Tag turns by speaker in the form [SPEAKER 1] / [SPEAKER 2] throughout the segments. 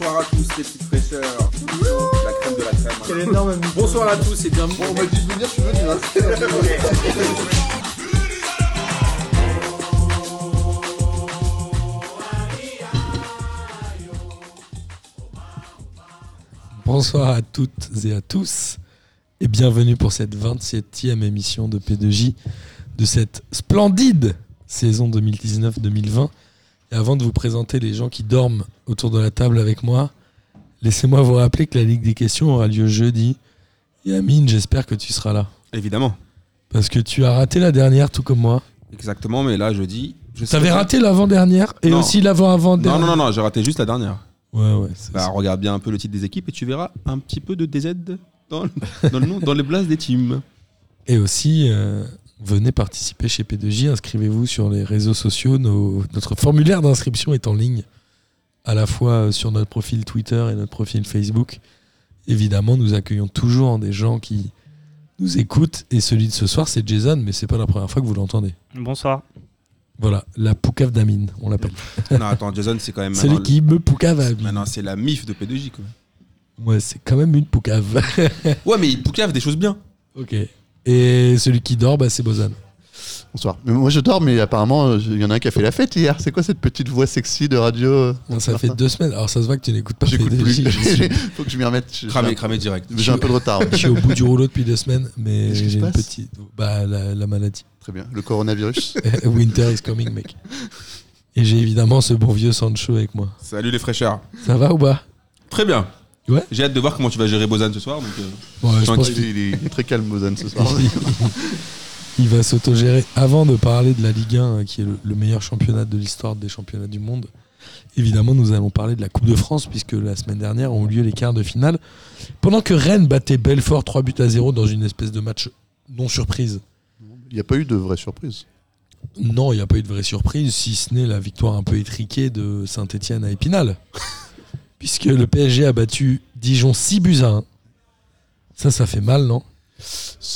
[SPEAKER 1] Bonsoir à tous les petites fraîcheurs. La crème de la crème.
[SPEAKER 2] Quel énorme
[SPEAKER 1] Bonsoir à tous et bienvenue.
[SPEAKER 3] On m'a dit de venir, je suis venu. hein.
[SPEAKER 4] Bonsoir à toutes et à tous et bienvenue pour cette 27e émission de P2J de cette splendide saison 2019-2020. Et avant de vous présenter les gens qui dorment autour de la table avec moi, laissez-moi vous rappeler que la Ligue des questions aura lieu jeudi. Et Amine, j'espère que tu seras là.
[SPEAKER 1] Évidemment.
[SPEAKER 4] Parce que tu as raté la dernière tout comme moi.
[SPEAKER 1] Exactement, mais là je dis. Je
[SPEAKER 4] Tu avais
[SPEAKER 1] sais-
[SPEAKER 4] raté l'avant-dernière et
[SPEAKER 1] Non.
[SPEAKER 4] aussi l'avant-avant-dernière.
[SPEAKER 1] Non, non, non, non, j'ai raté juste la dernière.
[SPEAKER 4] Ouais, ouais. c'est-
[SPEAKER 1] Bah, regarde bien un peu le titre des équipes et tu verras un petit peu de DZ dans le, dans le nom, dans les blases des teams.
[SPEAKER 4] Et aussi, euh, venez participer chez P2J, inscrivez-vous sur les réseaux sociaux. Nos- notre formulaire d'inscription est en ligne, à la fois euh, sur notre profil Twitter et notre profil Facebook. Évidemment, nous accueillons toujours des gens qui nous écoutent. Et celui de ce soir, c'est Jason, mais c'est pas la première fois que vous l'entendez.
[SPEAKER 5] Bonsoir.
[SPEAKER 4] Voilà, la poucave d'Amine, on l'appelle.
[SPEAKER 1] Non, attends, Jason, c'est quand même.
[SPEAKER 4] Celui
[SPEAKER 1] maintenant-
[SPEAKER 4] qui me poucave à Amine.
[SPEAKER 1] Maintenant, c'est la mif de P2J. Quoi.
[SPEAKER 4] Ouais, c'est quand même une poucave.
[SPEAKER 1] Ouais, mais il poucave des choses bien.
[SPEAKER 4] ok. Et celui qui dort, bah, c'est Bozan.
[SPEAKER 3] Bonsoir. Mais moi je dors, mais apparemment euh, je- il y en a un qui a fait la fête hier. C'est quoi cette petite voix sexy de radio euh,
[SPEAKER 4] Ça fait
[SPEAKER 3] Martin
[SPEAKER 4] deux semaines. Alors, ça se voit que tu n'écoutes pas
[SPEAKER 3] J'écoute plus.
[SPEAKER 4] P2J. je suis-
[SPEAKER 3] Faut que je m'y remette. J'ai-
[SPEAKER 1] Cramé, cramé direct.
[SPEAKER 3] J'ai un peu de retard.
[SPEAKER 4] Je suis au bout du rouleau depuis deux semaines, mais
[SPEAKER 3] Qu'est-ce qui se
[SPEAKER 4] j'ai une
[SPEAKER 3] passe
[SPEAKER 4] petite. Bah, la, la maladie.
[SPEAKER 3] Très bien. Le coronavirus.
[SPEAKER 4] Winter is coming, mec. Et j'ai évidemment ce bon vieux Sancho avec moi.
[SPEAKER 1] Salut les fraîcheurs.
[SPEAKER 4] Ça va ou pas
[SPEAKER 1] Très bien.
[SPEAKER 4] Ouais.
[SPEAKER 1] J'ai hâte de voir comment tu vas gérer Bozan ce soir. Donc, euh,
[SPEAKER 4] Bon, je
[SPEAKER 1] Tranquille.
[SPEAKER 4] pense
[SPEAKER 3] Il
[SPEAKER 4] qu'il
[SPEAKER 3] est, il est très calme, Mozan, ce soir.
[SPEAKER 4] il va s'autogérer. Avant de parler de la Ligue 1, hein, qui est le, le meilleur championnat de l'histoire des championnats du monde, évidemment, nous allons parler de la Coupe de France, puisque la semaine dernière ont eu lieu les quarts de finale. Pendant que Rennes battait Belfort 3 buts à 0 dans une espèce de match non surprise.
[SPEAKER 3] Il n'y a pas eu de vraie surprise.
[SPEAKER 4] Non, il n'y a pas eu de vraie surprise, si ce n'est la victoire un peu étriquée de Saint-Etienne à Épinal. Puisque le PSG a battu Dijon 6 buts à 1. Ça, ça fait mal, non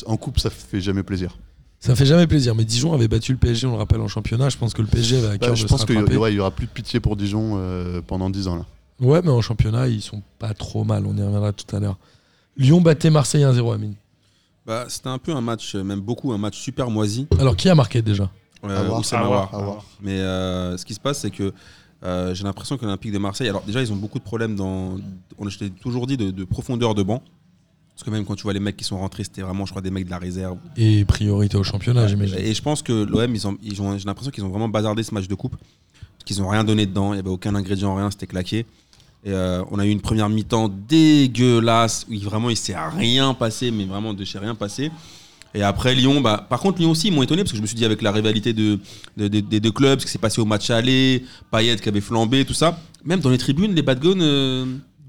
[SPEAKER 3] En coupe, ça fait jamais plaisir.
[SPEAKER 4] Ça fait jamais plaisir. Mais Dijon avait battu le PSG, on le rappelle, en championnat. Je pense que le PSG avait à
[SPEAKER 3] Bah,
[SPEAKER 4] cœur
[SPEAKER 3] je
[SPEAKER 4] de
[SPEAKER 3] pense
[SPEAKER 4] se
[SPEAKER 3] qu'il
[SPEAKER 4] rattraper.
[SPEAKER 3] y,
[SPEAKER 4] Ouais.
[SPEAKER 3] ouais, il y aura plus de pitié pour Dijon euh, pendant 10 ans. Là.
[SPEAKER 4] mais en championnat, ils sont pas trop mal. On y reviendra tout à l'heure. Lyon battait Marseille 1-0, Amine.
[SPEAKER 1] bah, c'était un peu un match, euh, même beaucoup, un match super moisi.
[SPEAKER 4] Alors, qui a marqué déjà
[SPEAKER 1] Euh,
[SPEAKER 3] À voir,
[SPEAKER 1] Oussem
[SPEAKER 3] à
[SPEAKER 1] Aouar.
[SPEAKER 3] voir, à voir.
[SPEAKER 1] Mais euh, ce qui se passe, c'est que euh, j'ai l'impression que l'Olympique de Marseille, alors déjà, ils ont beaucoup de problèmes dans. On je t'ai toujours dit de, de profondeur de banc. Parce que même quand tu vois les mecs qui sont rentrés, c'était vraiment, je crois, des mecs de la réserve.
[SPEAKER 4] Et priorité au championnat, j'imagine.
[SPEAKER 1] Euh, Et je pense que l'OM, ils ont, ils ont, j'ai l'impression qu'ils ont vraiment bazardé ce match de coupe. Parce qu'ils n'ont rien donné dedans, il n'y avait aucun ingrédient, rien, c'était claqué. Et euh, on a eu une première mi-temps dégueulasse, où il- vraiment il ne s'est rien passé, mais vraiment de chez rien passé. Et après Lyon, bah, par contre Lyon aussi, ils m'ont étonné, parce que je me suis dit avec la rivalité de, de- de- des deux clubs, ce qui s'est passé au match aller, Payet qui avait flambé, tout ça. Même dans les tribunes, les bad guns, euh,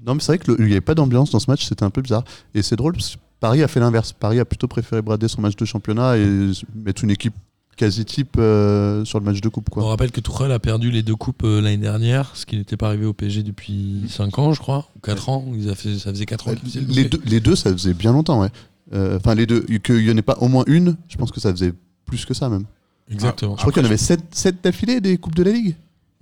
[SPEAKER 3] Non, mais c'est vrai qu'il n'y avait pas d'ambiance dans ce match, c'était un peu bizarre. Et c'est drôle, parce que Paris a fait l'inverse. Paris a plutôt préféré brader son match de championnat et s- mettre une équipe quasi type euh, sur le match de coupe.
[SPEAKER 4] On
[SPEAKER 3] Quoi.
[SPEAKER 4] rappelle que Tourelle a perdu les deux coupes euh, l'année dernière, ce qui n'était pas arrivé au PSG depuis 5 ans, je crois, ou 4 ans. Ils a fait- ça faisait 4 ans qu'ils faisaient le
[SPEAKER 3] Mmh. Euh, les,
[SPEAKER 4] loupé.
[SPEAKER 3] deux, les deux, ça faisait bien longtemps, ouais. Euh, Enfin, les deux, qu'il n'y en ait pas au moins une, je pense que ça faisait plus que ça même.
[SPEAKER 4] Exactement.
[SPEAKER 3] Je crois qu'il y en avait 7, d'affilée des Coupes de la Ligue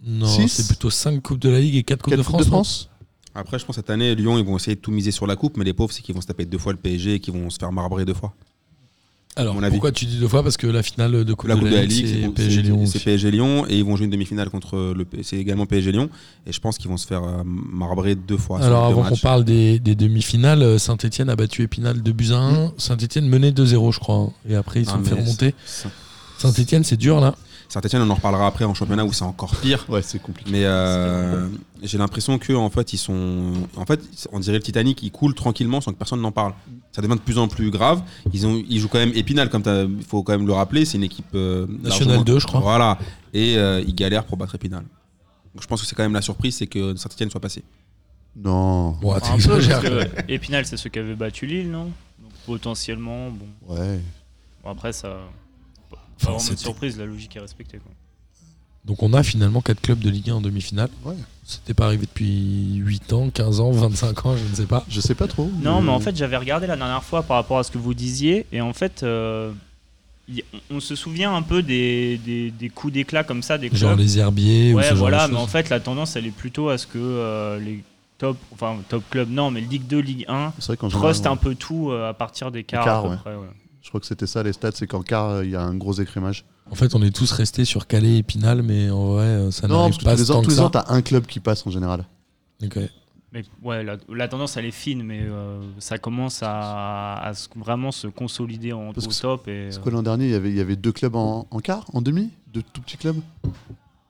[SPEAKER 4] non,
[SPEAKER 3] six.
[SPEAKER 4] c'est plutôt 5 Coupes de la Ligue et 4 Coupes
[SPEAKER 3] Quatre
[SPEAKER 4] de
[SPEAKER 3] Coupes
[SPEAKER 4] France.
[SPEAKER 3] de France
[SPEAKER 1] après je pense cette année, Lyon, ils vont essayer de tout miser sur la coupe, mais les pauvres, c'est qu'ils vont se taper deux fois le PSG et qu'ils vont se faire marbrer deux fois.
[SPEAKER 4] non Alors,
[SPEAKER 1] À mon avis.
[SPEAKER 4] pourquoi tu dis deux fois Parce que la finale de Coupe,
[SPEAKER 1] la Coupe de la
[SPEAKER 4] Ligue,
[SPEAKER 1] Ligue, c'est
[SPEAKER 4] c'est
[SPEAKER 1] bon,
[SPEAKER 4] PSG
[SPEAKER 1] c'est-
[SPEAKER 4] Lyon.
[SPEAKER 1] c'est
[SPEAKER 4] aussi.
[SPEAKER 1] PSG Lyon et ils vont jouer une demi-finale contre le P- c'est également PSG Lyon et je pense qu'ils vont se faire euh, marbrer deux fois. sur les
[SPEAKER 4] Alors,
[SPEAKER 1] deux
[SPEAKER 4] avant qu'on
[SPEAKER 1] matchs.
[SPEAKER 4] parle des, des demi-finales, Saint-Etienne a battu Épinal 2 buts à
[SPEAKER 3] Mmh.
[SPEAKER 4] 1. Saint-Etienne menait 2-0, je crois. hein. Et après, ils se
[SPEAKER 1] Ah,
[SPEAKER 4] sont fait
[SPEAKER 1] mais
[SPEAKER 4] remonter.
[SPEAKER 1] Saint-
[SPEAKER 4] Saint-Etienne, c'est dur, là.
[SPEAKER 1] Saint-Etienne, on en reparlera après en championnat où c'est encore pire.
[SPEAKER 3] Ouais, c'est compliqué.
[SPEAKER 1] Mais euh, j'ai l'impression que en fait ils sont en fait on dirait le Titanic il coule tranquillement sans que personne n'en parle. Ça devient de plus en plus grave. Ils ont ils jouent quand même Épinal comme t'as- il faut quand même le rappeler c'est une équipe euh, largement-
[SPEAKER 4] National 2, je crois.
[SPEAKER 1] Voilà et euh, ils galèrent pour battre Épinal. Donc je pense que c'est quand même la surprise c'est que Saint-Etienne soit passé.
[SPEAKER 3] Non.
[SPEAKER 4] Bon,
[SPEAKER 5] Un peu,
[SPEAKER 4] t'exagères.
[SPEAKER 5] parce que Épinal, c'est ceux qui avaient battu Lille, non Donc potentiellement, bon.
[SPEAKER 3] Ouais.
[SPEAKER 5] Bon, après, ça. Pas
[SPEAKER 4] Enfin,
[SPEAKER 5] vraiment une
[SPEAKER 4] c'était-
[SPEAKER 5] surprise, la logique est respectée. Quoi.
[SPEAKER 4] Donc, on a finalement 4 clubs de Ligue 1 en demi-finale.
[SPEAKER 3] Ouais.
[SPEAKER 4] C'était pas arrivé depuis 8 ans, 15 ans, 25 ans, je ne sais pas.
[SPEAKER 3] Je sais pas trop.
[SPEAKER 4] Mm.
[SPEAKER 5] Non, mais en fait, j'avais regardé la dernière fois par rapport à ce que vous disiez, et en fait, euh, y- on on se souvient un peu des, des, des coups d'éclat comme ça, des
[SPEAKER 4] Genre
[SPEAKER 5] clubs.
[SPEAKER 4] les herbiers ou
[SPEAKER 5] ouais,
[SPEAKER 4] ce genre
[SPEAKER 5] voilà,
[SPEAKER 4] de
[SPEAKER 5] mais en
[SPEAKER 4] choses.
[SPEAKER 5] fait, la tendance, elle est plutôt à ce que euh, les top, enfin top club, non, mais Ligue 2, Ligue 1,
[SPEAKER 3] C'est vrai qu'en général,
[SPEAKER 5] Trust
[SPEAKER 3] ouais.
[SPEAKER 5] un peu tout euh, à partir des quarts.
[SPEAKER 3] quarts,
[SPEAKER 5] à peu
[SPEAKER 3] ouais.
[SPEAKER 5] près, ouais.
[SPEAKER 3] Je crois que c'était ça les stats, c'est qu'en quart, euh, il y a un gros écrémage.
[SPEAKER 4] En fait, on est tous restés sur Calais et Pinal, mais en vrai, euh, ça
[SPEAKER 3] Non, parce
[SPEAKER 4] n'arrive
[SPEAKER 3] que
[SPEAKER 4] pas
[SPEAKER 3] tous les
[SPEAKER 4] tant
[SPEAKER 3] ans,
[SPEAKER 4] que
[SPEAKER 3] tous les
[SPEAKER 4] ça.
[SPEAKER 3] ans, t'as un club qui passe en général.
[SPEAKER 4] Ok.
[SPEAKER 5] Mais ouais, la, la tendance elle est fine, mais euh, ça commence à, à se- vraiment se consolider en, au
[SPEAKER 3] Parce que c'est-
[SPEAKER 5] top. Et,
[SPEAKER 4] euh,
[SPEAKER 5] euh,
[SPEAKER 3] Parce que l'an dernier, il y avait- il y avait deux clubs en, en quart, en demi Deux tout petits clubs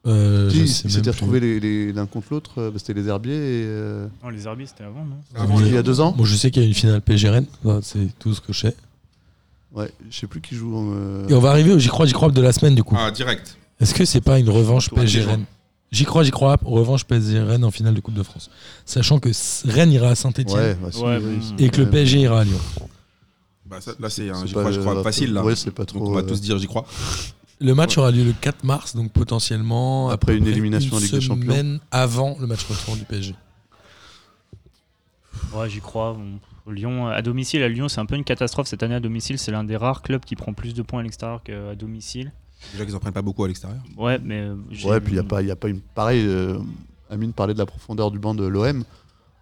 [SPEAKER 4] Euh,
[SPEAKER 3] Qui
[SPEAKER 4] je
[SPEAKER 3] ils
[SPEAKER 4] sais même plus.
[SPEAKER 3] s'étaient retrouvés les- les- l'un contre l'autre euh, bah, C'était les Herbiers et. euh,
[SPEAKER 5] euh, non, les Herbiers c'était avant, non
[SPEAKER 4] Avant,
[SPEAKER 3] il y
[SPEAKER 4] les-
[SPEAKER 3] a deux ans
[SPEAKER 4] Bon, je sais qu'il y a une finale PGRN, ça, c'est tout ce que je sais.
[SPEAKER 3] Ouais, je sais plus qui joue. en, euh,
[SPEAKER 4] Et on va arriver au J'y crois, J'y crois de la semaine du coup.
[SPEAKER 1] Ah, direct.
[SPEAKER 4] Est-ce que c'est pas une revanche
[SPEAKER 1] Toi,
[SPEAKER 4] PSG
[SPEAKER 1] t'es
[SPEAKER 4] Rennes J'y crois, j'y crois. Revanche PSG Rennes en finale de Coupe de France. Sachant que S- Rennes ira à Saint-Etienne
[SPEAKER 3] Ouais, bah, si,
[SPEAKER 5] Ouais,
[SPEAKER 3] oui,
[SPEAKER 5] bon.
[SPEAKER 3] c'est
[SPEAKER 4] et que le
[SPEAKER 3] quand même-
[SPEAKER 4] PSG ira à Lyon.
[SPEAKER 1] Bah, ça, là, c'est un
[SPEAKER 3] c'est
[SPEAKER 1] j'y
[SPEAKER 3] pas
[SPEAKER 1] crois, j'y
[SPEAKER 3] le-
[SPEAKER 1] crois facile. Là.
[SPEAKER 3] Ouais, c'est pas trop.
[SPEAKER 1] Donc, on va
[SPEAKER 3] euh,
[SPEAKER 1] tous dire j'y crois.
[SPEAKER 4] Le match aura lieu le 4 mars, donc potentiellement à
[SPEAKER 3] Après
[SPEAKER 4] peu
[SPEAKER 3] une
[SPEAKER 4] près
[SPEAKER 3] élimination en
[SPEAKER 4] une
[SPEAKER 3] Ligue des Champions.
[SPEAKER 4] semaine avant le match retour du PSG.
[SPEAKER 5] Ouais, j'y crois. bon. Lyon, euh, à domicile, à Lyon, c'est un peu une catastrophe cette année à domicile. C'est l'un des rares clubs qui prend plus de points à l'extérieur qu'à domicile.
[SPEAKER 1] Déjà qu'ils en prennent pas beaucoup à l'extérieur.
[SPEAKER 5] Ouais, mais. euh, j'ai-
[SPEAKER 3] Ouais, puis il n'y a, pas- y a pas une. Pareil, euh, Amine parlait de la profondeur du banc de l'OM.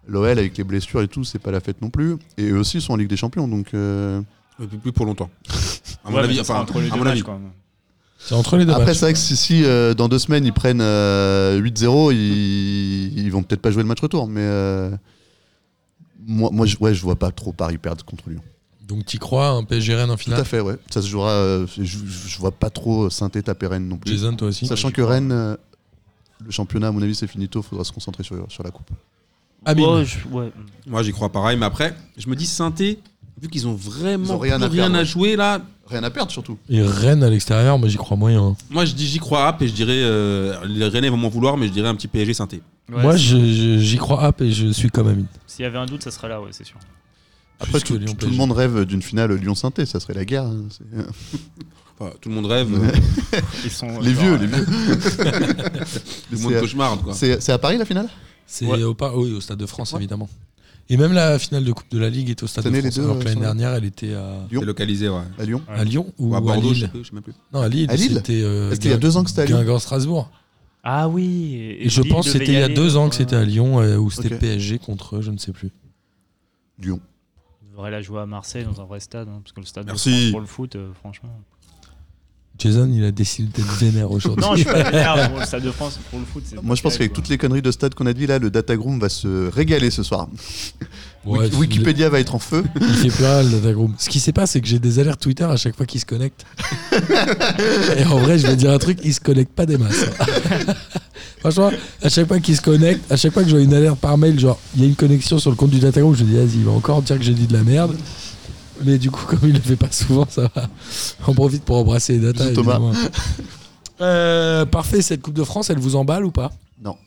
[SPEAKER 3] L'OL, avec les blessures et tout, c'est pas la fête non plus. Et eux aussi sont en Ligue des Champions, donc. euh,
[SPEAKER 1] Mais plus- Plus pour longtemps. À
[SPEAKER 5] Ouais,
[SPEAKER 1] mon
[SPEAKER 5] mais
[SPEAKER 1] avis,
[SPEAKER 5] ça sera
[SPEAKER 1] enfin,
[SPEAKER 5] entre les
[SPEAKER 1] à
[SPEAKER 5] deux
[SPEAKER 1] mon
[SPEAKER 5] matchs,
[SPEAKER 1] avis.
[SPEAKER 5] quoi.
[SPEAKER 4] C'est entre les deux
[SPEAKER 3] Après,
[SPEAKER 4] matchs.
[SPEAKER 3] c'est vrai que si, si, euh, dans deux semaines ils prennent euh, 8-0, ils, ils vont peut-être pas jouer le match retour. Mais euh, moi, moi je, ouais, je vois pas trop Paris perdre contre Lyon.
[SPEAKER 4] Donc t'y crois, hein, un PSG Rennes en
[SPEAKER 3] Tout à
[SPEAKER 4] finale
[SPEAKER 3] fait, ouais. Ça se jouera. euh, je, je- je vois pas trop Saint-Étienne taper Rennes non plus.
[SPEAKER 4] Jason, toi aussi
[SPEAKER 3] Sachant que Rennes, euh, le championnat, à mon avis, c'est finito. Faudra se concentrer sur, sur la coupe.
[SPEAKER 4] Amine.
[SPEAKER 5] Ouais, je- ouais.
[SPEAKER 1] Moi, j'y crois pareil. Mais après, je me dis, Synthé, vu qu'ils ont vraiment
[SPEAKER 3] Ils ont
[SPEAKER 1] plus rien,
[SPEAKER 3] rien à perdre,
[SPEAKER 1] à
[SPEAKER 3] ouais.
[SPEAKER 1] jouer là,
[SPEAKER 3] Rien à perdre surtout.
[SPEAKER 4] Et Rennes à l'extérieur, moi j'y crois moyen. hein.
[SPEAKER 1] moi, je dis j'y crois hop et je dirais. euh, les Rennais vont m'en vouloir, mais je dirais un petit PSG Synthé.
[SPEAKER 5] Ouais,
[SPEAKER 4] moi
[SPEAKER 5] c'est-
[SPEAKER 4] je- je- j'y crois hop et je suis comme Amine.
[SPEAKER 5] S'il y avait un doute, ça serait là, ouais, c'est sûr.
[SPEAKER 3] Après,
[SPEAKER 4] Plus que
[SPEAKER 3] tout,
[SPEAKER 4] Lyon
[SPEAKER 3] tout
[SPEAKER 4] PSG.
[SPEAKER 3] le monde rêve d'une finale Lyon-Sainté. Ça serait la guerre. hein. C'est-
[SPEAKER 1] Enfin, tout le monde rêve,
[SPEAKER 3] Ouais.
[SPEAKER 1] euh,
[SPEAKER 5] Ils sont,
[SPEAKER 3] Les
[SPEAKER 5] genre,
[SPEAKER 3] vieux,
[SPEAKER 5] euh,
[SPEAKER 3] les vieux.
[SPEAKER 1] tout le monde
[SPEAKER 3] C'est-
[SPEAKER 1] cauchemarde. Quoi.
[SPEAKER 3] C'est c'est à Paris la finale
[SPEAKER 4] C'est
[SPEAKER 5] Ouais.
[SPEAKER 4] au, par- oui, au Stade de France,
[SPEAKER 3] Ouais.
[SPEAKER 4] évidemment. Et même la finale de Coupe de la Ligue est au Stade
[SPEAKER 3] Cette année,
[SPEAKER 4] de France.
[SPEAKER 3] les deux,
[SPEAKER 4] alors que
[SPEAKER 3] euh,
[SPEAKER 4] l'année
[SPEAKER 3] sont là.
[SPEAKER 4] dernière, elle était à,
[SPEAKER 1] C'est localisé, ouais.
[SPEAKER 3] À Lyon
[SPEAKER 5] Ouais.
[SPEAKER 4] à Lyon ou,
[SPEAKER 1] Ou à Bordeaux, je,
[SPEAKER 4] à
[SPEAKER 1] sais
[SPEAKER 4] Lille.
[SPEAKER 1] plus, je sais même plus.
[SPEAKER 4] Non, à Lille.
[SPEAKER 3] À Lille
[SPEAKER 4] C'était euh,
[SPEAKER 3] Parce qu'il y a
[SPEAKER 4] Guin-
[SPEAKER 3] deux ans que c'était à Lyon.
[SPEAKER 4] Guingamp-Strasbourg.
[SPEAKER 5] Ah oui. Et,
[SPEAKER 4] Et je
[SPEAKER 5] Lille
[SPEAKER 4] pense que
[SPEAKER 5] devait
[SPEAKER 4] c'était il y a
[SPEAKER 5] aller,
[SPEAKER 4] deux ans que
[SPEAKER 5] ouais.
[SPEAKER 4] c'était à Lyon euh, où c'était
[SPEAKER 3] Ok.
[SPEAKER 4] PSG contre, je ne sais plus.
[SPEAKER 3] Lyon.
[SPEAKER 5] On devrait la jouer à Marseille dans un vrai stade, hein, parce que le stade de
[SPEAKER 1] Merci.
[SPEAKER 5] France pour le foot, euh, franchement.
[SPEAKER 4] Jason, il a décidé d'être vénère aujourd'hui.
[SPEAKER 5] Non, je suis pas vénère, bon, le stade de France pour le foot. c'est
[SPEAKER 3] Moi, je pense qu'avec toutes les conneries de stade qu'on a dit là, le Datagroom va se régaler ce soir.
[SPEAKER 4] Ouais,
[SPEAKER 3] Wik- Wikipédia va être en feu.
[SPEAKER 4] Il fait plus rien, le data group. Ce qui se passe, c'est que j'ai des alertes Twitter à chaque fois qu'il se connecte. Et en vrai, je vais dire un truc, il se connecte pas des masses. Franchement, à chaque fois qu'il se connecte, à chaque fois que je vois une alerte par mail, genre il y a une connexion sur le compte du data group, je me dis vas-y, il va encore dire que j'ai dit de la merde. Mais du coup, comme il le fait pas souvent, ça va. On profite pour embrasser les data.
[SPEAKER 3] Bisous, Thomas.
[SPEAKER 4] évidemment. Euh, parfait, cette Coupe de France, elle vous emballe ou pas ben,
[SPEAKER 3] Non.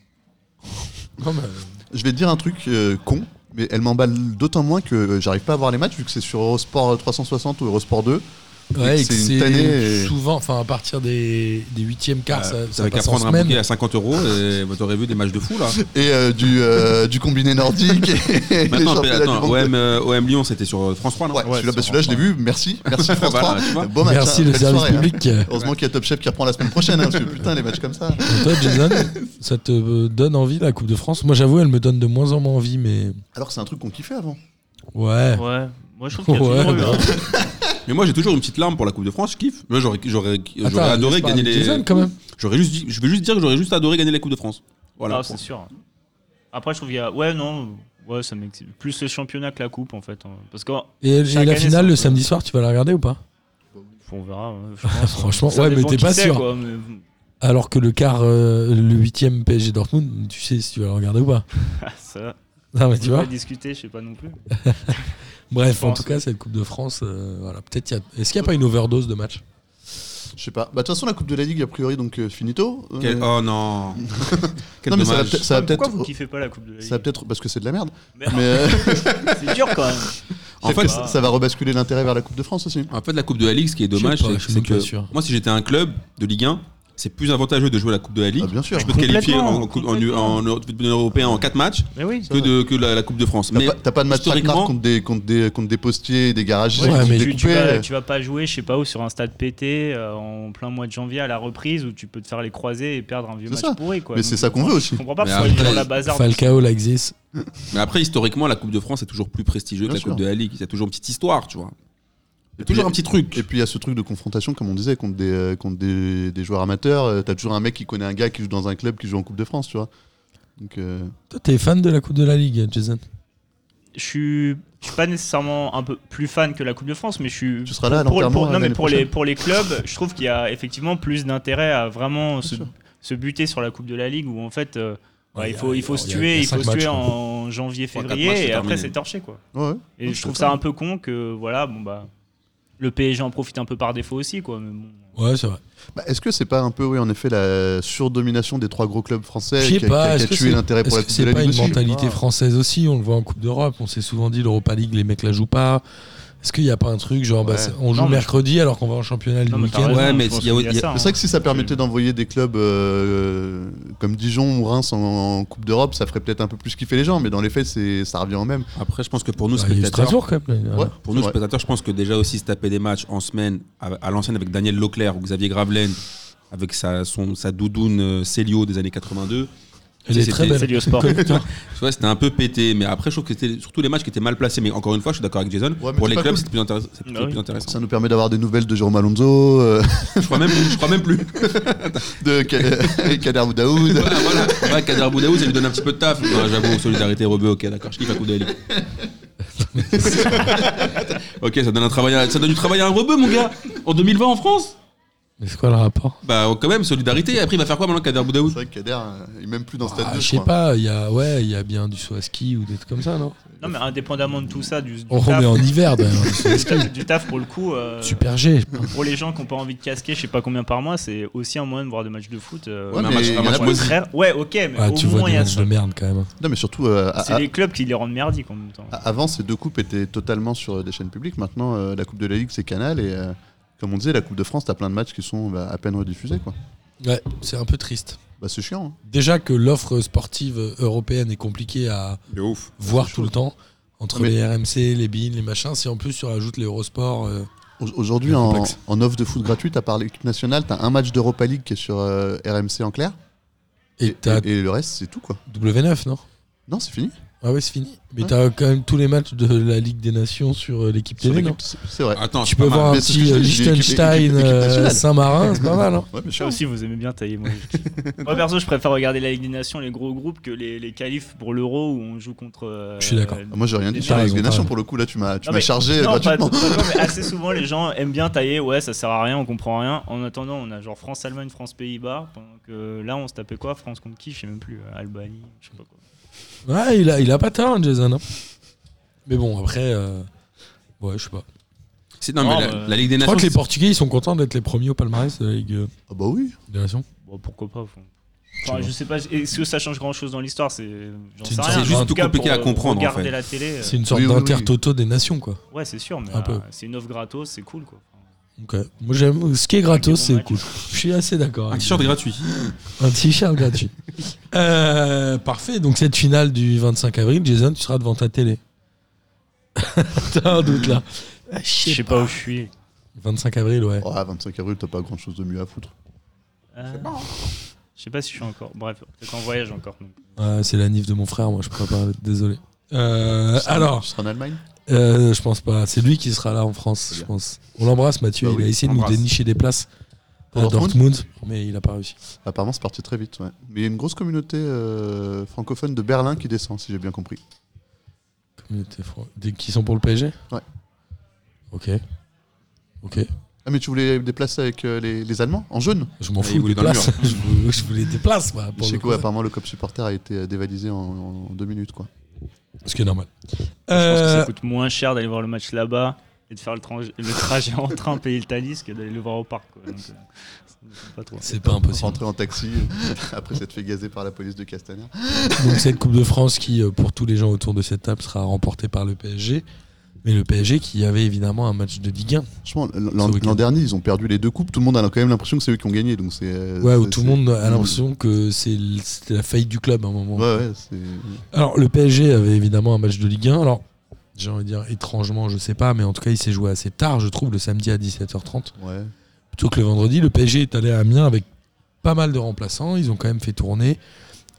[SPEAKER 4] Non, mais-
[SPEAKER 3] Je vais te dire un truc euh, con, mais elle m'emballe d'autant moins que euh, j'arrive pas à voir les matchs vu que c'est sur Eurosport 360 ou Eurosport 2.
[SPEAKER 4] Ouais,
[SPEAKER 3] Et
[SPEAKER 4] et
[SPEAKER 3] que
[SPEAKER 4] que
[SPEAKER 3] c'est une
[SPEAKER 4] c'est
[SPEAKER 3] tannée et-
[SPEAKER 4] souvent, enfin à partir des, des huitièmes quarts, Ah, ça,
[SPEAKER 1] Euh,
[SPEAKER 4] ça
[SPEAKER 1] T'avais qu'à
[SPEAKER 4] passe en
[SPEAKER 1] prendre un
[SPEAKER 4] semaine.
[SPEAKER 1] bouquet à 50 euros et bah, t'aurais vu des matchs de fou là.
[SPEAKER 3] Et euh, du, euh, du combiné nordique et les
[SPEAKER 1] Maintenant,
[SPEAKER 3] championnats du
[SPEAKER 1] attends,
[SPEAKER 3] monde.
[SPEAKER 1] OM, euh, OM Lyon, c'était sur euh, France 3, non
[SPEAKER 3] Ouais, celui-là, bah, celui-là, je l'ai vu. Merci. Merci France
[SPEAKER 1] Voilà,
[SPEAKER 3] 3.
[SPEAKER 1] Bah, tu vois.
[SPEAKER 3] Beau match.
[SPEAKER 4] Merci
[SPEAKER 3] hein.
[SPEAKER 4] le
[SPEAKER 3] Belle
[SPEAKER 4] service
[SPEAKER 3] soirée, hein.
[SPEAKER 4] public.
[SPEAKER 3] Heureusement qu'il y a Top Chef qui reprend la semaine prochaine. hein, parce que putain, les matchs comme ça.
[SPEAKER 4] Et toi, Jason, ça te euh, donne envie la Coupe de France Moi, j'avoue, elle me donne de moins en moins envie, mais
[SPEAKER 3] Alors que c'est un truc qu'on kiffait avant.
[SPEAKER 4] ouais.
[SPEAKER 5] Ouais, moi je trouve qu'il y a
[SPEAKER 4] Ouais,
[SPEAKER 5] toujours eu,
[SPEAKER 4] bah.
[SPEAKER 5] hein.
[SPEAKER 1] Mais moi, j'ai toujours une petite larme pour la Coupe de France, je kiffe. Moi, j'aurais- j'aurais
[SPEAKER 4] Attends,
[SPEAKER 1] j'aurais adoré
[SPEAKER 4] laisse parler
[SPEAKER 1] gagner les.
[SPEAKER 4] Jason, quand même.
[SPEAKER 1] J'aurais juste dit- je vais juste dire que j'aurais juste adoré gagner la Coupe de France. Voilà.
[SPEAKER 5] Ah, c'est sûr. Après, je trouve qu'il y a. Ouais, non. Ouais, ça m'excite. Plus le championnat que la coupe, en fait. hein. Parce que.
[SPEAKER 4] Et, et
[SPEAKER 5] Chaque
[SPEAKER 4] la
[SPEAKER 5] année,
[SPEAKER 4] finale
[SPEAKER 5] c'est
[SPEAKER 4] le
[SPEAKER 5] un
[SPEAKER 4] samedi soir, tu vas la regarder ou pas
[SPEAKER 5] On verra. hein, je pense.
[SPEAKER 4] Franchement,
[SPEAKER 5] Ça
[SPEAKER 4] ouais, mais
[SPEAKER 5] dépend
[SPEAKER 4] t'es
[SPEAKER 5] qui
[SPEAKER 4] pas
[SPEAKER 5] c'est,
[SPEAKER 4] sûr.
[SPEAKER 5] quoi, mais-
[SPEAKER 4] Alors que le quart, euh, le huitième PSG Dortmund, tu sais si tu vas la regarder ou pas
[SPEAKER 5] Ah, ça,
[SPEAKER 4] Non, mais
[SPEAKER 5] on
[SPEAKER 4] tu
[SPEAKER 5] peut
[SPEAKER 4] vois.
[SPEAKER 5] pas discuter, je sais pas non plus.
[SPEAKER 4] Bref,
[SPEAKER 5] je
[SPEAKER 4] en
[SPEAKER 5] pense.
[SPEAKER 4] tout cas, cette Coupe de France, euh, voilà. Peut-être, il y a- est-ce qu'il n'y a pas une overdose de match
[SPEAKER 3] Je sais pas. Bah, De toute façon, la Coupe de la Ligue, a priori, donc euh, finito. Euh,
[SPEAKER 1] Quel- Oh non Quel
[SPEAKER 3] non, mais ça va
[SPEAKER 1] dommage. Ah,
[SPEAKER 3] peut-être- ça va
[SPEAKER 5] Pourquoi
[SPEAKER 3] peut-être.
[SPEAKER 5] vous kiffez pas la Coupe de la Ligue
[SPEAKER 3] Oh, Ça va peut-être parce que c'est de la merde.
[SPEAKER 5] Merde,
[SPEAKER 3] Mais euh,
[SPEAKER 5] C'est dur quand même.
[SPEAKER 1] En fait,
[SPEAKER 3] peut-être que ça- ça va rebasculer l'intérêt vers la Coupe de France aussi.
[SPEAKER 1] En fait, la Coupe de la Ligue, ce qui est dommage,
[SPEAKER 4] Je sais
[SPEAKER 1] c'est
[SPEAKER 4] pas, je suis
[SPEAKER 1] c'est
[SPEAKER 4] même pas
[SPEAKER 1] que
[SPEAKER 4] sûr.
[SPEAKER 1] moi, si j'étais un club de Ligue 1, c'est plus avantageux de jouer la Coupe de la Ligue.
[SPEAKER 3] Ah, bien sûr.
[SPEAKER 1] Tu peux te qualifier
[SPEAKER 5] Complètement,
[SPEAKER 1] en, en, en-
[SPEAKER 5] complètement.
[SPEAKER 1] en Euro- tu peux devenir européen en 4 matchs
[SPEAKER 5] Mais oui.
[SPEAKER 1] que, de, que la, la Coupe de France.
[SPEAKER 3] T'as
[SPEAKER 1] Mais
[SPEAKER 3] pas, t'as pas de match traquenard
[SPEAKER 1] historiquement-
[SPEAKER 3] contre des, contre, des, contre des postiers, des garagistes
[SPEAKER 4] Ouais,
[SPEAKER 3] qui
[SPEAKER 4] mais
[SPEAKER 3] sont
[SPEAKER 5] tu, tu
[SPEAKER 3] découpés.
[SPEAKER 5] vas, tu vas pas jouer, je sais pas où, sur un stade pété euh, en plein mois de janvier à la reprise où tu peux te faire les croisés et perdre un vieux
[SPEAKER 3] C'est
[SPEAKER 5] match
[SPEAKER 3] ça.
[SPEAKER 5] pourri. Quoi.
[SPEAKER 3] mais
[SPEAKER 5] Donc,
[SPEAKER 3] c'est ça qu'on veut aussi.
[SPEAKER 5] Je comprends pas
[SPEAKER 1] Mais
[SPEAKER 5] pourquoi ils
[SPEAKER 1] après,
[SPEAKER 5] font la bazar.
[SPEAKER 4] Falcao, Laxis.
[SPEAKER 1] Mais après, historiquement, la Coupe de France est toujours plus prestigieuse
[SPEAKER 3] Bien
[SPEAKER 1] que la Coupe
[SPEAKER 3] sûr.
[SPEAKER 1] de la Ligue. Il y a toujours une petite histoire, tu vois. Il y
[SPEAKER 3] Et
[SPEAKER 1] a toujours
[SPEAKER 3] puis-
[SPEAKER 1] un petit truc.
[SPEAKER 3] Et puis il y a ce truc de confrontation, comme on disait, contre des, euh, contre des, des joueurs amateurs. Euh, T'as toujours un mec qui connaît un gars qui joue dans un club qui joue en Coupe de France, tu vois. Donc, euh,
[SPEAKER 4] Toi, t'es fan de la Coupe de la Ligue, Jason
[SPEAKER 5] Je suis, je suis pas nécessairement un peu plus fan que la Coupe de France, mais je suis.
[SPEAKER 3] tu seras là à
[SPEAKER 5] pour,
[SPEAKER 3] l'enterrement. euh,
[SPEAKER 5] pour- non, mais
[SPEAKER 3] l'année
[SPEAKER 5] pour les,
[SPEAKER 3] prochaine.
[SPEAKER 5] pour les clubs, je trouve qu'il y a effectivement plus d'intérêt à vraiment se,
[SPEAKER 3] sûr.
[SPEAKER 5] se buter sur la Coupe de la Ligue où en fait. euh, bah,
[SPEAKER 4] Ouais,
[SPEAKER 5] il faut,
[SPEAKER 4] y a-
[SPEAKER 5] il faut
[SPEAKER 4] y
[SPEAKER 5] se
[SPEAKER 4] a- y a
[SPEAKER 5] tuer, il
[SPEAKER 4] cinq
[SPEAKER 5] faut se
[SPEAKER 4] matchs,
[SPEAKER 5] tuer
[SPEAKER 4] quoi.
[SPEAKER 5] en janvier,
[SPEAKER 1] Trois, quatre
[SPEAKER 5] février,
[SPEAKER 1] matchs, c'est
[SPEAKER 5] et après
[SPEAKER 1] terminé.
[SPEAKER 5] c'est torché quoi.
[SPEAKER 3] Ouais, ouais.
[SPEAKER 5] Et
[SPEAKER 3] Non,
[SPEAKER 5] je
[SPEAKER 3] c'est
[SPEAKER 5] trouve
[SPEAKER 3] ça.
[SPEAKER 5] ça un peu con que voilà, bon bah le PSG en profite un peu par défaut aussi quoi. Mais bon.
[SPEAKER 4] Ouais, c'est vrai.
[SPEAKER 3] Bah, Est-ce que c'est pas un peu, oui, en effet, la surdomination des trois gros clubs français
[SPEAKER 4] Je sais
[SPEAKER 3] qui a, qui
[SPEAKER 4] pas,
[SPEAKER 3] a-
[SPEAKER 4] est-ce
[SPEAKER 3] qui a
[SPEAKER 4] que
[SPEAKER 3] tué
[SPEAKER 4] c'est
[SPEAKER 3] l'intérêt pour
[SPEAKER 4] est-ce
[SPEAKER 3] la
[SPEAKER 4] que
[SPEAKER 3] Coupe de
[SPEAKER 4] c'est
[SPEAKER 3] la
[SPEAKER 4] pas
[SPEAKER 3] Ligue
[SPEAKER 4] une
[SPEAKER 3] aussi
[SPEAKER 4] mentalité
[SPEAKER 3] Ah.
[SPEAKER 4] française aussi On le voit en Coupe d'Europe, on s'est souvent dit l'Europa League, les mecs la jouent pas. Est-ce qu'il n'y a pas un truc genre bah,
[SPEAKER 3] Ouais.
[SPEAKER 4] c'est- on joue
[SPEAKER 5] Non, mais-
[SPEAKER 4] mercredi alors qu'on va en championnat le
[SPEAKER 5] Non, mais t'as
[SPEAKER 4] week-end
[SPEAKER 5] raison,
[SPEAKER 1] Ouais,
[SPEAKER 5] je
[SPEAKER 1] mais
[SPEAKER 5] pense
[SPEAKER 1] il y a-
[SPEAKER 5] qu'il
[SPEAKER 1] il y a-
[SPEAKER 5] ça,
[SPEAKER 3] C'est vrai
[SPEAKER 5] hein.
[SPEAKER 3] que si ça permettait d'envoyer des clubs euh, comme Dijon ou Reims en, en Coupe d'Europe, ça ferait peut-être un peu plus kiffer les gens, mais dans les faits, c'est- ça revient au même.
[SPEAKER 1] Après, je pense que pour nous,
[SPEAKER 4] Bah, il y a eu
[SPEAKER 1] spectateurs,
[SPEAKER 4] Strasbourg, quand même.
[SPEAKER 3] Ouais,
[SPEAKER 1] pour nous
[SPEAKER 3] c'est vrai.
[SPEAKER 1] spectateurs, je pense que déjà aussi se taper des matchs en semaine à, à l'ancienne avec Daniel Leclerc ou Xavier Gravelaine, avec sa, son, sa doudoune euh, Célio des années 82,
[SPEAKER 4] Elle est très
[SPEAKER 1] C'était-
[SPEAKER 5] C'est
[SPEAKER 4] belle.
[SPEAKER 5] lié au sport.
[SPEAKER 1] tu vois, c'était un peu pété. Mais après, je trouve que c'était surtout les matchs qui étaient mal placés. Mais encore une fois, je suis d'accord avec Jason.
[SPEAKER 3] mais
[SPEAKER 1] pour
[SPEAKER 3] c'est
[SPEAKER 1] les
[SPEAKER 3] pas
[SPEAKER 1] clubs,
[SPEAKER 3] cool.
[SPEAKER 1] c'est plus, intéress- c'est plutôt
[SPEAKER 5] oui.
[SPEAKER 1] plus intéressant.
[SPEAKER 3] Ça nous permet d'avoir des nouvelles de Jérôme Alonso, euh,
[SPEAKER 1] je crois même, je crois même plus.
[SPEAKER 3] de Ka- Kader Boudaoud.
[SPEAKER 1] voilà, voilà. Ouais, Kader Boudaoui, ça lui donne un petit peu de taf. Ouais, J'avoue, solidarité, Rebeu, ok, d'accord, je kiffe la coup d'Ali. ok, ça donne, un travail à- ça donne du travail à un Rebeu, mon gars, en 2020 en France
[SPEAKER 4] Mais c'est quoi le rapport
[SPEAKER 1] Bah, quand même, solidarité. Après, il va faire quoi maintenant, Kader Boudaoui
[SPEAKER 3] C'est vrai que Kader, euh, il est même plus dans Stade
[SPEAKER 4] Ah,
[SPEAKER 3] 2,
[SPEAKER 4] Je
[SPEAKER 3] je
[SPEAKER 4] sais
[SPEAKER 3] crois.
[SPEAKER 4] pas, il y a ouais, il y a bien du saut à ski ou des trucs comme ça, non
[SPEAKER 5] non mais indépendamment de tout ça, du, du
[SPEAKER 4] On
[SPEAKER 5] taf,
[SPEAKER 4] remet en hiver d'ailleurs.
[SPEAKER 5] du taf- du taf, pour le coup, euh,
[SPEAKER 4] Super G.
[SPEAKER 5] pour les gens qui n'ont pas envie de casquer, je sais pas combien par mois, c'est aussi un moyen de voir des matchs de foot. euh,
[SPEAKER 3] Ouais,
[SPEAKER 1] Un
[SPEAKER 3] mais
[SPEAKER 1] match-
[SPEAKER 3] il y
[SPEAKER 1] un
[SPEAKER 3] en a
[SPEAKER 1] match
[SPEAKER 5] au
[SPEAKER 3] pas-
[SPEAKER 1] moisi.
[SPEAKER 5] contraire. Ouais, ok, mais
[SPEAKER 4] Ah,
[SPEAKER 5] au
[SPEAKER 4] tu vois
[SPEAKER 5] moins
[SPEAKER 4] des
[SPEAKER 5] il y a
[SPEAKER 4] matchs
[SPEAKER 5] ça.
[SPEAKER 4] de merde quand même.
[SPEAKER 3] Non, mais surtout, euh, à-
[SPEAKER 5] C'est
[SPEAKER 3] à-
[SPEAKER 5] les clubs qui les rendent merdiques en même temps.
[SPEAKER 3] à- avant, ces deux coupes étaient totalement sur des chaînes publiques. Maintenant, euh, la Coupe de la Ligue, c'est Canal. Et euh, comme on disait, la Coupe de France, t'as plein de matchs qui sont bah, à peine rediffusés. Quoi.
[SPEAKER 4] Ouais, c'est un peu triste.
[SPEAKER 3] Bah, c'est chiant. hein.
[SPEAKER 4] Déjà que l'offre sportive européenne est compliquée à
[SPEAKER 1] De ouf.
[SPEAKER 4] voir
[SPEAKER 3] c'est
[SPEAKER 4] tout le temps entre
[SPEAKER 3] Mais-
[SPEAKER 4] les RMC, les BIN, les machins. Si en plus tu rajoutes les Eurosport, euh,
[SPEAKER 3] Au- Aujourd'hui,
[SPEAKER 4] Le
[SPEAKER 3] en,
[SPEAKER 4] complexe.
[SPEAKER 3] en offre de foot gratuite, à part l'équipe nationale, t'as un match d'Europa League qui est sur euh, RMC en clair.
[SPEAKER 4] et t'as
[SPEAKER 3] et- et le reste, c'est tout, quoi.
[SPEAKER 4] W9, non
[SPEAKER 3] Non, c'est fini.
[SPEAKER 4] Ah ouais, c'est fini. Mais
[SPEAKER 3] Ouais.
[SPEAKER 4] t'as quand même tous les matchs de la Ligue des Nations sur euh, l'équipe
[SPEAKER 3] Sur
[SPEAKER 4] TV, non
[SPEAKER 3] l'équipe, c'est c'est vrai.
[SPEAKER 1] Attends,
[SPEAKER 4] Euh,
[SPEAKER 1] c'est
[SPEAKER 4] Tu peux
[SPEAKER 1] pas mal.
[SPEAKER 4] voir un
[SPEAKER 3] Mais c'est ce que
[SPEAKER 4] petit
[SPEAKER 3] je
[SPEAKER 4] euh,
[SPEAKER 3] dis, l'équipe-
[SPEAKER 4] Liechtenstein,
[SPEAKER 3] l'équipe- l'équipe
[SPEAKER 4] euh,
[SPEAKER 3] nationale.
[SPEAKER 4] Saint-Marin, c'est pas mal. Hein
[SPEAKER 3] Ouais, bien
[SPEAKER 5] Ça
[SPEAKER 3] sûr.
[SPEAKER 5] aussi, vous aimez bien tailler moi. je kiffe. moi perso, je préfère regarder la Ligue des Nations, les gros groupes, que les, les qualifs pour l'Euro où on joue contre. euh,
[SPEAKER 4] Je suis d'accord.
[SPEAKER 3] Ah, Moi, j'ai rien dit
[SPEAKER 5] T'as
[SPEAKER 3] sur la Ligue
[SPEAKER 4] raison,
[SPEAKER 3] des
[SPEAKER 4] t'as
[SPEAKER 3] Nations
[SPEAKER 4] raison.
[SPEAKER 3] pour le coup. Là, tu m'as tu
[SPEAKER 5] Non,
[SPEAKER 3] m'as
[SPEAKER 5] mais-
[SPEAKER 3] chargé euh,
[SPEAKER 5] Non, pas
[SPEAKER 3] gratuitement.
[SPEAKER 5] totalement, mais assez souvent les gens aiment bien tailler, ouais ça sert à rien, on comprend rien. En attendant on a genre France-Allemagne, France-Pays-Bas, pendant que là on se tapait quoi France contre qui, je sais même plus, euh, Albanie, je sais pas quoi.
[SPEAKER 4] Ouais, il a, il a pas tard, hein, Jason. hein. Mais bon, après, euh, ouais, je sais pas.
[SPEAKER 1] C'est- Non, mais
[SPEAKER 5] Non,
[SPEAKER 1] la,
[SPEAKER 5] bah,
[SPEAKER 1] la Ligue des
[SPEAKER 4] Je crois
[SPEAKER 1] Nations.
[SPEAKER 4] que les
[SPEAKER 1] c'est-
[SPEAKER 4] Portugais, ils sont contents d'être les premiers au palmarès de la Ligue euh,
[SPEAKER 3] Ah, bah oui.
[SPEAKER 4] des Nations.
[SPEAKER 5] Bon pourquoi pas. faut-
[SPEAKER 4] Je
[SPEAKER 5] Enfin,
[SPEAKER 4] vois.
[SPEAKER 5] je sais pas, est-ce que ça change grand chose dans l'histoire C'est j'en
[SPEAKER 4] C'est
[SPEAKER 5] sais
[SPEAKER 4] une
[SPEAKER 5] rien,
[SPEAKER 4] sorte-
[SPEAKER 5] mais
[SPEAKER 4] juste
[SPEAKER 5] en
[SPEAKER 1] tout
[SPEAKER 5] cas,
[SPEAKER 1] compliqué à
[SPEAKER 5] pour,
[SPEAKER 1] comprendre, en
[SPEAKER 5] Regarder
[SPEAKER 1] fait.
[SPEAKER 5] la télé, euh,
[SPEAKER 4] C'est une sorte
[SPEAKER 3] oui, oui, oui.
[SPEAKER 4] d'intertoto des nations, quoi.
[SPEAKER 5] ouais c'est sûr, mais
[SPEAKER 4] Un peu.
[SPEAKER 5] euh, c'est une offre gratos, c'est cool quoi.
[SPEAKER 4] Ok. euh, Moi, j'aime. Ce qui est gratos,
[SPEAKER 5] Des
[SPEAKER 4] c'est
[SPEAKER 5] bons
[SPEAKER 4] cool. Je suis assez d'accord.
[SPEAKER 1] Un
[SPEAKER 4] avec
[SPEAKER 1] t-shirt gratuit.
[SPEAKER 4] vous. Un t-shirt gratuit. Euh, parfait. Donc, cette finale du 25 avril, Jason, tu seras devant ta télé. T'as un doute là. Ah,
[SPEAKER 5] Je sais pas où je suis.
[SPEAKER 4] 25 avril, ouais.
[SPEAKER 3] Oh, à 25 avril, t'as pas grand chose de mieux à foutre.
[SPEAKER 5] Euh, Je sais pas si je suis encore. Bref, peut-être en voyage encore. donc.
[SPEAKER 4] Ouais, c'est la nif de mon frère, moi, je pourrais pas. Désolé. Euh,
[SPEAKER 3] Tu seras-
[SPEAKER 4] alors,
[SPEAKER 3] Tu seras en Allemagne
[SPEAKER 4] Euh, je pense pas. C'est lui qui sera là en France,
[SPEAKER 3] Très
[SPEAKER 4] je
[SPEAKER 3] bien.
[SPEAKER 4] pense. On l'embrasse, Mathieu.
[SPEAKER 3] Bah
[SPEAKER 4] il
[SPEAKER 3] oui,
[SPEAKER 4] a essayé de nous
[SPEAKER 1] embrasse.
[SPEAKER 4] dénicher des places
[SPEAKER 3] Pour
[SPEAKER 4] à
[SPEAKER 3] Dortmund
[SPEAKER 4] Dortmund, mais il a pas réussi.
[SPEAKER 3] Apparemment, c'est parti très vite. Ouais. Mais il y a une grosse communauté euh, francophone de Berlin qui descend, si j'ai bien compris.
[SPEAKER 4] Comme il était froid. Des- Qui sont pour le PSG
[SPEAKER 3] Ouais.
[SPEAKER 4] Ok. Ok.
[SPEAKER 3] Ah, mais tu voulais déplacer avec euh, les, les Allemands En jaune
[SPEAKER 4] Je m'en
[SPEAKER 1] Ah, il
[SPEAKER 4] fous
[SPEAKER 1] voulait
[SPEAKER 4] des
[SPEAKER 1] dans le
[SPEAKER 4] places. je, voulais, je voulais des places, moi,
[SPEAKER 3] Je
[SPEAKER 4] pour
[SPEAKER 3] sais
[SPEAKER 4] le coup.
[SPEAKER 3] quoi, apparemment, le cop supporter a été euh, dévalisé en, en deux minutes. quoi.
[SPEAKER 4] Ce qui est normal.
[SPEAKER 5] Je pense que
[SPEAKER 4] Euh,
[SPEAKER 5] ça coûte moins cher d'aller voir le match là-bas et de faire le, trans- le trajet en train payer le Thalys que d'aller le voir au parc. Quoi. Donc, euh, ça me semble pas trop.
[SPEAKER 4] c'est pas impossible.
[SPEAKER 3] Rentrer en taxi euh, après s'être fait gazer par la police de Castaner.
[SPEAKER 4] Donc cette Coupe de France qui, euh, pour tous les gens autour de cette table, sera remportée par le PSG. Mais le PSG qui avait évidemment un match de Ligue 1.
[SPEAKER 3] Franchement, l'an-
[SPEAKER 4] Ce
[SPEAKER 3] l'an
[SPEAKER 4] week-end.
[SPEAKER 3] dernier, ils ont perdu les deux coupes. Tout le monde a quand même l'impression que c'est eux qui ont gagné. Donc c'est. euh,
[SPEAKER 4] Ouais, où
[SPEAKER 3] c'est-
[SPEAKER 4] tout le monde a
[SPEAKER 3] Mm.
[SPEAKER 4] l'impression que c'est l- c'était la faillite du club à un moment.
[SPEAKER 3] Ouais, ouais, c'est.
[SPEAKER 4] Alors, le PSG avait évidemment un match de Ligue 1. Alors, j'ai envie de dire étrangement, je sais pas, mais en tout cas, il s'est joué assez tard, je trouve, le samedi à 17h30.
[SPEAKER 3] Ouais.
[SPEAKER 4] Plutôt que le vendredi, le PSG est allé à Amiens avec pas mal de remplaçants. Ils ont quand même fait tourner.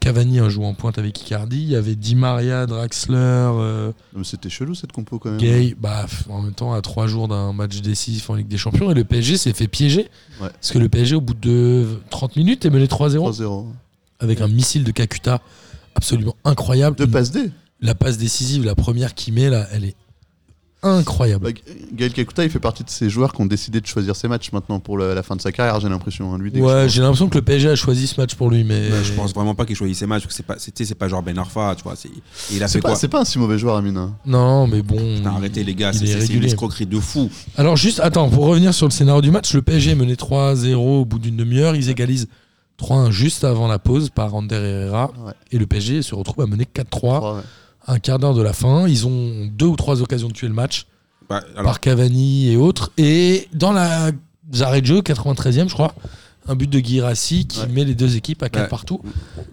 [SPEAKER 4] Cavani a joué en pointe avec Icardi. Il y avait Di Maria, Draxler, euh,
[SPEAKER 3] Non, mais c'était chelou cette compo quand même.
[SPEAKER 4] Gay. Bah, pff, en même temps, à trois jours d'un match décisif en Ligue des Champions. Et le PSG s'est fait piéger.
[SPEAKER 3] Ouais.
[SPEAKER 4] Parce que le PSG, au bout de 30 minutes, est mené 3-0
[SPEAKER 3] 3-0.
[SPEAKER 4] avec un missile de Kakuta absolument incroyable.
[SPEAKER 3] Deux
[SPEAKER 4] Une-
[SPEAKER 3] passes D.
[SPEAKER 4] La passe décisive, la première qu'il met là, elle est incroyable.
[SPEAKER 3] Bah, Ga- Gaël Kakuta, il fait partie de ces joueurs qui ont décidé de choisir ses matchs maintenant pour le- la fin de sa carrière, j'ai l'impression. hein. Lui, dès que
[SPEAKER 4] ouais,
[SPEAKER 3] je- Bah,
[SPEAKER 4] j'ai l'impression que le PSG a choisi ce match pour lui, mais
[SPEAKER 1] Ouais, Bah, je pense vraiment pas qu'il choisisse ses matchs. parce que C'est pas, c'est tu sais, c'est pas genre Ben Arfa, tu vois. c'est- et Il a fait
[SPEAKER 3] c'est pas,
[SPEAKER 1] quoi
[SPEAKER 3] c'est pas un si mauvais joueur, Amine. hein.
[SPEAKER 4] non, mais bon.
[SPEAKER 1] Putain, arrêtez les gars,
[SPEAKER 4] il
[SPEAKER 1] c'est
[SPEAKER 4] est
[SPEAKER 1] c'est- c'est une
[SPEAKER 4] régulier.
[SPEAKER 1] escroquerie de fou.
[SPEAKER 4] Alors juste, attends, pour revenir sur le scénario du match, le PSG menait 3-0 au bout d'une demi-heure, ils égalisent 3-1 juste avant la pause par Ander Herrera,
[SPEAKER 3] Ouais.
[SPEAKER 4] et le PSG se retrouve à mener 4-3
[SPEAKER 3] Ouais, ouais.
[SPEAKER 4] à un quart d'heure de la fin. Ils ont deux ou trois occasions de tuer le match
[SPEAKER 1] Bah, alors,
[SPEAKER 4] par Cavani et autres, et dans la arrêts de jeu, 93e je crois. Un but de Guirassi qui
[SPEAKER 3] Ouais.
[SPEAKER 4] met les deux équipes à 4
[SPEAKER 1] Ouais.
[SPEAKER 4] partout.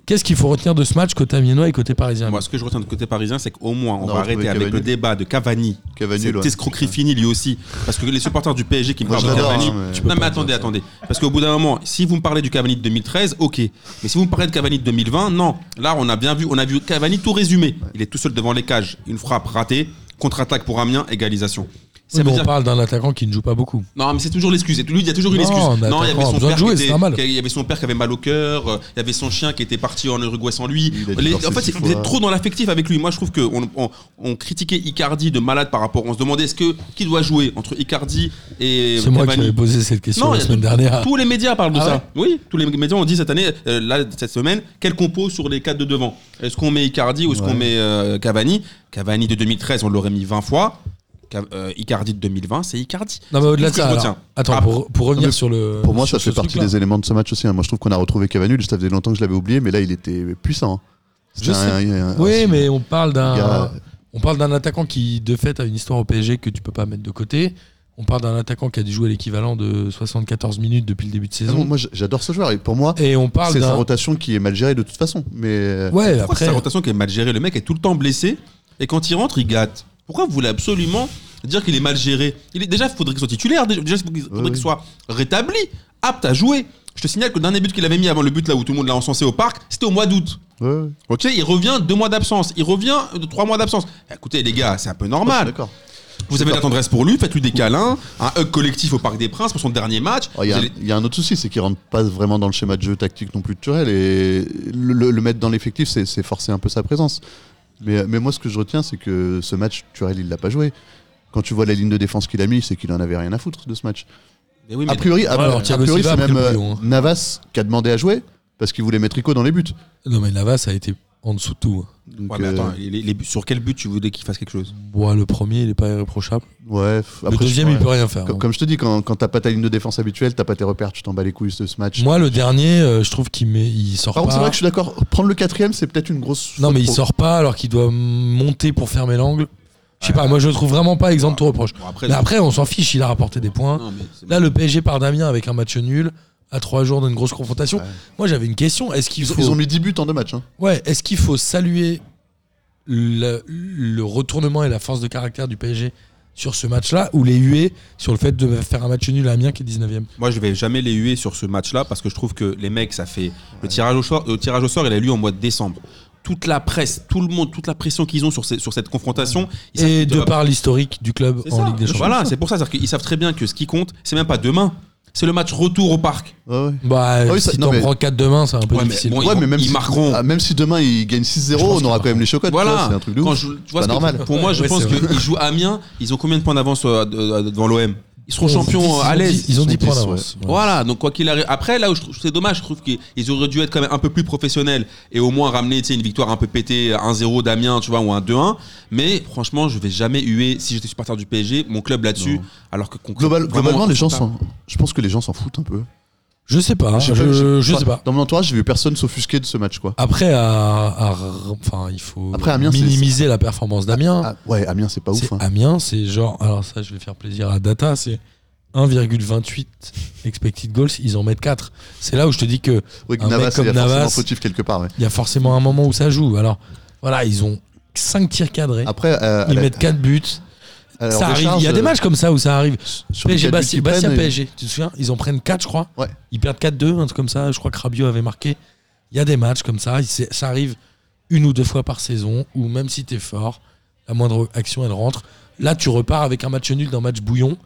[SPEAKER 4] Qu'est-ce qu'il faut retenir de ce match côté amiennois et côté parisien
[SPEAKER 1] moi, ce que je retiens de côté parisien, c'est qu'au moins, on,
[SPEAKER 3] On a
[SPEAKER 1] va
[SPEAKER 3] retrouvé
[SPEAKER 1] arrêter avec
[SPEAKER 3] Cavani.
[SPEAKER 1] le débat de Cavani.
[SPEAKER 3] Cavani,
[SPEAKER 1] Cette
[SPEAKER 3] ouais.
[SPEAKER 1] escroquerie finie, lui aussi. Parce que les supporters du PSG qui me
[SPEAKER 3] Moi,
[SPEAKER 1] parlent
[SPEAKER 3] je
[SPEAKER 1] de
[SPEAKER 3] l'adore.
[SPEAKER 1] Cavani.
[SPEAKER 3] hein, mais-
[SPEAKER 4] Tu peux
[SPEAKER 1] Non, mais
[SPEAKER 4] pas
[SPEAKER 1] attendez,
[SPEAKER 4] dire ça.
[SPEAKER 1] attendez. Parce qu'au bout d'un moment, si vous me parlez du Cavani de 2013, ok. Mais si vous me parlez de Cavani de 2020, non. Là, on a bien vu, on a vu Cavani tout résumé. Il est tout seul devant les cages. Une frappe ratée, contre-attaque pour Amiens, égalisation. Ça
[SPEAKER 4] Oui,
[SPEAKER 1] veut
[SPEAKER 4] mais
[SPEAKER 1] dire
[SPEAKER 4] on parle d'un attaquant qui ne joue pas beaucoup.
[SPEAKER 1] Non, mais c'est toujours l'excuse. Et Lui, il y a toujours une
[SPEAKER 4] Non,
[SPEAKER 1] excuse.
[SPEAKER 4] on
[SPEAKER 1] Non, il y,
[SPEAKER 4] a pas
[SPEAKER 1] avait
[SPEAKER 4] besoin
[SPEAKER 1] son
[SPEAKER 4] de
[SPEAKER 1] père
[SPEAKER 4] jouer,
[SPEAKER 1] qui
[SPEAKER 4] c'est
[SPEAKER 1] était-
[SPEAKER 4] normal.
[SPEAKER 1] qui- il y avait son père qui avait mal au cœur. euh, Il y avait son chien qui était parti en Uruguay sans lui.
[SPEAKER 3] Il a
[SPEAKER 1] Les-
[SPEAKER 3] divorcé
[SPEAKER 1] en fait,
[SPEAKER 3] six
[SPEAKER 1] vous
[SPEAKER 3] fois.
[SPEAKER 1] êtes trop dans l'affectif avec lui. Moi, je trouve qu'on on, on critiquait Icardi de malade par rapport. On se demandait est-ce que qui doit jouer entre Icardi et euh,
[SPEAKER 4] C'est moi qui
[SPEAKER 1] Cavani
[SPEAKER 4] avais posé cette question
[SPEAKER 1] Non, il y
[SPEAKER 4] la
[SPEAKER 1] a
[SPEAKER 4] semaine
[SPEAKER 1] tout-
[SPEAKER 4] dernière.
[SPEAKER 1] Tous les médias parlent de
[SPEAKER 4] Ah
[SPEAKER 1] ça.
[SPEAKER 4] ouais
[SPEAKER 1] oui, tous les médias ont dit cette année, euh, là, cette semaine, quel compo sur les quatre de devant Est-ce qu'on met Icardi ou est-ce
[SPEAKER 3] Ouais.
[SPEAKER 1] qu'on met euh, Cavani Cavani de 2013, on l'aurait mis 20 fois. Cav- euh, Icardi de 2020, c'est Icardi.
[SPEAKER 4] Non, mais au-delà
[SPEAKER 1] C'est
[SPEAKER 4] de
[SPEAKER 1] ce que je
[SPEAKER 4] ça, alors,
[SPEAKER 1] retiens.
[SPEAKER 4] attends,
[SPEAKER 1] Ah,
[SPEAKER 4] pour, pour
[SPEAKER 3] non,
[SPEAKER 4] revenir
[SPEAKER 3] mais
[SPEAKER 4] sur le.
[SPEAKER 3] Pour moi, ça
[SPEAKER 4] sur
[SPEAKER 3] fait
[SPEAKER 4] ce
[SPEAKER 3] partie
[SPEAKER 4] truc-là.
[SPEAKER 3] des éléments de ce match aussi. hein. Moi, je trouve qu'on a retrouvé Cavani. Ça faisait longtemps que je l'avais oublié, mais là, il était puissant.
[SPEAKER 4] Je
[SPEAKER 3] C'était
[SPEAKER 4] sais.
[SPEAKER 3] un- un-
[SPEAKER 4] Oui,
[SPEAKER 3] un-
[SPEAKER 4] mais on parle
[SPEAKER 3] un gars-
[SPEAKER 4] d'un. On parle d'un attaquant qui, de fait, a une histoire au PSG que tu peux pas mettre de côté. On parle d'un attaquant qui a dû jouer l'équivalent de 74 minutes depuis le début de
[SPEAKER 3] Ah
[SPEAKER 4] saison.
[SPEAKER 3] non, moi, j- j'adore ce joueur. Et pour moi,
[SPEAKER 4] Et on parle
[SPEAKER 3] c'est sa
[SPEAKER 4] d'un.
[SPEAKER 3] rotation qui est mal gérée de toute façon. Mais
[SPEAKER 4] Ouais,
[SPEAKER 1] Pourquoi c'est
[SPEAKER 4] après.
[SPEAKER 1] sa rotation qui est mal gérée Le mec est tout le temps blessé et quand il rentre, il gâte. Pourquoi vous voulez absolument dire qu'il est mal géré il est, Déjà, il faudrait qu'il soit titulaire. Déjà, déjà, il faudrait
[SPEAKER 3] Ouais,
[SPEAKER 1] qu'il
[SPEAKER 3] oui.
[SPEAKER 1] soit rétabli, apte à jouer. Je te signale que le dernier but qu'il avait mis avant le but là où tout le monde l'a encensé au parc, c'était au mois d'août.
[SPEAKER 3] ouais, ouais.
[SPEAKER 1] Ok, il revient deux mois d'absence. Il revient de trois mois d'absence. Écoutez, les gars, c'est un peu
[SPEAKER 3] Oh, je suis
[SPEAKER 1] normal.
[SPEAKER 3] D'accord.
[SPEAKER 1] Vous avez de la tendresse pour lui, faites-lui des câlins. Un hug collectif au Parc des Princes pour son dernier match.
[SPEAKER 3] Oh, Il y, a
[SPEAKER 1] Vous
[SPEAKER 3] un-
[SPEAKER 1] allez-
[SPEAKER 3] il y a un autre souci, c'est qu'il rentre pas vraiment dans le schéma de jeu tactique non plus de Turel et le, le- le mettre dans l'effectif, c'est c'est forcer un peu sa présence. Mais, mais moi, ce que je retiens, c'est que ce match, Turel, il l'a pas joué. Quand tu vois la ligne de défense qu'il a mis, c'est qu'il en avait rien à foutre de ce match.
[SPEAKER 1] Mais oui, mais-
[SPEAKER 3] A priori, a-
[SPEAKER 4] alors,
[SPEAKER 3] a
[SPEAKER 4] Thiago
[SPEAKER 3] priori,
[SPEAKER 4] Silva
[SPEAKER 3] c'est
[SPEAKER 4] a pris
[SPEAKER 3] même
[SPEAKER 4] le
[SPEAKER 3] euh,
[SPEAKER 4] bouillon, hein.
[SPEAKER 3] Navas qui a demandé à jouer parce qu'il voulait mettre Rico dans les buts.
[SPEAKER 4] Non, mais Navas a été en dessous de tout. hein.
[SPEAKER 3] Donc,
[SPEAKER 1] Ouais, mais attends,
[SPEAKER 3] euh,
[SPEAKER 1] les- les buts- sur quel but tu voulais qu'il fasse quelque chose
[SPEAKER 4] Bon, le premier, il est pas irréprochable.
[SPEAKER 3] ouais, f-
[SPEAKER 4] le
[SPEAKER 3] après, je-
[SPEAKER 4] deuxième,
[SPEAKER 3] ouais.
[SPEAKER 4] il peut rien faire. hein.
[SPEAKER 3] Comme, comme je te dis, quand, quand t'as pas ta ligne de défense habituelle, t'as pas tes repères, tu t'en bats les couilles de ce match.
[SPEAKER 4] Moi, le dernier, euh, je trouve qu'il met- il sort
[SPEAKER 3] Par
[SPEAKER 4] pas.
[SPEAKER 3] contre, c'est vrai que je suis d'accord. Prendre le quatrième, c'est peut-être une grosse.
[SPEAKER 4] Non, mais il
[SPEAKER 3] faute
[SPEAKER 4] sort pas alors qu'il doit monter pour fermer l'angle. Je sais pas, moi je le trouve vraiment pas exempt de tout reproche.
[SPEAKER 1] Bon,
[SPEAKER 4] Mais après, on s'en fiche, il a rapporté des points.
[SPEAKER 1] Non, mais c'est-
[SPEAKER 4] Là, le PSG part d'Amiens avec un match nul à trois jours d'une grosse confrontation.
[SPEAKER 3] Ouais.
[SPEAKER 4] Moi, j'avais une question. Est-ce qu'il
[SPEAKER 3] Ils, ont-
[SPEAKER 4] faut,
[SPEAKER 3] ils ont mis 10 buts en deux matchs. hein.
[SPEAKER 4] ouais, est-ce qu'il faut saluer le, le retournement et la force de caractère du PSG sur ce match-là ou les huer sur le fait de faire un match nul à Amiens qui est 19 e
[SPEAKER 1] Moi, je vais jamais les huer sur ce match-là parce que je trouve que les mecs, ça fait le tirage au sort. Le tirage au sort, il a lieu en mois de décembre. Toute la presse, tout le monde, toute la pression qu'ils ont sur, ces- sur cette confrontation. ils savent
[SPEAKER 4] Et
[SPEAKER 1] qu'ils
[SPEAKER 4] de
[SPEAKER 1] doivent-
[SPEAKER 4] par l'historique du club
[SPEAKER 1] C'est
[SPEAKER 4] en
[SPEAKER 1] ça.
[SPEAKER 4] Ligue des Champions.
[SPEAKER 1] Voilà, c'est pour ça. C'est-à-dire qu'ils savent très bien que ce qui compte, c'est même pas demain. C'est le match retour au parc.
[SPEAKER 3] Ouais, ouais.
[SPEAKER 4] Bah,
[SPEAKER 3] Ah oui, ça-
[SPEAKER 4] si
[SPEAKER 3] non,
[SPEAKER 4] t'en
[SPEAKER 3] mais-
[SPEAKER 4] prends 4 demain, c'est un peu
[SPEAKER 1] Ouais, mais
[SPEAKER 4] difficile.
[SPEAKER 1] bon,
[SPEAKER 3] Ouais,
[SPEAKER 1] ils
[SPEAKER 3] mais
[SPEAKER 1] vont-
[SPEAKER 3] même
[SPEAKER 1] ils
[SPEAKER 3] si,
[SPEAKER 1] marqueront.
[SPEAKER 3] ah, même si demain ils gagnent 6-0,
[SPEAKER 4] Je pense
[SPEAKER 3] on aura
[SPEAKER 4] que-
[SPEAKER 3] quand même les chocottes. tu vois,
[SPEAKER 1] Voilà.
[SPEAKER 3] C'est un truc de
[SPEAKER 1] Quand
[SPEAKER 3] ouf.
[SPEAKER 1] je- tu vois
[SPEAKER 3] Pas
[SPEAKER 1] ce que-
[SPEAKER 3] normal.
[SPEAKER 1] Pour moi, je
[SPEAKER 4] Ouais,
[SPEAKER 1] pense
[SPEAKER 4] c'est vrai.
[SPEAKER 1] qu'ils jouent à Amiens. Ils ont combien de points d'avance euh, euh, devant l'OM Ils seront champions euh, à l'aise.
[SPEAKER 4] Oh, Ils ont 10 points
[SPEAKER 3] Ils sont
[SPEAKER 4] d'avance. Ouais.
[SPEAKER 1] Voilà, donc quoi qu'il arrive. Après, là où je trouve c'est dommage, je trouve qu'ils auraient dû être quand même un peu plus professionnels et au moins ramener tu sais, une victoire un peu pétée, 1-0 d'Amiens, tu vois, ou un 2-1. Mais franchement, je vais jamais huer si j'étais supporter du PSG, mon club là-dessus.
[SPEAKER 3] Non.
[SPEAKER 1] Alors que concrètement,
[SPEAKER 3] Global-
[SPEAKER 1] vraiment,
[SPEAKER 3] globalement, les
[SPEAKER 1] on
[SPEAKER 3] gens
[SPEAKER 1] s'en tape.
[SPEAKER 3] s'en. Je pense que les gens s'en foutent un peu.
[SPEAKER 4] Je sais pas. hein.
[SPEAKER 3] J'ai
[SPEAKER 4] Ah, Je,
[SPEAKER 3] pas- j'ai-
[SPEAKER 4] je sais pas.
[SPEAKER 3] Dans mon entourage, j'ai vu personne s'offusquer de ce match, quoi.
[SPEAKER 4] Après, à, à- enfin, il faut
[SPEAKER 3] Après, Amiens, c'est-
[SPEAKER 4] minimiser la performance d'Amiens.
[SPEAKER 3] Ah, ouais, Amiens, c'est pas ouf.
[SPEAKER 4] C'est
[SPEAKER 3] hein.
[SPEAKER 4] Amiens, c'est genre. Alors, ça, je vais faire plaisir à Data, c'est 1,28 expected goals, ils en mettent 4. C'est là où je te dis qu'il
[SPEAKER 3] Oui,
[SPEAKER 4] un
[SPEAKER 3] Navas,
[SPEAKER 4] mec
[SPEAKER 3] il
[SPEAKER 4] comme
[SPEAKER 3] y a forcément
[SPEAKER 4] Navas.
[SPEAKER 3] fautif quelque part. ouais.
[SPEAKER 4] y a forcément un moment où ça joue. Alors, voilà, ils ont 5 tirs cadrés,
[SPEAKER 3] Après, euh, à
[SPEAKER 4] ils
[SPEAKER 3] la-
[SPEAKER 4] mettent 4 buts.
[SPEAKER 3] à leur
[SPEAKER 4] Ça arrive.
[SPEAKER 3] décharge,
[SPEAKER 4] Il y a des
[SPEAKER 3] euh,
[SPEAKER 4] matchs comme ça où ça arrive.
[SPEAKER 3] sur les
[SPEAKER 4] PSG,
[SPEAKER 3] quatre buts qu'ils
[SPEAKER 4] Bastia, Bastia,
[SPEAKER 3] prennent, euh,
[SPEAKER 4] PSG, tu te souviens Ils en prennent 4, je crois.
[SPEAKER 3] Ouais.
[SPEAKER 4] Ils perdent 4-2, un truc comme ça. Je crois que Rabiot avait marqué. Il y a des matchs comme ça. il- c'est- Ça arrive une ou deux fois par saison où même si t'es fort, la moindre action, elle rentre. Là, tu repars avec un match nul d'un match bouillon.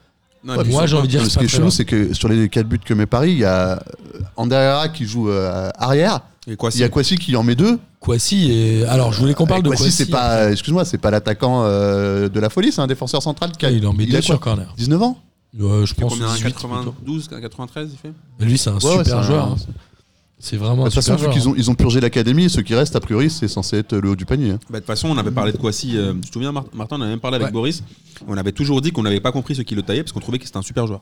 [SPEAKER 1] Non,
[SPEAKER 3] Ouais,
[SPEAKER 1] et puis
[SPEAKER 4] moi,
[SPEAKER 1] surtout-
[SPEAKER 4] j'ai envie de dire
[SPEAKER 3] Non,
[SPEAKER 4] que
[SPEAKER 3] mais
[SPEAKER 4] c'est
[SPEAKER 3] ce
[SPEAKER 4] pas
[SPEAKER 3] qui est
[SPEAKER 4] très
[SPEAKER 3] chelou,
[SPEAKER 4] grave.
[SPEAKER 3] c'est que sur les 4 buts que met Paris, il y a euh, Anderera qui joue euh, arrière,
[SPEAKER 1] et quoi,
[SPEAKER 3] il y a Kwasi qui en met deux.
[SPEAKER 4] Kwasi et alors je voulais qu'on parle
[SPEAKER 3] Et
[SPEAKER 4] de
[SPEAKER 3] Kwasi,
[SPEAKER 4] Kwasi.
[SPEAKER 3] c'est pas, excuse-moi, c'est pas l'attaquant euh, de la folie, c'est un défenseur central qui a,
[SPEAKER 4] Ah, il en met
[SPEAKER 3] il a
[SPEAKER 4] deux sur
[SPEAKER 3] quoi,
[SPEAKER 4] corner.
[SPEAKER 3] 19 ans.
[SPEAKER 4] Ouais, je
[SPEAKER 1] il fait
[SPEAKER 4] pense
[SPEAKER 1] combien
[SPEAKER 4] 18 plutôt.
[SPEAKER 1] 92, 93, il fait
[SPEAKER 4] Mais Lui, c'est un
[SPEAKER 3] Ouais, ouais, c'est
[SPEAKER 4] super
[SPEAKER 3] un-
[SPEAKER 4] joueur. hein. C'est vraiment un
[SPEAKER 3] De toute
[SPEAKER 4] super
[SPEAKER 3] façon, vu
[SPEAKER 4] joueur. hein.
[SPEAKER 3] qu'ils ont, ils ont purgé l'académie, et ce qui reste, a priori, c'est censé être le haut du panier. hein.
[SPEAKER 1] Bah, De toute façon, on avait parlé de Kwasi. euh, tu te souviens, Mar- Martin, on avait même parlé avec
[SPEAKER 4] Ouais.
[SPEAKER 1] Boris. On avait toujours dit qu'on n'avait pas compris ce qui le taillait parce qu'on trouvait que c'était un super joueur.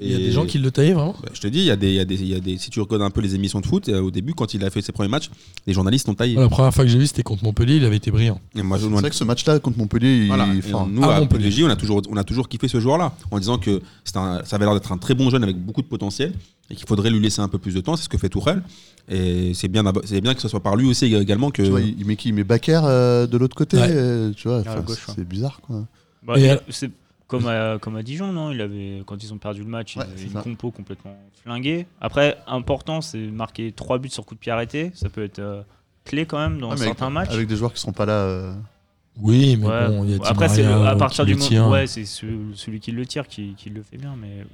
[SPEAKER 4] Il y a
[SPEAKER 1] Et-
[SPEAKER 4] des gens qui le taillaient vraiment.
[SPEAKER 1] Bah, je te dis, il y, a des- il y a des- il y a des. Si tu regardes un peu les émissions de foot, euh, au début, quand il a fait ses premiers matchs, les journalistes l'ont taillé.
[SPEAKER 4] La première fois que j'ai vu, c'était contre Montpellier. Il avait été brillant.
[SPEAKER 1] Et moi, je-
[SPEAKER 3] C'est vrai que ce match-là contre Montpellier, il-
[SPEAKER 1] Voilà. Et
[SPEAKER 3] enfin,
[SPEAKER 1] nous,
[SPEAKER 4] Ah,
[SPEAKER 1] à
[SPEAKER 4] Montpellier.
[SPEAKER 1] PDG, on a toujours, on a toujours kiffé ce joueur-là, en disant que c'est un- ça avait l'air d'être un très bon jeune avec beaucoup de potentiel et qu'il faudrait lui laisser un peu plus de temps. C'est ce que fait Tourelle. Et c'est bien, d'ab- c'est bien que ce soit par lui aussi également que.
[SPEAKER 3] tu vois, il il met qui Il met Bakker euh, de l'autre côté,
[SPEAKER 4] Ouais.
[SPEAKER 3] euh, tu vois.
[SPEAKER 5] à
[SPEAKER 3] enfin,
[SPEAKER 5] Ah, gauche,
[SPEAKER 3] c'est bizarre, quoi.
[SPEAKER 5] Bah,
[SPEAKER 4] Et
[SPEAKER 5] il-
[SPEAKER 4] alors-
[SPEAKER 5] c'est comme à, comme à Dijon, non il avait, Quand ils ont perdu le match, ils
[SPEAKER 3] Ouais,
[SPEAKER 5] avaient
[SPEAKER 3] c'est
[SPEAKER 5] une
[SPEAKER 3] ça.
[SPEAKER 5] compo complètement flinguée. Après, important, c'est marquer 3 buts sur coup de pied arrêté. Ça peut être euh, clé quand même dans
[SPEAKER 3] Ouais, mais
[SPEAKER 5] certains matchs.
[SPEAKER 3] Avec des joueurs qui sont pas là. euh,
[SPEAKER 4] Oui, mais
[SPEAKER 5] Ouais.
[SPEAKER 4] bon, il y a Di
[SPEAKER 5] Après, c'est le-
[SPEAKER 4] Maria, euh,
[SPEAKER 5] à partir
[SPEAKER 4] qui
[SPEAKER 5] du
[SPEAKER 4] le tient.
[SPEAKER 5] moment. Ouais, c'est ce- celui qui le tire qui, qui le fait bien. Mais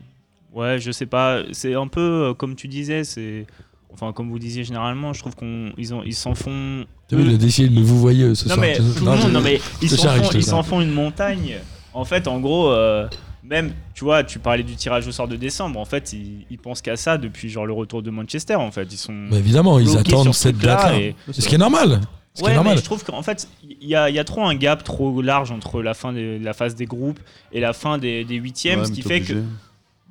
[SPEAKER 5] ouais, je sais pas. C'est un peu euh, comme tu disais. C'est enfin comme vous disiez généralement. Je trouve qu'on ils ont ils s'en font.
[SPEAKER 4] T'as vu, il a décidé de me vous voyez ce
[SPEAKER 5] non
[SPEAKER 4] soir.
[SPEAKER 5] mais tout le monde.
[SPEAKER 4] je-
[SPEAKER 5] Non mais ils
[SPEAKER 4] te
[SPEAKER 5] s'en
[SPEAKER 4] charrie, je
[SPEAKER 5] font,
[SPEAKER 4] te
[SPEAKER 5] ils s'en
[SPEAKER 4] charrie.
[SPEAKER 5] font une montagne. En fait, en gros. euh, même, tu vois, tu parlais du tirage au sort de décembre. En fait, ils, ils pensent qu'à ça depuis genre le retour de Manchester. En fait, ils sont.
[SPEAKER 4] Mais évidemment, ils
[SPEAKER 5] bloqués
[SPEAKER 4] attendent
[SPEAKER 5] sur ce
[SPEAKER 4] cette
[SPEAKER 5] truc-là
[SPEAKER 4] date-là.
[SPEAKER 5] et-
[SPEAKER 4] Ce qui est normal. Ce qui
[SPEAKER 5] Ouais,
[SPEAKER 4] est normal.
[SPEAKER 5] mais je trouve qu'en fait, il y a, il y a trop un gap trop large entre la fin de la phase des groupes et la fin des, des huitièmes,
[SPEAKER 3] ouais,
[SPEAKER 5] ce
[SPEAKER 3] mais
[SPEAKER 5] qui
[SPEAKER 3] t'es
[SPEAKER 5] fait
[SPEAKER 3] obligé.
[SPEAKER 5] que.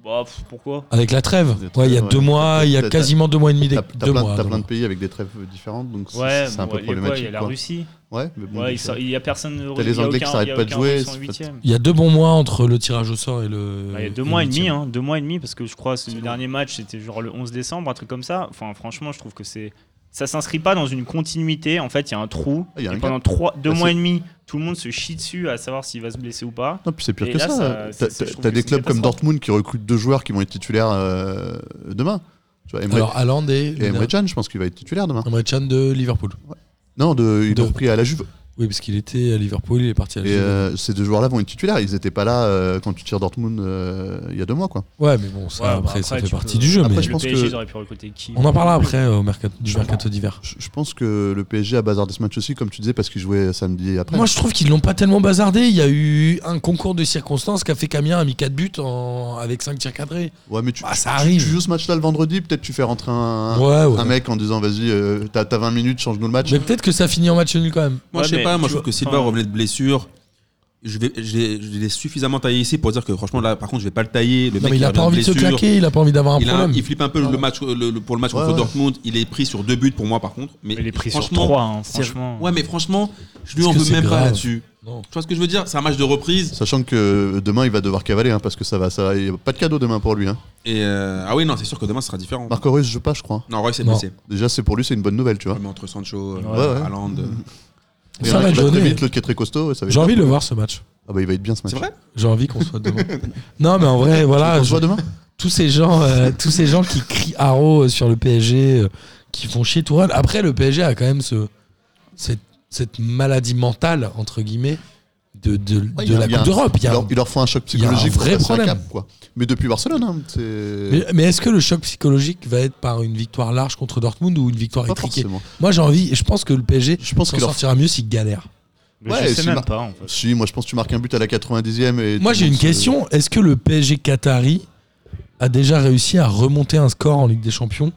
[SPEAKER 5] Bah, pff, pourquoi
[SPEAKER 4] Avec la trêve.
[SPEAKER 3] Des
[SPEAKER 4] Ouais, il y a
[SPEAKER 3] trêves,
[SPEAKER 4] deux
[SPEAKER 3] ouais.
[SPEAKER 4] mois, il y a
[SPEAKER 3] T'as- t'as-
[SPEAKER 4] quasiment deux mois et demi. des-
[SPEAKER 3] T'as
[SPEAKER 4] Deux
[SPEAKER 3] t'as plein,
[SPEAKER 4] mois.
[SPEAKER 3] t'as
[SPEAKER 4] donc.
[SPEAKER 3] plein de pays avec des trêves différentes, donc c'est
[SPEAKER 5] Ouais,
[SPEAKER 3] c'est un
[SPEAKER 5] bon,
[SPEAKER 3] peu
[SPEAKER 5] et quoi,
[SPEAKER 3] problématique.
[SPEAKER 5] Il y a la
[SPEAKER 3] quoi.
[SPEAKER 5] Russie.
[SPEAKER 3] Ouais, mais bon,
[SPEAKER 5] ouais, il
[SPEAKER 3] tu
[SPEAKER 5] sort-
[SPEAKER 3] vois.
[SPEAKER 5] il y a personne.
[SPEAKER 3] T'as les Anglais qui s'arrêtent pas de jouer, c'est pas-
[SPEAKER 4] Il y a deux bons mois entre le tirage au sort et le.
[SPEAKER 5] Il y a deux
[SPEAKER 4] et
[SPEAKER 5] mois et
[SPEAKER 4] le
[SPEAKER 5] demi,
[SPEAKER 4] tirage.
[SPEAKER 5] hein, deux mois et demi, parce que je crois que
[SPEAKER 4] Euh, C'est
[SPEAKER 5] le
[SPEAKER 4] long.
[SPEAKER 5] dernier match c'était genre le 11 décembre, un truc comme ça. Enfin, franchement, je trouve que c'est. Ça s'inscrit pas dans une continuité. En fait, il y a un trou.
[SPEAKER 3] Ah, il y a un
[SPEAKER 5] et
[SPEAKER 3] gap.
[SPEAKER 5] pendant trois, deux
[SPEAKER 3] Bah,
[SPEAKER 5] mois
[SPEAKER 3] c'est-
[SPEAKER 5] et demi, tout le monde se chie dessus à savoir s'il va se blesser ou
[SPEAKER 4] Ah,
[SPEAKER 5] pas.
[SPEAKER 3] Non, Ah, puis c'est pire
[SPEAKER 5] Et
[SPEAKER 3] que
[SPEAKER 5] là, ça-
[SPEAKER 3] ça.
[SPEAKER 5] c'est-
[SPEAKER 3] T'as-
[SPEAKER 5] c'est- je
[SPEAKER 3] T'as
[SPEAKER 5] trouve
[SPEAKER 3] t'as
[SPEAKER 5] que
[SPEAKER 3] des
[SPEAKER 5] c'est
[SPEAKER 3] clubs comme
[SPEAKER 5] catastrophe.
[SPEAKER 3] Dortmund qui recrutent deux joueurs qui vont être titulaires euh, demain. Tu vois, Emre-
[SPEAKER 4] Alors, Haaland et.
[SPEAKER 3] et Emre Can, je pense qu'il va être titulaire demain.
[SPEAKER 4] Emre Can de Liverpool.
[SPEAKER 3] Non, de, ils
[SPEAKER 4] De-
[SPEAKER 3] l'ont repris à la Juve.
[SPEAKER 4] Oui, parce qu'il était à Liverpool, il est parti à la
[SPEAKER 3] Et
[SPEAKER 4] Juve.
[SPEAKER 3] euh, ces deux joueurs-là vont être titulaires. Ils n'étaient pas là euh, quand tu tires Dortmund euh, il y a deux mois, quoi.
[SPEAKER 4] Ouais, mais bon, ça,
[SPEAKER 5] Ouais, bah,
[SPEAKER 4] après,
[SPEAKER 5] après,
[SPEAKER 4] ça fait
[SPEAKER 5] tu
[SPEAKER 4] partie
[SPEAKER 5] peux-
[SPEAKER 4] du jeu.
[SPEAKER 3] Après,
[SPEAKER 4] mais
[SPEAKER 3] je
[SPEAKER 5] le
[SPEAKER 3] pense
[SPEAKER 5] PSG,
[SPEAKER 3] que-
[SPEAKER 5] ils auraient pu recruter qui
[SPEAKER 4] On en parlera après euh, au mercato, du mercato d'hiver.
[SPEAKER 3] Je, je pense que le PSG a bazardé ce match aussi, comme tu disais, parce qu'ils jouaient samedi après.
[SPEAKER 4] Moi, je trouve qu'ils l'ont pas tellement bazardé. Il y a eu un concours de circonstances qui a fait qu'Amiens a mis 4 buts en- avec 5 tirs cadrés.
[SPEAKER 3] ouais, mais tu,
[SPEAKER 4] Bah,
[SPEAKER 3] tu-
[SPEAKER 4] ça
[SPEAKER 3] tu
[SPEAKER 4] arrive.
[SPEAKER 3] joues ce match-là le vendredi, peut-être tu fais rentrer un,
[SPEAKER 4] ouais, ouais.
[SPEAKER 3] un mec en disant vas-y, euh, t'as t'as 20 minutes, change-nous le match.
[SPEAKER 4] Mais peut-être que ça finit en match nul quand même.
[SPEAKER 1] Moi,
[SPEAKER 5] Ouais,
[SPEAKER 1] je sais
[SPEAKER 5] mais
[SPEAKER 1] pas. Moi,
[SPEAKER 5] tu
[SPEAKER 1] je trouve
[SPEAKER 5] vois,
[SPEAKER 1] que Silva
[SPEAKER 5] enfin-
[SPEAKER 1] revenait de blessure. Je vais, je l'ai- je l'ai suffisamment taillé ici pour dire que franchement, là, par contre, je vais pas le tailler. Le
[SPEAKER 4] Non,
[SPEAKER 1] mec,
[SPEAKER 4] mais il a
[SPEAKER 1] revient
[SPEAKER 4] pas
[SPEAKER 1] de
[SPEAKER 4] envie de se
[SPEAKER 1] blessure.
[SPEAKER 4] claquer, il a pas envie d'avoir un
[SPEAKER 1] Il, a un-
[SPEAKER 4] problème.
[SPEAKER 1] il flippe un peu le
[SPEAKER 4] Ouais.
[SPEAKER 1] match, euh, le- le- pour le match
[SPEAKER 3] Ouais,
[SPEAKER 1] contre
[SPEAKER 3] ouais.
[SPEAKER 1] Dortmund. Il est pris sur deux buts pour moi, par contre. Mais
[SPEAKER 5] Il est pris sur
[SPEAKER 1] franchement,
[SPEAKER 5] 3, hein,
[SPEAKER 1] c'est-
[SPEAKER 5] franchement.
[SPEAKER 1] Ouais, mais franchement, je lui
[SPEAKER 4] Est-ce
[SPEAKER 1] en
[SPEAKER 4] que
[SPEAKER 1] veux
[SPEAKER 4] c'est
[SPEAKER 1] même pas
[SPEAKER 4] grave
[SPEAKER 1] là-dessus.
[SPEAKER 4] Non.
[SPEAKER 1] Tu vois ce que je veux dire C'est un match de reprise.
[SPEAKER 3] Sachant que demain il va devoir cavaler, hein, parce que ça va, ça va- y a pas de cadeau demain pour lui. hein.
[SPEAKER 1] Et euh, ah oui, non, c'est sûr que demain, ce sera différent.
[SPEAKER 3] Marco Reus joue pas, je crois.
[SPEAKER 1] Non, Roy s'est
[SPEAKER 4] Non.
[SPEAKER 1] blessé.
[SPEAKER 3] Déjà, c'est pour lui, c'est une bonne nouvelle, tu vois.
[SPEAKER 1] Ouais, mais entre Sancho, euh,
[SPEAKER 5] Ouais,
[SPEAKER 3] ouais.
[SPEAKER 1] Haaland, euh,
[SPEAKER 3] Il y en
[SPEAKER 4] Ça
[SPEAKER 3] a
[SPEAKER 4] va
[SPEAKER 3] qui va très
[SPEAKER 4] donner.
[SPEAKER 3] vite, l'autre qui est très costaud, ouais, ça va être
[SPEAKER 4] J'ai
[SPEAKER 3] bien.
[SPEAKER 4] envie de le voir ce match.
[SPEAKER 3] Ah bah il va être bien ce match.
[SPEAKER 1] C'est vrai
[SPEAKER 4] J'ai envie qu'on soit demain. non, mais en vrai, voilà.
[SPEAKER 3] On
[SPEAKER 4] je-
[SPEAKER 3] se voit demain
[SPEAKER 4] tous ces gens, euh, tous ces gens qui crient haro sur le PSG, euh, qui font chier Tourelle. Après, le PSG a quand même ce, cette, cette maladie mentale entre guillemets de, de,
[SPEAKER 3] Ouais,
[SPEAKER 4] de
[SPEAKER 3] il y a-
[SPEAKER 4] la
[SPEAKER 3] il y a
[SPEAKER 4] Coupe
[SPEAKER 3] un-
[SPEAKER 4] d'Europe. Il y a-
[SPEAKER 3] il, leur, il leur faut un choc
[SPEAKER 4] il y a un
[SPEAKER 3] psychologique pour
[SPEAKER 4] vrai
[SPEAKER 3] passer un
[SPEAKER 4] problème.
[SPEAKER 3] cap, quoi. Mais depuis Barcelone, hein, c'est.
[SPEAKER 4] Mais, mais est-ce que le choc psychologique va être par une victoire large contre Dortmund ou une victoire
[SPEAKER 3] Pas
[SPEAKER 4] étriquée
[SPEAKER 3] forcément.
[SPEAKER 4] Moi, j'ai envie. Je pense que le PSG,
[SPEAKER 3] Je pense
[SPEAKER 4] s'en
[SPEAKER 3] que leur-
[SPEAKER 4] sortira mieux s'il galère.
[SPEAKER 5] Mais
[SPEAKER 3] Ouais,
[SPEAKER 5] je sais
[SPEAKER 3] c'est
[SPEAKER 5] même
[SPEAKER 3] mar-
[SPEAKER 5] pas en fait.
[SPEAKER 3] Si, moi je pense que tu marques un but à la 90e. Et euh,
[SPEAKER 4] Moi,
[SPEAKER 3] tout
[SPEAKER 4] j'ai
[SPEAKER 3] le
[SPEAKER 4] une
[SPEAKER 3] monde se-
[SPEAKER 4] question. Est-ce que le PSG Qatari a déjà réussi à remonter un score en Ligue des Champions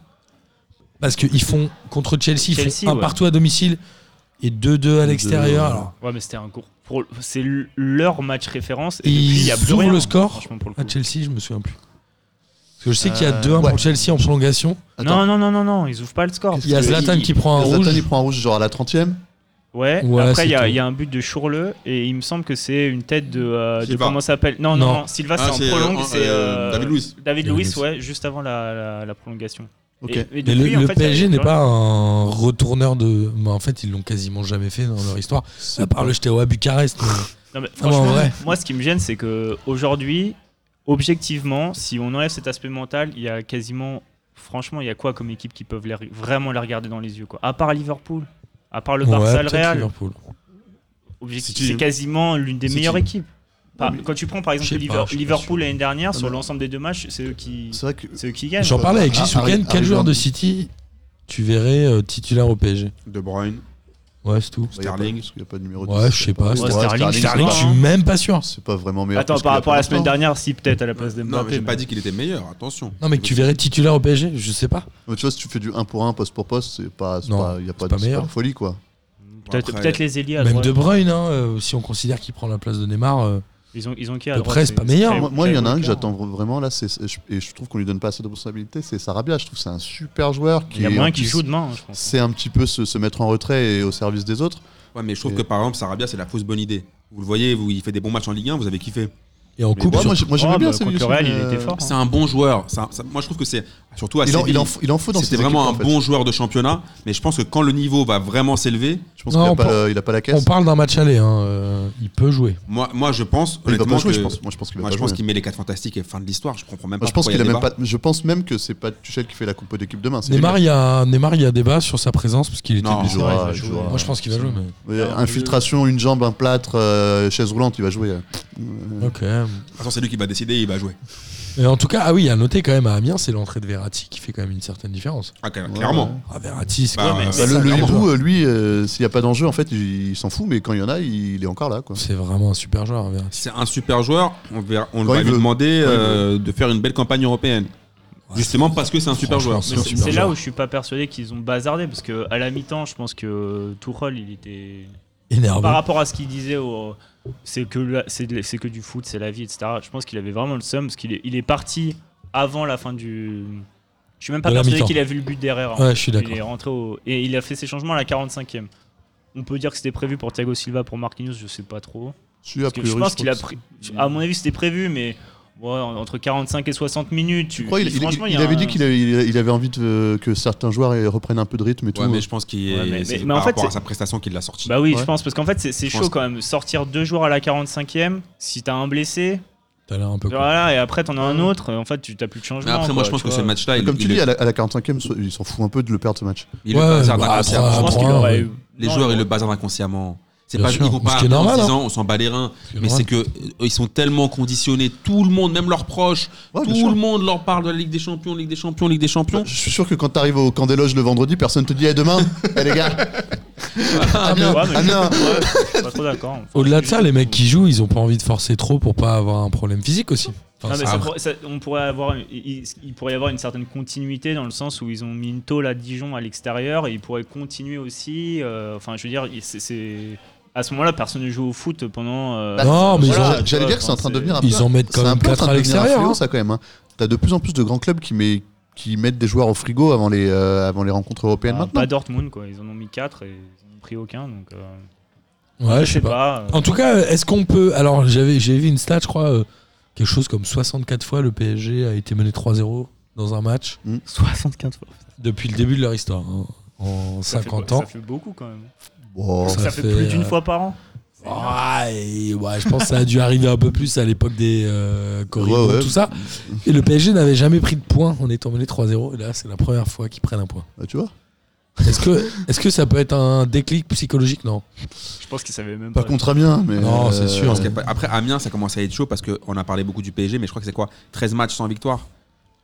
[SPEAKER 4] Parce qu'ils font contre Chelsea, ils
[SPEAKER 5] Chelsea,
[SPEAKER 4] font un
[SPEAKER 5] ouais.
[SPEAKER 4] partout à domicile et 2-2 à l'extérieur.
[SPEAKER 3] ouais.
[SPEAKER 4] Alors,
[SPEAKER 5] Ouais, mais c'était un cours. Pour... C'est l- leur match référence. Et
[SPEAKER 4] Ils
[SPEAKER 5] depuis, il y a plus
[SPEAKER 4] ouvrent
[SPEAKER 5] rien, hein,
[SPEAKER 4] le score Ah,
[SPEAKER 5] franchement, pour le
[SPEAKER 4] à
[SPEAKER 5] coup.
[SPEAKER 4] Chelsea, je me souviens plus. Parce que je sais qu'il y a
[SPEAKER 5] Euh,
[SPEAKER 4] 2-1
[SPEAKER 3] ouais.
[SPEAKER 4] pour Chelsea en prolongation.
[SPEAKER 3] Attends.
[SPEAKER 5] Non, non, non, non, non, ils ouvrent pas le score.
[SPEAKER 3] Qu'est-ce
[SPEAKER 4] Il y a
[SPEAKER 3] que-
[SPEAKER 4] Zlatan qui prend un
[SPEAKER 3] Zlatan,
[SPEAKER 4] rouge.
[SPEAKER 3] il prend un rouge genre à la 30 e
[SPEAKER 5] Ouais,
[SPEAKER 4] Ouais,
[SPEAKER 5] après, il y,
[SPEAKER 4] c'est
[SPEAKER 5] a-
[SPEAKER 4] tout.
[SPEAKER 5] il y a un but de Chourleux et il me semble que c'est une tête de. euh, de
[SPEAKER 1] Silva.
[SPEAKER 5] comment ça s'appelle non, non,
[SPEAKER 4] Non.
[SPEAKER 5] non, Silva,
[SPEAKER 1] Ah,
[SPEAKER 5] c'est
[SPEAKER 1] c'est,
[SPEAKER 5] en prolongue.
[SPEAKER 1] euh,
[SPEAKER 5] c'est, euh,
[SPEAKER 1] David Luiz.
[SPEAKER 5] David
[SPEAKER 4] David
[SPEAKER 5] Luiz,
[SPEAKER 4] Luiz.
[SPEAKER 5] ouais, juste avant la, la, la prolongation.
[SPEAKER 3] Ok.
[SPEAKER 5] Et- et
[SPEAKER 4] Mais
[SPEAKER 5] depuis,
[SPEAKER 4] le,
[SPEAKER 5] en
[SPEAKER 4] le
[SPEAKER 5] fait,
[SPEAKER 4] PSG
[SPEAKER 5] il y a-
[SPEAKER 4] n'est pas un retourneur de. bah, en fait, ils l'ont quasiment jamais fait dans leur histoire. À part le JTO à Bucarest. mais-
[SPEAKER 5] Non, mais
[SPEAKER 4] Non, mais en
[SPEAKER 5] franchement,
[SPEAKER 4] vrai.
[SPEAKER 5] moi, ce qui me gêne, c'est que aujourd'hui, objectivement, si on enlève cet aspect mental, il y a quasiment, franchement, il y a quoi comme équipe qui peuvent les- vraiment les regarder dans les yeux, quoi. À part Liverpool, à part le
[SPEAKER 4] Ouais,
[SPEAKER 5] Barça, le
[SPEAKER 4] peut-être
[SPEAKER 5] Real,
[SPEAKER 4] Liverpool.
[SPEAKER 5] objectif-
[SPEAKER 1] City.
[SPEAKER 5] c'est quasiment l'une des
[SPEAKER 1] City.
[SPEAKER 5] meilleures équipes. Par-
[SPEAKER 3] mais-
[SPEAKER 5] Ah, Quand tu prends par exemple
[SPEAKER 4] Je sais
[SPEAKER 5] Liver-
[SPEAKER 4] pas, je suis pas Ah sûr.
[SPEAKER 5] Liverpool l'année dernière, sur
[SPEAKER 3] mais-
[SPEAKER 5] l'ensemble des deux matchs, c'est eux qui,
[SPEAKER 3] C'est vrai que.
[SPEAKER 5] c'est eux qui gagnent.
[SPEAKER 4] J'en
[SPEAKER 3] bah,
[SPEAKER 4] parlais avec
[SPEAKER 3] ah,
[SPEAKER 4] Jisoo
[SPEAKER 3] arrive-
[SPEAKER 4] Ken. Quel
[SPEAKER 3] arrive
[SPEAKER 4] joueur
[SPEAKER 3] en-
[SPEAKER 4] de City tu verrais euh, titulaire au PSG
[SPEAKER 1] De Bruyne.
[SPEAKER 4] Ouais, c'est tout.
[SPEAKER 1] Sterling.
[SPEAKER 3] Il n'y a pas de numéro
[SPEAKER 4] Ouais,
[SPEAKER 3] 10,
[SPEAKER 4] je sais pas,
[SPEAKER 3] Ouais,
[SPEAKER 5] Sterling, Sterling,
[SPEAKER 4] Sterling,
[SPEAKER 5] c'est
[SPEAKER 4] je
[SPEAKER 5] bon,
[SPEAKER 4] suis même pas sûr.
[SPEAKER 3] C'est pas vraiment meilleur.
[SPEAKER 5] Attends,
[SPEAKER 3] que ce
[SPEAKER 5] par
[SPEAKER 3] qu'il a
[SPEAKER 5] rapport à
[SPEAKER 3] fait
[SPEAKER 5] la semaine
[SPEAKER 3] maintenant.
[SPEAKER 5] dernière, si peut-être à la place de
[SPEAKER 1] Non, mais
[SPEAKER 5] Mbappé.
[SPEAKER 1] j'ai pas dit qu'il était meilleur, attention.
[SPEAKER 4] Non, mais que tu verrais titulaire au PSG, je sais pas.
[SPEAKER 3] Mais tu vois, si tu fais du 1 pour 1, poste pour poste, c'est pas, c'est
[SPEAKER 4] Non,
[SPEAKER 3] pas, y a pas,
[SPEAKER 4] c'est pas
[SPEAKER 3] de- c'est pas
[SPEAKER 4] meilleur.
[SPEAKER 3] de folie quoi.
[SPEAKER 5] Peut-être
[SPEAKER 1] Après,
[SPEAKER 5] peut-être les ailiers. à
[SPEAKER 4] Même
[SPEAKER 5] droite.
[SPEAKER 4] De Bruyne, hein, euh, si on considère qu'il prend la place de Neymar. euh,
[SPEAKER 5] Ils ont, ils ont qui à
[SPEAKER 4] De
[SPEAKER 5] droite,
[SPEAKER 4] près, c'est pas meilleur.
[SPEAKER 5] Kyle-
[SPEAKER 3] Ah, hein. Moi, moi, il y en a un que
[SPEAKER 5] Walker.
[SPEAKER 3] j'attends vr- vraiment là, c'est- c'est- je- et je trouve qu'on lui donne pas assez de responsabilités, c'est Sarabia. Je trouve que c'est un super joueur qui
[SPEAKER 5] Il y a
[SPEAKER 3] est-
[SPEAKER 5] moins
[SPEAKER 3] en
[SPEAKER 5] qui
[SPEAKER 3] plus,
[SPEAKER 5] joue demain, hein, je pense.
[SPEAKER 3] C'est un petit peu se, se mettre en retrait et au service des autres.
[SPEAKER 1] Ouais, mais je trouve
[SPEAKER 3] Et-
[SPEAKER 1] que par exemple, Sarabia, c'est la fausse bonne idée. Vous le voyez, vous, il fait des bons matchs en Ligue 1, vous avez kiffé.
[SPEAKER 4] et en
[SPEAKER 3] Mais
[SPEAKER 4] coupe,
[SPEAKER 3] moi,
[SPEAKER 4] surtout.
[SPEAKER 3] moi, j'ai- moi, j'aimais
[SPEAKER 5] Ah,
[SPEAKER 3] bien
[SPEAKER 5] bah,
[SPEAKER 3] Séville,
[SPEAKER 5] contre le Real,
[SPEAKER 3] mais,
[SPEAKER 5] il était
[SPEAKER 3] euh,
[SPEAKER 5] fort. hein.
[SPEAKER 1] C'est un bon joueur. Ça- ça- moi, je trouve que Ah, c'est surtout à
[SPEAKER 3] Il en,
[SPEAKER 1] Séville,
[SPEAKER 3] il, en, faut- il en faut dans
[SPEAKER 1] C'était
[SPEAKER 3] ces équipes,
[SPEAKER 1] vraiment
[SPEAKER 3] en
[SPEAKER 1] un
[SPEAKER 3] fait.
[SPEAKER 1] bon joueur de championnat, mais je pense que quand le niveau va vraiment s'élever,
[SPEAKER 3] Je pense
[SPEAKER 4] Non,
[SPEAKER 3] qu'il a
[SPEAKER 4] on
[SPEAKER 3] pas
[SPEAKER 4] par-
[SPEAKER 3] le- il a pas la
[SPEAKER 4] on
[SPEAKER 3] caisse.
[SPEAKER 4] parle d'un match aller. hein, euh, il peut jouer.
[SPEAKER 1] moi, moi je pense.
[SPEAKER 3] Il va
[SPEAKER 1] honnêtement
[SPEAKER 3] pas jouer,
[SPEAKER 1] que-
[SPEAKER 3] je pense. Moi, je pense qu'il va
[SPEAKER 1] Moi,
[SPEAKER 3] pas
[SPEAKER 1] je pense
[SPEAKER 3] jouer.
[SPEAKER 1] qu'il met les 4 fantastiques et fin de l'histoire. Je comprends même pas.
[SPEAKER 3] Moi, je pense
[SPEAKER 1] pourquoi il
[SPEAKER 3] qu'il
[SPEAKER 1] y a
[SPEAKER 3] a même
[SPEAKER 1] débat.
[SPEAKER 3] pas. Je pense même que c'est pas Tuchel qui fait la compo d'équipe demain. c'est
[SPEAKER 4] Neymar, il y a Neymar, il y a débat sur sa présence parce qu'il était
[SPEAKER 1] Non,
[SPEAKER 3] Il
[SPEAKER 4] blessé.
[SPEAKER 3] jouera,
[SPEAKER 5] il va
[SPEAKER 3] il
[SPEAKER 5] jouer.
[SPEAKER 3] jouera.
[SPEAKER 4] Moi, je pense qu'il va jouer. Mais...
[SPEAKER 3] Ouais, Infiltration, une jambe, un plâtre, euh, chaise roulante, il va jouer.
[SPEAKER 4] Ok.
[SPEAKER 1] De toute façon, c'est lui qui va décider, il va jouer.
[SPEAKER 4] Mais en tout cas, ah oui, à noter quand même à Amiens, c'est l'entrée de Verratti qui fait quand même une certaine différence.
[SPEAKER 1] Ah, clairement.
[SPEAKER 3] ouais.
[SPEAKER 4] Ah, Verratti, c'est
[SPEAKER 1] Bah,
[SPEAKER 4] quand même-
[SPEAKER 1] ouais,
[SPEAKER 4] c'est
[SPEAKER 3] Bah, le
[SPEAKER 4] ça,
[SPEAKER 3] le
[SPEAKER 4] clairement.
[SPEAKER 3] hibou, euh, lui, euh, s'il n'y a pas d'enjeu, en fait, il, il s'en fout, mais quand il y en a, il, est encore là. Quoi.
[SPEAKER 4] C'est vraiment un super joueur, Verratti.
[SPEAKER 1] C'est un super joueur. On, verra- on
[SPEAKER 3] Quand
[SPEAKER 1] va
[SPEAKER 3] il
[SPEAKER 1] lui
[SPEAKER 3] veut.
[SPEAKER 1] demander
[SPEAKER 3] Quand il
[SPEAKER 1] euh, de faire une belle campagne européenne.
[SPEAKER 4] Ouais,
[SPEAKER 1] Justement parce que c'est un super
[SPEAKER 4] Franchement,
[SPEAKER 1] joueur.
[SPEAKER 4] c'est
[SPEAKER 5] Mais
[SPEAKER 4] un
[SPEAKER 5] c'est
[SPEAKER 4] super
[SPEAKER 5] c'est là
[SPEAKER 4] joueur.
[SPEAKER 5] où je suis pas persuadé qu'ils ont bazardé parce que à la mi-temps, je pense que euh, Tuchel, il était
[SPEAKER 4] énervé.
[SPEAKER 5] par rapport à ce qu'il disait, au- c'est que la- c'est de- c'est que du foot, c'est la vie, etc. Je pense qu'il avait vraiment le seum parce qu'il est, il est parti avant la fin du. Je suis même pas
[SPEAKER 4] De la
[SPEAKER 5] persuadé
[SPEAKER 4] mi-temps.
[SPEAKER 5] qu'il a vu le but derrière. en
[SPEAKER 4] Ouais, je suis
[SPEAKER 5] Il est
[SPEAKER 4] d'accord.
[SPEAKER 5] rentré au- et il a fait ses changements à la 45e. On peut dire que c'était prévu pour Thiago Silva, pour Marquinhos, je sais pas trop.
[SPEAKER 3] Si, a
[SPEAKER 5] Parce que je
[SPEAKER 3] priori,
[SPEAKER 5] pense qu'il a
[SPEAKER 3] que-
[SPEAKER 5] pris. À mon avis, c'était prévu, mais ouais, en- entre 45 et 60 minutes. Tu
[SPEAKER 3] Je crois qu'il- il,
[SPEAKER 5] franchement,
[SPEAKER 3] il
[SPEAKER 5] y a
[SPEAKER 3] avait
[SPEAKER 5] un-
[SPEAKER 3] dit qu'il avait, il- il avait envie de- que certains joueurs euh, reprennent un peu de rythme et tout.
[SPEAKER 1] Ouais, mais je pense qu'il
[SPEAKER 5] Ouais, mais-
[SPEAKER 1] est. c'est
[SPEAKER 5] mais- mais en
[SPEAKER 1] Par
[SPEAKER 5] fait,
[SPEAKER 1] rapport à
[SPEAKER 5] c'est-
[SPEAKER 1] sa prestation qu'il l'a sorti.
[SPEAKER 5] Bah oui,
[SPEAKER 3] Ouais.
[SPEAKER 5] je pense, parce qu'en fait, c'est- c'est
[SPEAKER 1] Je
[SPEAKER 5] chaud
[SPEAKER 1] pense-
[SPEAKER 5] quand même. Sortir deux joueurs à la 45e, si t'as un blessé,
[SPEAKER 4] T'as l'air un peu. con.
[SPEAKER 5] voilà, et après t'en as un autre, en fait, tu t'as plus de changement.
[SPEAKER 1] Mais après, moi,
[SPEAKER 5] quoi,
[SPEAKER 1] je pense que
[SPEAKER 5] tu vois.
[SPEAKER 1] ce match-là,
[SPEAKER 3] Mais
[SPEAKER 1] il
[SPEAKER 3] Comme tu
[SPEAKER 1] il
[SPEAKER 3] dis,
[SPEAKER 1] est-
[SPEAKER 3] à la, à la 45e, so- il s'en fout un peu de le perdre ce match.
[SPEAKER 1] il le
[SPEAKER 4] Ouais,
[SPEAKER 1] bazarde
[SPEAKER 4] bah,
[SPEAKER 1] inconsciemment.
[SPEAKER 4] après,
[SPEAKER 5] Je pense
[SPEAKER 4] à
[SPEAKER 5] qu'il
[SPEAKER 4] trois,
[SPEAKER 5] aurait
[SPEAKER 4] ouais.
[SPEAKER 5] eu.
[SPEAKER 1] Les
[SPEAKER 5] non,
[SPEAKER 1] joueurs,
[SPEAKER 5] il-
[SPEAKER 1] ils le bazardent inconsciemment. C'est
[SPEAKER 4] Bien
[SPEAKER 1] pas
[SPEAKER 4] sûr.
[SPEAKER 1] ils vont
[SPEAKER 4] Ce
[SPEAKER 1] pas
[SPEAKER 4] qui est
[SPEAKER 1] arriver en
[SPEAKER 4] normal,
[SPEAKER 3] hein.
[SPEAKER 1] se disant, on s'en bat les reins.
[SPEAKER 4] qui est
[SPEAKER 1] Mais
[SPEAKER 4] normal.
[SPEAKER 1] c'est que euh, ils sont tellement conditionnés, tout le monde, même leurs proches,
[SPEAKER 3] Ouais, bien
[SPEAKER 1] tout
[SPEAKER 3] sûr.
[SPEAKER 1] le monde leur parle de la Ligue des Champions, Ligue des Champions, Ligue des Champions.
[SPEAKER 3] Je suis sûr que quand t'arrives au camp des loges le vendredi, personne te dit Eh, demain, eh, les gars,
[SPEAKER 1] Ah,
[SPEAKER 3] Amiens,
[SPEAKER 5] Ouais, mais je-
[SPEAKER 3] Amiens.
[SPEAKER 5] ouais, je suis pas trop d'accord. Enfin,
[SPEAKER 4] Au-delà de
[SPEAKER 5] je-
[SPEAKER 4] ça, les mecs qui jouent, ils ont pas envie de forcer trop pour pas avoir un problème physique aussi. Enfin,
[SPEAKER 5] Non, mais
[SPEAKER 4] ça-
[SPEAKER 5] ça pourrait- ça- on pourrait avoir, une- il, il- il pourrait y avoir une certaine continuité dans le sens où ils ont mis une tôle à Dijon à l'extérieur et ils pourraient continuer aussi. euh, enfin, je veux dire, il- c'est- c'est à ce moment-là, personne ne joue au foot pendant. euh,
[SPEAKER 3] Bah,
[SPEAKER 4] Non, Oh, mais ils
[SPEAKER 3] voilà,
[SPEAKER 5] ont-
[SPEAKER 3] j'allais dire que c'est en train de devenir un peu.
[SPEAKER 4] Ils en mettent quand
[SPEAKER 3] c'est un
[SPEAKER 4] même
[SPEAKER 3] peu en
[SPEAKER 4] 4
[SPEAKER 3] train
[SPEAKER 4] à
[SPEAKER 3] de devenir un
[SPEAKER 4] l'extérieur.
[SPEAKER 3] fléau,
[SPEAKER 4] hein.
[SPEAKER 3] ça quand même. hein. T'as de plus en plus de grands clubs qui, met- qui mettent des joueurs au frigo avant les, euh, avant les rencontres européennes
[SPEAKER 5] bah,
[SPEAKER 3] maintenant.
[SPEAKER 5] pas Dortmund, quoi. Ils en ont mis 4 et ils n'en ont pris aucun. Donc, euh,
[SPEAKER 4] hein. Ouais, je sais pas.
[SPEAKER 5] pas. euh,
[SPEAKER 4] En tout cas, est-ce qu'on peut. Alors, j'avais j'ai vu une stat, je crois, euh, quelque chose comme 64 fois le PSG a été mené 3-0 dans un match
[SPEAKER 5] euh, 75 fois.
[SPEAKER 4] depuis le début de leur histoire, hein, en
[SPEAKER 5] Ça fait
[SPEAKER 4] 50
[SPEAKER 5] quoi
[SPEAKER 4] ans.
[SPEAKER 5] Ça fait beaucoup quand même.
[SPEAKER 3] Oh.
[SPEAKER 4] Ça
[SPEAKER 5] Ça,
[SPEAKER 4] fait,
[SPEAKER 5] fait plus d'une
[SPEAKER 4] euh,
[SPEAKER 5] fois par an.
[SPEAKER 4] Ouais, et ouais, je pense que ça a dû arriver un peu plus à l'époque des euh, Corribos,
[SPEAKER 3] Ouais, ouais.
[SPEAKER 4] tout ça. Et le PSG n'avait jamais pris de points en étant mené 3-0. Et là, c'est la première fois qu'ils prennent un point.
[SPEAKER 3] Bah, tu vois
[SPEAKER 4] Est-ce que, est que ça peut être un déclic psychologique Non.
[SPEAKER 5] Je pense qu'ils savaient même
[SPEAKER 3] Pas
[SPEAKER 5] pas.
[SPEAKER 3] contre Amiens, mais. euh,
[SPEAKER 4] Non, c'est sûr.
[SPEAKER 1] Je pense qu'il y a pas- Après, Amiens, ça commence à être chaud parce qu'on a parlé beaucoup du PSG, mais je crois que c'est quoi 13 matchs sans victoire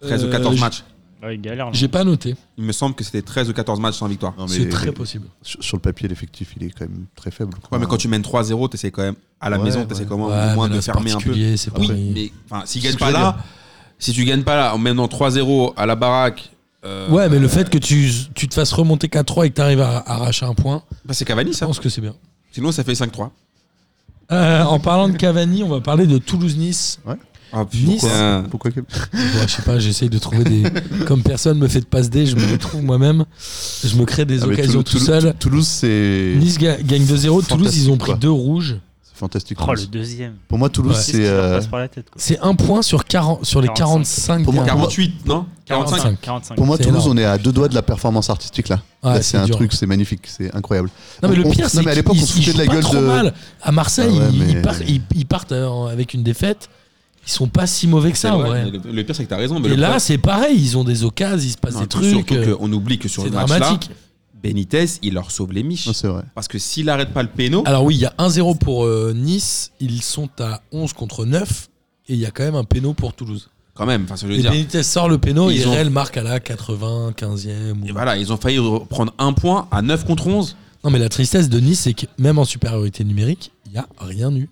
[SPEAKER 1] 13 ou
[SPEAKER 4] Euh,
[SPEAKER 1] 14
[SPEAKER 4] j-
[SPEAKER 1] matchs
[SPEAKER 5] Ouais, ils galèrent, Ah là.
[SPEAKER 4] J'ai pas noté.
[SPEAKER 1] Il me semble que c'était 13 ou 14 matchs sans victoire.
[SPEAKER 3] Non, mais
[SPEAKER 4] C'est très possible.
[SPEAKER 3] sur, sur le papier, l'effectif, il est quand même très faible. quoi.
[SPEAKER 1] Ouais, mais quand tu mènes 3-0, t'essaies quand même à la
[SPEAKER 3] Ouais,
[SPEAKER 1] maison, t'essaies
[SPEAKER 3] ouais.
[SPEAKER 1] quand même
[SPEAKER 4] Ouais,
[SPEAKER 1] au moins
[SPEAKER 4] mais là,
[SPEAKER 1] de
[SPEAKER 4] c'est
[SPEAKER 1] fermer un peu.
[SPEAKER 4] particulier, c'est
[SPEAKER 1] Oui,
[SPEAKER 4] pareil.
[SPEAKER 1] mais enfin, s'ils
[SPEAKER 3] C'est ce
[SPEAKER 1] gagnent
[SPEAKER 3] que
[SPEAKER 1] pas
[SPEAKER 3] j'allais
[SPEAKER 1] là, si tu gagnes pas là en menant 3-0 à la baraque. euh,
[SPEAKER 4] Ouais, mais le fait que tu, tu te fasses remonter 4-3 et que tu arrives à, à arracher un point,
[SPEAKER 1] bah, c'est Cavani
[SPEAKER 4] je
[SPEAKER 1] ça.
[SPEAKER 4] pense que c'est bien.
[SPEAKER 1] Sinon, ça fait 5-3.
[SPEAKER 4] Euh, en parlant de Cavani, on va parler de Toulouse-Nice.
[SPEAKER 3] Ouais.
[SPEAKER 1] Ah,
[SPEAKER 4] Nice.
[SPEAKER 1] putain.
[SPEAKER 3] Pourquoi Kevin
[SPEAKER 4] Bon, je sais pas, j'essaye de trouver des. Comme personne me fait de passe dé, je me les trouve moi-même. Je me crée des
[SPEAKER 3] Ah, mais
[SPEAKER 4] occasions
[SPEAKER 3] Toulouse-
[SPEAKER 4] tout
[SPEAKER 3] Toulouse-
[SPEAKER 4] seul.
[SPEAKER 3] Toulouse, c'est
[SPEAKER 4] Nice ga- gagne 2-0. Toulouse,
[SPEAKER 3] Fantastique,
[SPEAKER 4] ils ont pris
[SPEAKER 3] quoi.
[SPEAKER 4] deux rouges.
[SPEAKER 3] c'est fantastique.
[SPEAKER 5] Oh,
[SPEAKER 3] Toulouse.
[SPEAKER 5] le deuxième.
[SPEAKER 3] Pour moi, Toulouse,
[SPEAKER 4] Ouais.
[SPEAKER 5] C'est ce qui
[SPEAKER 3] c'est.
[SPEAKER 5] leur
[SPEAKER 3] euh,
[SPEAKER 5] passe par la tête. quoi.
[SPEAKER 4] C'est un point sur, 40, sur les 45.
[SPEAKER 3] Pour moi,
[SPEAKER 4] derniers.
[SPEAKER 1] 48, non 45
[SPEAKER 4] 45.
[SPEAKER 5] 45.
[SPEAKER 3] Pour moi,
[SPEAKER 4] C'est
[SPEAKER 3] Toulouse,
[SPEAKER 4] énorme.
[SPEAKER 3] on est à deux doigts de la performance artistique là.
[SPEAKER 4] Ouais,
[SPEAKER 3] Là, c'est un
[SPEAKER 4] dur.
[SPEAKER 3] truc, c'est magnifique, c'est incroyable.
[SPEAKER 4] Non, mais le
[SPEAKER 3] On- on-
[SPEAKER 4] pire,
[SPEAKER 3] non,
[SPEAKER 4] c'est
[SPEAKER 3] mais à l'époque,
[SPEAKER 4] qu'ils
[SPEAKER 3] on se foutait
[SPEAKER 4] ils
[SPEAKER 3] de la
[SPEAKER 4] jouent pas
[SPEAKER 3] gueule
[SPEAKER 4] trop
[SPEAKER 3] de-
[SPEAKER 4] mal. À Marseille,
[SPEAKER 3] Ah ouais,
[SPEAKER 4] ils- ils,
[SPEAKER 3] mais-
[SPEAKER 4] partent, ils- ils partent, euh, avec une défaite. Ils sont pas si mauvais que ça, en
[SPEAKER 1] Ouais,
[SPEAKER 4] vrai.
[SPEAKER 1] mais Le, le pire, c'est que t'as raison. Mais
[SPEAKER 4] Et
[SPEAKER 1] le
[SPEAKER 4] là,
[SPEAKER 1] problème-
[SPEAKER 4] c'est pareil. Ils ont des occasions, il se passe
[SPEAKER 1] Non,
[SPEAKER 4] des
[SPEAKER 1] et puis
[SPEAKER 4] trucs.
[SPEAKER 1] Surtout
[SPEAKER 4] euh,
[SPEAKER 1] qu'on oublie que sur
[SPEAKER 4] C'est
[SPEAKER 1] le match-là,
[SPEAKER 4] dramatique.
[SPEAKER 1] Benitez, il leur sauve les miches.
[SPEAKER 3] Non, c'est vrai.
[SPEAKER 1] Parce que s'il arrête pas le péno,
[SPEAKER 4] Alors oui, il y a 1-0 pour euh, Nice, ils sont à 11 contre 9 et il y a quand même un péno pour Toulouse.
[SPEAKER 1] quand même, enfin, ce que je
[SPEAKER 4] Et
[SPEAKER 1] veux dire.
[SPEAKER 4] Benitez sort le péno et
[SPEAKER 1] Ils ont-
[SPEAKER 4] Réel marque à la 95e. ou-
[SPEAKER 1] Et bah. voilà, ils ont failli prendre un point à 9 contre 11.
[SPEAKER 4] Non mais la tristesse de Nice c'est que même en supériorité numérique, il n'y a rien eu.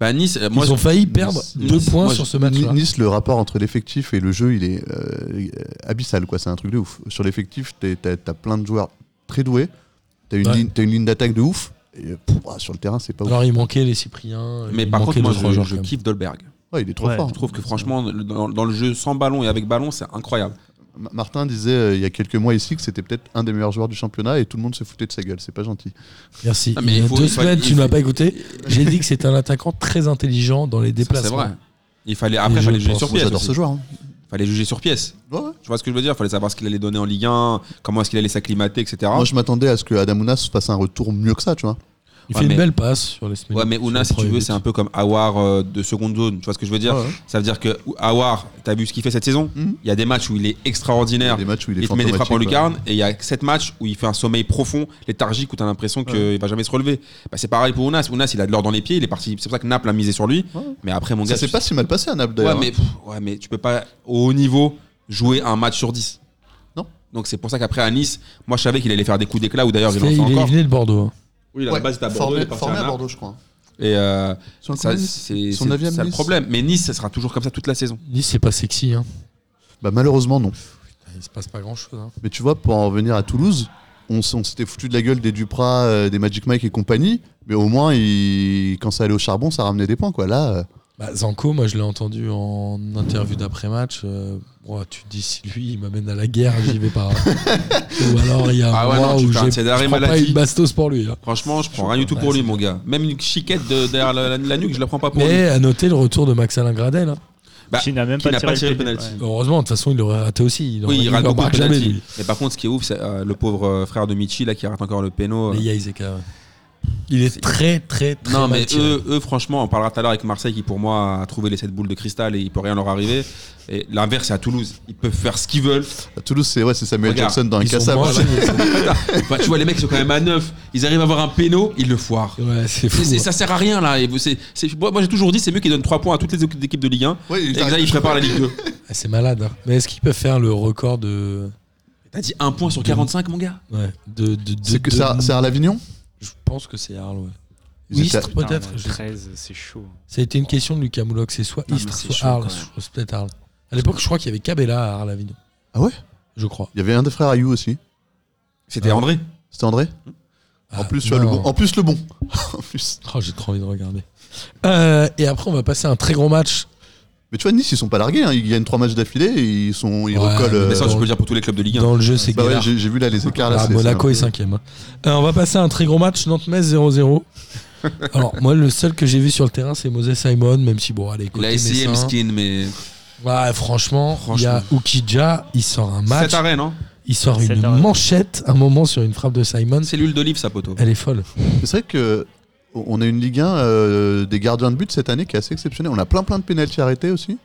[SPEAKER 1] Bah, Nice, euh, moi,
[SPEAKER 4] ils ont failli perdre
[SPEAKER 1] Nice,
[SPEAKER 4] 2 points
[SPEAKER 1] moi,
[SPEAKER 4] sur
[SPEAKER 1] je-
[SPEAKER 4] ce match-là.
[SPEAKER 3] Nice, le rapport entre l'effectif et le jeu, il est euh, abyssal, quoi. C'est un truc de ouf. Sur l'effectif, t'es- t'as t'as plein de joueurs très doués, t'as une,
[SPEAKER 4] Ouais.
[SPEAKER 3] ligne- t'as une ligne d'attaque de ouf. Et, euh, pff, ah, sur le terrain, c'est pas ouf.
[SPEAKER 4] Alors il manquait les Cypriens.
[SPEAKER 1] mais
[SPEAKER 4] il
[SPEAKER 1] par
[SPEAKER 4] manquait
[SPEAKER 1] contre, moi,
[SPEAKER 4] deux, trois
[SPEAKER 1] je,
[SPEAKER 4] joueurs,
[SPEAKER 1] je
[SPEAKER 4] quand même.
[SPEAKER 1] kiffe Dolberg.
[SPEAKER 3] Ouais, il est trop
[SPEAKER 5] Ouais.
[SPEAKER 3] fort.
[SPEAKER 1] Je trouve que franchement, le- dans, dans le jeu sans ballon et avec ballon, c'est incroyable.
[SPEAKER 3] Ma- Martin disait euh, il y a quelques mois ici que c'était peut-être un des meilleurs joueurs du championnat et tout le monde se foutait de sa gueule. C'est pas gentil.
[SPEAKER 4] Merci.
[SPEAKER 1] Non, mais
[SPEAKER 4] il y a
[SPEAKER 1] il faut-
[SPEAKER 4] deux
[SPEAKER 1] il faut-
[SPEAKER 4] semaines,
[SPEAKER 1] il
[SPEAKER 4] tu ne m'as
[SPEAKER 1] faut-
[SPEAKER 4] pas écouté. J'ai dit que c'est un attaquant très intelligent dans les
[SPEAKER 1] Ça, C'est
[SPEAKER 4] déplacements.
[SPEAKER 1] vrai. Il fallait, après, il
[SPEAKER 4] je
[SPEAKER 1] fallait juger
[SPEAKER 4] pense-
[SPEAKER 1] sur
[SPEAKER 4] moi,
[SPEAKER 3] Moi,
[SPEAKER 1] pièce.
[SPEAKER 3] j'adore
[SPEAKER 1] aussi.
[SPEAKER 3] ce joueur. hein.
[SPEAKER 1] fallait juger sur pièce.
[SPEAKER 3] Ouais, ouais.
[SPEAKER 1] Tu vois ce que je veux dire Il fallait savoir ce qu'il allait donner en Ligue 1, comment est-ce qu'il allait s'acclimater, etc.
[SPEAKER 3] Moi, je m'attendais à ce que Adamounas fasse un retour mieux que ça, tu vois.
[SPEAKER 4] Il
[SPEAKER 1] Ouais,
[SPEAKER 4] fait
[SPEAKER 1] mais-
[SPEAKER 4] une belle passe sur les semaines.
[SPEAKER 1] Ouais, mais
[SPEAKER 4] sur
[SPEAKER 1] Ouna,
[SPEAKER 4] le
[SPEAKER 1] si tu
[SPEAKER 4] premier
[SPEAKER 1] veux,
[SPEAKER 4] but.
[SPEAKER 1] c'est un peu comme Awar euh, de seconde zone. Tu vois ce que je veux dire
[SPEAKER 3] Ouais, ouais.
[SPEAKER 1] Ça veut dire que Awar, t'as vu ce qu'il fait cette saison Il
[SPEAKER 3] Mhm.
[SPEAKER 1] y a des matchs où il est
[SPEAKER 3] Il y a
[SPEAKER 1] extraordinaire,
[SPEAKER 3] des matchs où il est
[SPEAKER 1] il te met des frappes en
[SPEAKER 3] fantomatique,
[SPEAKER 1] lucarne, et il y a sept matchs où il fait un sommeil profond, léthargique, où t'as l'impression qu'il va jamais se relever. Bah, c'est pareil pour Ounas. Ounas, il a de l'or dans les pieds, il est parti. C'est pour ça que Naples a misé sur lui.
[SPEAKER 3] Ouais.
[SPEAKER 1] Mais après, mon
[SPEAKER 3] quoi.
[SPEAKER 1] gars,
[SPEAKER 3] Ça s'est
[SPEAKER 1] tu-
[SPEAKER 3] pas si mal passé à Naples
[SPEAKER 1] ouais,
[SPEAKER 3] d'ailleurs. hein.
[SPEAKER 1] mais, pff, ouais, mais tu peux pas, au haut niveau, jouer un match sur 10.
[SPEAKER 3] Non.
[SPEAKER 1] Donc c'est pour ça qu'après à Nice, moi je savais qu'il allait faire des coups d'éclat où d'ailleurs il en
[SPEAKER 4] C'était-
[SPEAKER 1] fait
[SPEAKER 4] il est-
[SPEAKER 1] encore.
[SPEAKER 4] il venait de Bordeaux. hein.
[SPEAKER 1] Oui, il a
[SPEAKER 3] Ouais,
[SPEAKER 1] la base, c'était à Bordeaux, il
[SPEAKER 3] formé,
[SPEAKER 1] est parti
[SPEAKER 3] formé
[SPEAKER 1] à
[SPEAKER 3] à
[SPEAKER 1] Naples.
[SPEAKER 3] Bordeaux, je crois.
[SPEAKER 1] Et euh,
[SPEAKER 3] Sur le
[SPEAKER 1] ça,
[SPEAKER 3] combien
[SPEAKER 1] c'est
[SPEAKER 3] Son
[SPEAKER 1] c'est-
[SPEAKER 3] avis à
[SPEAKER 1] c'est ça le
[SPEAKER 3] Nice
[SPEAKER 1] problème. Mais Nice, ça sera toujours comme ça toute la saison.
[SPEAKER 4] Nice, c'est pas sexy. Hein.
[SPEAKER 3] Bah, malheureusement, non.
[SPEAKER 4] Il se passe pas hein. grand chose.
[SPEAKER 3] Mais tu vois, pour en revenir à Toulouse, on, s- on s'était foutu de la gueule des Duprat, euh, des Magic Mike et compagnie, mais au moins, il- quand ça allait au charbon, ça ramenait des points, quoi. Là, euh,
[SPEAKER 4] Bah, Zanko, moi je l'ai entendu en interview d'après-match. euh, Ouah, tu te dis si lui il m'amène à la guerre, j'y vais pas. hein. Ou alors il y a un
[SPEAKER 1] Ah ouais,
[SPEAKER 4] mois
[SPEAKER 1] non, tu
[SPEAKER 4] où
[SPEAKER 1] fais un
[SPEAKER 4] j'ai je
[SPEAKER 1] Cédare
[SPEAKER 4] prends pas
[SPEAKER 1] maladie.
[SPEAKER 4] une bastos pour lui. hein.
[SPEAKER 1] Franchement, je prends rien du tout pour lui, mon gars. Même une chiquette de- derrière la, la- la nuque, je la prends pas pour lui.
[SPEAKER 4] Mais à noter le retour de Max Alain Gradel. hein.
[SPEAKER 1] Bah,
[SPEAKER 5] Qui n'a même
[SPEAKER 1] Qui
[SPEAKER 5] pas
[SPEAKER 1] n'a
[SPEAKER 5] tiré,
[SPEAKER 1] pas tiré
[SPEAKER 5] le pénalty.
[SPEAKER 1] penalty.
[SPEAKER 4] Heureusement, de toute façon il aurait raté aussi. aurait-
[SPEAKER 1] Oui, il rate
[SPEAKER 4] en
[SPEAKER 1] beaucoup de
[SPEAKER 4] marque jamais
[SPEAKER 1] penalty.
[SPEAKER 4] lui.
[SPEAKER 1] Mais par contre, ce qui est ouf, c'est euh, le pauvre euh, frère de Michi là qui rate encore le péno. euh.
[SPEAKER 4] Les Yaizeka, ouais. Il est très très très
[SPEAKER 1] Non,
[SPEAKER 4] mal
[SPEAKER 1] mais
[SPEAKER 4] tiré.
[SPEAKER 1] eux, eux, franchement, on parlera tout à l'heure avec Marseille qui, pour moi, a trouvé les 7 boules de cristal et il peut rien leur arriver. Et l'inverse, c'est à Toulouse. Ils peuvent faire ce qu'ils veulent.
[SPEAKER 3] à Toulouse, c'est ouais, c'est Samuel
[SPEAKER 1] Regarde,
[SPEAKER 3] Jackson dans un
[SPEAKER 4] Ils sont
[SPEAKER 3] cassable.
[SPEAKER 4] moches.
[SPEAKER 1] Enfin, tu vois, les mecs sont quand même à 9. Ils arrivent à avoir un péno, ils le foirent.
[SPEAKER 4] Ouais, c'est fou.
[SPEAKER 1] C'est- c'est- ça
[SPEAKER 4] hein.
[SPEAKER 1] sert à rien là. Et vous- c'est- c'est- moi moi, j'ai toujours dit c'est mieux qu'ils donnent 3 points à toutes les équipes de Ligue 1
[SPEAKER 3] Ouais,
[SPEAKER 1] et
[SPEAKER 3] il-
[SPEAKER 1] que là ils préparent la Ligue 2.
[SPEAKER 4] Ah, C'est malade. hein. Mais est-ce qu'ils peuvent faire le record de.
[SPEAKER 1] T'as dit 1 point sur 45 mon gars
[SPEAKER 4] Ouais, de, de, de-
[SPEAKER 3] C'est que
[SPEAKER 4] de-
[SPEAKER 3] ça, c'est à l'Avignon
[SPEAKER 4] Je pense que c'est Arles, ouais.
[SPEAKER 3] Ils
[SPEAKER 4] Ou
[SPEAKER 3] étaient à-
[SPEAKER 4] Istres, peut-être.
[SPEAKER 5] Putain,
[SPEAKER 4] je sais
[SPEAKER 5] 13, c'est chaud.
[SPEAKER 4] Ça a été une question de Lucas Moulox, c'est soit
[SPEAKER 1] Non, mais
[SPEAKER 4] Istres,
[SPEAKER 1] c'est
[SPEAKER 4] soit
[SPEAKER 1] chaud,
[SPEAKER 4] Arles,
[SPEAKER 1] quand même.
[SPEAKER 4] je- c'est peut-être Arles. À l'époque, je crois qu'il y avait Cabella à Arles Avignon.
[SPEAKER 3] Ah ouais
[SPEAKER 4] Je crois.
[SPEAKER 3] Il y avait un des frères Ayou aussi.
[SPEAKER 1] C'était
[SPEAKER 4] Ah.
[SPEAKER 1] André.
[SPEAKER 3] C'était André En
[SPEAKER 4] Ah,
[SPEAKER 3] plus, tu vois, le
[SPEAKER 4] non.
[SPEAKER 3] bon. En plus, le bon. en plus.
[SPEAKER 4] Oh, j'ai trop envie de regarder. Euh, et après, on va passer à un très gros match.
[SPEAKER 3] Mais tu vois, Nice, ils sont pas largués. hein. Ils gagnent trois matchs d'affilée et ils, sont, ils
[SPEAKER 4] Ouais,
[SPEAKER 3] recollent.
[SPEAKER 4] mais
[SPEAKER 1] Mais ça
[SPEAKER 3] euh,
[SPEAKER 1] je peux le dire pour tous les clubs de Ligue 1.
[SPEAKER 4] Dans le jeu, c'est
[SPEAKER 3] Bah ouais,
[SPEAKER 4] galère.
[SPEAKER 3] j'ai j'ai vu là les écarts. là,
[SPEAKER 4] Ah,
[SPEAKER 3] c'est-
[SPEAKER 4] Monaco est
[SPEAKER 3] c'est un peu-
[SPEAKER 4] cinquième. hein. Euh, on va passer à un très gros match, Nantes-Metz 0-0. Alors, moi, le seul que j'ai vu sur le terrain, c'est Moses Simon, même si, bon, allez,
[SPEAKER 1] Il
[SPEAKER 4] côté
[SPEAKER 1] a essayé
[SPEAKER 4] messin.
[SPEAKER 1] Miskin mais
[SPEAKER 4] Ouais, franchement, il y a Ukidja, il sort un match,
[SPEAKER 1] cet arrêt non
[SPEAKER 4] il sort
[SPEAKER 5] Cet
[SPEAKER 4] une
[SPEAKER 5] arrêt.
[SPEAKER 4] manchette, un moment sur une frappe de Simon.
[SPEAKER 1] C'est l'huile d'olive ça poteau.
[SPEAKER 4] Elle est folle.
[SPEAKER 3] Mais C'est vrai que. On a une Ligue 1 euh, des gardiens de but cette année qui est assez exceptionnelle. On a plein plein de pénaltys arrêtés aussi.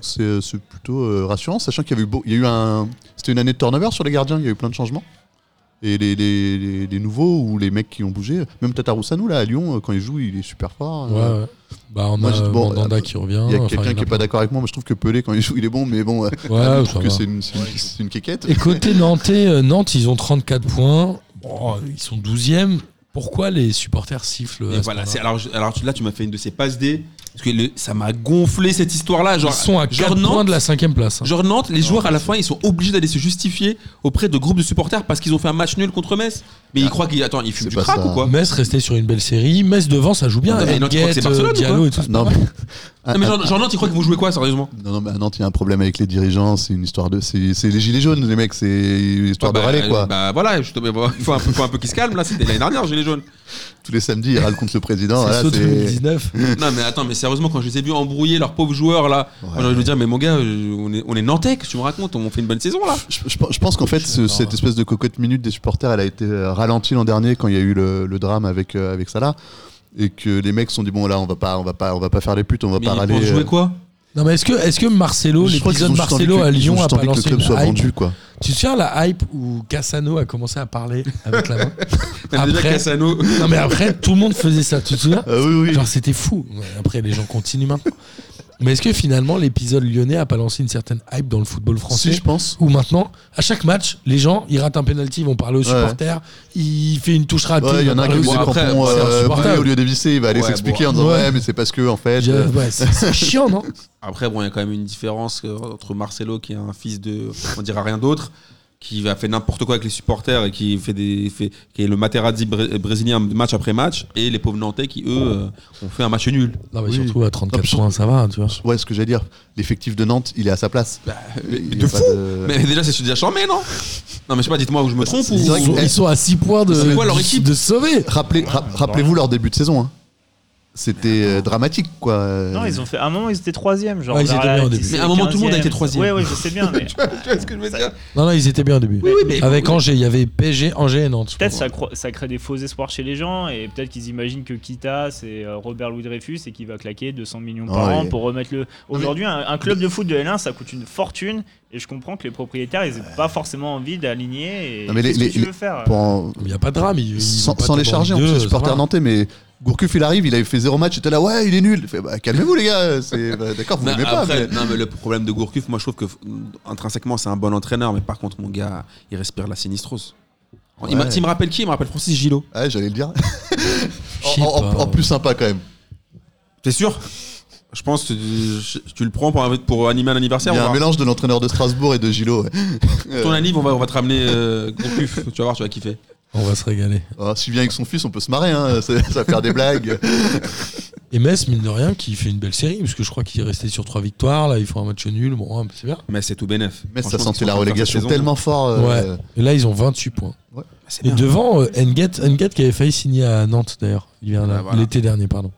[SPEAKER 3] C'est c'est plutôt euh, rassurant, sachant qu'il y avait eu, beau- il y a eu un. C'était une année de turnover sur les gardiens, il y a eu plein de changements. Et les, les- les- les nouveaux ou les mecs qui ont bougé, même Tataroussanou là à Lyon, euh, quand il joue, il est super fort.
[SPEAKER 4] Ouais,
[SPEAKER 3] Euh,
[SPEAKER 4] ouais. Bah, on
[SPEAKER 3] Moi,
[SPEAKER 4] a
[SPEAKER 3] je-
[SPEAKER 4] euh,
[SPEAKER 3] bon,
[SPEAKER 4] Mandanda
[SPEAKER 3] euh,
[SPEAKER 4] qui revient.
[SPEAKER 3] Il y a
[SPEAKER 4] enfin,
[SPEAKER 3] quelqu'un
[SPEAKER 4] en
[SPEAKER 3] qui est
[SPEAKER 4] plein.
[SPEAKER 3] pas d'accord avec moi, mais je trouve que Pelé quand il joue, il est bon, mais bon, euh,
[SPEAKER 4] Ouais, ça
[SPEAKER 3] je trouve que
[SPEAKER 4] va.
[SPEAKER 3] c'est une, c'est une- c'est une quéquette.
[SPEAKER 4] Et côté Nantais, euh, Nantes, ils ont 34 points. Bon, ils sont 12e. Pourquoi les supporters sifflent
[SPEAKER 1] Et
[SPEAKER 4] à ce
[SPEAKER 1] voilà,
[SPEAKER 4] moment-là
[SPEAKER 1] c'est alors je- alors tu- là tu m'as fait une de ces passes D Parce que le- ça m'a gonflé cette histoire-là. Genre,
[SPEAKER 4] Ils sont à 4
[SPEAKER 1] genre
[SPEAKER 4] points
[SPEAKER 1] Nantes,
[SPEAKER 4] de la cinquième place. hein.
[SPEAKER 1] genre Nantes, les joueurs à la fin, ils sont obligés d'aller se justifier auprès de groupes de supporters parce qu'ils ont fait un match nul contre Metz. Mais ils croient qu'ils attends, ils fument
[SPEAKER 3] c'est
[SPEAKER 1] du
[SPEAKER 3] pas
[SPEAKER 1] crack
[SPEAKER 3] ça.
[SPEAKER 1] ou quoi
[SPEAKER 4] Metz restait sur une belle série. Metz devant, ça joue bien.
[SPEAKER 1] Ah, mais Nantes, tu crois que c'est
[SPEAKER 4] Guette,
[SPEAKER 1] Barcelone ou quoi
[SPEAKER 4] Diallo et tout.
[SPEAKER 3] Non, mais, Ah,
[SPEAKER 1] Non, mais genre, genre Nantes, ils croient qu'ils vont jouer quoi sérieusement
[SPEAKER 3] non, non, mais à Nantes, il y a un problème avec les dirigeants. C'est une histoire de. C'est c'est les gilets jaunes, les mecs. C'est une histoire
[SPEAKER 1] bah,
[SPEAKER 3] de râler, quoi.
[SPEAKER 1] bah, voilà, je te- mais bon, il faut un peu, faut un peu qu'ils se calment là, c'était l'année dernière, j'ai les jaunes.
[SPEAKER 3] Tous les samedis, ils râlent contre le président.
[SPEAKER 4] C'est
[SPEAKER 3] voilà,
[SPEAKER 4] saut
[SPEAKER 3] c'est-
[SPEAKER 4] 2019.
[SPEAKER 1] Non mais attends, mais sérieusement, quand je les ai vus embrouiller leurs pauvres joueurs là,
[SPEAKER 3] Ouais.
[SPEAKER 1] moi, j'ai envie de dire, mais mon gars, euh, on est, on est nantais, que tu me racontes, on fait une bonne saison là.
[SPEAKER 3] Je, je- je pense qu'en fait, ce- cette espèce de cocotte minute des supporters, elle a été euh, ralentie l'an dernier quand il y a eu le, le drame avec, euh, avec Salah. Et que les mecs se sont dit bon là on va pas on va pas on va pas faire les putes on va
[SPEAKER 1] Mais
[SPEAKER 3] pas
[SPEAKER 1] ils
[SPEAKER 3] râler
[SPEAKER 1] vont jouer
[SPEAKER 3] euh.
[SPEAKER 1] quoi
[SPEAKER 4] Non, mais est-ce que, est que Marcelo,
[SPEAKER 3] Je crois qu'ils
[SPEAKER 4] l'épisode
[SPEAKER 3] ont juste envie
[SPEAKER 4] Marcelo
[SPEAKER 3] que-
[SPEAKER 4] à
[SPEAKER 3] ils ont
[SPEAKER 4] Lyon
[SPEAKER 3] juste
[SPEAKER 4] a pas
[SPEAKER 3] envie que le
[SPEAKER 4] lancé
[SPEAKER 3] club
[SPEAKER 4] une
[SPEAKER 3] soit
[SPEAKER 4] hype
[SPEAKER 3] vendu quoi
[SPEAKER 4] Tu te souviens la hype où Cassano a commencé à parler avec la main
[SPEAKER 1] Même déjà
[SPEAKER 4] Après-
[SPEAKER 1] Cassano.
[SPEAKER 4] Non, mais après, tout le monde faisait ça. Tu te souviens
[SPEAKER 3] Ah oui oui
[SPEAKER 4] Genre, c'était fou. Ouais, Après, les gens continuent maintenant. Mais est-ce que finalement, l'épisode lyonnais a pas lancé une certaine hype dans le football français
[SPEAKER 3] si je pense
[SPEAKER 4] où maintenant, à chaque match, les gens, ils ratent un penalty, ils vont parler aux
[SPEAKER 3] Ouais.
[SPEAKER 4] supporters, il fait une touche
[SPEAKER 3] Ouais,
[SPEAKER 4] rapide.
[SPEAKER 3] il y en a un
[SPEAKER 4] parler
[SPEAKER 3] qui met
[SPEAKER 4] aux
[SPEAKER 3] des
[SPEAKER 1] bon, après,
[SPEAKER 3] crampons
[SPEAKER 1] c'est
[SPEAKER 3] euh,
[SPEAKER 4] insupportable.
[SPEAKER 3] brûlés au lieu d'évisser, il va aller
[SPEAKER 1] Ouais,
[SPEAKER 3] s'expliquer
[SPEAKER 1] bon.
[SPEAKER 3] en disant
[SPEAKER 4] Ouais.
[SPEAKER 3] ouais mais c'est parce que en fait
[SPEAKER 4] Je-
[SPEAKER 3] euh,
[SPEAKER 4] ouais, c'est c'est chiant, non
[SPEAKER 1] Après, bon, il y a quand même une différence euh, entre Marcelo, qui est un fils de, on dira rien d'autre, qui a fait n'importe quoi avec les supporters et qui fait des, fait- qui est le Materazzi bré- brésilien match après match, et les pauvres Nantais qui eux euh, ont fait un match nul.
[SPEAKER 4] Non, mais
[SPEAKER 3] Oui.
[SPEAKER 4] surtout à 34
[SPEAKER 3] Non, mais-
[SPEAKER 4] points, ça va, hein, tu vois.
[SPEAKER 3] ouais ce que j'allais dire l'effectif de Nantes il est à sa place. Euh, Il y a
[SPEAKER 1] Bah, de
[SPEAKER 3] pas
[SPEAKER 1] fou.
[SPEAKER 3] de-
[SPEAKER 1] Mais déjà, c'est déjà charmé, non Non, mais je sais pas, dites-moi où je me trompe ou.
[SPEAKER 3] Bah, C'est vrai
[SPEAKER 4] Ils sont,
[SPEAKER 3] que-
[SPEAKER 4] ils sont à 6 points de,
[SPEAKER 1] C'est quoi leur
[SPEAKER 4] de-
[SPEAKER 1] équipe
[SPEAKER 4] de sauver.
[SPEAKER 3] Rappelez- ra- Rappelez-vous leur début de saison hein. C'était euh, dramatique quoi.
[SPEAKER 5] Non, ils ont fait. À un moment, ils étaient troisième. Genre,
[SPEAKER 4] Ouais, ils étaient
[SPEAKER 5] vers la
[SPEAKER 4] bien au début.
[SPEAKER 5] 10e,
[SPEAKER 1] Mais à un moment, tout le monde a été
[SPEAKER 5] 15e.
[SPEAKER 1] troisième.
[SPEAKER 5] Ouais, ouais, je sais bien. mais
[SPEAKER 1] Tu vois ce que je veux dire
[SPEAKER 4] Non, non, ils étaient bien au début.
[SPEAKER 1] Oui, oui, mais-
[SPEAKER 4] Avec Angers, il y avait PSG, Angers et Nantes. je
[SPEAKER 5] Peut-être
[SPEAKER 4] crois.
[SPEAKER 5] ça, cro- ça crée des faux espoirs chez les gens et peut-être qu'ils imaginent que Kita c'est euh, Robert Louis Dreyfus et qu'il va claquer 200 millions par
[SPEAKER 3] Ouais.
[SPEAKER 5] an pour remettre le. Aujourd'hui, un, un club de foot de L1 ça coûte une fortune et je comprends que les propriétaires ils n'ont pas forcément envie d'aligner. Et
[SPEAKER 3] Non, mais les-
[SPEAKER 5] qu'est-ce que
[SPEAKER 3] les-
[SPEAKER 5] tu
[SPEAKER 3] les-
[SPEAKER 5] veux faire euh,
[SPEAKER 3] Pour en-
[SPEAKER 4] Il n'y a pas de drame. Ils, ils
[SPEAKER 3] sans,
[SPEAKER 4] vont pas
[SPEAKER 3] sans les
[SPEAKER 4] tomber en
[SPEAKER 3] charger en
[SPEAKER 4] deux,
[SPEAKER 3] plus les
[SPEAKER 4] ça
[SPEAKER 3] supporters
[SPEAKER 4] va.
[SPEAKER 3] nantais mais Gourcuff il arrive il avait fait zéro match était là ouais il est nul Il fait, bah, calmez-vous les gars c'est bah, d'accord vous
[SPEAKER 1] Non,
[SPEAKER 3] l'aimez pas
[SPEAKER 1] après,
[SPEAKER 3] mais-
[SPEAKER 1] non, mais le problème de Gourcuff, moi je trouve que f- intrinsèquement c'est un bon entraîneur, mais par contre mon gars, il respire la sinistrose. Il, m'a-
[SPEAKER 3] Ouais.
[SPEAKER 1] il me rappelle qui Il me rappelle Francis Gillot.
[SPEAKER 3] ouais j'allais le dire
[SPEAKER 4] Je sais
[SPEAKER 3] en, en-
[SPEAKER 4] pas.
[SPEAKER 3] en plus sympa quand même
[SPEAKER 1] T'es sûr Je pense que tu, je- tu le prends pour, un- pour animer un anniversaire.
[SPEAKER 3] il y a
[SPEAKER 1] on
[SPEAKER 3] un
[SPEAKER 1] va-
[SPEAKER 3] mélange euh, de l'entraîneur de Strasbourg et de Gilo ouais.
[SPEAKER 1] ton anniv, on va, on va te ramener euh, Gourcuff. tu vas voir, tu vas kiffer.
[SPEAKER 4] On va se régaler.
[SPEAKER 3] Ah, s'il vient avec son fils on peut se marrer hein. ça, ça va faire des blagues
[SPEAKER 4] Et Metz, mine de rien, qui fait une belle série, parce que je crois qu'il est resté sur 3 victoires. Là, ils font un match nul. Bon, hein, c'est bien.
[SPEAKER 1] Mais c'est tout bénef.
[SPEAKER 3] mais ça
[SPEAKER 1] Franchement,
[SPEAKER 3] sentait
[SPEAKER 1] ils
[SPEAKER 3] la
[SPEAKER 1] sont en train de faire
[SPEAKER 3] relégation
[SPEAKER 1] cette saison.
[SPEAKER 3] tellement fort euh,
[SPEAKER 4] Ouais. Et là, ils ont 28 points.
[SPEAKER 1] C'est
[SPEAKER 4] Et
[SPEAKER 1] bien.
[SPEAKER 4] devant, euh, N'Gate N'Gate qui avait failli signer à Nantes, d'ailleurs, l'hiver
[SPEAKER 1] Ah,
[SPEAKER 4] là-
[SPEAKER 1] voilà.
[SPEAKER 4] l'été dernier, pardon.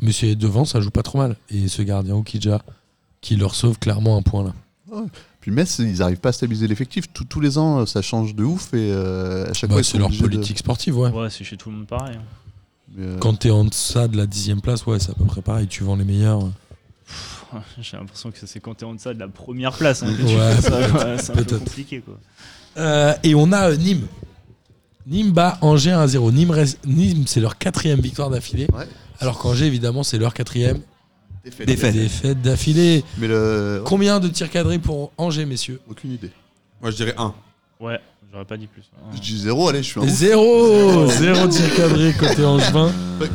[SPEAKER 4] Mais c'est devant, ça joue pas trop mal. Et ce gardien, Okidja, qui leur sauve clairement un point, là. Bah,
[SPEAKER 3] puis Metz ils arrivent pas à stabiliser l'effectif Tous- tous les ans ça change de ouf et euh, à chaque
[SPEAKER 4] Bah,
[SPEAKER 3] fois ils
[SPEAKER 4] c'est
[SPEAKER 3] sont
[SPEAKER 4] leur
[SPEAKER 3] obligés de-
[SPEAKER 4] politique sportive, ouais.
[SPEAKER 5] Ouais, c'est chez tout le monde pareil. hein.
[SPEAKER 3] Mais, euh,
[SPEAKER 4] Quand t'es en deçà de la dixième place, ouais, c'est à peu près pareil. Tu vends les meilleurs. euh.
[SPEAKER 5] J'ai l'impression que c'est quand t'es en deçà de la première place. hein, que tu
[SPEAKER 4] Ouais,
[SPEAKER 5] fais ça, ouais, c'est un peu
[SPEAKER 4] peut-être.
[SPEAKER 5] compliqué quoi.
[SPEAKER 4] Euh, et on a euh, Nîmes. Nîmes bat Angers 1-0. Nîmes, reste- Nîmes, c'est leur quatrième victoire d'affilée.
[SPEAKER 3] Ouais.
[SPEAKER 4] Alors qu'Angers, évidemment, c'est leur quatrième
[SPEAKER 3] défaite.
[SPEAKER 1] Défaite.
[SPEAKER 4] défaite d'affilée.
[SPEAKER 3] mais le
[SPEAKER 4] Combien de tirs cadrés pour Angers, messieurs
[SPEAKER 3] aucune idée
[SPEAKER 1] Moi je dirais 1.
[SPEAKER 5] Ouais, j'aurais pas dit plus.
[SPEAKER 3] je dis zéro allez je suis un Bah, ouf.
[SPEAKER 4] Zéro Zéro tir cadré côté Angevin.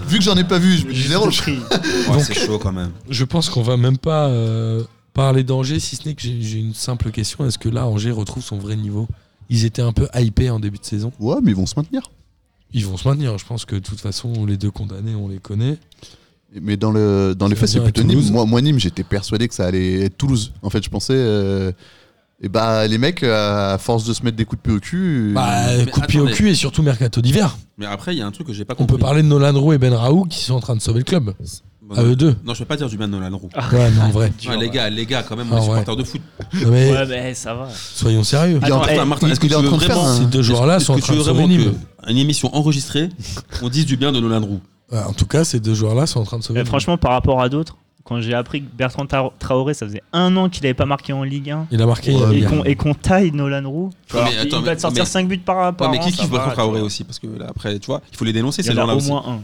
[SPEAKER 3] vu que j'en ai pas vu je me dis zéro je-
[SPEAKER 5] prix.
[SPEAKER 1] Ouais,
[SPEAKER 4] Donc-
[SPEAKER 1] c'est chaud quand même.
[SPEAKER 4] Je pense qu'on va même pas euh, parler d'Angers, si ce n'est que j'ai j'ai une simple question. Est-ce que là, Angers retrouve son vrai niveau Ils étaient un peu hypés en début de saison.
[SPEAKER 3] ouais mais ils vont se maintenir
[SPEAKER 4] Ils vont se maintenir. Je pense que de toute façon, les deux condamnés, on les connaît.
[SPEAKER 3] Mais dans, le, dans les faits, c'est
[SPEAKER 4] Bien à
[SPEAKER 3] plutôt
[SPEAKER 4] Toulouse.
[SPEAKER 3] Nîmes. Moi, moi, Nîmes, j'étais persuadé que ça allait être Toulouse. En fait, je pensais. euh, et bah, les mecs, euh, à force de se mettre des coups de pied au cul. euh,
[SPEAKER 4] Bah,
[SPEAKER 1] mais
[SPEAKER 4] coup de pied au
[SPEAKER 1] attendez. Ah,
[SPEAKER 4] cul et surtout mercato d'hiver.
[SPEAKER 1] Mais après, il y a un truc que j'ai pas
[SPEAKER 4] On
[SPEAKER 1] compris.
[SPEAKER 4] peut parler de Nolan Roux et Ben Raoult qui sont en train de sauver le club.
[SPEAKER 1] Bon,
[SPEAKER 4] À eux deux.
[SPEAKER 1] Non, je peux pas dire du bien de Nolan Roux.
[SPEAKER 3] Ah,
[SPEAKER 4] Ouais, non, en vrai.
[SPEAKER 1] Ouais, les gars, les gars, quand même, on
[SPEAKER 4] Ah
[SPEAKER 1] est
[SPEAKER 4] ouais.
[SPEAKER 1] supporters de foot.
[SPEAKER 4] Non, mais
[SPEAKER 5] Ouais, mais ça va.
[SPEAKER 4] soyons sérieux.
[SPEAKER 3] il est en-
[SPEAKER 5] Attends, eh,
[SPEAKER 1] Martin,
[SPEAKER 3] il-
[SPEAKER 1] est-ce que
[SPEAKER 3] il
[SPEAKER 1] tu
[SPEAKER 3] est en
[SPEAKER 1] veux
[SPEAKER 3] train de faire
[SPEAKER 1] vraiment-
[SPEAKER 3] un-
[SPEAKER 4] Ces deux joueurs-là
[SPEAKER 1] Est-ce
[SPEAKER 4] sont en
[SPEAKER 1] que tu
[SPEAKER 4] train de
[SPEAKER 1] veux
[SPEAKER 4] sauver
[SPEAKER 1] vraiment
[SPEAKER 4] Nîmes.
[SPEAKER 1] que une émission enregistrée, on dise du bien de Nolan Roux
[SPEAKER 4] Ouais, En tout cas, ces deux joueurs-là sont en train de sauver
[SPEAKER 5] Euh,
[SPEAKER 4] Nîmes.
[SPEAKER 5] franchement, par rapport à d'autres, quand j'ai appris que Bertrand Tar- Traoré, ça faisait un an qu'il n'avait pas marqué en Ligue 1
[SPEAKER 4] Il a marqué.
[SPEAKER 3] Ouais,
[SPEAKER 4] il y a
[SPEAKER 5] et
[SPEAKER 4] bien.
[SPEAKER 5] qu'on et qu'on taille Nolan Roux, tu vois,
[SPEAKER 1] Mais
[SPEAKER 5] alors qu'il
[SPEAKER 1] attends,
[SPEAKER 5] va
[SPEAKER 1] mais-
[SPEAKER 5] te sortir
[SPEAKER 1] mais-
[SPEAKER 5] 5 buts par, par
[SPEAKER 1] Non, mais
[SPEAKER 5] an.
[SPEAKER 1] qui
[SPEAKER 5] ça
[SPEAKER 1] kiffe
[SPEAKER 4] Ah,
[SPEAKER 5] va,
[SPEAKER 1] Bertrand
[SPEAKER 5] tu
[SPEAKER 1] Traoré
[SPEAKER 5] vois.
[SPEAKER 1] aussi Parce que là, après, tu vois, il faut les dénoncer,
[SPEAKER 5] Il y
[SPEAKER 1] ces
[SPEAKER 5] en a
[SPEAKER 1] gens-là
[SPEAKER 5] au
[SPEAKER 1] aussi.
[SPEAKER 5] moins un.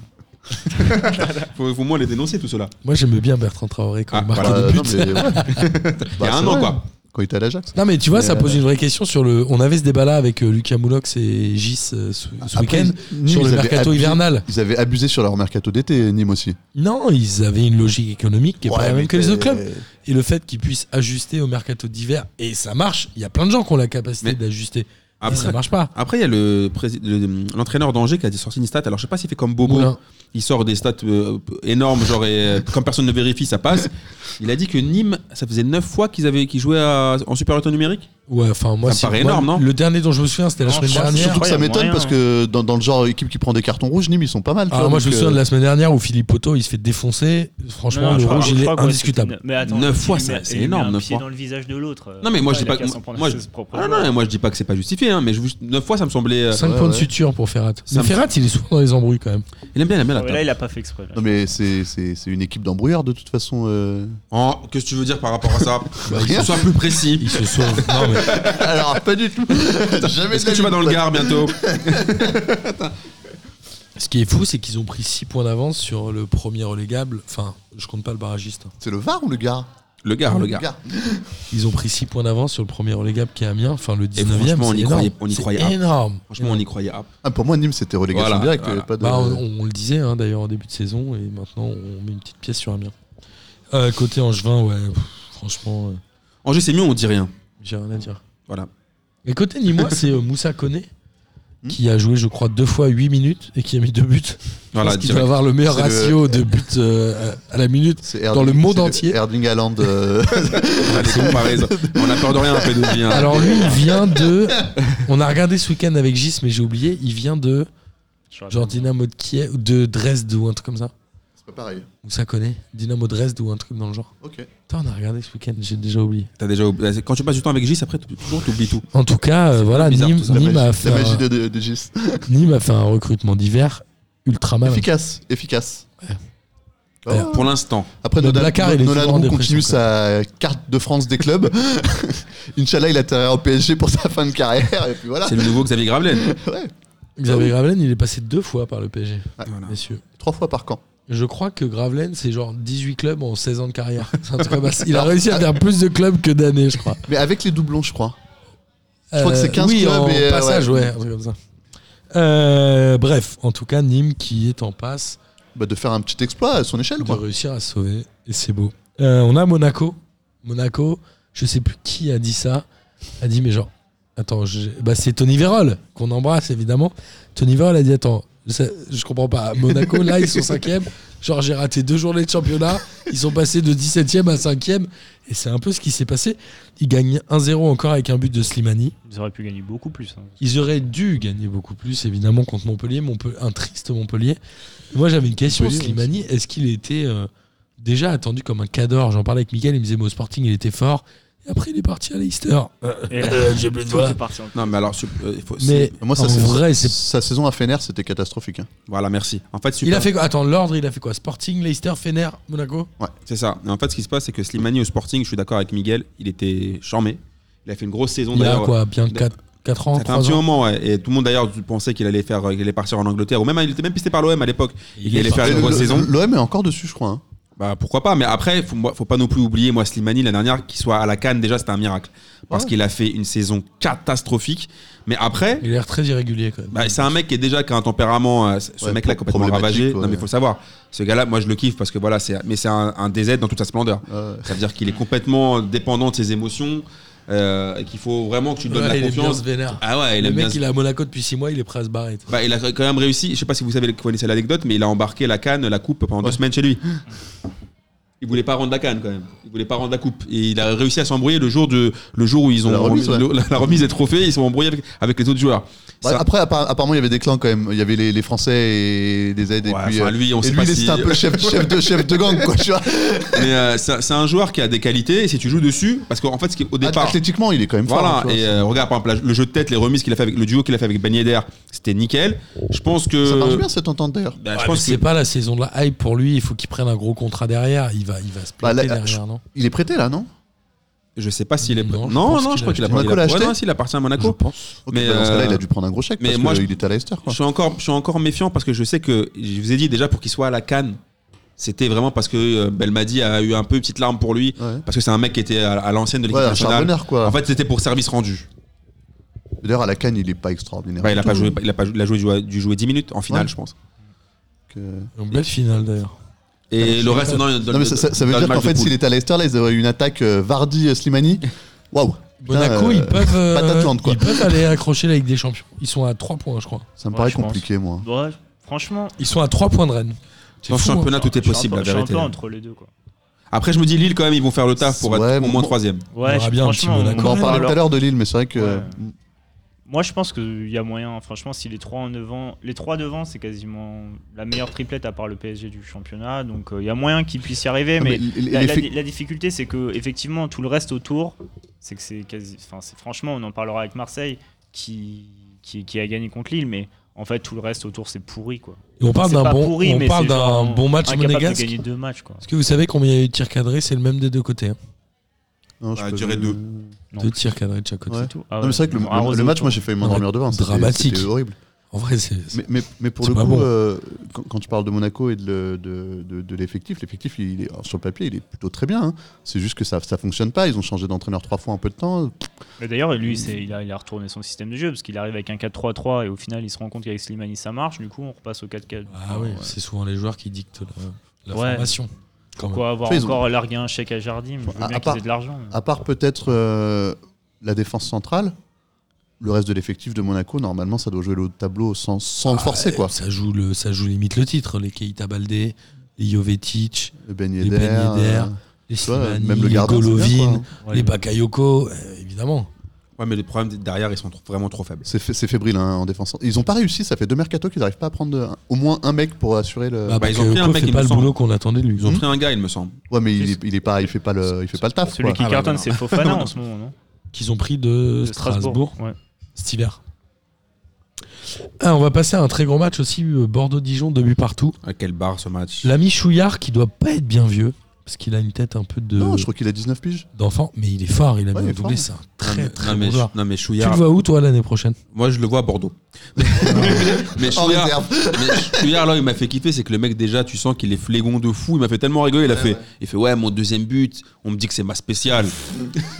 [SPEAKER 1] Faut, faut au moins les dénoncer, tout cela.
[SPEAKER 4] Moi, j'aimais bien Bertrand Traoré quand
[SPEAKER 1] Ah,
[SPEAKER 4] il marquait
[SPEAKER 3] Bah,
[SPEAKER 4] des
[SPEAKER 3] non,
[SPEAKER 4] buts.
[SPEAKER 3] mais- bah,
[SPEAKER 1] Il y a
[SPEAKER 3] c'est
[SPEAKER 1] un an,
[SPEAKER 3] vrai.
[SPEAKER 1] quoi.
[SPEAKER 3] quand il était à l'Ajax.
[SPEAKER 4] Non mais tu vois,
[SPEAKER 3] Mais,
[SPEAKER 4] ça
[SPEAKER 3] euh,
[SPEAKER 4] pose une vraie question sur le. On avait ce débat-là avec euh, Lucas Moulox et Gis euh, ce, ce
[SPEAKER 3] Après,
[SPEAKER 4] week-end
[SPEAKER 3] Nîmes,
[SPEAKER 4] sur
[SPEAKER 3] ils
[SPEAKER 4] le
[SPEAKER 3] avaient
[SPEAKER 4] mercato
[SPEAKER 3] abusé-
[SPEAKER 4] hivernal.
[SPEAKER 3] Ils avaient abusé sur leur mercato d'été, Nîmes aussi.
[SPEAKER 4] Non, ils avaient une logique économique qui est pas la même que les autres clubs. Et le fait qu'ils puissent ajuster au mercato d'hiver et ça marche. Il y a plein de gens qui ont la capacité
[SPEAKER 1] Mais-
[SPEAKER 4] d'ajuster. Mais
[SPEAKER 1] Après,
[SPEAKER 4] ça marche pas.
[SPEAKER 1] après, il y a le prési- le- l'entraîneur d'Angers qui a sorti une stat. Alors, je sais pas s'il fait comme Bobo.
[SPEAKER 4] Moulin.
[SPEAKER 1] Il sort des stats euh, énormes, genre, et, euh, comme personne ne vérifie, ça passe. Il a dit que Nîmes, ça faisait 9 fois qu'ils avaient- qu'ils jouaient à- en supériorité numérique.
[SPEAKER 4] Ouais, enfin moi,
[SPEAKER 1] Ça me
[SPEAKER 4] si-
[SPEAKER 1] paraît
[SPEAKER 4] moi,
[SPEAKER 1] énorme, non
[SPEAKER 4] Le dernier dont je me souviens, c'était la
[SPEAKER 5] Non,
[SPEAKER 4] semaine
[SPEAKER 5] je crois que
[SPEAKER 4] dernière.
[SPEAKER 5] surtout-
[SPEAKER 3] Donc ça
[SPEAKER 5] Incroyable,
[SPEAKER 3] m'étonne
[SPEAKER 5] moyen,
[SPEAKER 3] parce
[SPEAKER 5] hein.
[SPEAKER 3] que dans, dans le genre équipe qui prend des cartons rouges, Nîmes ils sont pas mal. tu
[SPEAKER 4] Alors
[SPEAKER 3] vois,
[SPEAKER 4] Ah, moi, je me
[SPEAKER 3] donc,
[SPEAKER 4] souviens de
[SPEAKER 3] euh,
[SPEAKER 4] la semaine dernière où Philippe Poteau, il se fait défoncer.
[SPEAKER 5] Non,
[SPEAKER 4] Franchement,
[SPEAKER 5] non,
[SPEAKER 4] le
[SPEAKER 5] je crois-
[SPEAKER 4] rouge,
[SPEAKER 5] je
[SPEAKER 4] il est
[SPEAKER 5] crois que, ouais,
[SPEAKER 4] indiscutable.
[SPEAKER 5] c'était- Mais attends,
[SPEAKER 1] Neuf
[SPEAKER 5] il
[SPEAKER 1] fois,
[SPEAKER 5] met-
[SPEAKER 1] ça,
[SPEAKER 5] il
[SPEAKER 1] c'est
[SPEAKER 5] met
[SPEAKER 1] énorme,
[SPEAKER 5] un
[SPEAKER 1] neuf
[SPEAKER 5] pied
[SPEAKER 1] fois.
[SPEAKER 5] dans le visage de l'autre.
[SPEAKER 1] Non, mais moi, je dis
[SPEAKER 5] Il a
[SPEAKER 1] pas
[SPEAKER 5] qu'à
[SPEAKER 1] que-
[SPEAKER 5] s'en prendre
[SPEAKER 1] moi,
[SPEAKER 5] à
[SPEAKER 1] je-
[SPEAKER 5] ses propres
[SPEAKER 1] Ah non,
[SPEAKER 5] joueurs.
[SPEAKER 1] non, moi je dis pas que c'est pas justifié, hein, mais je vous- 9 fois ça me semblait. euh,
[SPEAKER 4] 5
[SPEAKER 3] ouais,
[SPEAKER 4] points de
[SPEAKER 3] ouais.
[SPEAKER 4] suture pour Ferrat.
[SPEAKER 1] Ça
[SPEAKER 4] Mais
[SPEAKER 1] me-
[SPEAKER 4] Ferrat, il est souvent dans les embrouilles quand même.
[SPEAKER 1] Il aime bien, il aime bien la
[SPEAKER 5] Ouais,
[SPEAKER 1] table.
[SPEAKER 5] Là, il a pas fait exprès. là.
[SPEAKER 3] euh, Non mais c'est- c'est c'est une équipe d'embrouilleurs de toute façon. euh.
[SPEAKER 1] Oh, Qu'est-ce que tu veux dire par rapport à ça Bah,
[SPEAKER 3] rien.
[SPEAKER 1] Sois plus précis.
[SPEAKER 4] Il se sauve. Non, mais
[SPEAKER 3] Alors pas du tout. Jamais
[SPEAKER 1] Est-ce
[SPEAKER 3] de
[SPEAKER 1] que tu
[SPEAKER 3] la
[SPEAKER 1] vas dans
[SPEAKER 3] vie.
[SPEAKER 1] le Gard bientôt
[SPEAKER 4] Ce qui est fou, c'est qu'ils ont pris 6 points d'avance sur le premier relégable. Enfin, je compte pas le barragiste. hein.
[SPEAKER 3] C'est le Var ou le Gard
[SPEAKER 1] Le Gard, le Gard.
[SPEAKER 3] Gard.
[SPEAKER 4] Ils ont pris 6 points d'avance sur le premier relégable qui est Amiens, enfin le 19e.
[SPEAKER 1] franchement, on
[SPEAKER 4] c'est
[SPEAKER 1] y
[SPEAKER 4] énorme.
[SPEAKER 1] croyait- on y
[SPEAKER 4] C'est
[SPEAKER 1] croyait pas.
[SPEAKER 4] énorme.
[SPEAKER 1] Franchement, on y croyait. pas.
[SPEAKER 3] Ah, pour moi Nîmes c'était relégation
[SPEAKER 1] Voilà,
[SPEAKER 3] directe.
[SPEAKER 1] voilà.
[SPEAKER 3] pas de-
[SPEAKER 4] Bah, on, on le disait hein, d'ailleurs en début de saison et maintenant on met une petite pièce sur Amiens. Euh, côté Angevin, ouais, pff, franchement, euh,
[SPEAKER 1] Angers, c'est mieux, on dit rien.
[SPEAKER 4] j'ai rien à dire.
[SPEAKER 1] Voilà.
[SPEAKER 4] Et côté Nîmois, c'est euh, Moussa Koné
[SPEAKER 3] Hmm.
[SPEAKER 4] qui a joué, je crois, deux fois 8 minutes et qui a mis deux buts.
[SPEAKER 1] Voilà,
[SPEAKER 4] parce qu'il doit
[SPEAKER 1] direct.
[SPEAKER 4] avoir le meilleur
[SPEAKER 3] C'est le-
[SPEAKER 4] ratio de buts euh, à à la minute.
[SPEAKER 3] C'est
[SPEAKER 4] Dans le
[SPEAKER 3] Erling-
[SPEAKER 4] monde
[SPEAKER 3] c'est
[SPEAKER 4] entier.
[SPEAKER 3] Erling Haaland. euh,
[SPEAKER 1] Allez, comparaison. On a peur de rien, un peu de bien.
[SPEAKER 4] Alors lui, il vient de. On a regardé ce week-end avec Gis, mais j'ai oublié. Il vient de
[SPEAKER 5] Je
[SPEAKER 4] genre Dynamo de Kiev, ou de Dresde ou un truc comme ça.
[SPEAKER 3] c'est pas pareil.
[SPEAKER 4] Ou ça connaît Dynamo Dresde ou un truc dans le genre.
[SPEAKER 3] Ok.
[SPEAKER 4] Putain, on a regardé ce week-end, j'ai déjà oublié.
[SPEAKER 1] T'as déjà oublié- Quand tu passes du temps avec Gis, après, tu- toujours, t'oublies tout.
[SPEAKER 4] En tout cas, euh, voilà,
[SPEAKER 1] bizarre,
[SPEAKER 4] Nîmes,
[SPEAKER 1] tout ça.
[SPEAKER 3] La
[SPEAKER 4] Nîmes euh,
[SPEAKER 3] magie,
[SPEAKER 4] a
[SPEAKER 3] la
[SPEAKER 4] fait
[SPEAKER 3] magie
[SPEAKER 4] un,
[SPEAKER 3] de, de, de Gis.
[SPEAKER 4] Nîmes a fait un recrutement d'hiver ultra malin.
[SPEAKER 3] Efficace, efficace.
[SPEAKER 4] Ouais.
[SPEAKER 3] Ouais.
[SPEAKER 4] Ouais.
[SPEAKER 1] Pour l'instant.
[SPEAKER 3] Après,
[SPEAKER 4] Le
[SPEAKER 3] Nolan,
[SPEAKER 4] placard, il est
[SPEAKER 3] Nolan
[SPEAKER 4] toujours en
[SPEAKER 3] Roux
[SPEAKER 4] dépression,
[SPEAKER 3] continue sa carte de France des clubs. Inch'Allah, il atterrira au PSG pour sa fin de carrière. Et puis voilà.
[SPEAKER 1] C'est le nouveau Xavier Gravelaine.
[SPEAKER 3] Ouais.
[SPEAKER 4] Xavier Gravelaine, il est passé deux fois par le PSG,
[SPEAKER 1] Voilà.
[SPEAKER 4] messieurs.
[SPEAKER 3] Trois fois par camp.
[SPEAKER 4] Je crois que Gravelaine, c'est genre 18 clubs en 16 ans de carrière. C'est un truc comme ça. Il a réussi à faire plus de clubs que d'années, je crois.
[SPEAKER 3] Mais avec les doublons, je crois. Je crois que c'est 15
[SPEAKER 4] oui,
[SPEAKER 3] clubs
[SPEAKER 4] en
[SPEAKER 3] et, euh,
[SPEAKER 4] passage,
[SPEAKER 3] ouais.
[SPEAKER 4] ouais, un truc comme ça. Euh, bref, en tout cas, Nîmes qui est en passe
[SPEAKER 3] Bah, de faire un petit exploit à son échelle,
[SPEAKER 4] de
[SPEAKER 3] quoi.
[SPEAKER 4] réussir à se sauver, et c'est beau. Euh, on a Monaco. Monaco, je sais plus qui a dit ça, a dit mais genre, attends, je- bah, c'est Tony Vérol qu'on embrasse évidemment. Tony Vérol a dit attends, ça- je comprends pas. Monaco, là ils sont cinquième. Genre j'ai raté deux journées de championnat, ils sont passés de 17e à 5e et c'est un peu ce qui s'est passé. Ils gagnent 1-0 encore avec un but de Slimani.
[SPEAKER 5] Ils auraient pu gagner beaucoup plus. hein.
[SPEAKER 4] Ils auraient dû gagner beaucoup plus, évidemment, contre Montpellier, Montpe- un triste Montpellier. Moi, j'avais une question,
[SPEAKER 3] Montpellier,
[SPEAKER 4] Slimani, est-ce qu'il était euh, déjà attendu comme un cador J'en parlais avec Miguel, il me disait, mais au Sporting, il était fort. Et après, il est parti à Leicester.
[SPEAKER 5] Et euh, là,
[SPEAKER 4] Euh, J'ai plus de
[SPEAKER 5] tout
[SPEAKER 4] voix.
[SPEAKER 5] est parti en-
[SPEAKER 1] Non, mais alors, su- euh, il faut. c'est-
[SPEAKER 4] Mais
[SPEAKER 3] Moi,
[SPEAKER 4] en
[SPEAKER 3] sa, saison-
[SPEAKER 4] vrai, c'est...
[SPEAKER 3] sa saison à Fener, c'était catastrophique. hein.
[SPEAKER 1] Voilà, merci. En fait,
[SPEAKER 4] Il
[SPEAKER 1] super.
[SPEAKER 4] a fait quoi Attends, l'ordre, il a fait quoi Sporting, Leicester, Fener, Monaco
[SPEAKER 1] C'est ça. Et en fait, ce qui se passe, c'est que Slimani au Sporting, je suis d'accord avec Miguel, il était charmé. Il a fait une grosse saison
[SPEAKER 4] Il y a
[SPEAKER 1] d'ailleurs.
[SPEAKER 4] quoi Bien
[SPEAKER 1] d'a-
[SPEAKER 4] 4, ans,
[SPEAKER 1] C'était un
[SPEAKER 4] 3
[SPEAKER 1] petit
[SPEAKER 4] ans
[SPEAKER 1] moment, ouais. Et tout le monde d'ailleurs pensait qu'il allait faire, euh, qu'il allait partir en Angleterre. Ou même, il était même pisté par l'OM à l'époque. Il, allait
[SPEAKER 4] est
[SPEAKER 1] faire
[SPEAKER 4] parti.
[SPEAKER 1] une
[SPEAKER 3] Le-
[SPEAKER 1] grosse
[SPEAKER 3] le-
[SPEAKER 1] saison.
[SPEAKER 3] L'OM est encore dessus, je crois. hein.
[SPEAKER 1] Bah pourquoi pas. Mais après, faut, moi, faut pas non plus oublier, moi, Slimani, la dernière, qu'il soit à la Cannes, déjà, c'était un miracle. Parce
[SPEAKER 3] Ouais.
[SPEAKER 1] qu'il a fait une saison catastrophique. Mais après,
[SPEAKER 4] Il a l'air très irrégulier quand même.
[SPEAKER 1] Bah, c'est un mec qui est déjà qui a un tempérament, euh, ce
[SPEAKER 3] Ouais,
[SPEAKER 1] mec-là
[SPEAKER 3] pro-
[SPEAKER 1] complètement
[SPEAKER 3] problématique,
[SPEAKER 1] ravagé.
[SPEAKER 3] ouais.
[SPEAKER 1] Non mais faut le savoir. Ce gars-là, moi je le kiffe parce que voilà, c'est mais c'est un, un DZ dans toute sa splendeur.
[SPEAKER 3] Euh,
[SPEAKER 1] Ça veut dire qu'il est complètement dépendant de ses émotions euh, et qu'il faut vraiment que tu lui donnes
[SPEAKER 4] Ouais, il
[SPEAKER 1] la
[SPEAKER 4] est bien
[SPEAKER 1] confiance.
[SPEAKER 4] se vénère.
[SPEAKER 1] Ah ouais, il
[SPEAKER 4] Le
[SPEAKER 1] aime bien.
[SPEAKER 4] mec,
[SPEAKER 1] ce-
[SPEAKER 4] il est à Monaco depuis 6 mois, il est prêt à se barrer.
[SPEAKER 1] Bah, il a quand même réussi. Je sais pas si vous savez, connaissez l'anecdote, mais il a embarqué la canne, la coupe pendant deux
[SPEAKER 3] Ouais.
[SPEAKER 1] semaines chez lui. Il voulait pas rendre la canne quand même. Il voulait pas rendre la coupe. Et il a réussi à s'embrouiller le jour de le jour où ils ont
[SPEAKER 3] La remise,
[SPEAKER 1] remis- le- la, la remise des trophées. Ils sont embrouillés avec, avec les autres joueurs.
[SPEAKER 3] ouais,
[SPEAKER 1] Ça-
[SPEAKER 3] bah, Après, appara- apparemment, il y avait des clans quand même. Il y avait les, les Français et les aides.
[SPEAKER 1] Ouais,
[SPEAKER 3] et puis,
[SPEAKER 1] enfin,
[SPEAKER 3] euh,
[SPEAKER 1] lui, on
[SPEAKER 3] et
[SPEAKER 1] sait
[SPEAKER 3] lui,
[SPEAKER 1] pas
[SPEAKER 3] il est-
[SPEAKER 1] si-
[SPEAKER 3] c'était un peu chef, chef de, chef de gang, quoi, tu vois.
[SPEAKER 1] Mais euh, c'est c'est un joueur qui a des qualités et si tu joues dessus, parce qu'en fait, ce
[SPEAKER 3] Ah,
[SPEAKER 1] qui- au départ.
[SPEAKER 3] Athlétiquement, il est quand même fort.
[SPEAKER 1] Voilà,
[SPEAKER 3] hein, tu vois.
[SPEAKER 1] et euh, regarde par exemple la- le jeu de tête, les remises qu'il a fait avec le duo qu'il a fait avec Ben Yedder, c'était nickel. Je pense que.
[SPEAKER 3] Ça marche bien cette entente d'ailleurs.
[SPEAKER 1] Bah,
[SPEAKER 4] Ouais,
[SPEAKER 1] je
[SPEAKER 4] Ah, mais
[SPEAKER 1] pense que
[SPEAKER 4] c'est pas la saison de la hype pour lui. Il faut qu'il prenne un gros contrat derrière. Il va, il va se
[SPEAKER 3] Bah,
[SPEAKER 4] planter
[SPEAKER 3] là,
[SPEAKER 4] derrière, non
[SPEAKER 3] Il est prêté là, non
[SPEAKER 1] je sais pas s'il est. Non,
[SPEAKER 4] Non, je
[SPEAKER 1] non,
[SPEAKER 4] pense qu'il
[SPEAKER 1] je crois
[SPEAKER 4] a
[SPEAKER 1] qu'il a
[SPEAKER 3] acheté.
[SPEAKER 1] il a-
[SPEAKER 3] Monaco l'a
[SPEAKER 1] ouais,
[SPEAKER 3] acheté
[SPEAKER 1] non, s'il appartient à Monaco.
[SPEAKER 4] Je pense.
[SPEAKER 3] Ok,
[SPEAKER 1] Mais,
[SPEAKER 3] bah, dans ce cas-là,
[SPEAKER 1] euh,
[SPEAKER 3] il a dû prendre un gros chèque
[SPEAKER 1] mais
[SPEAKER 3] parce
[SPEAKER 1] moi, je-
[SPEAKER 3] qu'il était à Leicester.
[SPEAKER 1] Je
[SPEAKER 3] Quoi.
[SPEAKER 1] suis encore, je suis encore méfiant parce que je sais que je vous ai dit déjà pour qu'il soit à la canne, c'était vraiment parce que euh, Belmadi a eu un peu une petite larme pour lui,
[SPEAKER 3] Ouais.
[SPEAKER 1] parce que c'est un mec qui était à, à l'ancienne de l'équipe
[SPEAKER 3] Ouais, un
[SPEAKER 1] nationale.
[SPEAKER 3] charbonneur, quoi.
[SPEAKER 1] En fait, c'était pour service rendu.
[SPEAKER 3] D'ailleurs, à la Cannes, il est pas extraordinaire.
[SPEAKER 1] Ouais, il a
[SPEAKER 3] du
[SPEAKER 1] pas
[SPEAKER 3] tout,
[SPEAKER 1] joué, il a pas il a joué, du- dû jouer 10 minutes en finale,
[SPEAKER 3] Ouais.
[SPEAKER 1] je pense.
[SPEAKER 3] donc, euh,
[SPEAKER 4] Une belle finale d'ailleurs.
[SPEAKER 1] Et
[SPEAKER 4] Ouais,
[SPEAKER 1] le
[SPEAKER 4] je
[SPEAKER 1] reste,
[SPEAKER 4] sais pas.
[SPEAKER 1] non, dans
[SPEAKER 3] Non, mais
[SPEAKER 1] le-
[SPEAKER 3] ça, ça- ça veut
[SPEAKER 1] dans le
[SPEAKER 3] dire
[SPEAKER 1] match
[SPEAKER 3] qu'en
[SPEAKER 1] de
[SPEAKER 3] fait,
[SPEAKER 1] poule.
[SPEAKER 3] s'il était à Leicester, là, ils auraient eu une attaque euh, Vardy-Slimani. Waouh!
[SPEAKER 4] Monaco,
[SPEAKER 3] Putain, euh,
[SPEAKER 4] ils peuvent. euh,
[SPEAKER 3] patate-lande, quoi.
[SPEAKER 4] Ils peuvent aller accrocher la Ligue des Champions. Ils sont à 3 points, je crois.
[SPEAKER 3] Ça me
[SPEAKER 5] Ouais,
[SPEAKER 3] paraît
[SPEAKER 5] je pense.
[SPEAKER 3] compliqué, moi.
[SPEAKER 5] Ouais, franchement,
[SPEAKER 4] Ils sont à 3 points de Rennes. C'est
[SPEAKER 1] Dans le
[SPEAKER 4] fou, hein.
[SPEAKER 1] championnat, tout est
[SPEAKER 5] je suis un
[SPEAKER 1] possible,
[SPEAKER 5] peu-
[SPEAKER 1] la
[SPEAKER 5] Je suis un
[SPEAKER 1] vérité.
[SPEAKER 5] peu entre les deux. Quoi.
[SPEAKER 1] Après, je me dis Lille quand même, ils vont faire le taf pour être
[SPEAKER 3] Ouais,
[SPEAKER 1] au moins
[SPEAKER 3] bon.
[SPEAKER 1] troisième.
[SPEAKER 5] Ouais,
[SPEAKER 4] verra
[SPEAKER 5] je-
[SPEAKER 4] bien un petit
[SPEAKER 5] franchement,
[SPEAKER 4] Monaco.
[SPEAKER 3] On va en parler
[SPEAKER 5] Alors,
[SPEAKER 3] tout à l'heure de Lille, mais c'est vrai que.
[SPEAKER 5] Ouais.
[SPEAKER 3] euh,
[SPEAKER 5] Moi, je pense qu'il y a moyen. hein. Franchement, si les trois en devant, les trois devant, c'est quasiment la meilleure triplette à part le PSG du championnat. Donc, euh, il y a moyen qu'ils puissent y arriver.
[SPEAKER 4] Ah,
[SPEAKER 3] non,
[SPEAKER 5] Mais,
[SPEAKER 3] mais
[SPEAKER 5] la,
[SPEAKER 3] l-
[SPEAKER 5] la-
[SPEAKER 3] l'effet-
[SPEAKER 5] la difficulté, c'est que effectivement, tout le reste autour, c'est que c'est quasi. Enfin, c'est franchement, on en parlera avec Marseille, qui, qui, qui a gagné contre Lille, mais en fait, tout le reste autour, c'est pourri, quoi.
[SPEAKER 4] Et on parle
[SPEAKER 5] C'est
[SPEAKER 4] d'un
[SPEAKER 5] pas
[SPEAKER 4] bon,
[SPEAKER 5] pourri,
[SPEAKER 4] on
[SPEAKER 5] mais
[SPEAKER 4] parle
[SPEAKER 5] c'est
[SPEAKER 4] d'un
[SPEAKER 5] genre
[SPEAKER 4] bon match
[SPEAKER 5] incapable
[SPEAKER 4] monégasque.
[SPEAKER 5] de gagner deux matchs, quoi.
[SPEAKER 4] Est-ce que vous savez combien il y a eu de tirs cadrés C'est le même des deux côtés. hein.
[SPEAKER 3] Non, je
[SPEAKER 1] Bah,
[SPEAKER 3] peux-
[SPEAKER 1] je dirais deux.
[SPEAKER 5] Non.
[SPEAKER 4] Deux tirs cadrés de chaque côté.
[SPEAKER 3] Ouais.
[SPEAKER 5] C'est tout. Ah
[SPEAKER 3] Non, mais
[SPEAKER 5] ouais,
[SPEAKER 3] c'est vrai que
[SPEAKER 5] ils
[SPEAKER 3] le,
[SPEAKER 5] ont arrosé
[SPEAKER 3] le match,
[SPEAKER 5] autour.
[SPEAKER 3] moi, j'ai failli m'endormir devant. c'était-
[SPEAKER 4] Dramatique.
[SPEAKER 3] C'était horrible.
[SPEAKER 4] En vrai, c'est.
[SPEAKER 3] Mais, mais, mais pour
[SPEAKER 4] C'est
[SPEAKER 3] le
[SPEAKER 4] pas
[SPEAKER 3] coup,
[SPEAKER 4] bon.
[SPEAKER 3] euh, quand, quand tu parles de Monaco et de, le- de, de- de l'effectif, l'effectif, il est, alors, sur le papier, il est plutôt très bien. hein. C'est juste que ça ne fonctionne pas. Ils ont changé d'entraîneur trois fois en peu de temps.
[SPEAKER 5] Mais d'ailleurs, lui, c'est- il, a, il a retourné son système de jeu parce qu'il arrive avec un 4-3-3 et au final, il se rend compte qu'avec Slimani ça marche. Du coup, on repasse au 4-4.
[SPEAKER 4] Ah oui, c'est souvent les joueurs qui dictent la, la
[SPEAKER 5] Ouais.
[SPEAKER 4] formation. Quand même.
[SPEAKER 5] Pourquoi avoir
[SPEAKER 3] Après, ils
[SPEAKER 5] encore largué un chèque à Jardim Je veux
[SPEAKER 3] à- à
[SPEAKER 5] bien qu'ils
[SPEAKER 3] part-
[SPEAKER 5] aient de l'argent. mais-
[SPEAKER 3] À part peut-être euh, la défense centrale, le reste de l'effectif de Monaco, normalement, ça doit jouer le haut de tableau sans, sans le forcer.
[SPEAKER 4] Ah,
[SPEAKER 3] Quoi.
[SPEAKER 4] Ça joue, le, ça joue limite le titre. Les Keita Baldé, les Jovetic,
[SPEAKER 3] Le Ben
[SPEAKER 4] les
[SPEAKER 3] Yedder,
[SPEAKER 4] Ben Yedder,
[SPEAKER 3] euh,
[SPEAKER 4] les
[SPEAKER 3] tu vois,
[SPEAKER 4] Slimani,
[SPEAKER 3] même le
[SPEAKER 4] les
[SPEAKER 3] gardien. c'est bien,
[SPEAKER 4] Golovin,
[SPEAKER 3] quoi. hein.
[SPEAKER 5] Ouais,
[SPEAKER 4] les
[SPEAKER 5] il-
[SPEAKER 4] Bakayoko, euh, évidemment.
[SPEAKER 1] Ouais, mais le problème derrière, ils sont trop- vraiment trop faibles.
[SPEAKER 3] C'est fa- c'est fébrile hein, en défense. Ils n'ont pas réussi, ça fait deux mercato qu'ils n'arrivent pas à prendre euh, au moins un mec pour assurer le.
[SPEAKER 4] Bah,
[SPEAKER 1] bah, ils ont pris un
[SPEAKER 4] Bakayoko
[SPEAKER 1] mec,
[SPEAKER 4] fait
[SPEAKER 1] il
[SPEAKER 4] pas
[SPEAKER 1] me
[SPEAKER 4] le
[SPEAKER 1] semble.
[SPEAKER 4] boulot qu'on attendait de lui.
[SPEAKER 3] Hmm.
[SPEAKER 1] Ils ont pris un gars, il me semble.
[SPEAKER 3] Ouais, mais il, est, il est pas, il fait pas le, il fait pas le taf.
[SPEAKER 5] Celui
[SPEAKER 3] quoi.
[SPEAKER 5] qui
[SPEAKER 1] Ah ouais,
[SPEAKER 5] cartonne,
[SPEAKER 1] non.
[SPEAKER 5] c'est Fofana en ce moment, non
[SPEAKER 4] Qu'ils ont pris de
[SPEAKER 5] De
[SPEAKER 4] Strasbourg,
[SPEAKER 5] Ouais.
[SPEAKER 4] cet hiver. Ah, on va passer à un très gros match aussi, euh, Bordeaux-Dijon, deux buts partout.
[SPEAKER 1] Ah, quel bar ce match.
[SPEAKER 4] L'ami Chouillard qui doit pas être bien vieux, parce qu'il a une tête un peu de-
[SPEAKER 3] Non, je crois qu'il a 19 piges.
[SPEAKER 4] d'enfant, mais il est fort, il a
[SPEAKER 3] Ouais,
[SPEAKER 4] mis
[SPEAKER 3] il
[SPEAKER 4] un
[SPEAKER 3] est
[SPEAKER 4] doublé,
[SPEAKER 3] fort.
[SPEAKER 4] c'est un
[SPEAKER 1] non,
[SPEAKER 4] très
[SPEAKER 1] mais-
[SPEAKER 4] très
[SPEAKER 1] non, mais,
[SPEAKER 4] bon joueur.
[SPEAKER 1] non, mais
[SPEAKER 4] Tu le
[SPEAKER 1] Chouillard,
[SPEAKER 4] vois où toi l'année prochaine
[SPEAKER 1] moi je le vois à Bordeaux. mais
[SPEAKER 5] Oh,
[SPEAKER 3] En
[SPEAKER 1] Chouillard,
[SPEAKER 3] réserve.
[SPEAKER 1] Mais Chouillard, là, il m'a fait kiffer, c'est que le mec, déjà, tu sens qu'il est flégon de fou. Il m'a fait tellement rigoler. Il a fait, il fait, ouais, mon deuxième but, on me dit que c'est ma spéciale.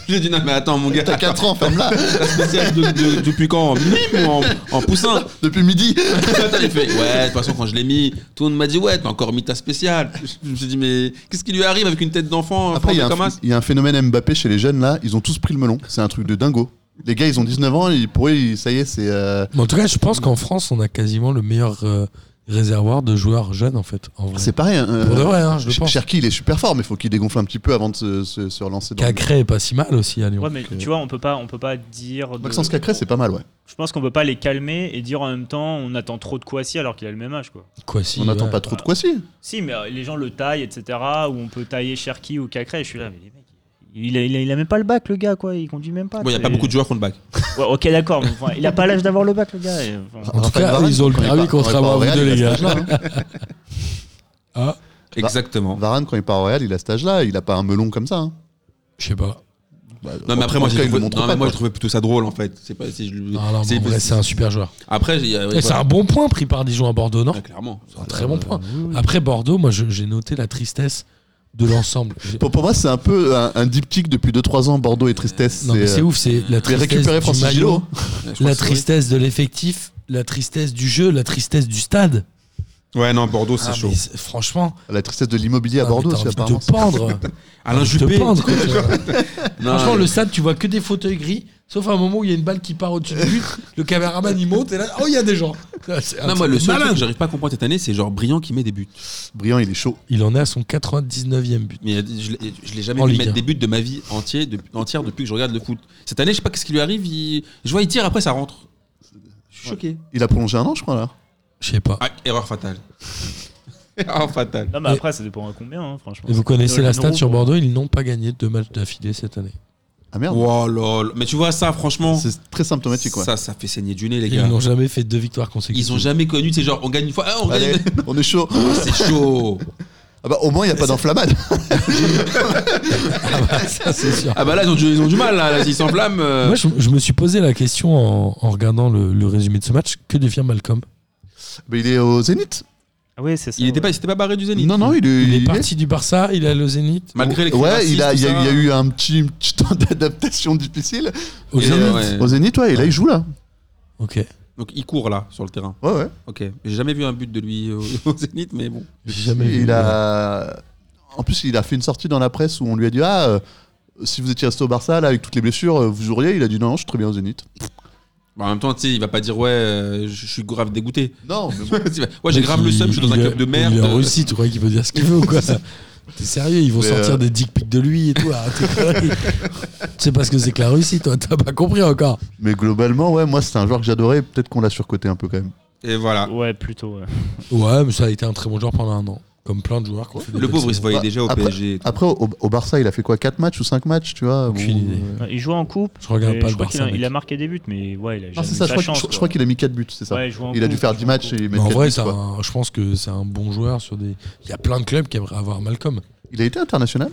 [SPEAKER 1] J'ai dit, non, mais attends, mon gars,
[SPEAKER 3] T'as 4 ans, ferme-la
[SPEAKER 1] ta spéciale de- de- depuis quand Mime ou en, en poussin
[SPEAKER 3] depuis midi.
[SPEAKER 1] Attends, il fait, ouais, de toute façon, quand je l'ai mis, tout le monde m'a dit, ouais, t'as encore mis ta spéciale. Je me suis dit, mais qu'est-ce qui lui arrive avec une tête d'enfant
[SPEAKER 3] Après, il y, a un
[SPEAKER 1] Franck
[SPEAKER 3] ph-
[SPEAKER 1] Thomas
[SPEAKER 3] il y a un phénomène Mbappé chez les jeunes là. Ils ont tous pris le melon. C'est un truc de dingo. Les gars, ils ont 19 ans. Et pour eux, ils- ça y est, c'est. euh,
[SPEAKER 4] Mais en tout cas, je pense qu'en France, on a quasiment le meilleur euh, réservoir de joueurs jeunes, en fait. En vrai.
[SPEAKER 3] C'est pareil. euh,
[SPEAKER 4] Pour de vrai, hein, je le
[SPEAKER 3] Ch-
[SPEAKER 4] pense.
[SPEAKER 3] Cherki, il est super fort, mais faut qu'il dégonfle un petit peu avant de se, se- se relancer dans le.
[SPEAKER 4] Cacré est pas si mal aussi à Lyon.
[SPEAKER 5] Ouais, mais tu vois, on peut pas, on peut pas dire. de-
[SPEAKER 3] Maxence Cacré, c'est pas mal, ouais.
[SPEAKER 5] Je pense qu'on peut pas les calmer et dire en même temps, on attend trop de Kouassi alors qu'il a le même âge, quoi.
[SPEAKER 4] Quoi si
[SPEAKER 3] On n'attend
[SPEAKER 4] ouais.
[SPEAKER 3] pas trop de quoi si.
[SPEAKER 5] Si, mais euh, les gens le taillent, etc. Ou on peut tailler Cherki ou Cacré. Je suis là, mais les mecs. Il a, il, a, il a même pas le bac, le gars, quoi. Il conduit même pas.
[SPEAKER 1] Bon, il n'y a
[SPEAKER 5] C'est-
[SPEAKER 1] pas beaucoup de joueurs contre bac.
[SPEAKER 3] Bah,
[SPEAKER 5] Ouais, ok, d'accord. mais enfin, il a pas l'âge d'avoir le bac, le gars. et, enfin,
[SPEAKER 4] En tout
[SPEAKER 3] Raphaël
[SPEAKER 4] cas,
[SPEAKER 3] Varane,
[SPEAKER 4] ils ont le
[SPEAKER 3] quand il
[SPEAKER 4] permis,
[SPEAKER 3] part- quand il
[SPEAKER 4] contrairement
[SPEAKER 3] part
[SPEAKER 4] à
[SPEAKER 3] au
[SPEAKER 4] vous
[SPEAKER 3] Real,
[SPEAKER 4] deux,
[SPEAKER 3] il a
[SPEAKER 4] les gars.
[SPEAKER 3] cet âge-là, hein.
[SPEAKER 4] Ah,
[SPEAKER 1] Exactement.
[SPEAKER 3] Varane, quand il part au Real, il a cet âge-là. Il a pas un melon comme ça. hein.
[SPEAKER 4] je sais pas.
[SPEAKER 3] Bah,
[SPEAKER 1] Non, mais
[SPEAKER 3] en
[SPEAKER 1] après,
[SPEAKER 3] tout
[SPEAKER 1] moi,
[SPEAKER 3] cas,
[SPEAKER 1] j'ai
[SPEAKER 3] il le
[SPEAKER 1] trouvé,
[SPEAKER 3] montre
[SPEAKER 1] non,
[SPEAKER 3] pas,
[SPEAKER 1] mais moi,
[SPEAKER 3] quoi.
[SPEAKER 1] je trouvais plutôt ça drôle, en fait. C'est pas, si je-
[SPEAKER 4] Non, non, mais
[SPEAKER 1] c'est-
[SPEAKER 4] en vrai, c'est un super joueur.
[SPEAKER 1] Après, il y a-
[SPEAKER 4] Et c'est un bon point pris par Dijon à Bordeaux, non
[SPEAKER 1] Ouais, clairement.
[SPEAKER 4] C'est un très bon point. Après Bordeaux, moi, je- j'ai noté la tristesse de l'ensemble. J'ai-
[SPEAKER 3] Pour, pour moi, c'est un peu un, un diptyque depuis 2-3 ans, Bordeaux et Tristesse.
[SPEAKER 4] Non, mais
[SPEAKER 3] c'est
[SPEAKER 4] c'est ouf, c'est la
[SPEAKER 3] Mais
[SPEAKER 4] tristesse
[SPEAKER 3] récupérer
[SPEAKER 4] du
[SPEAKER 3] Francis
[SPEAKER 4] maillot,
[SPEAKER 3] Gillot.
[SPEAKER 1] Ouais, je
[SPEAKER 4] la
[SPEAKER 1] pense que oui.
[SPEAKER 4] tristesse de l'effectif, la tristesse du jeu, la tristesse du stade.
[SPEAKER 3] Ah,
[SPEAKER 1] Ouais, non, Bordeaux, c'est
[SPEAKER 4] Ah,
[SPEAKER 1] chaud.
[SPEAKER 4] mais c'est- franchement,
[SPEAKER 3] La tristesse de l'immobilier à
[SPEAKER 4] ah, mais
[SPEAKER 3] Bordeaux,
[SPEAKER 4] t'as
[SPEAKER 3] aussi,
[SPEAKER 4] envie
[SPEAKER 3] apparemment.
[SPEAKER 4] de te pendre.
[SPEAKER 1] Alain
[SPEAKER 4] Je te
[SPEAKER 1] Juppé.
[SPEAKER 4] pendre. quoi, tu vois.
[SPEAKER 1] Non,
[SPEAKER 4] Franchement,
[SPEAKER 1] mais-
[SPEAKER 4] le stade, tu vois que des fauteuils gris, sauf à un moment où il y a une balle qui part au-dessus du but, le caméraman il monte et là, oh, il y a des gens. C'est un
[SPEAKER 1] Non, moi,
[SPEAKER 4] truc
[SPEAKER 1] le seul
[SPEAKER 4] malin.
[SPEAKER 1] truc que j'arrive pas à comprendre cette année, c'est genre Brillant qui met des buts.
[SPEAKER 3] Brillant, il est chaud.
[SPEAKER 4] Il en est à son 99e but.
[SPEAKER 1] Mais euh, je l'ai- je l'ai jamais
[SPEAKER 4] En
[SPEAKER 1] vu
[SPEAKER 4] Ligue
[SPEAKER 1] mettre
[SPEAKER 4] un.
[SPEAKER 1] des buts de ma vie entière, de- entière depuis que je regarde le foot. Cette année, je sais pas qu'est-ce qui lui arrive. il- Je vois, il tire, après, ça rentre. Je suis choqué.
[SPEAKER 3] Il a prolongé un an, je crois, là.
[SPEAKER 4] Je sais pas.
[SPEAKER 1] Ah, erreur fatale. erreur fatale.
[SPEAKER 5] Non, mais
[SPEAKER 4] Et-
[SPEAKER 5] après, ça dépend à combien, hein, franchement.
[SPEAKER 4] Et vous connaissez la stat sur
[SPEAKER 5] Bordeaux
[SPEAKER 4] Bordeaux, ils n'ont pas gagné deux matchs d'affilée cette année.
[SPEAKER 3] Ah merde.
[SPEAKER 1] Oh lol. Mais tu vois, ça, franchement,
[SPEAKER 3] C'est très symptomatique, ouais.
[SPEAKER 1] ça, ça fait saigner du nez, les
[SPEAKER 4] Ils
[SPEAKER 1] gars.
[SPEAKER 4] n'ont jamais fait deux victoires
[SPEAKER 1] Ils
[SPEAKER 4] consécutives.
[SPEAKER 1] ont jamais connu, c'est genre, on gagne une fois. Ah, on
[SPEAKER 3] Allez,
[SPEAKER 1] gagne.
[SPEAKER 3] on est chaud.
[SPEAKER 1] C'est chaud.
[SPEAKER 3] Ah bah, au moins, il n'y a pas d'enflammade.
[SPEAKER 4] Ah bah, ça, c'est sûr.
[SPEAKER 1] Ah, bah là, ils ont du, ils ont du mal, là, là, ils s'enflamment. euh.
[SPEAKER 4] Moi, je, je me suis posé la question en, en regardant le, le résumé de ce match. Que devient Malcolm
[SPEAKER 3] Mais il est au Zénith.
[SPEAKER 5] Ah oui, c'est ça.
[SPEAKER 1] Il n'était
[SPEAKER 5] ouais.
[SPEAKER 1] pas, il s'était pas barré du Zénith.
[SPEAKER 3] Non, non, il est,
[SPEAKER 4] Il
[SPEAKER 3] il
[SPEAKER 4] est
[SPEAKER 3] est-
[SPEAKER 4] parti du Barça, il est allé au Zénith.
[SPEAKER 1] Malgré les critiques
[SPEAKER 3] Ouais, il a, il, y
[SPEAKER 1] racistes,
[SPEAKER 3] a, il y a
[SPEAKER 1] tout
[SPEAKER 3] eu un petit, un petit temps d'adaptation difficile
[SPEAKER 4] Au
[SPEAKER 1] Et,
[SPEAKER 4] Zénith.
[SPEAKER 1] euh, ouais.
[SPEAKER 3] au Zénith, ouais, et là il joue là.
[SPEAKER 4] Ok.
[SPEAKER 1] ça. hein. Donc il court là sur le terrain.
[SPEAKER 3] Ouais, ouais.
[SPEAKER 1] Ok. J'ai jamais vu un but de lui au, au Zénith, mais bon.
[SPEAKER 4] J'ai jamais
[SPEAKER 3] Et
[SPEAKER 4] vu.
[SPEAKER 3] il a... En plus, il a fait une sortie dans la presse où on lui a dit Ah, euh, si vous étiez resté au Barça, là, avec toutes les blessures, euh, vous joueriez Il a dit Non, non, je suis très bien au Zénith.
[SPEAKER 1] Bah, en même temps, tu sais, il va pas dire ouais, euh, je je suis grave dégoûté.
[SPEAKER 3] Non, mais bon.
[SPEAKER 1] ouais, j'ai grave
[SPEAKER 4] Il-
[SPEAKER 1] le seum, je suis dans un
[SPEAKER 4] il
[SPEAKER 1] club
[SPEAKER 4] est-
[SPEAKER 1] de merde.
[SPEAKER 4] Il est en Russie, tu crois qu'il peut dire ce qu'il veut ou quoi ça T'es sérieux Ils vont
[SPEAKER 3] Mais,
[SPEAKER 4] sortir
[SPEAKER 3] euh,
[SPEAKER 4] des dick pics de lui et tout. arrêtez de conneries. Tu sais pas ce que c'est que la Russie, toi, t'as pas compris encore.
[SPEAKER 3] mais globalement, ouais, moi, c'était un joueur que j'adorais. Peut-être qu'on l'a surcoté un peu quand même.
[SPEAKER 1] Et voilà.
[SPEAKER 5] Ouais, plutôt. ouais.
[SPEAKER 4] Ouais, mais ça a été un très bon joueur pendant un an. Comme plein de joueurs. qui ont fait des
[SPEAKER 1] Le
[SPEAKER 4] belles
[SPEAKER 1] pauvre, il se
[SPEAKER 4] saisons.
[SPEAKER 1] voyait
[SPEAKER 3] Bah,
[SPEAKER 1] déjà au
[SPEAKER 3] après-
[SPEAKER 1] PSG.
[SPEAKER 3] Après, au, au Barça, il a fait quoi 4 matchs ou 5 matchs, tu vois
[SPEAKER 4] Aucune idée.
[SPEAKER 3] euh,
[SPEAKER 5] Il jouait en coupe.
[SPEAKER 4] Je regarde
[SPEAKER 5] mais
[SPEAKER 4] pas
[SPEAKER 5] je
[SPEAKER 4] le
[SPEAKER 5] crois qu'il
[SPEAKER 4] Barça.
[SPEAKER 5] a, il a
[SPEAKER 4] mec.
[SPEAKER 5] marqué des buts, mais ouais, il a jamais
[SPEAKER 3] Non, c'est
[SPEAKER 5] eu
[SPEAKER 3] ça, je
[SPEAKER 5] sa
[SPEAKER 3] crois,
[SPEAKER 5] chance,
[SPEAKER 3] que- je
[SPEAKER 5] quoi.
[SPEAKER 3] crois qu'il a mis 4 buts, c'est ça.
[SPEAKER 5] Ouais, il jouait en
[SPEAKER 3] il a dû
[SPEAKER 5] coupe,
[SPEAKER 3] faire
[SPEAKER 5] il
[SPEAKER 3] 10
[SPEAKER 5] jouait en
[SPEAKER 3] matchs
[SPEAKER 5] coupe.
[SPEAKER 3] et
[SPEAKER 4] Mais
[SPEAKER 3] mettre
[SPEAKER 4] en
[SPEAKER 3] 4
[SPEAKER 4] vrai,
[SPEAKER 3] buts.
[SPEAKER 4] c'est
[SPEAKER 3] quoi.
[SPEAKER 4] un- je pense que c'est un bon joueur sur des. Il y a plein de clubs qui aimeraient avoir Malcolm.
[SPEAKER 3] Il a été international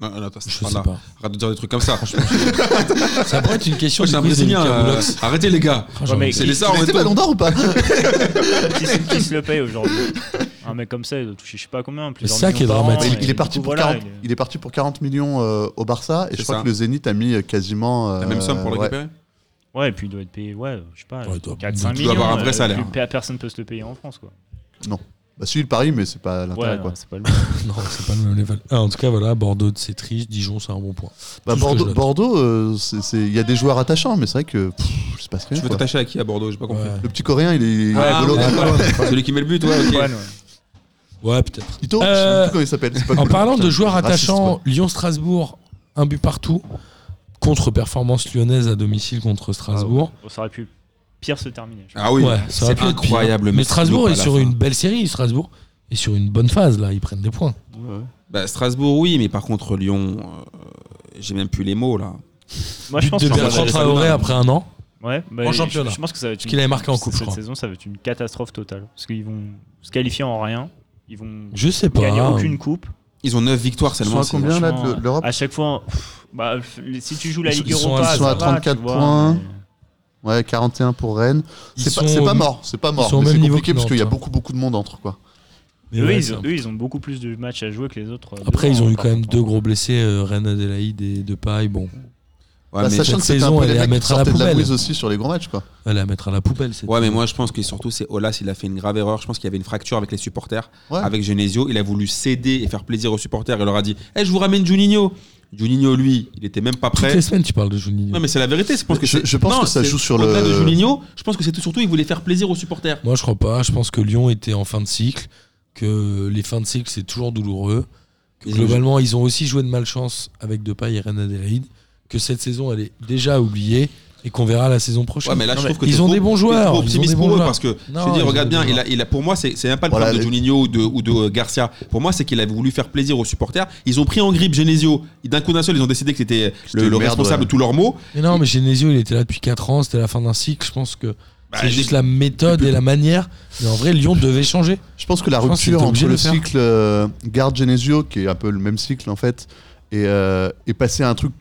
[SPEAKER 1] Non, non, attends,
[SPEAKER 4] Je
[SPEAKER 1] c'est pas
[SPEAKER 4] sais
[SPEAKER 1] là.
[SPEAKER 4] pas.
[SPEAKER 1] Arrête de dire des trucs comme ça. Franchement,
[SPEAKER 4] Ça pourrait être une question.
[SPEAKER 1] je suis
[SPEAKER 4] du
[SPEAKER 1] un
[SPEAKER 4] quiz de
[SPEAKER 1] Brésilien.
[SPEAKER 4] Lucas
[SPEAKER 1] euh,
[SPEAKER 4] Boulox.
[SPEAKER 1] Arrêtez les gars.
[SPEAKER 4] Ah, j'ai
[SPEAKER 5] Ouais, mais
[SPEAKER 4] envie de-
[SPEAKER 1] C'est les
[SPEAKER 5] il-
[SPEAKER 1] stars
[SPEAKER 3] Il a
[SPEAKER 1] en
[SPEAKER 3] été Ballon d'Or ou pas
[SPEAKER 5] qui, c'est- qui se le paye aujourd'hui Un mec comme ça, il doit toucher je sais pas combien, plusieurs
[SPEAKER 4] ça qui est
[SPEAKER 5] millions par
[SPEAKER 4] dramatique.
[SPEAKER 5] an,
[SPEAKER 3] Il-
[SPEAKER 5] et
[SPEAKER 3] il,
[SPEAKER 5] du
[SPEAKER 3] est parti
[SPEAKER 5] coup,
[SPEAKER 3] pour
[SPEAKER 5] voilà,
[SPEAKER 3] 40,
[SPEAKER 5] il est-
[SPEAKER 3] il est parti pour 40 millions euh, au Barça et
[SPEAKER 1] C'est
[SPEAKER 3] je crois
[SPEAKER 1] ça.
[SPEAKER 3] que le Zénith a mis quasiment
[SPEAKER 1] La hein.
[SPEAKER 3] euh,
[SPEAKER 1] même somme pour le
[SPEAKER 3] ouais.
[SPEAKER 1] récupérer
[SPEAKER 5] Ouais, et puis il doit être payé, ouais, je sais pas,
[SPEAKER 4] Ouais, il doit-
[SPEAKER 5] 4-5 millions.
[SPEAKER 1] il doit avoir un vrai
[SPEAKER 5] euh,
[SPEAKER 1] salaire.
[SPEAKER 5] plus pe- personne peut se le payer en France, quoi.
[SPEAKER 3] Bah si le Paris mais c'est pas l'intérêt
[SPEAKER 5] Ouais, non,
[SPEAKER 3] quoi.
[SPEAKER 5] c'est pas le bon.
[SPEAKER 4] Non, c'est pas le même level. Ah, en tout cas, voilà, Bordeaux, c'est triste. Dijon, c'est un bon point.
[SPEAKER 3] Bah,
[SPEAKER 4] tout ce que je
[SPEAKER 3] Bordeaux,
[SPEAKER 4] note.
[SPEAKER 3] Bordeaux, euh, c'est- c'est- il y a des joueurs attachants mais c'est vrai que pff, il se passe rien.
[SPEAKER 1] Tu veux
[SPEAKER 3] quoi.
[SPEAKER 1] t'attacher à qui à Bordeaux J'ai pas compris.
[SPEAKER 4] Ouais.
[SPEAKER 3] Le petit coréen il est, il est
[SPEAKER 1] Ah,
[SPEAKER 3] rigolo.
[SPEAKER 1] ouais, ouais. Celui qui met le but, ouais, ok.
[SPEAKER 5] Ouais, non.
[SPEAKER 4] Ouais, peut-être.
[SPEAKER 3] Ito, je sais
[SPEAKER 4] Euh,
[SPEAKER 3] même plus comment il s'appelle. c'est pas
[SPEAKER 4] En
[SPEAKER 3] cool.
[SPEAKER 4] parlant
[SPEAKER 3] Putain,
[SPEAKER 4] de joueurs
[SPEAKER 3] raciste,
[SPEAKER 4] attachants,
[SPEAKER 3] quoi.
[SPEAKER 4] Lyon-Strasbourg, un but partout. Contre-performance lyonnaise à domicile contre Strasbourg.
[SPEAKER 5] Ça aurait pu pire se terminer. je crois.
[SPEAKER 1] Ah oui,
[SPEAKER 4] Ouais, ça
[SPEAKER 1] c'est
[SPEAKER 4] aurait pu être
[SPEAKER 1] incroyable.
[SPEAKER 4] pire.
[SPEAKER 1] le
[SPEAKER 4] Mais
[SPEAKER 1] Messi
[SPEAKER 4] Strasbourg
[SPEAKER 1] Lopa à
[SPEAKER 4] est
[SPEAKER 1] la
[SPEAKER 4] sur
[SPEAKER 1] fin.
[SPEAKER 4] une belle série. Strasbourg est sur une bonne phase, là. Ils prennent des points.
[SPEAKER 1] Bah, Strasbourg, oui, mais par contre, Lyon, euh, j'ai même plus les mots là.
[SPEAKER 5] Moi, je
[SPEAKER 4] but
[SPEAKER 5] pense
[SPEAKER 4] de
[SPEAKER 5] que ça va
[SPEAKER 4] Bertrand
[SPEAKER 1] aller.
[SPEAKER 4] Traoré après un an.
[SPEAKER 5] Ouais, bah,
[SPEAKER 4] En
[SPEAKER 5] je-
[SPEAKER 4] championnat.
[SPEAKER 5] Je, pense que ça va être
[SPEAKER 4] Parce qu'il avait marqué en coupe, je
[SPEAKER 5] cette
[SPEAKER 4] crois.
[SPEAKER 5] saison, ça va être une catastrophe totale. Parce qu'ils vont se qualifier en rien. Ils vont
[SPEAKER 4] Je sais pas. hein.
[SPEAKER 5] gagner aucune coupe.
[SPEAKER 1] Ils ont 9 victoires
[SPEAKER 3] Ils sont
[SPEAKER 1] seulement.
[SPEAKER 3] à
[SPEAKER 1] c'est-
[SPEAKER 3] combien là
[SPEAKER 5] franchement,
[SPEAKER 3] de l'Europe
[SPEAKER 5] À chaque fois, pff, bah, f- si tu joues la
[SPEAKER 4] Ils sont-
[SPEAKER 5] Ligue
[SPEAKER 4] ils sont à-
[SPEAKER 5] Europa,
[SPEAKER 4] ils sont à
[SPEAKER 5] ça va,
[SPEAKER 3] 34
[SPEAKER 5] tu vois,
[SPEAKER 3] points.
[SPEAKER 5] mais-
[SPEAKER 3] Ouais 41 pour Rennes.
[SPEAKER 4] Ils
[SPEAKER 3] C'est pas,
[SPEAKER 4] sont
[SPEAKER 3] c'est
[SPEAKER 4] au-
[SPEAKER 3] pas mort, c'est pas mort.
[SPEAKER 4] sont au
[SPEAKER 3] mais
[SPEAKER 4] même
[SPEAKER 3] C'est
[SPEAKER 4] niveau
[SPEAKER 3] compliqué
[SPEAKER 4] que
[SPEAKER 3] parce qu'il y a
[SPEAKER 4] Nantes, hein.
[SPEAKER 3] beaucoup beaucoup de monde entre quoi.
[SPEAKER 4] Mais
[SPEAKER 5] eux,
[SPEAKER 4] ouais,
[SPEAKER 5] ils
[SPEAKER 4] c'est
[SPEAKER 5] ont,
[SPEAKER 4] un-
[SPEAKER 5] eux, ils ont beaucoup plus de matchs à jouer que les autres. euh,
[SPEAKER 4] Après,
[SPEAKER 5] devant,
[SPEAKER 4] ils ont
[SPEAKER 5] hein,
[SPEAKER 4] eu
[SPEAKER 5] par
[SPEAKER 4] quand même
[SPEAKER 5] contre.
[SPEAKER 4] deux gros blessés, euh, Rennes Adélaïde et Depay. Bon,
[SPEAKER 1] Ouais,
[SPEAKER 3] Bah,
[SPEAKER 1] mais,
[SPEAKER 3] sachant
[SPEAKER 4] cette
[SPEAKER 3] que c'était un
[SPEAKER 4] saison,
[SPEAKER 3] peu
[SPEAKER 4] elle est
[SPEAKER 3] les
[SPEAKER 4] à
[SPEAKER 3] mecs qui
[SPEAKER 4] mettre à la
[SPEAKER 3] sortaient de la
[SPEAKER 4] poubelle.
[SPEAKER 3] brise aussi sur les gros matchs quoi.
[SPEAKER 4] allez à mettre à la poubelle. cette-
[SPEAKER 1] ouais, mais moi, je pense que surtout, c'est Olas, il a fait une grave erreur. Je pense qu'il y avait une fracture avec les supporters,
[SPEAKER 3] Ouais.
[SPEAKER 1] avec Genesio. Il a voulu céder et faire plaisir aux supporters. Il leur a dit Eh, Je vous ramène Juninho. Juninho, lui, il était même pas
[SPEAKER 4] Toutes
[SPEAKER 1] prêt.
[SPEAKER 4] les semaines, tu parles de Juninho.
[SPEAKER 1] Non, mais c'est la vérité. Je pense que,
[SPEAKER 3] Je-
[SPEAKER 1] c'est-
[SPEAKER 3] je pense
[SPEAKER 1] Non,
[SPEAKER 3] que ça
[SPEAKER 1] c'est-
[SPEAKER 3] joue sur
[SPEAKER 1] au-delà
[SPEAKER 3] le-
[SPEAKER 1] de Juninho, je pense que c'est tout surtout, il voulait faire plaisir aux supporters.
[SPEAKER 4] Moi, je crois pas. Je pense que Lyon était en fin de cycle, que les fins de cycle, c'est toujours douloureux. Que
[SPEAKER 1] Ils ont
[SPEAKER 4] globalement, ils ont aussi joué de malchance avec Depay et Rennes Adélaïde. Que cette saison, elle est déjà oubliée et qu'on verra la saison prochaine.
[SPEAKER 1] Ouais, mais là, je
[SPEAKER 5] Non,
[SPEAKER 1] trouve que
[SPEAKER 4] ils
[SPEAKER 1] t'es
[SPEAKER 4] ont
[SPEAKER 1] trop-
[SPEAKER 4] des bons
[SPEAKER 1] t'es trop
[SPEAKER 4] joueurs, ils ont
[SPEAKER 1] optimiste
[SPEAKER 4] des
[SPEAKER 1] pour
[SPEAKER 4] bons
[SPEAKER 1] eux
[SPEAKER 4] joueurs.
[SPEAKER 1] parce que
[SPEAKER 4] Non,
[SPEAKER 1] je te dis,
[SPEAKER 4] ils ont
[SPEAKER 1] regarde
[SPEAKER 4] des
[SPEAKER 1] bien,
[SPEAKER 4] bons
[SPEAKER 1] il a, il a, pour moi, c'est c'est même pas le
[SPEAKER 3] Voilà,
[SPEAKER 1] problème de Juninho ou de, ou de euh, Garcia. Pour moi, c'est qu'il avait voulu faire plaisir aux supporters. Ils ont pris en grippe Genesio. D'un coup d'un seul, ils ont décidé que c'était le,
[SPEAKER 3] une
[SPEAKER 1] le
[SPEAKER 3] merde,
[SPEAKER 1] responsable
[SPEAKER 3] ouais.
[SPEAKER 1] de tous leurs maux.
[SPEAKER 4] Mais non, mais Genesio, il était là depuis 4 ans. C'était la fin d'un cycle. Je pense que
[SPEAKER 1] Bah,
[SPEAKER 4] c'est
[SPEAKER 1] je-
[SPEAKER 4] juste la méthode et la manière. Mais en vrai, Lyon devait changer.
[SPEAKER 3] Je pense que la
[SPEAKER 4] Je pense qu'il
[SPEAKER 3] rupture
[SPEAKER 4] était obligé
[SPEAKER 3] entre
[SPEAKER 4] de
[SPEAKER 3] le
[SPEAKER 4] le faire.
[SPEAKER 3] cycle euh, Garde Genesio, qui est un peu le même cycle en fait, et, euh, et passer à un truc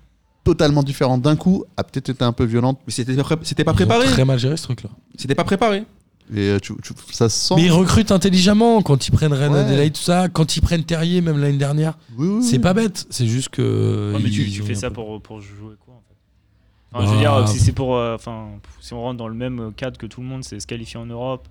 [SPEAKER 3] totalement différent d'un coup, a peut-être été un peu violente.
[SPEAKER 1] Mais c'était pas pré- c'était pas
[SPEAKER 4] Ils ont
[SPEAKER 1] préparé.
[SPEAKER 4] Très mal géré ce truc-là.
[SPEAKER 1] C'était pas préparé.
[SPEAKER 3] Et euh, tu- tu- ça se sent.
[SPEAKER 4] Mais ils recrutent intelligemment quand ils prennent Rennes
[SPEAKER 3] Ouais.
[SPEAKER 4] Adélaïde, tout ça. Quand ils prennent Terrier, même l'année dernière.
[SPEAKER 3] Oui, oui, oui.
[SPEAKER 4] C'est pas bête. C'est juste que.
[SPEAKER 5] Ouais, mais tu,
[SPEAKER 4] ils
[SPEAKER 5] tu
[SPEAKER 4] ont
[SPEAKER 5] fais
[SPEAKER 4] un
[SPEAKER 5] ça
[SPEAKER 4] peu-
[SPEAKER 5] pour, pour jouer quoi en fait Enfin, Je veux
[SPEAKER 4] Bah.
[SPEAKER 5] dire, si c'est pour. euh, Enfin, si on rentre dans le même cadre que tout le monde, c'est se qualifier en Europe,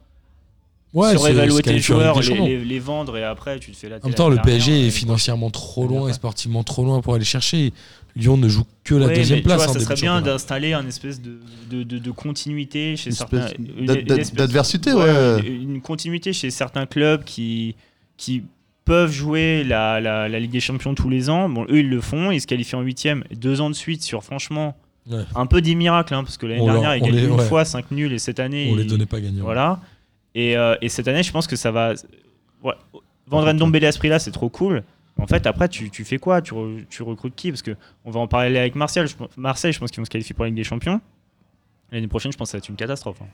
[SPEAKER 4] Ouais, c'est-
[SPEAKER 5] surévaluer
[SPEAKER 4] c'est
[SPEAKER 5] tes
[SPEAKER 4] qualifié en Ligue
[SPEAKER 5] joueurs,
[SPEAKER 4] des
[SPEAKER 5] les,
[SPEAKER 4] Champions.
[SPEAKER 5] les- les vendre et après tu te fais la
[SPEAKER 4] En même temps,
[SPEAKER 5] la-
[SPEAKER 4] le
[SPEAKER 5] la
[SPEAKER 4] PSG
[SPEAKER 5] merde,
[SPEAKER 4] est
[SPEAKER 5] et-
[SPEAKER 4] financièrement trop
[SPEAKER 5] bien
[SPEAKER 4] loin et
[SPEAKER 5] fait.
[SPEAKER 4] sportivement trop loin pour aller chercher. Lyon ne joue que la
[SPEAKER 5] Ouais,
[SPEAKER 4] deuxième
[SPEAKER 5] mais tu vois,
[SPEAKER 4] place. en
[SPEAKER 5] ça
[SPEAKER 4] début
[SPEAKER 5] serait
[SPEAKER 4] de
[SPEAKER 5] bien
[SPEAKER 4] championnat.
[SPEAKER 5] d'installer un espèce de, de, de- de continuité chez
[SPEAKER 3] Une
[SPEAKER 5] certains.
[SPEAKER 3] espèce
[SPEAKER 5] hein, une-
[SPEAKER 3] d'ad-
[SPEAKER 5] une
[SPEAKER 3] d'ad-
[SPEAKER 5] espèce-
[SPEAKER 3] d'adversité, ouais.
[SPEAKER 5] Une, une continuité chez certains clubs qui, qui peuvent jouer la, la, la Ligue des Champions tous les ans. Bon, eux, ils le font. Ils se qualifient en huitième deux ans de suite sur, franchement,
[SPEAKER 4] Ouais.
[SPEAKER 5] un peu des miracles. hein, parce que l'année
[SPEAKER 4] On leur-
[SPEAKER 5] dernière, ils
[SPEAKER 4] on
[SPEAKER 5] gagnaient
[SPEAKER 4] les-
[SPEAKER 5] une
[SPEAKER 4] ouais.
[SPEAKER 5] fois, cinq nuls. Et cette année,
[SPEAKER 4] On les
[SPEAKER 5] ils-
[SPEAKER 4] donnait pas gagnants.
[SPEAKER 5] voilà. Et, euh, et cette année, je pense que ça va. Ouais. Vendre Ndombele à ce prix-là, c'est trop cool. En fait, après, tu, tu fais quoi tu, re- tu recrutes qui Parce que on va en parler avec Martial. Je- Marseille, je pense qu'ils vont se qualifier pour la Ligue des Champions. L'année prochaine, je pense que ça va être une catastrophe. hein.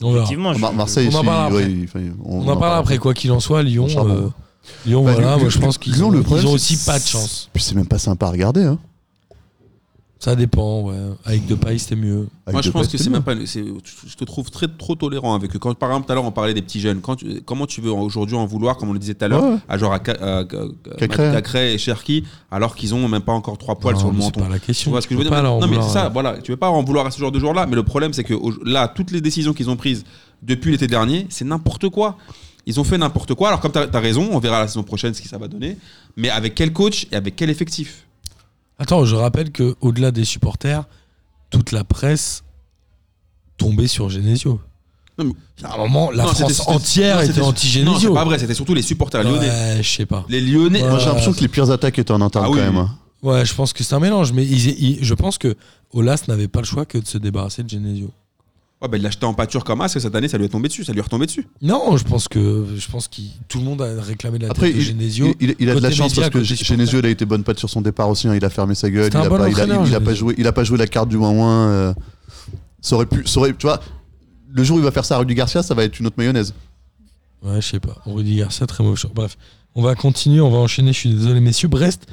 [SPEAKER 4] On, verra.
[SPEAKER 5] Effectivement, je-
[SPEAKER 3] Mar- Bah, Marseille,
[SPEAKER 4] On en
[SPEAKER 3] c'est-
[SPEAKER 4] parlera
[SPEAKER 3] ouais,
[SPEAKER 4] après.
[SPEAKER 3] il- enfin,
[SPEAKER 4] On en parlera après. Quoi qu'il en soit, Lyon.
[SPEAKER 3] On sera bon.
[SPEAKER 4] euh, Lyon,
[SPEAKER 3] Bah,
[SPEAKER 4] voilà.
[SPEAKER 3] Lyon-
[SPEAKER 4] Moi, je pense qu'ils
[SPEAKER 3] Lyon,
[SPEAKER 4] ont,
[SPEAKER 3] le
[SPEAKER 4] ils
[SPEAKER 3] problème,
[SPEAKER 4] ont
[SPEAKER 3] c'est-
[SPEAKER 4] aussi pas de chance.
[SPEAKER 3] Puis c'est même pas sympa à regarder. Hein.
[SPEAKER 4] Ça dépend, ouais. Avec Depay, c'était mieux.
[SPEAKER 3] Avec
[SPEAKER 1] Moi, je
[SPEAKER 3] Depay,
[SPEAKER 1] pense que
[SPEAKER 3] c'était
[SPEAKER 1] c'est
[SPEAKER 3] bien.
[SPEAKER 1] même pas. c'est- Je te trouve très trop tolérant avec eux. Quand, par exemple, tout à l'heure, on parlait des petits jeunes. Quand tu- comment tu veux aujourd'hui en vouloir, comme on le disait tout à l'heure,
[SPEAKER 3] Ouais, ouais.
[SPEAKER 1] à genre à Ca- à- à-
[SPEAKER 3] Cacré.
[SPEAKER 1] à Cacré et Cherki, alors qu'ils ont même pas encore trois poils
[SPEAKER 4] Non,
[SPEAKER 1] sur le
[SPEAKER 4] mais
[SPEAKER 1] menton.
[SPEAKER 4] C'est pas la question.
[SPEAKER 1] Tu vois ce que
[SPEAKER 4] Tu
[SPEAKER 1] je veux
[SPEAKER 4] peux
[SPEAKER 1] dire
[SPEAKER 4] pas leur
[SPEAKER 1] Non, mais
[SPEAKER 4] vouloir,
[SPEAKER 1] c'est ça,
[SPEAKER 4] euh,
[SPEAKER 1] voilà. Tu peux pas en vouloir à ce genre de joueur-là. Mais le problème, c'est que au- là, toutes les décisions qu'ils ont prises depuis l'été dernier, c'est n'importe quoi. Ils ont fait n'importe quoi. Alors, comme tu as, raison, on verra la saison prochaine ce que ça va donner. Mais avec quel coach et avec quel effectif
[SPEAKER 4] euh, Attends, je rappelle que au-delà des supporters, toute la presse tombait sur Genesio.
[SPEAKER 1] Non, mais-
[SPEAKER 4] À un moment, la
[SPEAKER 1] Non, c'était-
[SPEAKER 4] France
[SPEAKER 1] c'était-
[SPEAKER 4] entière
[SPEAKER 1] non,
[SPEAKER 4] était
[SPEAKER 1] c'était- Non, c'est
[SPEAKER 4] anti-Genesio.
[SPEAKER 1] pas vrai. C'était surtout les supporters lyonnais.
[SPEAKER 4] Ouais, je sais pas.
[SPEAKER 1] Les lyonnais.
[SPEAKER 4] Ouais.
[SPEAKER 3] Moi, j'ai l'impression que les pires attaques étaient en interne
[SPEAKER 1] Ah
[SPEAKER 3] quand
[SPEAKER 1] oui,
[SPEAKER 3] même.
[SPEAKER 1] oui.
[SPEAKER 3] hein.
[SPEAKER 4] Ouais, je pense que c'est un mélange, mais ils- ils- je pense que Olas n'avait pas le choix que de se débarrasser de Genesio.
[SPEAKER 1] Ouais, bah, il l'a acheté en pâture comme as, et cette année, ça lui est tombé dessus. Ça lui est retombé dessus.
[SPEAKER 4] Non, je pense que je pense que tout le monde a réclamé de la
[SPEAKER 3] Après,
[SPEAKER 4] tête de Genesio.
[SPEAKER 3] Il, il- il a de
[SPEAKER 4] Côté
[SPEAKER 3] la chance
[SPEAKER 4] média,
[SPEAKER 3] parce que
[SPEAKER 4] côté supporter.
[SPEAKER 3] Genesio, il a été bonne patte sur son départ aussi. hein. Il a fermé sa gueule.
[SPEAKER 4] C'était
[SPEAKER 3] Il
[SPEAKER 4] un
[SPEAKER 3] a,
[SPEAKER 4] bon
[SPEAKER 3] pas, il, a,
[SPEAKER 4] entraîneur,
[SPEAKER 3] il a pas
[SPEAKER 4] Genesio.
[SPEAKER 3] joué, il a pas joué la carte du 1-1. euh, ça aurait pu. ça aurait- tu vois, le jour où il va faire ça à Rudy Garcia, ça va être une autre mayonnaise.
[SPEAKER 4] Ouais, je sais pas. Rudy Garcia, très mauvais choix. Bref, on va continuer, on va enchaîner. Je suis désolé, messieurs. Brest,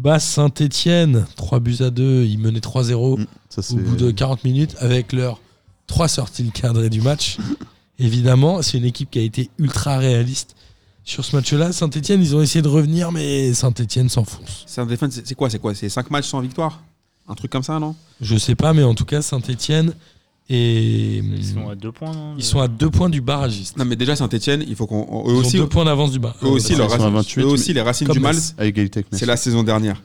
[SPEAKER 4] bas Saint-Etienne, 3 buts à 2. Ils menaient 3-0
[SPEAKER 3] Mm, Ça, c'est-
[SPEAKER 4] au bout de 40 minutes avec leurs trois sorties cadrées du match. Évidemment, c'est une équipe qui a été ultra réaliste sur ce match-là. Saint-Etienne, ils ont essayé de revenir, mais Saint-Etienne s'enfonce.
[SPEAKER 1] C'est un défense- C'est c'est quoi C'est quoi C'est 5 matchs sans victoire Un truc comme ça, non
[SPEAKER 4] Je sais pas, mais en tout cas, Saint-Etienne et.
[SPEAKER 5] Ils sont à deux points. non
[SPEAKER 4] Hmm. Ils sont à deux points du barragiste.
[SPEAKER 1] Non, mais déjà, Saint-Etienne, il faut qu'on. Eux
[SPEAKER 4] Ils
[SPEAKER 1] aussi,
[SPEAKER 4] ont deux points d'avance du bar. euh,
[SPEAKER 1] eux aussi,
[SPEAKER 3] Ils
[SPEAKER 1] leur
[SPEAKER 3] sont à
[SPEAKER 1] racine-
[SPEAKER 3] 28,
[SPEAKER 1] eux aussi, les racines
[SPEAKER 4] comme
[SPEAKER 1] du mal,
[SPEAKER 4] Metz.
[SPEAKER 3] à égalité avec Metz.
[SPEAKER 1] c'est la saison dernière.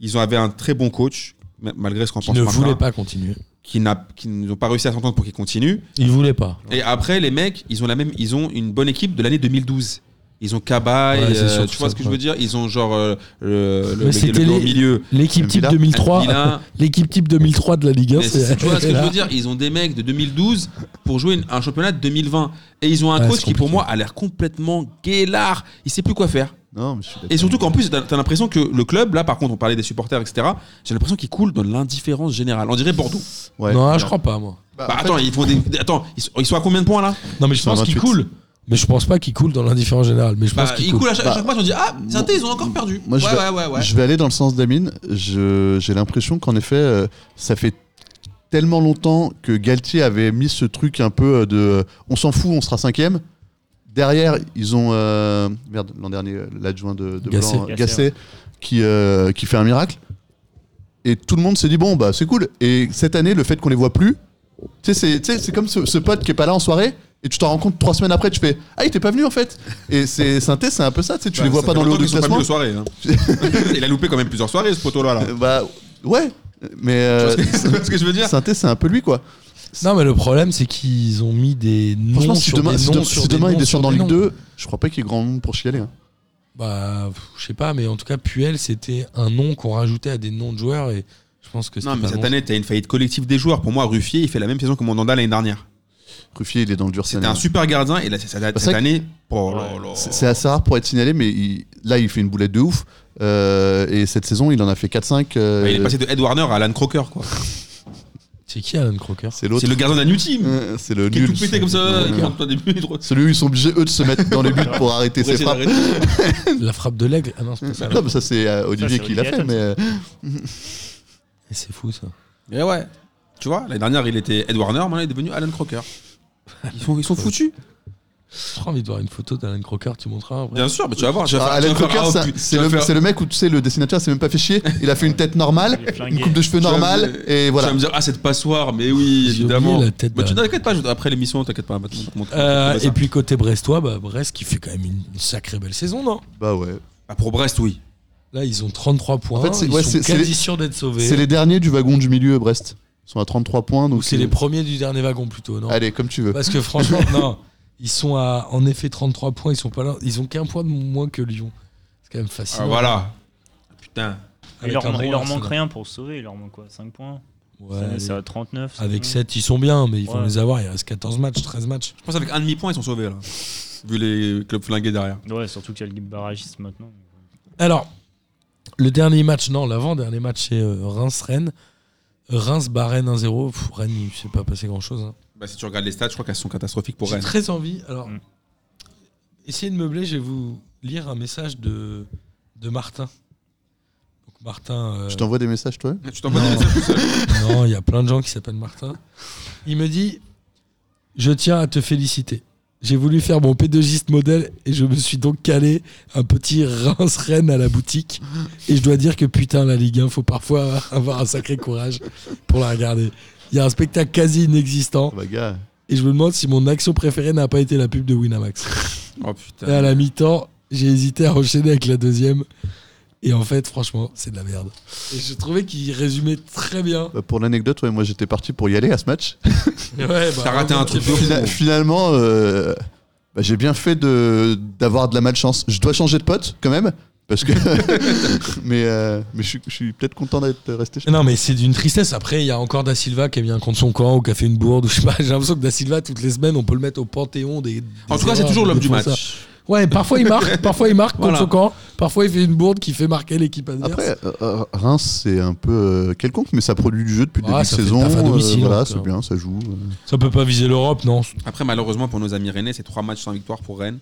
[SPEAKER 1] Ils ont avaient un très bon coach, ma- malgré ce qu'on
[SPEAKER 4] Qui
[SPEAKER 1] pense
[SPEAKER 4] ne
[SPEAKER 1] maintenant,
[SPEAKER 4] voulaient pas continuer.
[SPEAKER 1] qui n'a- qui n'ont pas réussi à s'entendre pour qu'ils continuent.
[SPEAKER 4] Ils voulaient pas.
[SPEAKER 1] Et après, les mecs, ils ont la même, ils ont une bonne équipe de l'année 2012. Ils ont Cabaye,
[SPEAKER 4] Ouais, c'est
[SPEAKER 1] euh,
[SPEAKER 4] surtout
[SPEAKER 1] tu vois
[SPEAKER 4] ça,
[SPEAKER 1] ce que je
[SPEAKER 4] ouais.
[SPEAKER 1] veux dire Ils ont genre euh, le,
[SPEAKER 4] Mais
[SPEAKER 1] le, le,
[SPEAKER 4] c'était
[SPEAKER 1] le gars au
[SPEAKER 4] les-
[SPEAKER 1] milieu.
[SPEAKER 4] L'équipe type
[SPEAKER 3] Villa,
[SPEAKER 4] 2003.
[SPEAKER 1] Villa.
[SPEAKER 4] L'équipe type 2003 de la Ligue 1,
[SPEAKER 1] Mais c'est-
[SPEAKER 4] c'est.
[SPEAKER 1] tu vois ce que je
[SPEAKER 4] là.
[SPEAKER 1] veux dire Ils ont des mecs de 2012 pour jouer une- un championnat de 2020. Et ils ont un
[SPEAKER 4] Ouais,
[SPEAKER 1] coach
[SPEAKER 4] c'est
[SPEAKER 1] qui, pour
[SPEAKER 4] compliqué.
[SPEAKER 1] moi, a l'air complètement guélard. Il sait plus quoi faire.
[SPEAKER 3] Non, mais je suis d'accord.
[SPEAKER 1] Et surtout qu'en plus, t'as as, l'impression que le club, là, par contre, on parlait des supporters, etc. J'ai l'impression qu'il coule dans l'indifférence générale. On dirait Bordeaux.
[SPEAKER 3] Ouais.
[SPEAKER 4] Non, je crois pas, moi.
[SPEAKER 3] Bah,
[SPEAKER 1] Bah,
[SPEAKER 3] en fait,
[SPEAKER 1] attends, ils font des. Attends, ils sont, ils sont à combien de points là
[SPEAKER 4] Non, mais je pense qu'il
[SPEAKER 3] 128.
[SPEAKER 4] coule. Mais je pense pas qu'il coule dans l'indifférence générale. Mais je pense
[SPEAKER 1] Bah,
[SPEAKER 4] qu'il
[SPEAKER 1] Ils
[SPEAKER 4] coule.
[SPEAKER 1] coulent à chaque,
[SPEAKER 3] Bah,
[SPEAKER 1] chaque match. On dit ah, saint
[SPEAKER 3] moi-
[SPEAKER 1] ils ont encore perdu.
[SPEAKER 3] moi, je
[SPEAKER 1] ouais,
[SPEAKER 3] vais-
[SPEAKER 1] ouais, ouais, ouais.
[SPEAKER 3] Je vais aller dans le sens d'Amine. Je- J'ai l'impression qu'en effet, euh, ça fait tellement longtemps que Galtier avait mis ce truc un peu euh, de euh, on s'en fout, on sera cinquième. Derrière, ils ont euh, merde l'an dernier euh, l'adjoint de, de
[SPEAKER 4] Gasset.
[SPEAKER 3] Blanc, euh,
[SPEAKER 5] Gasset,
[SPEAKER 3] Gasset, qui euh, qui fait un miracle. Et tout le monde s'est dit bon bah c'est cool. Et cette année, le fait qu'on les voit plus, tu sais, c'est- tu sais, c'est comme ce, ce pote qui est pas là en soirée. Et tu t'en rends compte trois semaines après, tu fais Ah, il t'es pas venu en fait Et c'est synthé, c'est un peu ça, tu sais,
[SPEAKER 1] Bah,
[SPEAKER 3] tu les vois pas dans le haut du classement.
[SPEAKER 1] soirée. hein. Il a loupé quand même plusieurs soirées, ce poteau-là. Là.
[SPEAKER 3] Euh, Bah ouais, mais euh,
[SPEAKER 1] Tu vois ce que je veux
[SPEAKER 4] Euh,
[SPEAKER 1] dire
[SPEAKER 3] Synthé, c'est un peu lui quoi.
[SPEAKER 4] Non, mais le problème, c'est qu'ils ont mis des noms
[SPEAKER 3] Franchement, si
[SPEAKER 4] sur
[SPEAKER 3] demain,
[SPEAKER 4] des
[SPEAKER 3] si
[SPEAKER 4] noms
[SPEAKER 3] demain-
[SPEAKER 4] sur
[SPEAKER 3] si
[SPEAKER 4] des
[SPEAKER 3] demain il
[SPEAKER 4] noms sur
[SPEAKER 3] descend dans
[SPEAKER 4] des
[SPEAKER 3] Ligue
[SPEAKER 4] noms.
[SPEAKER 3] 2, je crois pas qu'il y ait grand monde pour chialer. hein.
[SPEAKER 4] Bah, pff, je sais pas, mais en tout cas, Puel, c'était un nom qu'on rajoutait à des noms de joueurs et je pense que c'était.
[SPEAKER 1] Non, mais
[SPEAKER 4] pas
[SPEAKER 1] cette
[SPEAKER 4] bon.
[SPEAKER 1] année, t'as une faillite collective des joueurs. Pour moi, Ruffier, il fait la même saison que Mandanda l'année dernière.
[SPEAKER 3] Ruffier, il est dans le dur cette
[SPEAKER 1] C'était un
[SPEAKER 3] année.
[SPEAKER 1] super gardien, et là, c'est- cette
[SPEAKER 3] ça que-
[SPEAKER 1] année. Oh là
[SPEAKER 5] Ouais.
[SPEAKER 1] là.
[SPEAKER 3] C'est c'est assez rare pour être signalé, mais il- là il fait une boulette de ouf. Euh, et cette saison, il en a fait 4-5. euh,
[SPEAKER 1] Ouais, Il est passé de Ed Warner à Alan Crocker, quoi.
[SPEAKER 4] C'est qui Alan Crocker
[SPEAKER 3] C'est l'autre.
[SPEAKER 1] C'est le gardien d'un ultime.
[SPEAKER 3] Euh, C'est le
[SPEAKER 1] Qui est
[SPEAKER 3] nul.
[SPEAKER 1] tout pété comme ça,
[SPEAKER 3] Ouais.
[SPEAKER 1] il rentre pas des buts, il droite.
[SPEAKER 3] Celui où ils sont obligés eux de se mettre dans les buts pour arrêter
[SPEAKER 1] Pour
[SPEAKER 3] ses
[SPEAKER 1] essayer
[SPEAKER 3] frappes.
[SPEAKER 1] d'arrêter.
[SPEAKER 4] La frappe de l'aigle Ah non,
[SPEAKER 1] Mm.
[SPEAKER 4] c'est pas ça.
[SPEAKER 3] Non, mais ça c'est euh, Olivier
[SPEAKER 5] c'est
[SPEAKER 3] qui l'a
[SPEAKER 5] Olivier
[SPEAKER 3] fait, mais euh,
[SPEAKER 4] Et C'est fou ça.
[SPEAKER 1] Et ouais. Tu vois, l'année dernière, il était Ed Warner, maintenant, il est devenu Alan Crocker. Ils sont, ils sont foutus.
[SPEAKER 4] J'ai trop envie de voir une photo d'Alan Crocker, tu montreras après.
[SPEAKER 1] Bien sûr, mais tu vas voir. je vais
[SPEAKER 3] ah,
[SPEAKER 1] faire-
[SPEAKER 3] Alan
[SPEAKER 1] je vais faire-
[SPEAKER 3] Crocker,
[SPEAKER 1] ah,
[SPEAKER 3] ça-
[SPEAKER 1] oh, putain,
[SPEAKER 3] c'est
[SPEAKER 1] je
[SPEAKER 3] le,
[SPEAKER 1] vais faire-
[SPEAKER 3] c'est le mec où tu sais, le dessinateur s'est même pas fait chier. Il a fait une tête normale,
[SPEAKER 5] Il est flingué.
[SPEAKER 3] une coupe de cheveux
[SPEAKER 1] Tu vas me-
[SPEAKER 3] normale, et
[SPEAKER 1] Tu vas
[SPEAKER 3] voilà.
[SPEAKER 1] me dire, ah, cette passoire, mais oui,
[SPEAKER 4] J'ai
[SPEAKER 1] évidemment.
[SPEAKER 4] oublié la tête
[SPEAKER 1] Mais tu
[SPEAKER 4] d'Alan.
[SPEAKER 1] t'inquiète pas, je- après l'émission, t'inquiète pas. maintenant, on te montre- on te
[SPEAKER 4] Euh,
[SPEAKER 1] montre ça.
[SPEAKER 4] et puis côté brestois, bah, Brest qui fait quand même une une sacrée belle saison, non
[SPEAKER 3] Bah ouais.
[SPEAKER 1] Ah, pour Brest, oui.
[SPEAKER 4] Là, ils ont 33 points.
[SPEAKER 3] En fait, c'est-
[SPEAKER 4] ils
[SPEAKER 3] ouais,
[SPEAKER 4] sont
[SPEAKER 3] c'est- c'est
[SPEAKER 4] quasi
[SPEAKER 3] les-
[SPEAKER 4] sûrs d'être sauvés.
[SPEAKER 3] C'est les derniers du wagon du milieu, Brest. Ils sont à 33 points,
[SPEAKER 4] Ou
[SPEAKER 3] donc
[SPEAKER 4] c'est
[SPEAKER 3] euh,
[SPEAKER 4] les premiers du dernier wagon plutôt, non
[SPEAKER 3] Allez, comme tu veux.
[SPEAKER 4] Parce que franchement, non, ils sont à en effet 33 points. Ils sont pas là. Ils ont qu'un point de moins que Lyon. C'est quand même facile.
[SPEAKER 1] Ah, voilà. Putain.
[SPEAKER 5] Il leur, il leur manque rien pour se sauver, il leur manque quoi 5 points
[SPEAKER 4] Ouais,
[SPEAKER 5] Cette année,
[SPEAKER 4] allez.
[SPEAKER 5] C'est à 39. c'est
[SPEAKER 4] avec
[SPEAKER 5] bon.
[SPEAKER 4] 7, ils sont bien, mais ils vont
[SPEAKER 5] Ouais.
[SPEAKER 4] les avoir. Il reste 14 matchs, 13 matchs.
[SPEAKER 1] Je pense avec un demi-point, ils sont sauvés, là. Vu les clubs flingués derrière.
[SPEAKER 5] Ouais, surtout qu'il y a le barragiste maintenant.
[SPEAKER 4] Alors, le dernier match, non, l'avant-dernier match, c'est euh, Reims-Rennes. Reims bat Rennes 1-0. Pff, Rennes, il ne s'est pas passé grand-chose. hein.
[SPEAKER 1] Bah, si tu regardes les stats, je crois qu'elles sont catastrophiques pour
[SPEAKER 4] J'ai
[SPEAKER 1] Rennes.
[SPEAKER 4] très envie. Alors,
[SPEAKER 5] Mm.
[SPEAKER 4] essayez de meubler. Je vais vous lire un message de, de Martin. Donc Martin. euh,
[SPEAKER 3] Je t'envoie des messages, toi
[SPEAKER 1] Tu t'envoies des
[SPEAKER 4] Non.
[SPEAKER 1] messages tout seul.
[SPEAKER 4] Non, il y a plein de gens qui s'appellent Martin. Il me dit Je tiens à te féliciter. J'ai voulu faire mon pédagogiste modèle et je me suis donc calé un petit rince-reine à la boutique. Et je dois dire que putain, la Ligue 1, faut parfois avoir un sacré courage pour la regarder. Il y a un spectacle quasi
[SPEAKER 1] Oh.
[SPEAKER 4] inexistant
[SPEAKER 3] Bah, gars.
[SPEAKER 4] et je me demande si mon action préférée n'a pas été la pub de Winamax.
[SPEAKER 1] Oh
[SPEAKER 4] Et à
[SPEAKER 1] putain.
[SPEAKER 4] la mi-temps, j'ai hésité à enchaîner avec la deuxième. Et en fait, franchement, c'est de la merde. Et je trouvais qu'il résumait très bien.
[SPEAKER 3] Bah, pour l'anecdote, ouais, moi j'étais parti pour y aller à ce match.
[SPEAKER 4] Ouais, bah,
[SPEAKER 1] T'as raté un
[SPEAKER 4] vraiment,
[SPEAKER 1] truc
[SPEAKER 4] t'es
[SPEAKER 1] de
[SPEAKER 4] pas-
[SPEAKER 1] fou.
[SPEAKER 3] Fina- finalement, euh, bah, j'ai bien fait de d'avoir de la malchance. Je dois changer de pote quand même, parce que. mais euh, mais je suis- je suis peut-être content d'être resté. chez-
[SPEAKER 4] Non, mais c'est d'une tristesse. Après, il y a encore Da Silva qui a mis un contre son camp ou qui a fait une bourde ou je sais pas. J'ai l'impression que Da Silva, toutes les semaines, on peut le mettre au panthéon des. des
[SPEAKER 1] En tout cas, c'est
[SPEAKER 4] erreurs
[SPEAKER 1] toujours
[SPEAKER 4] des
[SPEAKER 1] l'homme du
[SPEAKER 4] défenseurs.
[SPEAKER 1] match.
[SPEAKER 4] Ouais, parfois il marque, parfois il marque contre
[SPEAKER 1] Voilà.
[SPEAKER 4] son camp, parfois il fait une bourde qui fait marquer l'équipe adverse.
[SPEAKER 3] Après, euh, euh, Reims, c'est un peu euh, quelconque, mais ça produit du jeu depuis le
[SPEAKER 4] Ah,
[SPEAKER 3] début de
[SPEAKER 4] ça fait le
[SPEAKER 3] saison.
[SPEAKER 4] taf à domicile,
[SPEAKER 3] voilà,
[SPEAKER 4] donc,
[SPEAKER 3] c'est
[SPEAKER 4] euh.
[SPEAKER 3] bien, ça joue.
[SPEAKER 4] Ça peut pas viser l'Europe, non
[SPEAKER 1] Après, malheureusement, pour nos amis rennais, c'est trois matchs sans victoire pour Rennes.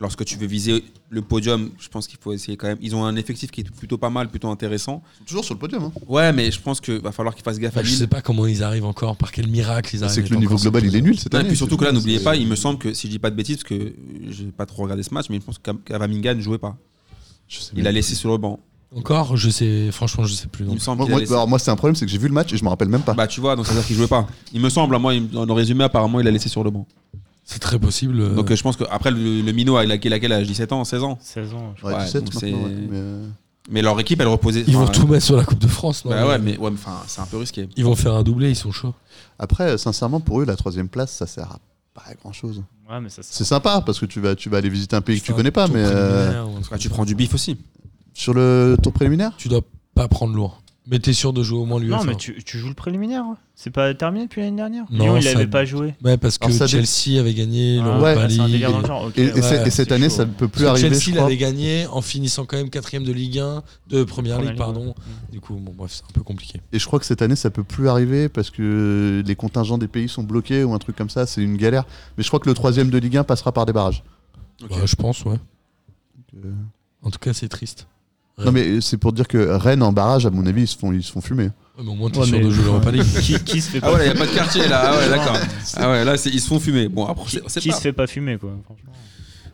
[SPEAKER 1] Lorsque tu veux viser le podium, je pense qu'il faut essayer quand même. Ils ont un effectif qui est plutôt pas mal, plutôt intéressant.
[SPEAKER 3] Toujours sur le podium. hein.
[SPEAKER 1] Ouais, mais je pense qu'il va falloir qu'ils fassent gaffe à
[SPEAKER 4] Bah, Je sais
[SPEAKER 1] Lille.
[SPEAKER 4] pas comment ils arrivent encore, par quel miracle ils arrivent.
[SPEAKER 3] C'est que
[SPEAKER 4] à
[SPEAKER 3] le niveau
[SPEAKER 4] encore
[SPEAKER 3] global,
[SPEAKER 4] se
[SPEAKER 3] il est nul cette
[SPEAKER 1] Non, et
[SPEAKER 3] année.
[SPEAKER 1] puis surtout que là,
[SPEAKER 3] c'est-
[SPEAKER 1] n'oubliez
[SPEAKER 3] c'est-
[SPEAKER 1] pas, il me semble que, si je dis pas de bêtises, parce que j'ai pas trop regardé ce match, mais je pense qu'Am- qu'Avaminga ne jouait pas.
[SPEAKER 3] je sais
[SPEAKER 1] Il
[SPEAKER 3] même
[SPEAKER 1] a laissé sur le banc.
[SPEAKER 4] Encore, je sais, franchement, je sais plus.
[SPEAKER 1] Il
[SPEAKER 4] non.
[SPEAKER 1] me semble
[SPEAKER 3] Moi,
[SPEAKER 1] qu'il a
[SPEAKER 3] moi,
[SPEAKER 1] laissé.
[SPEAKER 3] alors, moi, c'est un problème, c'est que j'ai vu le match et je me rappelle même pas.
[SPEAKER 1] Bah, tu vois, donc ça veut dire qu'il jouait pas. Il me semble, à moi, il- dans le résumé, apparemment, il a laissé sur le banc.
[SPEAKER 4] C'est très possible. euh,
[SPEAKER 1] Donc euh, je pense que après le, le Minot, il a quel, à quel âge 17 ans, 16 ans.
[SPEAKER 5] 16 ans.
[SPEAKER 3] ouais,
[SPEAKER 1] ouais,
[SPEAKER 3] 17
[SPEAKER 1] donc
[SPEAKER 3] maintenant,
[SPEAKER 1] c'est-
[SPEAKER 3] ouais, mais, euh,
[SPEAKER 1] Mais leur équipe, elle reposait.
[SPEAKER 4] ils vont
[SPEAKER 1] enfin,
[SPEAKER 4] tout mettre sur la Coupe de France, non
[SPEAKER 1] Bah ouais, mais ouais, mais enfin, c'est un peu risqué.
[SPEAKER 4] Ils vont faire un doublé, ils sont chauds.
[SPEAKER 3] Après, euh, sincèrement, pour eux, la troisième place, ça sert à pas grand chose.
[SPEAKER 5] Ouais, mais ça, c'est-
[SPEAKER 3] C'est sympa parce que tu vas, tu vas aller visiter un pays que tu
[SPEAKER 4] Enfin,
[SPEAKER 3] connais pas,
[SPEAKER 4] tour
[SPEAKER 3] mais euh,
[SPEAKER 4] préliminaire ou un truc
[SPEAKER 1] Bah, tu
[SPEAKER 4] comme
[SPEAKER 1] prends
[SPEAKER 4] ça.
[SPEAKER 1] du bif aussi.
[SPEAKER 3] sur le tour préliminaire
[SPEAKER 4] tu dois pas prendre lourd. Mais t'es sûr de jouer au moins l'UEFA. hein.
[SPEAKER 5] Non, mais tu, tu joues le préliminaire. hein. C'est pas terminé depuis l'année dernière.
[SPEAKER 4] Non,
[SPEAKER 5] Lyon, il
[SPEAKER 4] ça-
[SPEAKER 5] l'avait pas joué.
[SPEAKER 4] Ouais, parce que
[SPEAKER 3] Alors ça,
[SPEAKER 4] Chelsea avait gagné
[SPEAKER 5] Ah,
[SPEAKER 4] l'Europa
[SPEAKER 5] c'est un
[SPEAKER 4] League.
[SPEAKER 5] délire dans le genre. ok,
[SPEAKER 3] Et, et
[SPEAKER 5] ouais,
[SPEAKER 3] c'est- et
[SPEAKER 5] c'est
[SPEAKER 3] cette année,
[SPEAKER 5] chaud. hein.
[SPEAKER 3] ça ne peut plus
[SPEAKER 4] Parce que
[SPEAKER 3] arriver, je
[SPEAKER 4] Chelsea
[SPEAKER 3] crois.
[SPEAKER 4] l'avait gagné en finissant quand même quatrième de Ligue 1, de Première,
[SPEAKER 5] Première
[SPEAKER 4] Ligue,
[SPEAKER 5] Ligue,
[SPEAKER 4] pardon. Du coup, bon, bref, c'est un peu compliqué.
[SPEAKER 3] Et je crois que cette année, ça peut plus arriver parce que les contingents des pays sont bloqués ou un truc comme ça. C'est une galère. Mais je crois que le troisième de Ligue 1 passera par des barrages.
[SPEAKER 4] Bah, je pense, ouais.
[SPEAKER 3] Euh,
[SPEAKER 4] En tout cas, c'est triste.
[SPEAKER 3] Non, mais c'est pour dire que Rennes en barrage, à mon avis, ils se font, ils se font fumer.
[SPEAKER 4] Ouais, mais au moins, t'es
[SPEAKER 5] Ouais,
[SPEAKER 4] sûr
[SPEAKER 5] mais-
[SPEAKER 4] de jouer l'Europa League.
[SPEAKER 5] Qui, qui se fait pas
[SPEAKER 1] Ah ouais, il y a pas de quartier là. Ah ouais, d'accord. Ah ouais, là, c'est- ils se font fumer. Bon, après,
[SPEAKER 5] qui,
[SPEAKER 1] c'est- c'est
[SPEAKER 5] qui
[SPEAKER 1] pas.
[SPEAKER 5] se Ah, fait pas fumer quoi franchement.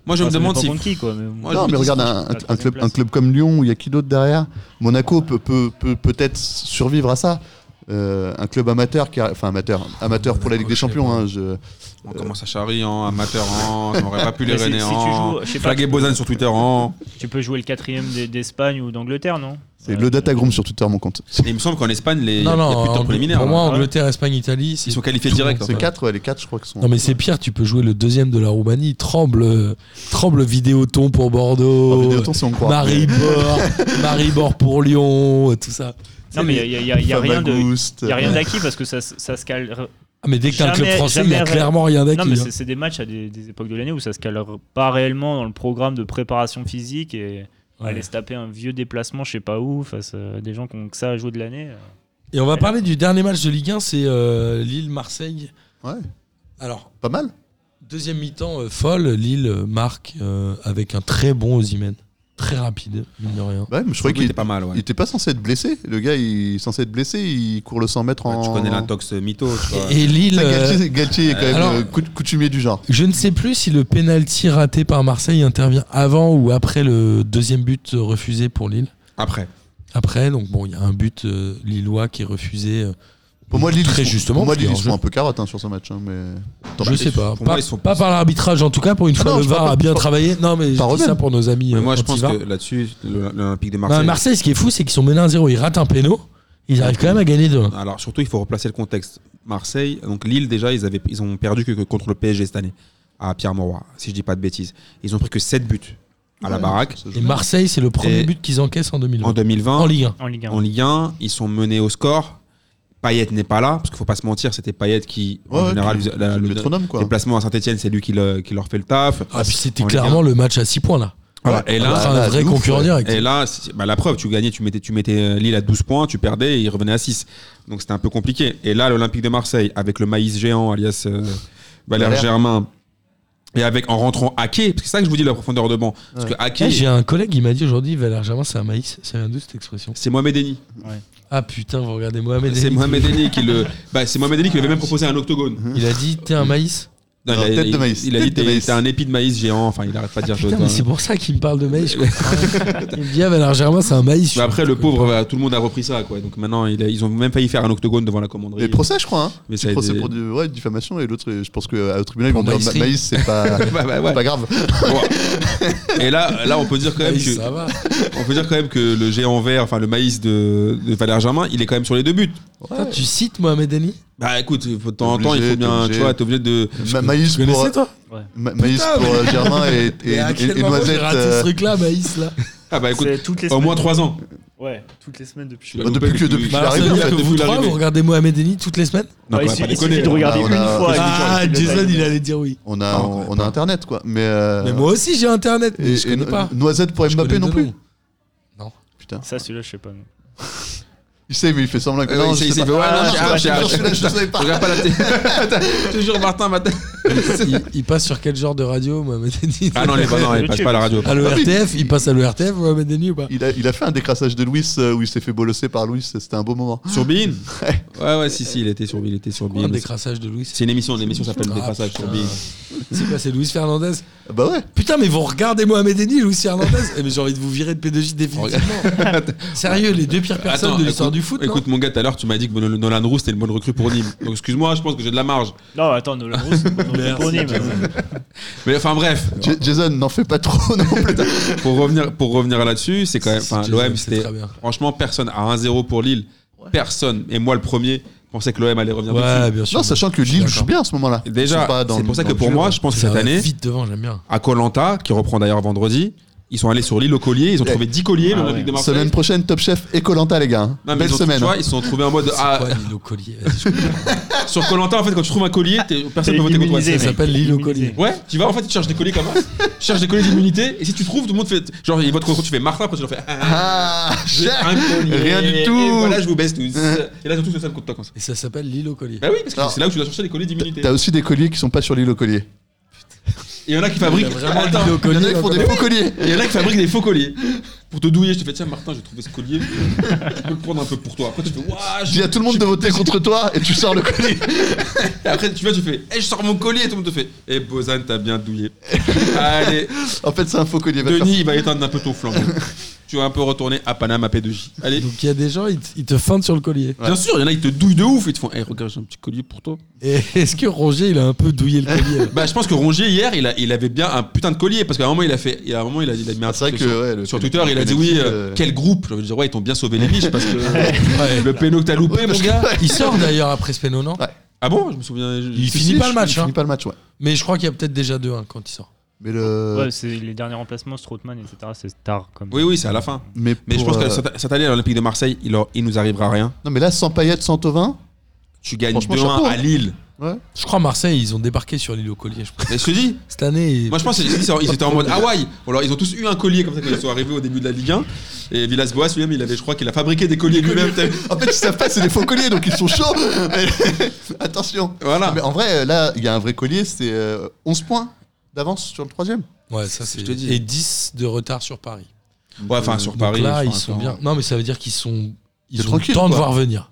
[SPEAKER 1] Moi, je
[SPEAKER 5] Enfin,
[SPEAKER 1] me
[SPEAKER 5] ça
[SPEAKER 1] demande
[SPEAKER 5] dépend
[SPEAKER 1] si.
[SPEAKER 5] contre qui quoi mais bon.
[SPEAKER 1] Moi,
[SPEAKER 3] non,
[SPEAKER 1] je
[SPEAKER 3] mais
[SPEAKER 1] me dis,
[SPEAKER 3] regarde, un,
[SPEAKER 5] la
[SPEAKER 3] un- un
[SPEAKER 5] troisième
[SPEAKER 3] club,
[SPEAKER 5] place.
[SPEAKER 3] un club comme Lyon, où il y a qui d'autre derrière Monaco peut peut- peut- peut-être survivre à ça. Euh, un club amateur, qui a- enfin amateur, amateur pour la Ligue des Champions. hein, je-
[SPEAKER 1] On commence à charrier en amateur en. On aurait pas pu les
[SPEAKER 5] Mais si-
[SPEAKER 1] Rennais
[SPEAKER 5] si tu
[SPEAKER 1] en.
[SPEAKER 5] joues, je sais pas,
[SPEAKER 1] Flaguer
[SPEAKER 5] tu-
[SPEAKER 1] Bozan sur Twitter en.
[SPEAKER 5] Tu peux jouer le quatrième d'E- d'Espagne ou d'Angleterre non Euh,
[SPEAKER 3] C'est le datagroom sur Twitter, mon compte.
[SPEAKER 1] Et il me semble qu'en Espagne, les. hein.
[SPEAKER 4] non,
[SPEAKER 1] il y a plus de
[SPEAKER 4] non,
[SPEAKER 1] temps
[SPEAKER 4] Ang-
[SPEAKER 1] préliminaire.
[SPEAKER 4] pour
[SPEAKER 1] là.
[SPEAKER 4] moi,
[SPEAKER 5] là.
[SPEAKER 4] Angleterre, Espagne, Italie, c'est-
[SPEAKER 1] Ils sont qualifiés
[SPEAKER 4] tout le
[SPEAKER 1] direct.
[SPEAKER 4] monde
[SPEAKER 1] en
[SPEAKER 3] C'est
[SPEAKER 1] fait.
[SPEAKER 3] 4, ouais, les 4, je crois que sont.
[SPEAKER 4] Non, mais c'est pire, tu peux jouer le deuxième de la Roumanie. Tremble, euh, tremble Vidéoton pour
[SPEAKER 3] En
[SPEAKER 5] Oh,
[SPEAKER 4] Bordeaux.
[SPEAKER 3] vidéoton, c'est hongrois.
[SPEAKER 4] Maribor, Maribor pour Lyon, euh, tout ça.
[SPEAKER 5] Non mais il y a, y a- y a rien de
[SPEAKER 3] Famaguste.
[SPEAKER 5] y a rien d'acquis parce que ça, se- ça se cale.
[SPEAKER 4] Ah, mais dès que t'as un club
[SPEAKER 5] Jamais-
[SPEAKER 4] français, il y a
[SPEAKER 5] jamais-
[SPEAKER 4] clairement rien
[SPEAKER 5] Non
[SPEAKER 4] d'acquis.
[SPEAKER 5] mais
[SPEAKER 4] hein.
[SPEAKER 5] c'est c'est des matchs à des, des époques de l'année où ça se cale pas réellement dans le programme de préparation physique et
[SPEAKER 4] Ouais.
[SPEAKER 5] aller se taper un vieux déplacement je sais pas où face à des gens qui ont que ça à jouer de l'année. euh.
[SPEAKER 4] Et on va parler du dernier match de Ligue 1, c'est euh, Lille-Marseille.
[SPEAKER 3] Ouais,
[SPEAKER 4] Alors,
[SPEAKER 3] pas mal.
[SPEAKER 4] deuxième mi-temps euh, folle, Lille euh, marque euh, avec un très bon Osimhen. Très rapide, mine de rien.
[SPEAKER 3] Ouais, mais je
[SPEAKER 1] Je trouvais qu'il
[SPEAKER 3] croyais qu'il
[SPEAKER 1] était pas mal, ouais.
[SPEAKER 3] il était pas censé être blessé. Le gars, il est censé être blessé. Il court le 100 mètres
[SPEAKER 1] Ouais,
[SPEAKER 3] en.
[SPEAKER 1] Bah, Tu connais l'intox euh, mytho, tu vois.
[SPEAKER 4] Et, et Lille,
[SPEAKER 3] Ça,
[SPEAKER 4] euh,
[SPEAKER 3] Galtier, Galtier est quand même
[SPEAKER 4] alors-
[SPEAKER 3] euh, cout- coutumier du genre.
[SPEAKER 4] je ne sais plus si le penalty raté par Marseille intervient avant ou après le deuxième but euh, refusé pour Lille.
[SPEAKER 1] Après.
[SPEAKER 4] Après, donc bon, il y a un but euh, lillois qui est refusé. euh,
[SPEAKER 3] Pour moi, Lille,
[SPEAKER 4] très
[SPEAKER 3] ils se font-
[SPEAKER 4] justement.
[SPEAKER 3] pour moi,
[SPEAKER 4] parce
[SPEAKER 3] Lille, ils
[SPEAKER 4] qu'il
[SPEAKER 3] se
[SPEAKER 4] y a un
[SPEAKER 3] font un peu carotte hein, sur ce match. hein, mais...
[SPEAKER 4] jeu. je sais pas.
[SPEAKER 1] Pour
[SPEAKER 4] pas,
[SPEAKER 1] moi, ils sont-
[SPEAKER 4] pas par l'arbitrage, en tout cas, pour une
[SPEAKER 3] Ah
[SPEAKER 4] fois,
[SPEAKER 3] non,
[SPEAKER 4] le
[SPEAKER 3] je parle
[SPEAKER 4] VAR
[SPEAKER 3] pas-
[SPEAKER 4] a bien
[SPEAKER 3] je parle-
[SPEAKER 4] travaillé. Non, mais je
[SPEAKER 3] Par
[SPEAKER 4] dis ça
[SPEAKER 3] eux-mêmes.
[SPEAKER 4] pour nos amis.
[SPEAKER 1] Mais
[SPEAKER 4] euh,
[SPEAKER 1] moi, je
[SPEAKER 4] quand
[SPEAKER 1] pense
[SPEAKER 4] il va.
[SPEAKER 1] que là-dessus, le- l'Olympique de
[SPEAKER 4] Non, mais
[SPEAKER 1] Marseille.
[SPEAKER 4] Marseille, ce qui est fou, c'est qu'ils sont menés 1-0. Ils ratent un péno. Ils arrivent quand même à gagner 2
[SPEAKER 1] Alors surtout, il faut replacer le contexte. Marseille, donc Lille déjà, ils, avaient, ils ont perdu que, que contre le PSG cette année, à Pierre Mauroy, si je dis pas de bêtises. Ils ont pris que 7 buts à la
[SPEAKER 3] Ouais,
[SPEAKER 1] baraque.
[SPEAKER 3] ça se
[SPEAKER 4] Et
[SPEAKER 3] joue.
[SPEAKER 4] Marseille, c'est le premier
[SPEAKER 1] Et-
[SPEAKER 4] but qu'ils encaissent en 2020.
[SPEAKER 1] En
[SPEAKER 4] En,
[SPEAKER 1] 2020,
[SPEAKER 4] Ligue 1.
[SPEAKER 5] En Ligue 1.
[SPEAKER 1] en Ligue 1, ils sont menés au score. Payet n'est pas là, parce qu'il faut pas se mentir, c'était Payet qui, en
[SPEAKER 3] Ouais,
[SPEAKER 1] général,
[SPEAKER 3] puis-
[SPEAKER 1] faisait la-
[SPEAKER 3] c'est le
[SPEAKER 1] le
[SPEAKER 3] métronome, quoi.
[SPEAKER 1] déplacement à Saint-Etienne, c'est lui qui, le- qui leur fait le taf.
[SPEAKER 4] Ah, puis c'était
[SPEAKER 1] En Ligue un. Ah, bah,
[SPEAKER 4] clairement le match à 6 points là.
[SPEAKER 1] Voilà. Et
[SPEAKER 4] Contre
[SPEAKER 1] là,
[SPEAKER 3] là,
[SPEAKER 4] un vrai
[SPEAKER 3] de ouf,
[SPEAKER 4] concurrent
[SPEAKER 3] ouais.
[SPEAKER 4] direct.
[SPEAKER 1] et là c'est- bah, la preuve, tu gagnais, tu mettais, tu mettais euh, Lille à 12 points, tu perdais et ils revenaient à 6. Donc c'était un peu compliqué. Et là, l'Olympique de Marseille, avec le maïs géant, alias euh, Valère
[SPEAKER 3] Valère.
[SPEAKER 1] Germain, Et avec, en rentrant hacké, parce que c'est ça que je vous dis la profondeur de banc. Parce que
[SPEAKER 3] Ouais.
[SPEAKER 1] hacké,
[SPEAKER 4] Eh, J'ai un collègue qui m'a dit aujourd'hui, Valère Germain, c'est un maïs. Ça vient d'où cette expression
[SPEAKER 1] c'est Mohamed Eni.
[SPEAKER 4] Ah putain, vous regardez Mohamed
[SPEAKER 1] C'est
[SPEAKER 4] Ali.
[SPEAKER 1] Mohamed Eni qui le. Bah, c'est Mohamed Eni qui lui avait même proposé un octogone.
[SPEAKER 4] Il a dit, t'es un maïs
[SPEAKER 1] Non,
[SPEAKER 3] Alors,
[SPEAKER 1] il, a,
[SPEAKER 3] tête de
[SPEAKER 1] il-
[SPEAKER 3] maïs,
[SPEAKER 1] il a dit
[SPEAKER 3] tête de
[SPEAKER 1] t'es
[SPEAKER 3] maïs.
[SPEAKER 1] t'es un épi de maïs géant. Enfin, il arrête pas de dire. hein.
[SPEAKER 4] Putain,
[SPEAKER 1] je-
[SPEAKER 4] mais c'est pour ça qu'il me parle de maïs. je comprends. il me dit, ah, Valère Germain, c'est un maïs.
[SPEAKER 1] Mais après,
[SPEAKER 4] Je
[SPEAKER 1] le
[SPEAKER 4] comprends.
[SPEAKER 1] pauvre, voilà, tout le monde a repris ça, quoi. Donc maintenant, il a- ils ont même failli faire un octogone devant la commanderie.
[SPEAKER 3] Et procès, je crois. Hein.
[SPEAKER 1] Mais
[SPEAKER 3] Petit
[SPEAKER 1] ça a
[SPEAKER 3] procès
[SPEAKER 1] été-
[SPEAKER 3] pour du- ouais, diffamation et l'autre, je pense qu'au tribunal, ils
[SPEAKER 4] Pour
[SPEAKER 3] vont dire
[SPEAKER 4] maïsserie.
[SPEAKER 3] maïs, c'est pas,
[SPEAKER 1] Bah, bah, ouais.
[SPEAKER 3] pas grave.
[SPEAKER 1] Bon. Et là, là, on peut dire quand même
[SPEAKER 4] Maïs,
[SPEAKER 1] que,
[SPEAKER 4] ça va.
[SPEAKER 1] on peut dire quand même que le géant vert, enfin le maïs de, de Valère Germain, il est quand même sur les deux buts.
[SPEAKER 4] Putain, tu cites Mohamed Ali
[SPEAKER 1] Bah écoute, faut- de temps en temps, il
[SPEAKER 3] Obligé,
[SPEAKER 1] faut bien,
[SPEAKER 3] obligé.
[SPEAKER 1] tu vois, t'es obligé de.
[SPEAKER 3] Ma- maïs
[SPEAKER 4] Tu
[SPEAKER 3] pour, euh,
[SPEAKER 4] connaissais, toi
[SPEAKER 3] ma- maïs
[SPEAKER 4] Putain,
[SPEAKER 3] pour euh, Germain et, et,
[SPEAKER 4] Et à
[SPEAKER 3] et-
[SPEAKER 4] quel
[SPEAKER 3] et
[SPEAKER 4] moment j'ai
[SPEAKER 3] noisette.
[SPEAKER 4] raté ce
[SPEAKER 3] euh,
[SPEAKER 4] truc-là, maïs, là
[SPEAKER 1] Ah bah écoute,
[SPEAKER 5] C'est toutes les
[SPEAKER 1] au
[SPEAKER 5] semaines.
[SPEAKER 1] moins trois ans.
[SPEAKER 5] Ouais, toutes les semaines depuis.
[SPEAKER 1] Tu l'as
[SPEAKER 3] Bah,
[SPEAKER 1] loupé
[SPEAKER 3] depuis que- depuis
[SPEAKER 1] qu'il
[SPEAKER 3] qu'il
[SPEAKER 1] est
[SPEAKER 3] est
[SPEAKER 4] Alors,
[SPEAKER 1] arrivé,
[SPEAKER 4] ça veut
[SPEAKER 1] il a
[SPEAKER 4] dire que
[SPEAKER 1] tout
[SPEAKER 4] vous
[SPEAKER 1] vu
[SPEAKER 4] trois,
[SPEAKER 1] l'arrivée.
[SPEAKER 4] vous regardez Mohamed Eni toutes les semaines
[SPEAKER 1] Non,
[SPEAKER 5] Ouais,
[SPEAKER 1] faut pas
[SPEAKER 5] il suffit- il
[SPEAKER 1] déconner,
[SPEAKER 5] suffit de
[SPEAKER 1] hein.
[SPEAKER 5] regarder
[SPEAKER 3] Ah, on
[SPEAKER 5] une
[SPEAKER 3] a-
[SPEAKER 5] fois.
[SPEAKER 4] Ah, Jason, il allait dire oui.
[SPEAKER 3] On a,
[SPEAKER 1] Non,
[SPEAKER 3] on,
[SPEAKER 1] quand
[SPEAKER 3] a Internet, quoi. Mais, euh,
[SPEAKER 4] Ah, Mais moi aussi, j'ai Internet, mais
[SPEAKER 3] et-
[SPEAKER 4] je
[SPEAKER 3] et
[SPEAKER 4] connais
[SPEAKER 3] no-
[SPEAKER 4] pas.
[SPEAKER 3] Noisette pour
[SPEAKER 4] Je
[SPEAKER 3] Mbappé
[SPEAKER 4] connais
[SPEAKER 3] non
[SPEAKER 4] deux
[SPEAKER 3] plus.
[SPEAKER 4] noms.
[SPEAKER 3] Putain.
[SPEAKER 5] Ça, celui-là, je sais pas. non.
[SPEAKER 3] Il sait, mais il fait semblant que.
[SPEAKER 1] Euh,
[SPEAKER 3] non,
[SPEAKER 1] il s'est-
[SPEAKER 3] je
[SPEAKER 1] il
[SPEAKER 3] sais
[SPEAKER 1] s'est fait,
[SPEAKER 3] pas.
[SPEAKER 1] ouais,
[SPEAKER 3] Ah,
[SPEAKER 1] non,
[SPEAKER 3] non,
[SPEAKER 1] j'ai-
[SPEAKER 3] je
[SPEAKER 1] ah,
[SPEAKER 3] suis
[SPEAKER 1] j'ai-
[SPEAKER 3] là, je suis là, je savais
[SPEAKER 1] Je
[SPEAKER 3] pas.
[SPEAKER 1] regarde pas la télé. T'as- Toujours Martin Matin.
[SPEAKER 4] il, il passe sur quel genre de radio, Mohamed Eni
[SPEAKER 1] Ah non, les- bah non, il passe pas à la radio.
[SPEAKER 4] À l'ORTF, il passe à l'ORTF, Mohamed Eni ou pas
[SPEAKER 3] Il a, il a fait un décrassage de Louis euh, où il s'est fait bolosser par Louis, c'était un beau moment.
[SPEAKER 1] Sur Bein Ouais, ouais, si, si, il était sur Bein. Il était sur
[SPEAKER 4] Oh, Un
[SPEAKER 1] Bein.
[SPEAKER 4] décrassage de Louis.
[SPEAKER 1] C'est une émission, l'émission s'appelle
[SPEAKER 4] Ah,
[SPEAKER 1] Décrassage sur
[SPEAKER 4] putain.
[SPEAKER 1] Bein.
[SPEAKER 4] C'est quoi, c'est Louis Fernandez
[SPEAKER 3] Ah Bah ouais,
[SPEAKER 4] Putain, mais vous regardez Mohamed Eni, Louis Fernandez Eh, Mais j'ai envie de vous virer de P2J définitivement. Sérieux, les deux pires personnes
[SPEAKER 1] Attends,
[SPEAKER 4] de l'histoire
[SPEAKER 1] écoute-
[SPEAKER 4] du foot, non
[SPEAKER 1] Écoute, mon gars, tout à l'heure, tu m'as dit que Nolan- Nolan Roux, c'était le bonne recrue pour Nîmes. Donc, excuse-moi, je pense que j'ai de la marge.
[SPEAKER 5] Non, attends, Nolan Roux, c'est pas
[SPEAKER 4] Merci,
[SPEAKER 5] pour Nîmes.
[SPEAKER 1] Mais enfin, bref,
[SPEAKER 3] J- Jason, n'en fais pas trop non plus.
[SPEAKER 1] pour revenir, pour revenir là-dessus, c'est quand même.
[SPEAKER 4] Si,
[SPEAKER 1] Enfin,
[SPEAKER 4] Jason,
[SPEAKER 1] l'OM,
[SPEAKER 4] c'est
[SPEAKER 1] c'était.
[SPEAKER 4] très bien.
[SPEAKER 1] Franchement, personne. À 1-0 pour Lille, personne, et moi le premier, pensait que l'OM allait revenir
[SPEAKER 4] Ouais,
[SPEAKER 1] dessus.
[SPEAKER 4] bien sûr.
[SPEAKER 3] Non, sachant
[SPEAKER 4] Je
[SPEAKER 3] que
[SPEAKER 4] suis
[SPEAKER 3] Lille
[SPEAKER 4] d'accord.
[SPEAKER 3] joue bien à ce moment-là.
[SPEAKER 1] Et
[SPEAKER 3] Ils sont
[SPEAKER 1] Déjà,
[SPEAKER 3] pas dans
[SPEAKER 1] c'est
[SPEAKER 3] le-
[SPEAKER 1] pour ça que
[SPEAKER 3] dans le
[SPEAKER 1] pour
[SPEAKER 3] jeu,
[SPEAKER 1] moi,
[SPEAKER 3] ouais.
[SPEAKER 1] je pense que
[SPEAKER 4] Ça
[SPEAKER 1] cette
[SPEAKER 4] va
[SPEAKER 1] année,
[SPEAKER 4] Vite devant, j'aime bien.
[SPEAKER 1] à Colanta, qui reprend d'ailleurs vendredi, ils sont allés sur l'île au collier, ils ont
[SPEAKER 3] Eh.
[SPEAKER 1] trouvé 10 colliers,
[SPEAKER 5] Ah
[SPEAKER 1] le
[SPEAKER 5] ouais.
[SPEAKER 1] Olympique de Marseille.
[SPEAKER 3] Semaine prochaine, Top Chef et Colanta, les gars. hein.
[SPEAKER 1] Non, mais
[SPEAKER 3] Belle
[SPEAKER 1] ils ont-
[SPEAKER 3] semaine.
[SPEAKER 1] Tu vois,
[SPEAKER 3] hein.
[SPEAKER 4] hein.
[SPEAKER 1] ils se sont trouvés en mode.
[SPEAKER 4] C'est
[SPEAKER 1] ah,
[SPEAKER 4] quoi l'île au collier Vas-y, je comprends.
[SPEAKER 1] sur Colanta, en fait, quand tu trouves un collier, t'es- personne
[SPEAKER 5] T'es
[SPEAKER 1] peut voter contre toi.
[SPEAKER 4] Ça
[SPEAKER 5] immunisé, mec.
[SPEAKER 4] s'appelle l'île au collier.
[SPEAKER 1] Ouais, tu vas en fait, tu cherches des colliers comme ça. Tu cherches des colliers d'immunité. Et si tu trouves, tout le monde fait. Genre, ils votent contre, tu fais Martin, après tu leur fais. Ah,
[SPEAKER 3] Ah,
[SPEAKER 1] j'ai
[SPEAKER 3] chef
[SPEAKER 1] un collier.
[SPEAKER 3] Rien du
[SPEAKER 1] et
[SPEAKER 3] tout.
[SPEAKER 1] voilà, je vous baisse tous. Et là, surtout, ça me compte toi comme ça.
[SPEAKER 4] Et ça s'appelle l'île au collier.
[SPEAKER 1] Bah oui, parce que
[SPEAKER 3] Alors,
[SPEAKER 1] c'est là où tu dois chercher les colliers d'immunité.
[SPEAKER 3] T'as aussi des colliers qui sont pas sur l'île aux colliers.
[SPEAKER 1] Il y en a qui fabriquent.
[SPEAKER 4] Il y a vraiment
[SPEAKER 1] Attends,
[SPEAKER 4] l'île au
[SPEAKER 3] Il y en
[SPEAKER 4] collier.
[SPEAKER 3] a qui font
[SPEAKER 4] dans
[SPEAKER 3] des
[SPEAKER 4] le-
[SPEAKER 3] faux colliers.
[SPEAKER 1] il y en a qui fabriquent des faux colliers. Pour te douiller, je te fais tiens, Martin, j'ai trouvé ce collier. Tu peux le prendre un peu pour toi. Après, tu fais waouh.
[SPEAKER 3] Je dis à tout le monde de voter contre toi et tu sors le collier.
[SPEAKER 1] Et après, tu vas, tu fais Eh, je sors mon collier. Et tout le monde te fait Eh, Bozan, t'as bien douillé. Allez,
[SPEAKER 3] En fait, c'est un faux collier. va te
[SPEAKER 1] Denis, il va éteindre un peu ton flambeau. Tu vas un peu retourner à Panama, à P2J. Allez.
[SPEAKER 4] Donc il y a des gens, ils te- ils te feintent sur le collier.
[SPEAKER 1] Bien sûr, il y en a qui te douillent de ouf et te font Eh, regarde, j'ai un petit collier pour toi.
[SPEAKER 4] Et est-ce que Roger, il a un peu douillé le collier là
[SPEAKER 1] Bah, je pense que Rongier, hier, il, a- il avait bien un putain de collier parce qu'à un moment, il a fait. Il a, à un moment, il a, il a mis un
[SPEAKER 3] Ah, c'est vrai
[SPEAKER 1] truc
[SPEAKER 3] que,
[SPEAKER 1] sur,
[SPEAKER 3] ouais, le
[SPEAKER 1] sur
[SPEAKER 3] Kennedy,
[SPEAKER 1] Twitter, il a dit
[SPEAKER 3] Kennedy,
[SPEAKER 1] Oui,
[SPEAKER 3] euh,
[SPEAKER 1] euh, quel groupe Je veux dire, ouais, ils t'ont bien sauvé les miches parce que
[SPEAKER 4] Ouais.
[SPEAKER 1] le péno que t'as loupé, mon gars.
[SPEAKER 4] Il sort d'ailleurs après ce péno, non
[SPEAKER 3] Ouais.
[SPEAKER 1] Ah bon Je me souviens. je-
[SPEAKER 4] Il
[SPEAKER 1] si,
[SPEAKER 4] finit
[SPEAKER 1] si,
[SPEAKER 4] pas
[SPEAKER 1] je-
[SPEAKER 4] le match,
[SPEAKER 3] Il
[SPEAKER 4] hein.
[SPEAKER 3] finit pas le match, ouais.
[SPEAKER 4] Mais je crois qu'il y a peut-être déjà 2-1 quand il sort.
[SPEAKER 3] Mais le.
[SPEAKER 4] Euh.
[SPEAKER 5] Ouais, c'est les derniers remplacements, Strootman, etc. C'est tard comme
[SPEAKER 1] Oui, oui, c'est à la fin.
[SPEAKER 3] Mais,
[SPEAKER 1] Mais je
[SPEAKER 3] pour,
[SPEAKER 1] pense que
[SPEAKER 3] euh,
[SPEAKER 1] cette- cette année, à l'Olympique de Marseille, il, leur- il nous arrivera rien.
[SPEAKER 3] Non, mais là, sans Payet, sans Tovin.
[SPEAKER 1] Tu gagnes
[SPEAKER 3] Franchement,
[SPEAKER 1] 2-1
[SPEAKER 3] chapeau. hein.
[SPEAKER 1] à Lille.
[SPEAKER 3] Ouais.
[SPEAKER 4] Je crois Marseille, ils ont débarqué sur l'île au collier, je crois.
[SPEAKER 1] Mais je te dis,
[SPEAKER 4] Cette année.
[SPEAKER 1] moi je pense qu'ils sont- ils étaient en mode Hawaï. Bon, alors, ils ont tous eu un collier comme ça quand ils sont arrivés au début de la Ligue 1. Et Villas-Boas, lui-même, il avait, je crois qu'il a fabriqué des colliers lui-même.
[SPEAKER 3] En fait, ils savent pas, c'est des faux colliers, donc ils sont chauds. Attention.
[SPEAKER 1] Voilà.
[SPEAKER 3] Mais en vrai, euh, là, il y a un vrai collier, c'est euh, 11 points d'avance sur le troisième.
[SPEAKER 4] Ouais, ça c'est.
[SPEAKER 1] Je te dis.
[SPEAKER 4] Et 10 de retard sur Paris.
[SPEAKER 1] Ouais, enfin, sur
[SPEAKER 4] Donc
[SPEAKER 1] Paris.
[SPEAKER 4] là,
[SPEAKER 1] je
[SPEAKER 4] ils
[SPEAKER 1] crois,
[SPEAKER 4] sont
[SPEAKER 1] attends.
[SPEAKER 4] bien. Non, mais ça veut dire qu'ils sont. Ils
[SPEAKER 3] C'est
[SPEAKER 4] ont le
[SPEAKER 3] tranquille,
[SPEAKER 4] temps de
[SPEAKER 3] quoi.
[SPEAKER 4] voir venir.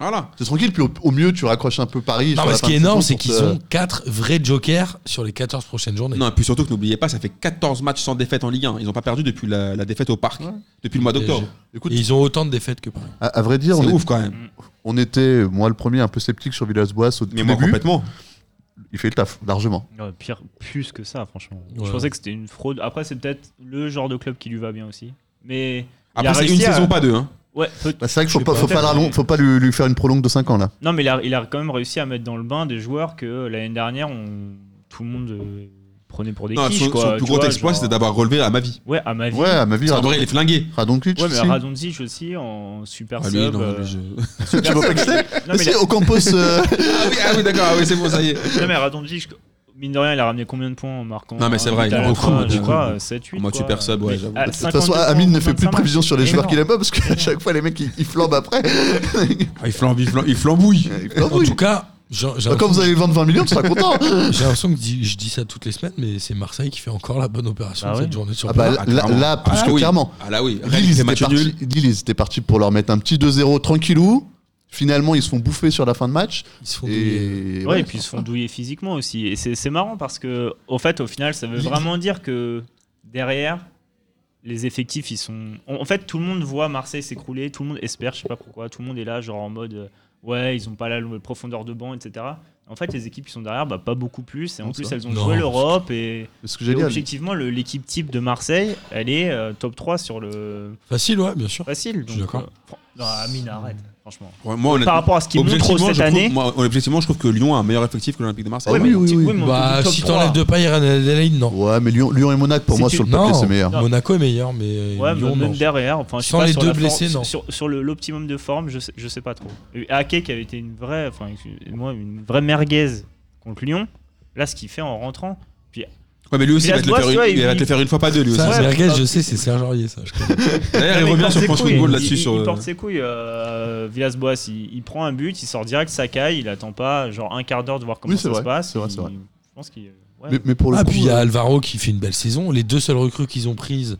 [SPEAKER 1] Voilà.
[SPEAKER 3] C'est tranquille, puis au, au mieux, tu raccroches un peu Paris.
[SPEAKER 4] Non,
[SPEAKER 3] sur
[SPEAKER 4] mais
[SPEAKER 3] la
[SPEAKER 4] ce
[SPEAKER 3] fin
[SPEAKER 4] qui est
[SPEAKER 3] de
[SPEAKER 4] énorme,
[SPEAKER 3] saison
[SPEAKER 4] c'est
[SPEAKER 3] pour
[SPEAKER 4] qu'ils
[SPEAKER 3] te-
[SPEAKER 4] ont 4 vrais jokers sur les 14 prochaines journées.
[SPEAKER 1] Non, et puis surtout que n'oubliez pas, ça fait 14 matchs sans défaite en Ligue 1. Ils n'ont pas perdu depuis la, la défaite au parc,
[SPEAKER 3] Ouais.
[SPEAKER 1] depuis le mois d'octobre.
[SPEAKER 3] Écoute,
[SPEAKER 4] Et ils ont autant de défaites que Paris.
[SPEAKER 3] à, à vrai
[SPEAKER 1] C'est
[SPEAKER 3] dire, on, est-
[SPEAKER 1] ouf quand même.
[SPEAKER 3] on était, moi le premier, un peu sceptique sur Villas-Boas au tout
[SPEAKER 1] Mais moi,
[SPEAKER 3] début.
[SPEAKER 1] complètement.
[SPEAKER 3] Il fait le taf, largement.
[SPEAKER 5] Ouais, Euh, pire, plus que ça, franchement.
[SPEAKER 4] Ouais.
[SPEAKER 5] Je pensais que c'était une fraude. Après, c'est peut-être le genre de club qui lui va bien aussi. Mais. il a
[SPEAKER 1] Après, c'est
[SPEAKER 5] réussi
[SPEAKER 1] une
[SPEAKER 5] à-
[SPEAKER 1] saison, pas deux. Hein.
[SPEAKER 5] Ouais, peut-
[SPEAKER 3] Bah, c'est vrai qu'il faut
[SPEAKER 4] Je sais
[SPEAKER 3] pas,
[SPEAKER 4] pas.
[SPEAKER 3] faut pas, la long- faut pas lui, lui faire une prolongue de 5 ans là.
[SPEAKER 5] Non, mais il a, il a quand même réussi à mettre dans le bain des joueurs que euh, l'année dernière, on... tout le monde euh, prenait pour des
[SPEAKER 1] Non,
[SPEAKER 5] quiches.
[SPEAKER 1] son,
[SPEAKER 5] quoi,
[SPEAKER 1] son
[SPEAKER 5] tu
[SPEAKER 1] plus gros
[SPEAKER 5] vois,
[SPEAKER 1] exploit,
[SPEAKER 5] genre- Ah,
[SPEAKER 1] c'était d'avoir relevé à ma vie.
[SPEAKER 5] Ouais, à ma vie.
[SPEAKER 3] Ouais, à ma vie,
[SPEAKER 1] En
[SPEAKER 3] Radon-
[SPEAKER 1] vrai, il est flingué.
[SPEAKER 3] Radonjic.
[SPEAKER 5] Ouais, mais
[SPEAKER 3] si.
[SPEAKER 5] Radonjic aussi en super
[SPEAKER 1] Ah, lui,
[SPEAKER 5] sub.
[SPEAKER 1] non,
[SPEAKER 5] euh,
[SPEAKER 1] lui, je-
[SPEAKER 5] super
[SPEAKER 3] Tu vois
[SPEAKER 5] sub.
[SPEAKER 3] pas que
[SPEAKER 5] Non, mais
[SPEAKER 3] Si,
[SPEAKER 5] il a-
[SPEAKER 3] Ocampos, euh,
[SPEAKER 1] Ah oui, ah oui, d'accord, ah oui, c'est bon, ça y est.
[SPEAKER 5] non, mais Radonjic, Mine de rien, il a ramené combien de points en marquant
[SPEAKER 1] Non, mais c'est vrai,
[SPEAKER 5] il
[SPEAKER 1] il en
[SPEAKER 5] a
[SPEAKER 1] recrute beaucoup.
[SPEAKER 5] je crois, 7-8.
[SPEAKER 1] En mode super sub, ouais, j'avoue.
[SPEAKER 3] de toute façon, Amine ne fait plus de prévisions sur les joueurs qu'il aime pas parce qu'à chaque fois, les mecs ils, ils flambent après.
[SPEAKER 1] Ah, il, flambe, il, flambe- il flambouille.
[SPEAKER 3] Ils
[SPEAKER 4] En
[SPEAKER 3] flambent, oui.
[SPEAKER 4] tout cas, J'ai j'ai
[SPEAKER 3] Bah, Quand vous
[SPEAKER 4] l'impression-
[SPEAKER 3] allez vendre 20 millions, tu seras content.
[SPEAKER 4] j'ai l'impression que je dis- je dis ça toutes les semaines, mais c'est Marseille qui fait encore la bonne opération
[SPEAKER 5] Bah
[SPEAKER 4] cette
[SPEAKER 5] oui.
[SPEAKER 4] journée sur
[SPEAKER 3] Ah bah,
[SPEAKER 4] Paris.
[SPEAKER 3] là, là,
[SPEAKER 1] clairement.
[SPEAKER 3] plus
[SPEAKER 1] Ah
[SPEAKER 3] que
[SPEAKER 1] oui.
[SPEAKER 3] clairement.
[SPEAKER 1] Ah là oui,
[SPEAKER 3] Lille, ils
[SPEAKER 1] Rennes,
[SPEAKER 3] étaient
[SPEAKER 1] match nul.
[SPEAKER 3] partis- Lille, ils étaient partis pour leur mettre un petit 2-0 tranquillou. Finalement, ils se font bouffer sur la fin de match.
[SPEAKER 4] Ils se font douiller.
[SPEAKER 3] Et,
[SPEAKER 5] Ouais, et puis ils se font douiller physiquement aussi. Et c'est c'est marrant parce que, au fait, au final, ça veut
[SPEAKER 3] Lille.
[SPEAKER 5] vraiment dire que derrière, les effectifs, ils sont. En en fait, tout le monde voit Marseille s'écrouler, tout le monde espère, je sais pas pourquoi, tout le monde est là, genre en mode euh, ouais, ils ont pas la lo- profondeur de banc, etc. En fait, les équipes qui sont derrière, bah, pas beaucoup plus. Et en
[SPEAKER 3] Non,
[SPEAKER 5] plus,
[SPEAKER 3] ça.
[SPEAKER 5] elles ont
[SPEAKER 4] Non.
[SPEAKER 5] joué l'Europe. Et,
[SPEAKER 3] ce que
[SPEAKER 5] et
[SPEAKER 3] j'allais dire,
[SPEAKER 5] objectivement, le- l'équipe type de Marseille, elle est euh, top 3 sur le
[SPEAKER 4] Facile, ouais, bien sûr.
[SPEAKER 5] facile.
[SPEAKER 4] Je suis
[SPEAKER 5] donc,
[SPEAKER 4] d'accord.
[SPEAKER 5] euh, fran- non, Amine, arrête, franchement.
[SPEAKER 1] Ouais, moi, honnêtement,
[SPEAKER 5] Par rapport à ce qu'ils montrent
[SPEAKER 1] objectivement,
[SPEAKER 5] cette
[SPEAKER 1] je trouve-
[SPEAKER 5] année.
[SPEAKER 1] moi, objectivement, je trouve que Lyon a un meilleur effectif que l'Olympique de Marseille.
[SPEAKER 3] Ouais, oui, oui,
[SPEAKER 5] tu-
[SPEAKER 3] oui.
[SPEAKER 5] mais on
[SPEAKER 4] Bah,
[SPEAKER 5] te dit top
[SPEAKER 4] si
[SPEAKER 5] 3.
[SPEAKER 4] t'enlèves de paille et Adelaide, non.
[SPEAKER 3] Ouais, mais Lyon, Lyon et Monaco, pour
[SPEAKER 5] C'est
[SPEAKER 3] moi,
[SPEAKER 5] une-
[SPEAKER 3] sur le papier,
[SPEAKER 4] non,
[SPEAKER 3] c'est meilleur.
[SPEAKER 4] Monaco est meilleur, mais euh,
[SPEAKER 5] Ouais, mais
[SPEAKER 4] Lyon,
[SPEAKER 5] même
[SPEAKER 4] non.
[SPEAKER 5] derrière, enfin, je sais
[SPEAKER 4] Sans
[SPEAKER 5] pas,
[SPEAKER 4] les
[SPEAKER 5] sur
[SPEAKER 4] deux
[SPEAKER 5] la for-
[SPEAKER 4] blessés, non.
[SPEAKER 5] Sur, sur le- l'optimum de forme, je sais, je sais pas trop. Et Ake qui avait été une vraie, enfin, moi, une vraie merguez contre Lyon, là, ce qu'il fait en rentrant.
[SPEAKER 1] Ouais, mais lui aussi, il va, te le
[SPEAKER 5] Villas-Boas,
[SPEAKER 1] faire
[SPEAKER 5] tu vois,
[SPEAKER 1] une- il va
[SPEAKER 5] il-
[SPEAKER 1] te le faire une fois pas deux, lui aussi.
[SPEAKER 4] Ça,
[SPEAKER 5] Ouais,
[SPEAKER 4] Merguez,
[SPEAKER 5] bah,
[SPEAKER 4] je sais, c'est Serge Aurier, ça. je connais.
[SPEAKER 1] D'ailleurs,
[SPEAKER 5] Non,
[SPEAKER 3] Eh,
[SPEAKER 5] mais
[SPEAKER 1] il
[SPEAKER 5] il
[SPEAKER 1] revient
[SPEAKER 5] porte
[SPEAKER 1] sur
[SPEAKER 5] ses
[SPEAKER 1] France
[SPEAKER 5] couilles,
[SPEAKER 1] Football
[SPEAKER 5] il-
[SPEAKER 1] là-dessus.
[SPEAKER 5] Il,
[SPEAKER 1] sur,
[SPEAKER 5] il
[SPEAKER 1] euh,
[SPEAKER 5] porte ses couilles, euh, Villas-Boas, il, il prend un but, il sort direct Sakai, il attend pas, genre un quart d'heure de voir comment
[SPEAKER 3] Oui, c'est
[SPEAKER 5] ça
[SPEAKER 3] vrai,
[SPEAKER 5] se passe.
[SPEAKER 3] c'est vrai,
[SPEAKER 5] Il-
[SPEAKER 3] c'est vrai.
[SPEAKER 5] Je pense qu'il. ouais.
[SPEAKER 3] Mais, mais pour le
[SPEAKER 4] Ah,
[SPEAKER 3] coup,
[SPEAKER 4] puis il y a
[SPEAKER 3] euh,
[SPEAKER 4] Alvaro qui fait une belle saison. Les deux seules recrues qu'ils ont prises,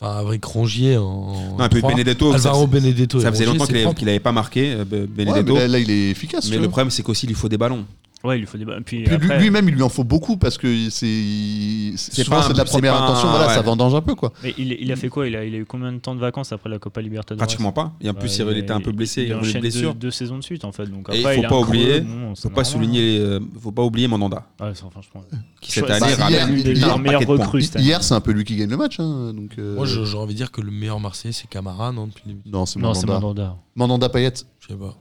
[SPEAKER 4] enfin, avec Rongier en.
[SPEAKER 1] Non, et puis
[SPEAKER 4] trois,
[SPEAKER 1] Benedetto, ça,
[SPEAKER 4] Alvaro Benedetto. et
[SPEAKER 1] ça faisait
[SPEAKER 4] Rongier,
[SPEAKER 1] longtemps
[SPEAKER 4] c'est
[SPEAKER 1] qu'il avait-
[SPEAKER 4] propre.
[SPEAKER 1] qu'il n'avait pas marqué, euh, Be- Benedetto.
[SPEAKER 3] ouais, mais là, là, il est efficace.
[SPEAKER 1] Mais
[SPEAKER 3] tu
[SPEAKER 1] le
[SPEAKER 3] vois.
[SPEAKER 1] problème, c'est qu'aussi, il lui faut des ballons.
[SPEAKER 5] Ouais, il lui faut des. balles. Puis
[SPEAKER 3] Puis lui-
[SPEAKER 5] après-
[SPEAKER 3] lui-même, il lui en faut beaucoup parce que il- c'est il-
[SPEAKER 1] C'est
[SPEAKER 3] souvent
[SPEAKER 1] pas un-
[SPEAKER 3] c'est de la
[SPEAKER 1] c'est
[SPEAKER 3] première
[SPEAKER 1] pas un-
[SPEAKER 3] intention. Voilà,
[SPEAKER 1] ouais.
[SPEAKER 3] ça vendange un peu quoi.
[SPEAKER 5] mais il, il a fait quoi il a, il a eu combien de temps de vacances après la Copa Libertadores
[SPEAKER 1] Pratiquement pas. Et en plus,
[SPEAKER 5] Bah,
[SPEAKER 1] il était un peu blessé. Il
[SPEAKER 5] Il
[SPEAKER 1] avait des
[SPEAKER 5] enchaîne
[SPEAKER 1] blessures.
[SPEAKER 5] deux, deux saisons de suite en fait. Donc
[SPEAKER 1] Et
[SPEAKER 5] après,
[SPEAKER 1] il faut
[SPEAKER 5] a
[SPEAKER 1] pas
[SPEAKER 5] un creux,
[SPEAKER 1] oublier,
[SPEAKER 5] bon, c'est
[SPEAKER 1] Faut pas
[SPEAKER 5] normal.
[SPEAKER 1] souligner, euh, faut pas oublier Mandanda,
[SPEAKER 5] Ouais, c'est- franchement.
[SPEAKER 1] qui cette
[SPEAKER 5] Bah,
[SPEAKER 1] année
[SPEAKER 3] hier,
[SPEAKER 1] ramène
[SPEAKER 3] il est
[SPEAKER 1] un
[SPEAKER 3] leur
[SPEAKER 1] paquet
[SPEAKER 5] meilleur
[SPEAKER 1] de points.
[SPEAKER 5] recrue. Cruz, t'as-
[SPEAKER 3] Hier, c'est un peu lui qui gagne le match. hein, donc, euh,
[SPEAKER 4] Moi, je- j'ai envie de dire que le meilleur Marseillais, c'est Camara, non, depuis le début.
[SPEAKER 3] Non, c'est
[SPEAKER 5] Non, c'est
[SPEAKER 3] Mandanda.
[SPEAKER 5] Mandanda.
[SPEAKER 3] Mandanda Payet.
[SPEAKER 4] Je sais pas.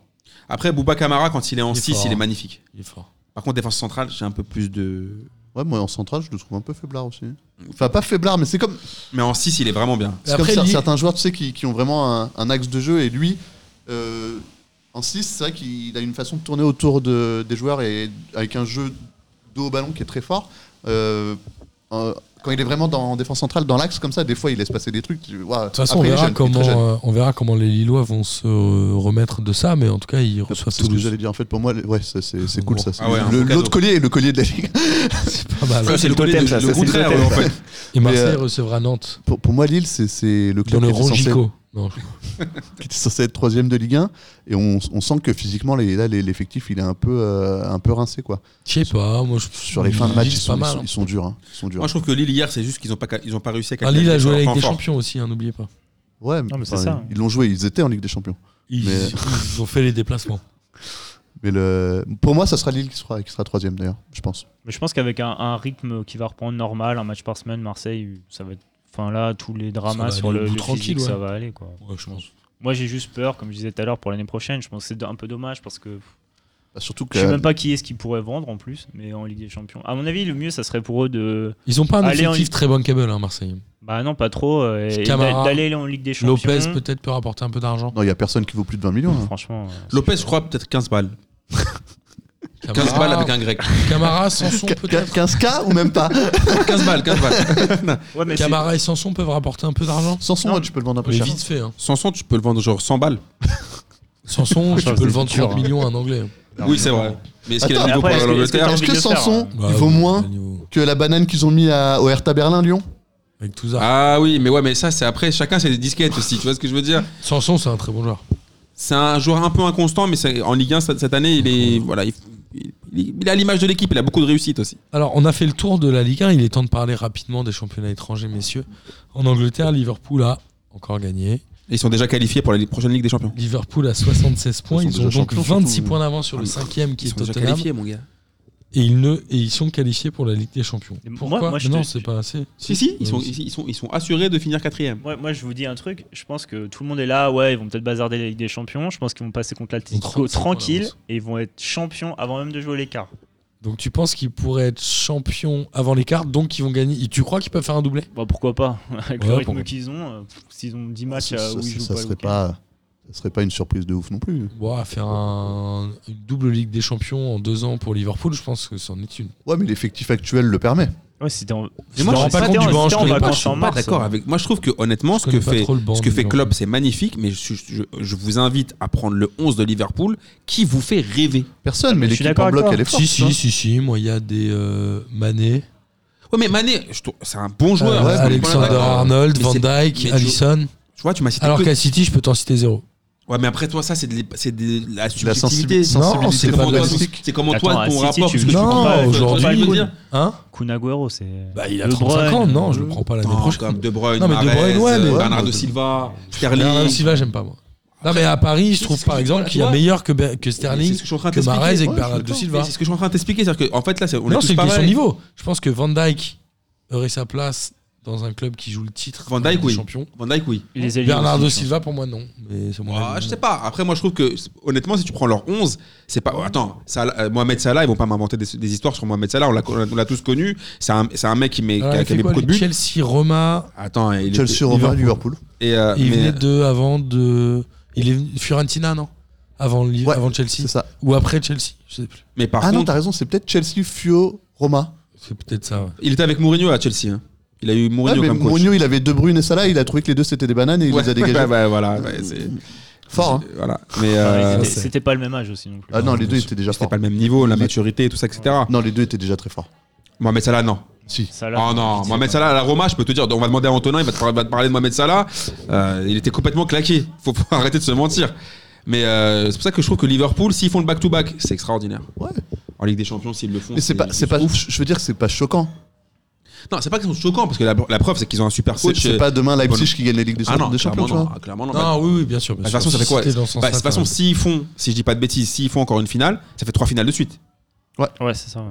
[SPEAKER 1] Après, Bouba Kamara, quand il est en
[SPEAKER 4] Il est
[SPEAKER 1] 6,
[SPEAKER 4] fort.
[SPEAKER 1] il est magnifique.
[SPEAKER 4] Il est fort.
[SPEAKER 1] Par contre, défense centrale, j'ai un peu plus de.
[SPEAKER 3] Ouais, moi en centrale, je le trouve un peu faiblard aussi. hein. Enfin, pas faiblard, mais c'est comme,
[SPEAKER 1] Mais en 6, il est vraiment bien.
[SPEAKER 3] c'est
[SPEAKER 4] Après,
[SPEAKER 3] comme cer-
[SPEAKER 4] Lille-
[SPEAKER 3] certains joueurs, tu sais, qui, qui ont vraiment un, un axe de jeu. Et lui, euh, en 6, c'est vrai qu'il a une façon de tourner autour de, des joueurs et avec un jeu dos au ballon qui est très fort. Euh, euh, quand il est vraiment dans, en défense centrale, dans l'axe, comme ça, des fois, il laisse passer des trucs. tu- waouh.
[SPEAKER 4] De toute façon,
[SPEAKER 3] Après,
[SPEAKER 4] on
[SPEAKER 3] il est
[SPEAKER 4] verra,
[SPEAKER 3] jeune, il est
[SPEAKER 4] comment,
[SPEAKER 3] très jeune.
[SPEAKER 4] euh, on verra comment les Lillois vont se euh, remettre de ça, mais en tout cas, ils reçoivent
[SPEAKER 3] C'est ce que
[SPEAKER 4] Toulouse.
[SPEAKER 3] j'allais dire en fait pour moi. le- Ouais, ça, c'est c'est
[SPEAKER 4] Bon.
[SPEAKER 3] cool ça. c'est-
[SPEAKER 1] Ah ouais, un
[SPEAKER 3] le-
[SPEAKER 1] beau cadeau.
[SPEAKER 3] L'autre collier est le collier de la Ligue.
[SPEAKER 4] Pas mal.
[SPEAKER 1] Ça,
[SPEAKER 2] c'est le
[SPEAKER 1] côté-
[SPEAKER 2] totem, ça,
[SPEAKER 1] le
[SPEAKER 2] ça, c'est le
[SPEAKER 1] contraire,
[SPEAKER 2] totem,
[SPEAKER 1] en
[SPEAKER 2] ça.
[SPEAKER 1] fait.
[SPEAKER 4] Et Marseille
[SPEAKER 3] Mais, euh,
[SPEAKER 4] recevra Nantes
[SPEAKER 3] Pour, pour moi, Lille, c'est- c'est le
[SPEAKER 4] dans
[SPEAKER 3] club
[SPEAKER 4] le
[SPEAKER 3] qui était censé-
[SPEAKER 4] Rongico. Non, je-
[SPEAKER 3] qui était censé être troisième de Ligue 1 et on, on sent que physiquement les- là les- l'effectif il est un peu euh, un peu rincé quoi
[SPEAKER 4] je sais pas. Moi, je-
[SPEAKER 3] sur les fins de match
[SPEAKER 4] Lille,
[SPEAKER 3] ils
[SPEAKER 4] c'est pas
[SPEAKER 3] sont, ils
[SPEAKER 4] mal.
[SPEAKER 3] sont- ils sont durs hein. ils sont durs
[SPEAKER 1] Moi, je trouve que Lille, hier, c'est juste qu'ils n'ont pas, ils ont pas réussi à
[SPEAKER 4] Ah, Lille a joué avec
[SPEAKER 1] Enfin,
[SPEAKER 4] des
[SPEAKER 1] fort.
[SPEAKER 4] champions aussi, hein, n'oubliez pas.
[SPEAKER 3] ouais
[SPEAKER 5] mais c'est
[SPEAKER 3] enfin,
[SPEAKER 5] ça.
[SPEAKER 3] ils l'ont joué ils étaient en Ligue des Champions
[SPEAKER 4] Ils,
[SPEAKER 3] Mais-
[SPEAKER 4] ils ont fait les déplacements.
[SPEAKER 3] mais le pour moi ça sera Lille qui sera qui sera troisième d'ailleurs je pense
[SPEAKER 5] Mais je pense qu'avec un, un rythme qui va reprendre normal, un match par semaine, Marseille, ça va être. Enfin là, tous
[SPEAKER 4] Ça
[SPEAKER 5] les
[SPEAKER 4] va
[SPEAKER 5] dramas sur
[SPEAKER 4] aller
[SPEAKER 5] le,
[SPEAKER 4] au bout
[SPEAKER 5] le
[SPEAKER 4] tranquille,
[SPEAKER 5] physique,
[SPEAKER 4] ouais.
[SPEAKER 5] ça va aller quoi. Moi, j'ai juste peur, comme je disais tout à l'heure, pour l'année prochaine. Je pense que c'est un peu dommage parce que
[SPEAKER 3] Bah, surtout que
[SPEAKER 5] je sais même pas qui est-ce qui pourrait vendre en plus, mais en Ligue des Champions. À mon avis, le mieux, ça serait pour eux de.
[SPEAKER 4] Ils ont pas un
[SPEAKER 5] Allez,
[SPEAKER 4] effectif
[SPEAKER 5] on-
[SPEAKER 4] très bankable, hein, Marseille.
[SPEAKER 5] Bah non, pas trop. euh, et
[SPEAKER 4] Camara,
[SPEAKER 5] d'a- D'aller en Ligue des Champions.
[SPEAKER 4] Lopez peut-être peut rapporter un peu d'argent.
[SPEAKER 3] non il y a personne qui vaut plus de 20 millions hein.
[SPEAKER 5] Franchement. euh,
[SPEAKER 1] Lopez, je crois, peut-être 15 balles.
[SPEAKER 4] Ah
[SPEAKER 1] 15 balles avec un grec.
[SPEAKER 4] Camara, Sanson
[SPEAKER 3] Qu-
[SPEAKER 4] peut-être.
[SPEAKER 3] 15K ou même pas
[SPEAKER 1] 15 balles, 15 balles.
[SPEAKER 5] Ouais, mais c'est-
[SPEAKER 4] Camara et Sanson peuvent rapporter un peu d'argent.
[SPEAKER 3] Sanson
[SPEAKER 5] Non,
[SPEAKER 3] ouais, tu peux le vendre un peu
[SPEAKER 4] Mais
[SPEAKER 3] cher
[SPEAKER 4] vite fait. Hein.
[SPEAKER 1] Sanson, tu peux le vendre genre 100 balles.
[SPEAKER 4] Sanson,
[SPEAKER 5] Franchement,
[SPEAKER 4] tu peux le
[SPEAKER 5] c'est
[SPEAKER 4] vendre
[SPEAKER 5] dur,
[SPEAKER 4] 30
[SPEAKER 5] hein.
[SPEAKER 4] millions à un anglais.
[SPEAKER 1] Oui, c'est vrai. Mais est-ce qu'il a
[SPEAKER 3] Attends,
[SPEAKER 1] le niveau
[SPEAKER 5] mais
[SPEAKER 1] pour aller
[SPEAKER 5] après,
[SPEAKER 1] en
[SPEAKER 5] est-ce que-
[SPEAKER 1] Angleterre
[SPEAKER 3] est-ce
[SPEAKER 5] envie
[SPEAKER 3] que
[SPEAKER 5] de le faire,
[SPEAKER 3] Sanson
[SPEAKER 5] hein.
[SPEAKER 3] il vaut
[SPEAKER 4] Ouais,
[SPEAKER 3] moins
[SPEAKER 4] à niveau-
[SPEAKER 3] que la banane qu'ils ont mis à, au Hertha Berlin Lyon
[SPEAKER 4] Avec tout ça.
[SPEAKER 1] Ah oui, mais ouais, mais ça, c'est après, chacun, c'est des disquettes aussi. Tu vois ce que je veux dire
[SPEAKER 4] Sanson, c'est un très bon joueur.
[SPEAKER 1] C'est un joueur un peu inconstant, mais c'est- en Ligue 1, cette cette année, il est. Voilà, il, il- il est à l'image de l'équipe, il a beaucoup de réussite aussi.
[SPEAKER 4] Alors, on a fait le tour de la Ligue 1. Il est temps de parler rapidement des championnats étrangers, messieurs. En Angleterre, Liverpool a encore gagné.
[SPEAKER 1] Ils sont déjà qualifiés pour la prochaine Ligue des Champions.
[SPEAKER 4] Liverpool a 76 points.
[SPEAKER 3] sont
[SPEAKER 4] Ils
[SPEAKER 3] déjà
[SPEAKER 4] ont donc
[SPEAKER 3] champions, surtout.
[SPEAKER 4] 26 points d'avance sur le
[SPEAKER 1] Ah,
[SPEAKER 4] cinquième qui
[SPEAKER 1] Ils
[SPEAKER 4] est
[SPEAKER 1] sont déjà
[SPEAKER 4] Tottenham.
[SPEAKER 1] qualifiés, mon gars.
[SPEAKER 4] Et ils, ne, et ils sont qualifiés pour la Ligue des Champions.
[SPEAKER 5] Mais moi-
[SPEAKER 4] Pourquoi
[SPEAKER 5] moi, je
[SPEAKER 4] Mais Non,
[SPEAKER 5] te-
[SPEAKER 4] c'est pas assez.
[SPEAKER 1] Si, si, ils
[SPEAKER 4] Ouais,
[SPEAKER 1] sont,
[SPEAKER 4] si.
[SPEAKER 1] ils, ils sont, ils sont assurés de finir quatrième.
[SPEAKER 5] Moi, moi, je vous dis un truc, je pense que tout le monde est là, ouais, ils vont peut-être bazarder la Ligue des Champions, je pense qu'ils vont passer contre l'Atlético
[SPEAKER 4] 35
[SPEAKER 5] tranquille
[SPEAKER 4] points
[SPEAKER 5] et ils vont être champions avant même de jouer l'écart.
[SPEAKER 4] Donc tu penses qu'ils pourraient être champions avant les cartes, donc ils vont gagner. Et Tu crois qu'ils peuvent faire un doublé
[SPEAKER 5] Bah pourquoi pas Avec
[SPEAKER 4] Ouais,
[SPEAKER 5] le
[SPEAKER 4] pourquoi
[SPEAKER 5] rythme qu'ils ont, euh, pff, s'ils ont 10 matchs
[SPEAKER 3] ça,
[SPEAKER 5] euh, où ils
[SPEAKER 3] ça-
[SPEAKER 5] jouent
[SPEAKER 3] ça
[SPEAKER 5] pas, le
[SPEAKER 3] serait
[SPEAKER 5] week-end.
[SPEAKER 3] pas ça serait pas une surprise de ouf non plus.
[SPEAKER 4] Bon, à faire un- une double Ligue des Champions en deux ans pour Liverpool, je pense que c'en est une.
[SPEAKER 3] Ouais, mais l'effectif actuel le permet.
[SPEAKER 5] Ouais, si t'es en- si
[SPEAKER 4] moi,
[SPEAKER 5] t'es
[SPEAKER 4] je suis pas
[SPEAKER 5] en- si t'es
[SPEAKER 4] contre du
[SPEAKER 5] en-
[SPEAKER 4] banc,
[SPEAKER 5] si t'es
[SPEAKER 4] je
[SPEAKER 5] en
[SPEAKER 4] connais pas,
[SPEAKER 5] vacances
[SPEAKER 4] je suis
[SPEAKER 5] en
[SPEAKER 4] pas
[SPEAKER 5] mars,
[SPEAKER 1] D'accord
[SPEAKER 5] euh,
[SPEAKER 1] avec moi je trouve que honnêtement
[SPEAKER 4] Je
[SPEAKER 1] ce que
[SPEAKER 4] connais pas
[SPEAKER 1] fait
[SPEAKER 4] trop le banc
[SPEAKER 1] ce que
[SPEAKER 4] de
[SPEAKER 1] fait
[SPEAKER 4] Liverpool.
[SPEAKER 1] Klopp c'est magnifique mais je, je- je vous invite à prendre le 11 de Liverpool qui vous fait rêver.
[SPEAKER 3] Personne, mais
[SPEAKER 5] je suis
[SPEAKER 3] l'équipe
[SPEAKER 5] d'accord
[SPEAKER 3] en
[SPEAKER 5] avec
[SPEAKER 3] bloc,
[SPEAKER 5] toi.
[SPEAKER 3] elle est forte.
[SPEAKER 4] Si, si,
[SPEAKER 3] hein.
[SPEAKER 4] si, si, moi il y a des euh, Mané,
[SPEAKER 1] Ouais mais Mané je trouve- c'est un bon joueur.
[SPEAKER 4] euh,
[SPEAKER 3] ouais, mais
[SPEAKER 4] Alexander
[SPEAKER 3] d'accord.
[SPEAKER 4] Arnold,
[SPEAKER 1] Mais
[SPEAKER 4] Van
[SPEAKER 1] c'est-
[SPEAKER 4] Dyke,
[SPEAKER 1] mais tu-
[SPEAKER 4] Allison.
[SPEAKER 1] Tu vois tu m'as cité
[SPEAKER 4] Alors
[SPEAKER 1] que-
[SPEAKER 4] qu'à City, je peux t'en citer zéro.
[SPEAKER 1] Ouais mais après toi ça c'est de, c'est de la
[SPEAKER 3] La
[SPEAKER 1] subjectivité.
[SPEAKER 3] sensibilité,
[SPEAKER 4] Non,
[SPEAKER 3] sensibilité
[SPEAKER 4] c'est
[SPEAKER 1] C'est
[SPEAKER 4] pas
[SPEAKER 1] comment
[SPEAKER 4] de la
[SPEAKER 1] toi,
[SPEAKER 3] footballistique.
[SPEAKER 1] c'est comment
[SPEAKER 5] Attends,
[SPEAKER 1] toi
[SPEAKER 5] à
[SPEAKER 1] ton
[SPEAKER 5] City,
[SPEAKER 1] rapport
[SPEAKER 5] tu-
[SPEAKER 1] parce que
[SPEAKER 5] tu
[SPEAKER 1] tu
[SPEAKER 5] Non,
[SPEAKER 1] comprends pas,
[SPEAKER 4] aujourd'hui,
[SPEAKER 1] tu vois ce que je veux dire
[SPEAKER 4] Hein
[SPEAKER 5] Kun Agüero, c'est. euh,
[SPEAKER 4] Bah, il a
[SPEAKER 5] De
[SPEAKER 4] 35 ans,
[SPEAKER 5] Bruyne.
[SPEAKER 4] non, je le prends pas l'année
[SPEAKER 1] Attends,
[SPEAKER 4] prochaine.
[SPEAKER 1] comme De Bruyne,
[SPEAKER 4] Non, mais De
[SPEAKER 1] Mahrez,
[SPEAKER 4] Bruyne, ouais, mais-
[SPEAKER 1] euh, Bernardo
[SPEAKER 3] Ouais.
[SPEAKER 1] Silva,
[SPEAKER 4] Bernardo
[SPEAKER 1] Sterling.
[SPEAKER 4] Silva, j'aime pas moi. Non, mais à Paris, je trouve par exemple qu'il y a meilleur que, Ber- que
[SPEAKER 1] C'est
[SPEAKER 4] Sterling,
[SPEAKER 1] ce que je suis en train de
[SPEAKER 4] que Mahrez et
[SPEAKER 1] t'expliquer.
[SPEAKER 4] que
[SPEAKER 3] ouais,
[SPEAKER 4] Bernardo
[SPEAKER 3] je suis
[SPEAKER 1] Mais
[SPEAKER 4] Silva.
[SPEAKER 1] C'est ce que je suis en train de t'expliquer, c'est-à-dire qu'en fait là, c'est- on est
[SPEAKER 4] Non,
[SPEAKER 1] tous
[SPEAKER 4] c'est une question de
[SPEAKER 1] pareils.
[SPEAKER 4] niveau. Je pense que Van Dyke aurait sa place dans un club qui joue le titre
[SPEAKER 1] Van
[SPEAKER 4] de Ligue
[SPEAKER 1] Dijk,
[SPEAKER 4] des
[SPEAKER 1] oui.
[SPEAKER 4] champions.
[SPEAKER 1] Van Dijk, oui.
[SPEAKER 5] Les ailiers
[SPEAKER 4] Bernardo
[SPEAKER 5] aussi,
[SPEAKER 4] Silva, pour moi, non. Mais c'est mon
[SPEAKER 1] Ah,
[SPEAKER 4] avis.
[SPEAKER 1] je sais pas. Après, moi, je trouve que honnêtement, si tu prends leur 11, c'est pas. Attends, Salah- euh, Mohamed Salah, ils vont pas m'inventer des, des histoires sur Mohamed Salah. On l'a- on l'a on l'a tous connu. C'est un, c'est un mec qui, met, qui
[SPEAKER 4] Alors,
[SPEAKER 1] a-
[SPEAKER 4] il
[SPEAKER 1] qui a
[SPEAKER 4] fait
[SPEAKER 1] mis
[SPEAKER 4] quoi,
[SPEAKER 1] beaucoup de
[SPEAKER 4] lui
[SPEAKER 1] buts.
[SPEAKER 4] Chelsea, Roma.
[SPEAKER 1] Attends, il était-
[SPEAKER 3] Chelsea, Roma, Liverpool.
[SPEAKER 1] Et, euh,
[SPEAKER 4] il
[SPEAKER 1] mais-
[SPEAKER 4] venait de avant de. Il est venu- Fiorentina, non avant, Li-
[SPEAKER 3] Ouais,
[SPEAKER 4] avant Chelsea
[SPEAKER 3] C'est ça.
[SPEAKER 4] Ou après Chelsea Je sais plus.
[SPEAKER 1] mais par
[SPEAKER 3] ah non,
[SPEAKER 1] contre,
[SPEAKER 3] t'as raison, c'est peut-être Chelsea, Fio, Roma.
[SPEAKER 4] C'est peut-être ça. ouais.
[SPEAKER 1] il était avec Mourinho à Chelsea. hein. Il a eu
[SPEAKER 3] Ouais,
[SPEAKER 1] Mourinho
[SPEAKER 3] mais
[SPEAKER 1] comme coach.
[SPEAKER 3] Mourinho, il avait deux brunes et Salah, il a trouvé que les deux c'était des bananes et il
[SPEAKER 1] Ouais,
[SPEAKER 3] les a dégagés.
[SPEAKER 1] ouais, bah, ouais, voilà. ouais, c'est-
[SPEAKER 3] Fort, hein.
[SPEAKER 1] Voilà. Mais
[SPEAKER 5] enfin,
[SPEAKER 1] euh,
[SPEAKER 5] ils étaient-
[SPEAKER 4] c'est-
[SPEAKER 5] C'était pas le même âge aussi non plus.
[SPEAKER 3] Ah non, les deux
[SPEAKER 4] mais
[SPEAKER 3] étaient déjà
[SPEAKER 1] c'était
[SPEAKER 3] forts.
[SPEAKER 1] pas le même niveau, la maturité, tout ça, etc.
[SPEAKER 3] Non, les deux étaient déjà très forts.
[SPEAKER 1] Mohamed Salah, non.
[SPEAKER 3] Si.
[SPEAKER 5] Salah,
[SPEAKER 1] Oh non,
[SPEAKER 5] je
[SPEAKER 1] Mohamed
[SPEAKER 5] dirais
[SPEAKER 1] Salah à la Roma, je peux te dire, on va demander à Antonin, il va te, par- va te parler de Mohamed Salah. Euh, il était complètement claqué. Faut, faut arrêter de se mentir. Mais euh, c'est pour ça que je trouve que Liverpool, s'ils font le back-to-back, c'est extraordinaire.
[SPEAKER 3] Ouais.
[SPEAKER 1] En Ligue des Champions, s'ils le font.
[SPEAKER 3] Mais c'est pas, c'est pas, je veux dire, c'est pas choquant.
[SPEAKER 1] Non, c'est pas qu'ils sont choquants, parce que la, la preuve, c'est qu'ils ont un super
[SPEAKER 3] C'est
[SPEAKER 1] coach. euh,
[SPEAKER 3] c'est pas demain Leipzig qui gagne la Ligue des,
[SPEAKER 1] Ah non,
[SPEAKER 3] des Champions,
[SPEAKER 1] clairement,
[SPEAKER 3] tu
[SPEAKER 1] non.
[SPEAKER 3] vois.
[SPEAKER 1] Ah, clairement, non.
[SPEAKER 4] Non,
[SPEAKER 1] Bah,
[SPEAKER 4] oui, oui, bien sûr. bien
[SPEAKER 1] bah, de toute façon,
[SPEAKER 4] sûr.
[SPEAKER 1] ça
[SPEAKER 4] Si
[SPEAKER 1] fait quoi
[SPEAKER 4] c'était dans ce
[SPEAKER 1] bah, De
[SPEAKER 4] sens-là,
[SPEAKER 1] toute façon,
[SPEAKER 4] t'as-
[SPEAKER 1] s'ils font, si je dis pas de bêtises, s'ils font encore une finale, ça fait trois finales de suite.
[SPEAKER 5] pas. Ouais, c'est ça. Ouais,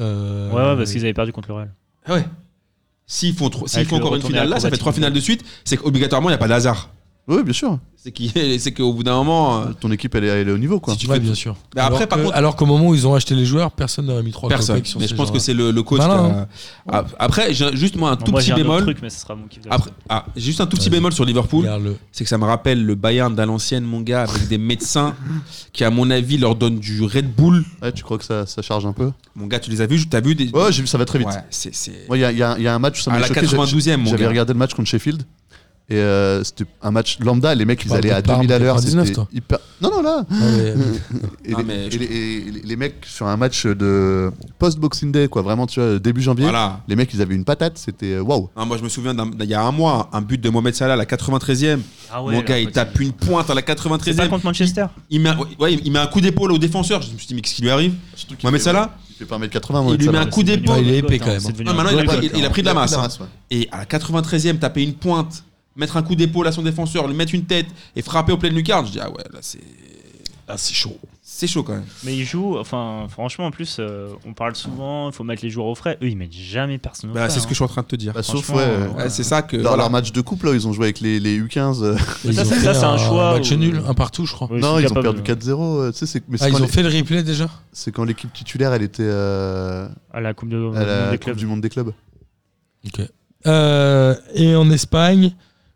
[SPEAKER 4] Euh,
[SPEAKER 5] Ouais, ouais, bah, parce qu'ils avaient perdu contre le Real.
[SPEAKER 1] Ah ouais. S'ils font, tro- s'ils
[SPEAKER 5] Avec
[SPEAKER 1] font
[SPEAKER 5] le
[SPEAKER 1] encore une
[SPEAKER 5] retourné
[SPEAKER 1] finale là, ça fait trois
[SPEAKER 5] acrobatique.
[SPEAKER 1] finales de suite, c'est qu'obligatoirement, il n'y a pas d'hasard.
[SPEAKER 3] Oui, bien sûr.
[SPEAKER 1] C'est qu'il y a- c'est qu'au bout d'un moment. euh,
[SPEAKER 3] Ton équipe, elle est, elle est au niveau, quoi.
[SPEAKER 1] si tu
[SPEAKER 4] Ouais,
[SPEAKER 1] fais-
[SPEAKER 4] bien sûr.
[SPEAKER 1] Mais
[SPEAKER 4] alors
[SPEAKER 1] après, par
[SPEAKER 4] que-
[SPEAKER 1] contre-
[SPEAKER 4] alors qu'au moment où ils ont acheté les joueurs, personne n'aurait mis trois
[SPEAKER 1] Personne.
[SPEAKER 4] copains qui sont
[SPEAKER 1] Mais
[SPEAKER 4] ces
[SPEAKER 1] je pense que
[SPEAKER 4] gens-là.
[SPEAKER 1] c'est le, le coach.
[SPEAKER 4] Malin,
[SPEAKER 1] qui a- Ah, Après, j'ai juste moi un
[SPEAKER 5] Non,
[SPEAKER 1] tout
[SPEAKER 5] moi,
[SPEAKER 1] petit
[SPEAKER 5] j'ai un autre
[SPEAKER 1] bémol.
[SPEAKER 5] truc, mais ce sera mon kiff de la
[SPEAKER 1] Après, ah, j'ai juste un tout petit
[SPEAKER 4] Vas-y.
[SPEAKER 1] bémol sur Liverpool,
[SPEAKER 4] Regarde-le. Ah,
[SPEAKER 1] c'est que ça me rappelle le Bayern d'Alenciennes, mon gars, avec des médecins qui, à mon avis, leur donnent du Red Bull.
[SPEAKER 3] Ouais, tu crois que ça, ça charge un peu
[SPEAKER 1] Mon gars, tu les as vus, t'as vu des.
[SPEAKER 3] Ouais, j'ai vu, ça va très vite.
[SPEAKER 1] Ouais, c'est- c'est-
[SPEAKER 3] Moi, il y, a- il y a il y a un match, ça
[SPEAKER 1] à
[SPEAKER 3] m'a
[SPEAKER 1] la
[SPEAKER 3] choqué. j'ai-
[SPEAKER 1] 92e, mon
[SPEAKER 3] J'avais
[SPEAKER 1] gars.
[SPEAKER 3] regardé le match contre Sheffield. Et euh, c'était un match lambda, les
[SPEAKER 1] Bah,
[SPEAKER 3] mecs ils
[SPEAKER 4] parles
[SPEAKER 3] allaient
[SPEAKER 4] de
[SPEAKER 3] à
[SPEAKER 4] Parme
[SPEAKER 3] 2000 à l'heure.
[SPEAKER 4] 99,
[SPEAKER 3] c'était
[SPEAKER 4] toi.
[SPEAKER 3] hyper- Non, non,
[SPEAKER 1] Ah
[SPEAKER 3] là
[SPEAKER 4] Non, mais-
[SPEAKER 3] et,
[SPEAKER 1] Non,
[SPEAKER 3] les,
[SPEAKER 1] mais
[SPEAKER 3] et
[SPEAKER 1] je-
[SPEAKER 3] les- et les- les mecs sur un match de post-Boxing Day, quoi, vraiment, tu vois, début janvier,
[SPEAKER 1] Voilà.
[SPEAKER 3] les mecs ils avaient une patate, c'était euh, waouh!
[SPEAKER 1] Ah, moi, je me souviens d'un- d'un- il y a un mois, un but de Mohamed Salah à la 93e.
[SPEAKER 5] Ah ouais,
[SPEAKER 1] mon
[SPEAKER 5] là,
[SPEAKER 1] gars, il
[SPEAKER 5] peut-être.
[SPEAKER 1] tape une pointe à la
[SPEAKER 5] C'est pas
[SPEAKER 1] 93e.
[SPEAKER 5] contre Manchester
[SPEAKER 1] Il met, un- ouais, il met un coup d'épaule au défenseur. Je me suis dit, mais qu'est-ce qui lui arrive Mohamed Salah
[SPEAKER 3] Il fait pas 1m80,
[SPEAKER 1] Il
[SPEAKER 3] Mohamed
[SPEAKER 1] lui met
[SPEAKER 3] Salah.
[SPEAKER 1] un coup
[SPEAKER 5] C'est devenu
[SPEAKER 1] d'épaule.
[SPEAKER 5] un
[SPEAKER 4] Il est
[SPEAKER 5] boycott,
[SPEAKER 4] épais, quand
[SPEAKER 5] hein,
[SPEAKER 4] même.
[SPEAKER 5] c'est devenu
[SPEAKER 1] Non,
[SPEAKER 5] un
[SPEAKER 1] maintenant, il a
[SPEAKER 5] boycott,
[SPEAKER 1] pris-
[SPEAKER 5] hein.
[SPEAKER 1] il a pris de la masse. hein.
[SPEAKER 3] ouais.
[SPEAKER 1] Et à la 93e, taper une pointe, mettre un coup d'épaule à son défenseur, lui mettre une tête et frapper au plein lucarne, je dis ah ouais, là c'est
[SPEAKER 4] Ah, c'est chaud.
[SPEAKER 1] c'est chaud quand même.
[SPEAKER 5] Mais ils jouent, enfin, franchement, en plus, euh, on parle souvent, il faut mettre les joueurs au frais. Eux, ils mettent jamais personne au frais.
[SPEAKER 1] Bah, c'est ce que je suis en train de te dire.
[SPEAKER 3] Bah, sauf,
[SPEAKER 5] Franchement,
[SPEAKER 3] ouais,
[SPEAKER 5] euh,
[SPEAKER 3] euh,
[SPEAKER 1] Ouais, c'est ça que
[SPEAKER 3] leur,
[SPEAKER 1] voilà.
[SPEAKER 3] leur match de couple, là, ils ont joué avec les, les U15. euh,
[SPEAKER 5] Mais ça,
[SPEAKER 4] Ils ont
[SPEAKER 5] c'est-
[SPEAKER 4] fait
[SPEAKER 5] ça, c'est un choix
[SPEAKER 4] Match
[SPEAKER 5] où-
[SPEAKER 4] nul, un partout, je crois.
[SPEAKER 5] Ouais, je
[SPEAKER 3] non,
[SPEAKER 5] suis
[SPEAKER 3] ils ont
[SPEAKER 5] capable.
[SPEAKER 3] perdu 4-0. euh, tu sais, c'est- mais c'est
[SPEAKER 4] Ah,
[SPEAKER 3] quand
[SPEAKER 4] ils ont
[SPEAKER 3] les-
[SPEAKER 4] fait le replay déjà
[SPEAKER 3] c'est quand l'équipe titulaire, elle était euh,
[SPEAKER 5] À la Coupe de,
[SPEAKER 3] à
[SPEAKER 5] des
[SPEAKER 3] la Coupe
[SPEAKER 5] clubs.
[SPEAKER 3] du Monde des clubs.
[SPEAKER 4] Euh, Et en Espagne,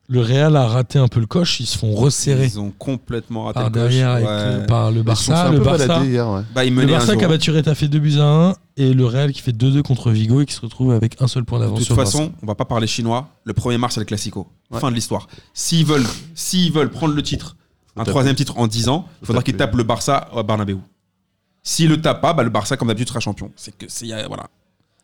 [SPEAKER 4] le Real a raté un peu le coche. Ils se font resserrer
[SPEAKER 1] Ils ont complètement raté
[SPEAKER 4] par
[SPEAKER 1] le coche.
[SPEAKER 4] derrière avec
[SPEAKER 1] Ouais.
[SPEAKER 4] le- par le
[SPEAKER 3] Ils se sont fait
[SPEAKER 4] Barça.
[SPEAKER 3] un
[SPEAKER 4] Le
[SPEAKER 3] peu
[SPEAKER 4] Barça,
[SPEAKER 3] balader hier, ouais.
[SPEAKER 1] Bah, ils
[SPEAKER 4] le
[SPEAKER 1] menaient
[SPEAKER 4] Barça
[SPEAKER 1] un
[SPEAKER 4] qui a
[SPEAKER 1] zéro.
[SPEAKER 4] battu Reta fait 2 buts à 1 et le Real qui fait 2-2 contre Vigo et qui se retrouve avec un seul point
[SPEAKER 1] De
[SPEAKER 4] d'avance.
[SPEAKER 1] toute
[SPEAKER 4] sur le Barça.
[SPEAKER 1] façon, on va pas parler chinois. Le 1er mars, c'est le Classico.
[SPEAKER 3] Ouais.
[SPEAKER 1] Fin de l'histoire. S'ils veulent, s'ils veulent prendre le titre, un
[SPEAKER 3] taper.
[SPEAKER 1] troisième titre en 10 ans, il faudra
[SPEAKER 3] taper.
[SPEAKER 1] qu'ils tapent le Barça à Bernabeu. S'ils le tapent pas, bah, le Barça comme d'habitude sera champion. C'est que c'est voilà.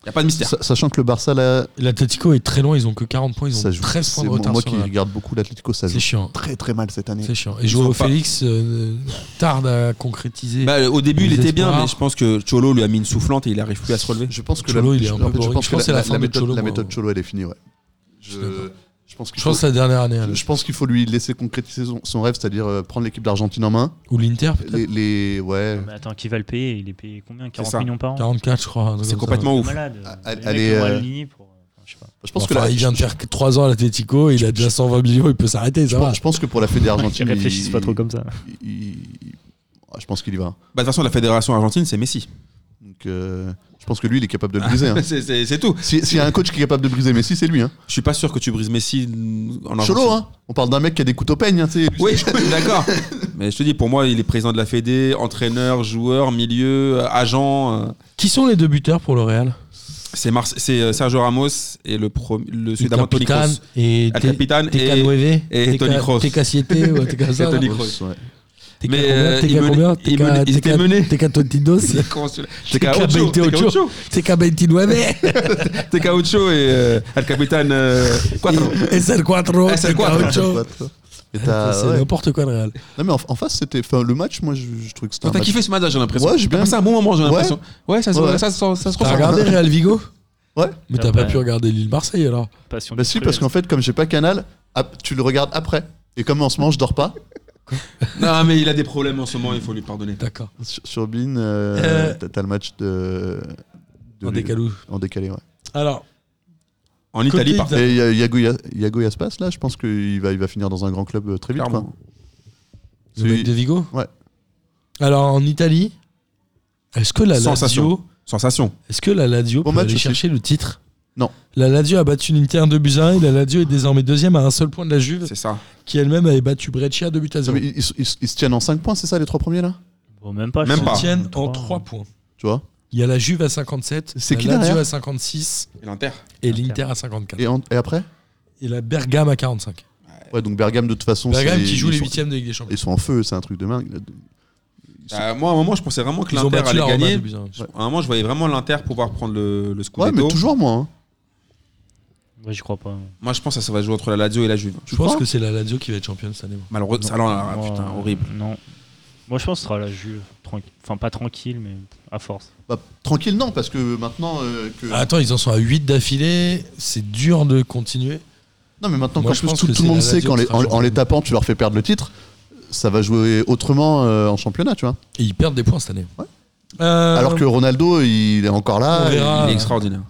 [SPEAKER 1] Y a pas de mystère.
[SPEAKER 3] Sa- Sachant que le Barça, là,
[SPEAKER 4] L'Atletico est très loin, ils ont que 40 points, ils ont
[SPEAKER 3] ça joue.
[SPEAKER 4] 13
[SPEAKER 3] C'est
[SPEAKER 4] points de
[SPEAKER 3] moi
[SPEAKER 4] retard
[SPEAKER 3] moi
[SPEAKER 4] sur
[SPEAKER 3] qui
[SPEAKER 4] le Real.
[SPEAKER 3] regarde beaucoup l'Atlético, ça
[SPEAKER 4] C'est
[SPEAKER 3] joue
[SPEAKER 4] chiant.
[SPEAKER 3] très très mal cette année.
[SPEAKER 4] C'est chiant. Et
[SPEAKER 1] sont
[SPEAKER 4] jouer au
[SPEAKER 1] pas-
[SPEAKER 4] Félix euh, tarde à concrétiser.
[SPEAKER 1] Bah, au début, il
[SPEAKER 4] Les
[SPEAKER 1] était bien,
[SPEAKER 4] espoirs.
[SPEAKER 1] mais je pense que Cholo lui a mis une soufflante et il arrive plus à se relever.
[SPEAKER 3] Je pense que
[SPEAKER 4] Cholo,
[SPEAKER 3] la,
[SPEAKER 4] il est
[SPEAKER 3] je-
[SPEAKER 4] un
[SPEAKER 3] en
[SPEAKER 4] peu
[SPEAKER 3] fait, je
[SPEAKER 4] boring.
[SPEAKER 3] pense
[SPEAKER 4] Je
[SPEAKER 3] que
[SPEAKER 4] pense que c'est la fin de
[SPEAKER 3] méthode,
[SPEAKER 4] Cholo,
[SPEAKER 3] la
[SPEAKER 4] moi.
[SPEAKER 3] méthode Cholo, elle est finie, ouais.
[SPEAKER 4] suis d'accord.
[SPEAKER 3] Je, je pense qu'il
[SPEAKER 4] je
[SPEAKER 3] faut,
[SPEAKER 4] pense que c'est la dernière année. hein,
[SPEAKER 3] je pense qu'il faut lui laisser concrétiser son, son rêve, c'est-à-dire euh, prendre l'équipe d'Argentine en main.
[SPEAKER 4] Ou l'Inter, peut-être.
[SPEAKER 3] Les, les- ouais.
[SPEAKER 5] Non, mais attends, qui va le payer Il est payé combien
[SPEAKER 1] ça.
[SPEAKER 5] 40 millions par an
[SPEAKER 4] 44, je crois. un truc
[SPEAKER 1] C'est
[SPEAKER 4] comme ça.
[SPEAKER 1] complètement ouf. Bah,
[SPEAKER 5] Malade.
[SPEAKER 3] Ah,
[SPEAKER 5] Les
[SPEAKER 3] elle
[SPEAKER 5] mecs
[SPEAKER 3] est,
[SPEAKER 5] l'ont
[SPEAKER 3] euh,
[SPEAKER 5] aligné pour, euh, enfin, je sais pas.
[SPEAKER 3] Je pense que
[SPEAKER 4] Enfin,
[SPEAKER 3] la-
[SPEAKER 4] il vient de faire 3 ans à l'Atletico, il a déjà 120 millions, il peut s'arrêter, ça
[SPEAKER 3] je,
[SPEAKER 4] va.
[SPEAKER 3] pense- je pense que pour la Fédé
[SPEAKER 5] Ils
[SPEAKER 3] Argentine,
[SPEAKER 5] réfléchissent
[SPEAKER 3] il- Bah,
[SPEAKER 5] pas trop comme ça.
[SPEAKER 3] il- il- ah, je pense qu'il y va.
[SPEAKER 1] Bah, de toute façon, la fédération argentine, c'est Messi.
[SPEAKER 3] Donc, euh, je pense que lui, il est capable de le briser. hein.
[SPEAKER 1] C'est- C'est c'est tout.
[SPEAKER 3] Si- S'il y a un coach qui est capable de briser Messi, c'est lui. Hein.
[SPEAKER 1] Je suis pas sûr que tu brises Messi en avançant.
[SPEAKER 3] Cholo, hein. on parle d'un mec qui a des couteaux peignes. Hein, tu sais.
[SPEAKER 1] Oui, d'accord. Mais je te dis, pour moi, il est président de la Fédé, entraîneur, joueur, milieu, euh, agent. euh,
[SPEAKER 4] Qui sont les deux buteurs pour le Real
[SPEAKER 1] C'est Marse- c'est euh, Sergio Ramos et le, pro- le sud-américain Tony Kroos.
[SPEAKER 4] et
[SPEAKER 1] Al Capitane
[SPEAKER 4] Teca
[SPEAKER 1] et-
[SPEAKER 4] Nueve,
[SPEAKER 1] et Toni Kroos.
[SPEAKER 4] Teca Siete, ouais, Teca ça.
[SPEAKER 1] Et Toni
[SPEAKER 4] Teca
[SPEAKER 1] Kroos.
[SPEAKER 3] Ouais.
[SPEAKER 1] Mais,
[SPEAKER 4] combien,
[SPEAKER 1] euh,
[SPEAKER 4] Teca
[SPEAKER 1] ils menaient-
[SPEAKER 4] combien,
[SPEAKER 1] ils
[SPEAKER 4] Teca-
[SPEAKER 1] menaient- ils étaient
[SPEAKER 4] Teca-
[SPEAKER 1] menés.
[SPEAKER 4] Teca Tontidos,
[SPEAKER 1] C'est con, celui-là. C'est
[SPEAKER 4] Teca
[SPEAKER 1] Caucho,
[SPEAKER 4] Baite
[SPEAKER 1] c'est
[SPEAKER 4] Ocho.
[SPEAKER 1] Caucho.
[SPEAKER 4] Teca Veintinueve,
[SPEAKER 1] C'est Caucho et euh, Al Capitán euh, Cuatro.
[SPEAKER 4] SL Cuatro,
[SPEAKER 1] SL
[SPEAKER 4] Teca
[SPEAKER 1] Cuatro.
[SPEAKER 4] Ocho.
[SPEAKER 3] Et
[SPEAKER 4] Enfin,
[SPEAKER 3] t'as-
[SPEAKER 4] C'est
[SPEAKER 3] ouais.
[SPEAKER 4] n'importe quoi le Real.
[SPEAKER 3] Non, mais en, en face, c'était. enfin, le match, moi, je, je trouve que c'était.
[SPEAKER 1] Toi,
[SPEAKER 3] un
[SPEAKER 1] T'as
[SPEAKER 3] match-
[SPEAKER 1] kiffé ce match, j'ai l'impression.
[SPEAKER 3] Ouais, j'ai
[SPEAKER 1] T'as
[SPEAKER 3] bien-
[SPEAKER 1] passé un bon moment, j'ai
[SPEAKER 3] Ouais.
[SPEAKER 1] l'impression. Ouais, ça se
[SPEAKER 3] Ouais.
[SPEAKER 1] ça se- ça se
[SPEAKER 4] T'as
[SPEAKER 1] ressent.
[SPEAKER 4] regardé Real Vigo
[SPEAKER 3] Ouais.
[SPEAKER 4] Mais t'as pas
[SPEAKER 5] Ouais.
[SPEAKER 4] pu regarder Lille-Marseille alors
[SPEAKER 5] Passion
[SPEAKER 3] Bah
[SPEAKER 5] du
[SPEAKER 3] si,
[SPEAKER 5] cru,
[SPEAKER 3] parce
[SPEAKER 5] hein.
[SPEAKER 3] qu'en fait, comme j'ai pas Canal, ap- tu le regardes après. Et comme en ce moment, je dors pas.
[SPEAKER 1] Non, mais il a des problèmes en ce moment, il faut lui pardonner.
[SPEAKER 4] D'accord.
[SPEAKER 3] Sur, sur Bean, euh,
[SPEAKER 4] Euh.
[SPEAKER 3] t'as t'as le match de. de-
[SPEAKER 4] En décalou.
[SPEAKER 3] En décalé, ouais.
[SPEAKER 4] Alors,
[SPEAKER 1] En Italie, par
[SPEAKER 4] Côté
[SPEAKER 3] Et y a- Yago, Ya- Yago Yaspas, là, je pense qu'il va, il va finir dans un grand club euh, très vite.
[SPEAKER 1] Clairement.
[SPEAKER 3] Quoi.
[SPEAKER 4] le mec
[SPEAKER 3] C'est-
[SPEAKER 4] de Vigo
[SPEAKER 3] Ouais.
[SPEAKER 4] Alors en Italie, est-ce que la
[SPEAKER 1] Sensation.
[SPEAKER 4] Lazio,
[SPEAKER 1] Sensation.
[SPEAKER 4] est-ce que la Lazio
[SPEAKER 3] Bon
[SPEAKER 4] peut
[SPEAKER 3] match
[SPEAKER 4] aller
[SPEAKER 3] aussi.
[SPEAKER 4] chercher le titre
[SPEAKER 3] Non.
[SPEAKER 4] La Lazio a battu l'Inter 2 buts à 1 et la Lazio est désormais deuxième à un seul point de la Juve
[SPEAKER 1] C'est ça.
[SPEAKER 4] qui elle-même avait battu Breccia 2 buts à
[SPEAKER 3] Non,
[SPEAKER 4] 0.
[SPEAKER 3] mais ils, ils- ils- ils se tiennent en 5 points, c'est ça, les trois premiers, là
[SPEAKER 5] Bon, même pas. je
[SPEAKER 1] Même
[SPEAKER 4] Ils
[SPEAKER 5] pense.
[SPEAKER 1] pas.
[SPEAKER 4] tiennent en
[SPEAKER 5] Trois.
[SPEAKER 4] 3 points.
[SPEAKER 3] Tu vois
[SPEAKER 4] Il y a la Juve à 57,
[SPEAKER 3] C'est
[SPEAKER 4] la
[SPEAKER 3] qui
[SPEAKER 4] Lazio
[SPEAKER 3] derrière
[SPEAKER 4] à 56
[SPEAKER 1] Et l'Inter. Bah,
[SPEAKER 4] et
[SPEAKER 5] Inter.
[SPEAKER 4] l'Inter à 54.
[SPEAKER 3] et, en- et après
[SPEAKER 4] Et la Bergame à 45.
[SPEAKER 3] Ouais, donc Bergame, de toute façon.
[SPEAKER 4] Bergame
[SPEAKER 3] c'est-
[SPEAKER 4] qui joue
[SPEAKER 3] ils
[SPEAKER 4] les
[SPEAKER 3] sont-
[SPEAKER 4] huitièmes de Ligue des Champions.
[SPEAKER 3] Ils sont en feu, c'est un truc de dingue.
[SPEAKER 1] Euh, moi, à un moment, je pensais vraiment que
[SPEAKER 4] Ils ont
[SPEAKER 1] l'Inter
[SPEAKER 4] battu la
[SPEAKER 1] allait
[SPEAKER 4] Roma 2
[SPEAKER 1] gagner.
[SPEAKER 4] buts à
[SPEAKER 1] À
[SPEAKER 4] 1.
[SPEAKER 1] un moment, je voyais vraiment l'Inter pouvoir prendre le, le
[SPEAKER 3] Ouais,
[SPEAKER 1] scudetto.
[SPEAKER 3] mais toujours moi. hein.
[SPEAKER 5] euh, Ouais, j'y crois pas.
[SPEAKER 1] Moi, je pense que ça va jouer entre la Lazio et la Juve.
[SPEAKER 4] Je pense que c'est la Lazio qui va être championne cette année. moi.
[SPEAKER 1] Malheureusement, alors, ah,
[SPEAKER 5] Moi,
[SPEAKER 1] putain,
[SPEAKER 5] euh,
[SPEAKER 1] horrible.
[SPEAKER 5] Non. Moi, je pense que ce sera la Juve. Tranquille. Enfin, pas tranquille, mais à force.
[SPEAKER 3] Bah, tranquille, non, parce que maintenant euh, que.
[SPEAKER 4] Ah, Attends, ils en sont à 8 d'affilée, c'est dur de continuer.
[SPEAKER 3] Non, mais maintenant
[SPEAKER 4] Moi,
[SPEAKER 3] qu'en
[SPEAKER 4] je
[SPEAKER 3] plus
[SPEAKER 4] pense
[SPEAKER 3] tout,
[SPEAKER 4] que
[SPEAKER 3] tout
[SPEAKER 4] c'est
[SPEAKER 3] le monde
[SPEAKER 4] la
[SPEAKER 3] sait
[SPEAKER 4] Lazio
[SPEAKER 3] qu'en
[SPEAKER 4] qui
[SPEAKER 3] les,
[SPEAKER 4] sera
[SPEAKER 3] en, en
[SPEAKER 4] championne.
[SPEAKER 3] les tapant, tu leur fais perdre le titre, ça va jouer autrement euh, en championnat, tu vois.
[SPEAKER 4] Et ils perdent des points cette année.
[SPEAKER 3] Ouais.
[SPEAKER 4] Euh,
[SPEAKER 3] Alors que Ronaldo, il est encore
[SPEAKER 4] On
[SPEAKER 3] là. euh, et-
[SPEAKER 4] verra.
[SPEAKER 1] Il
[SPEAKER 4] Ah.
[SPEAKER 1] est extraordinaire.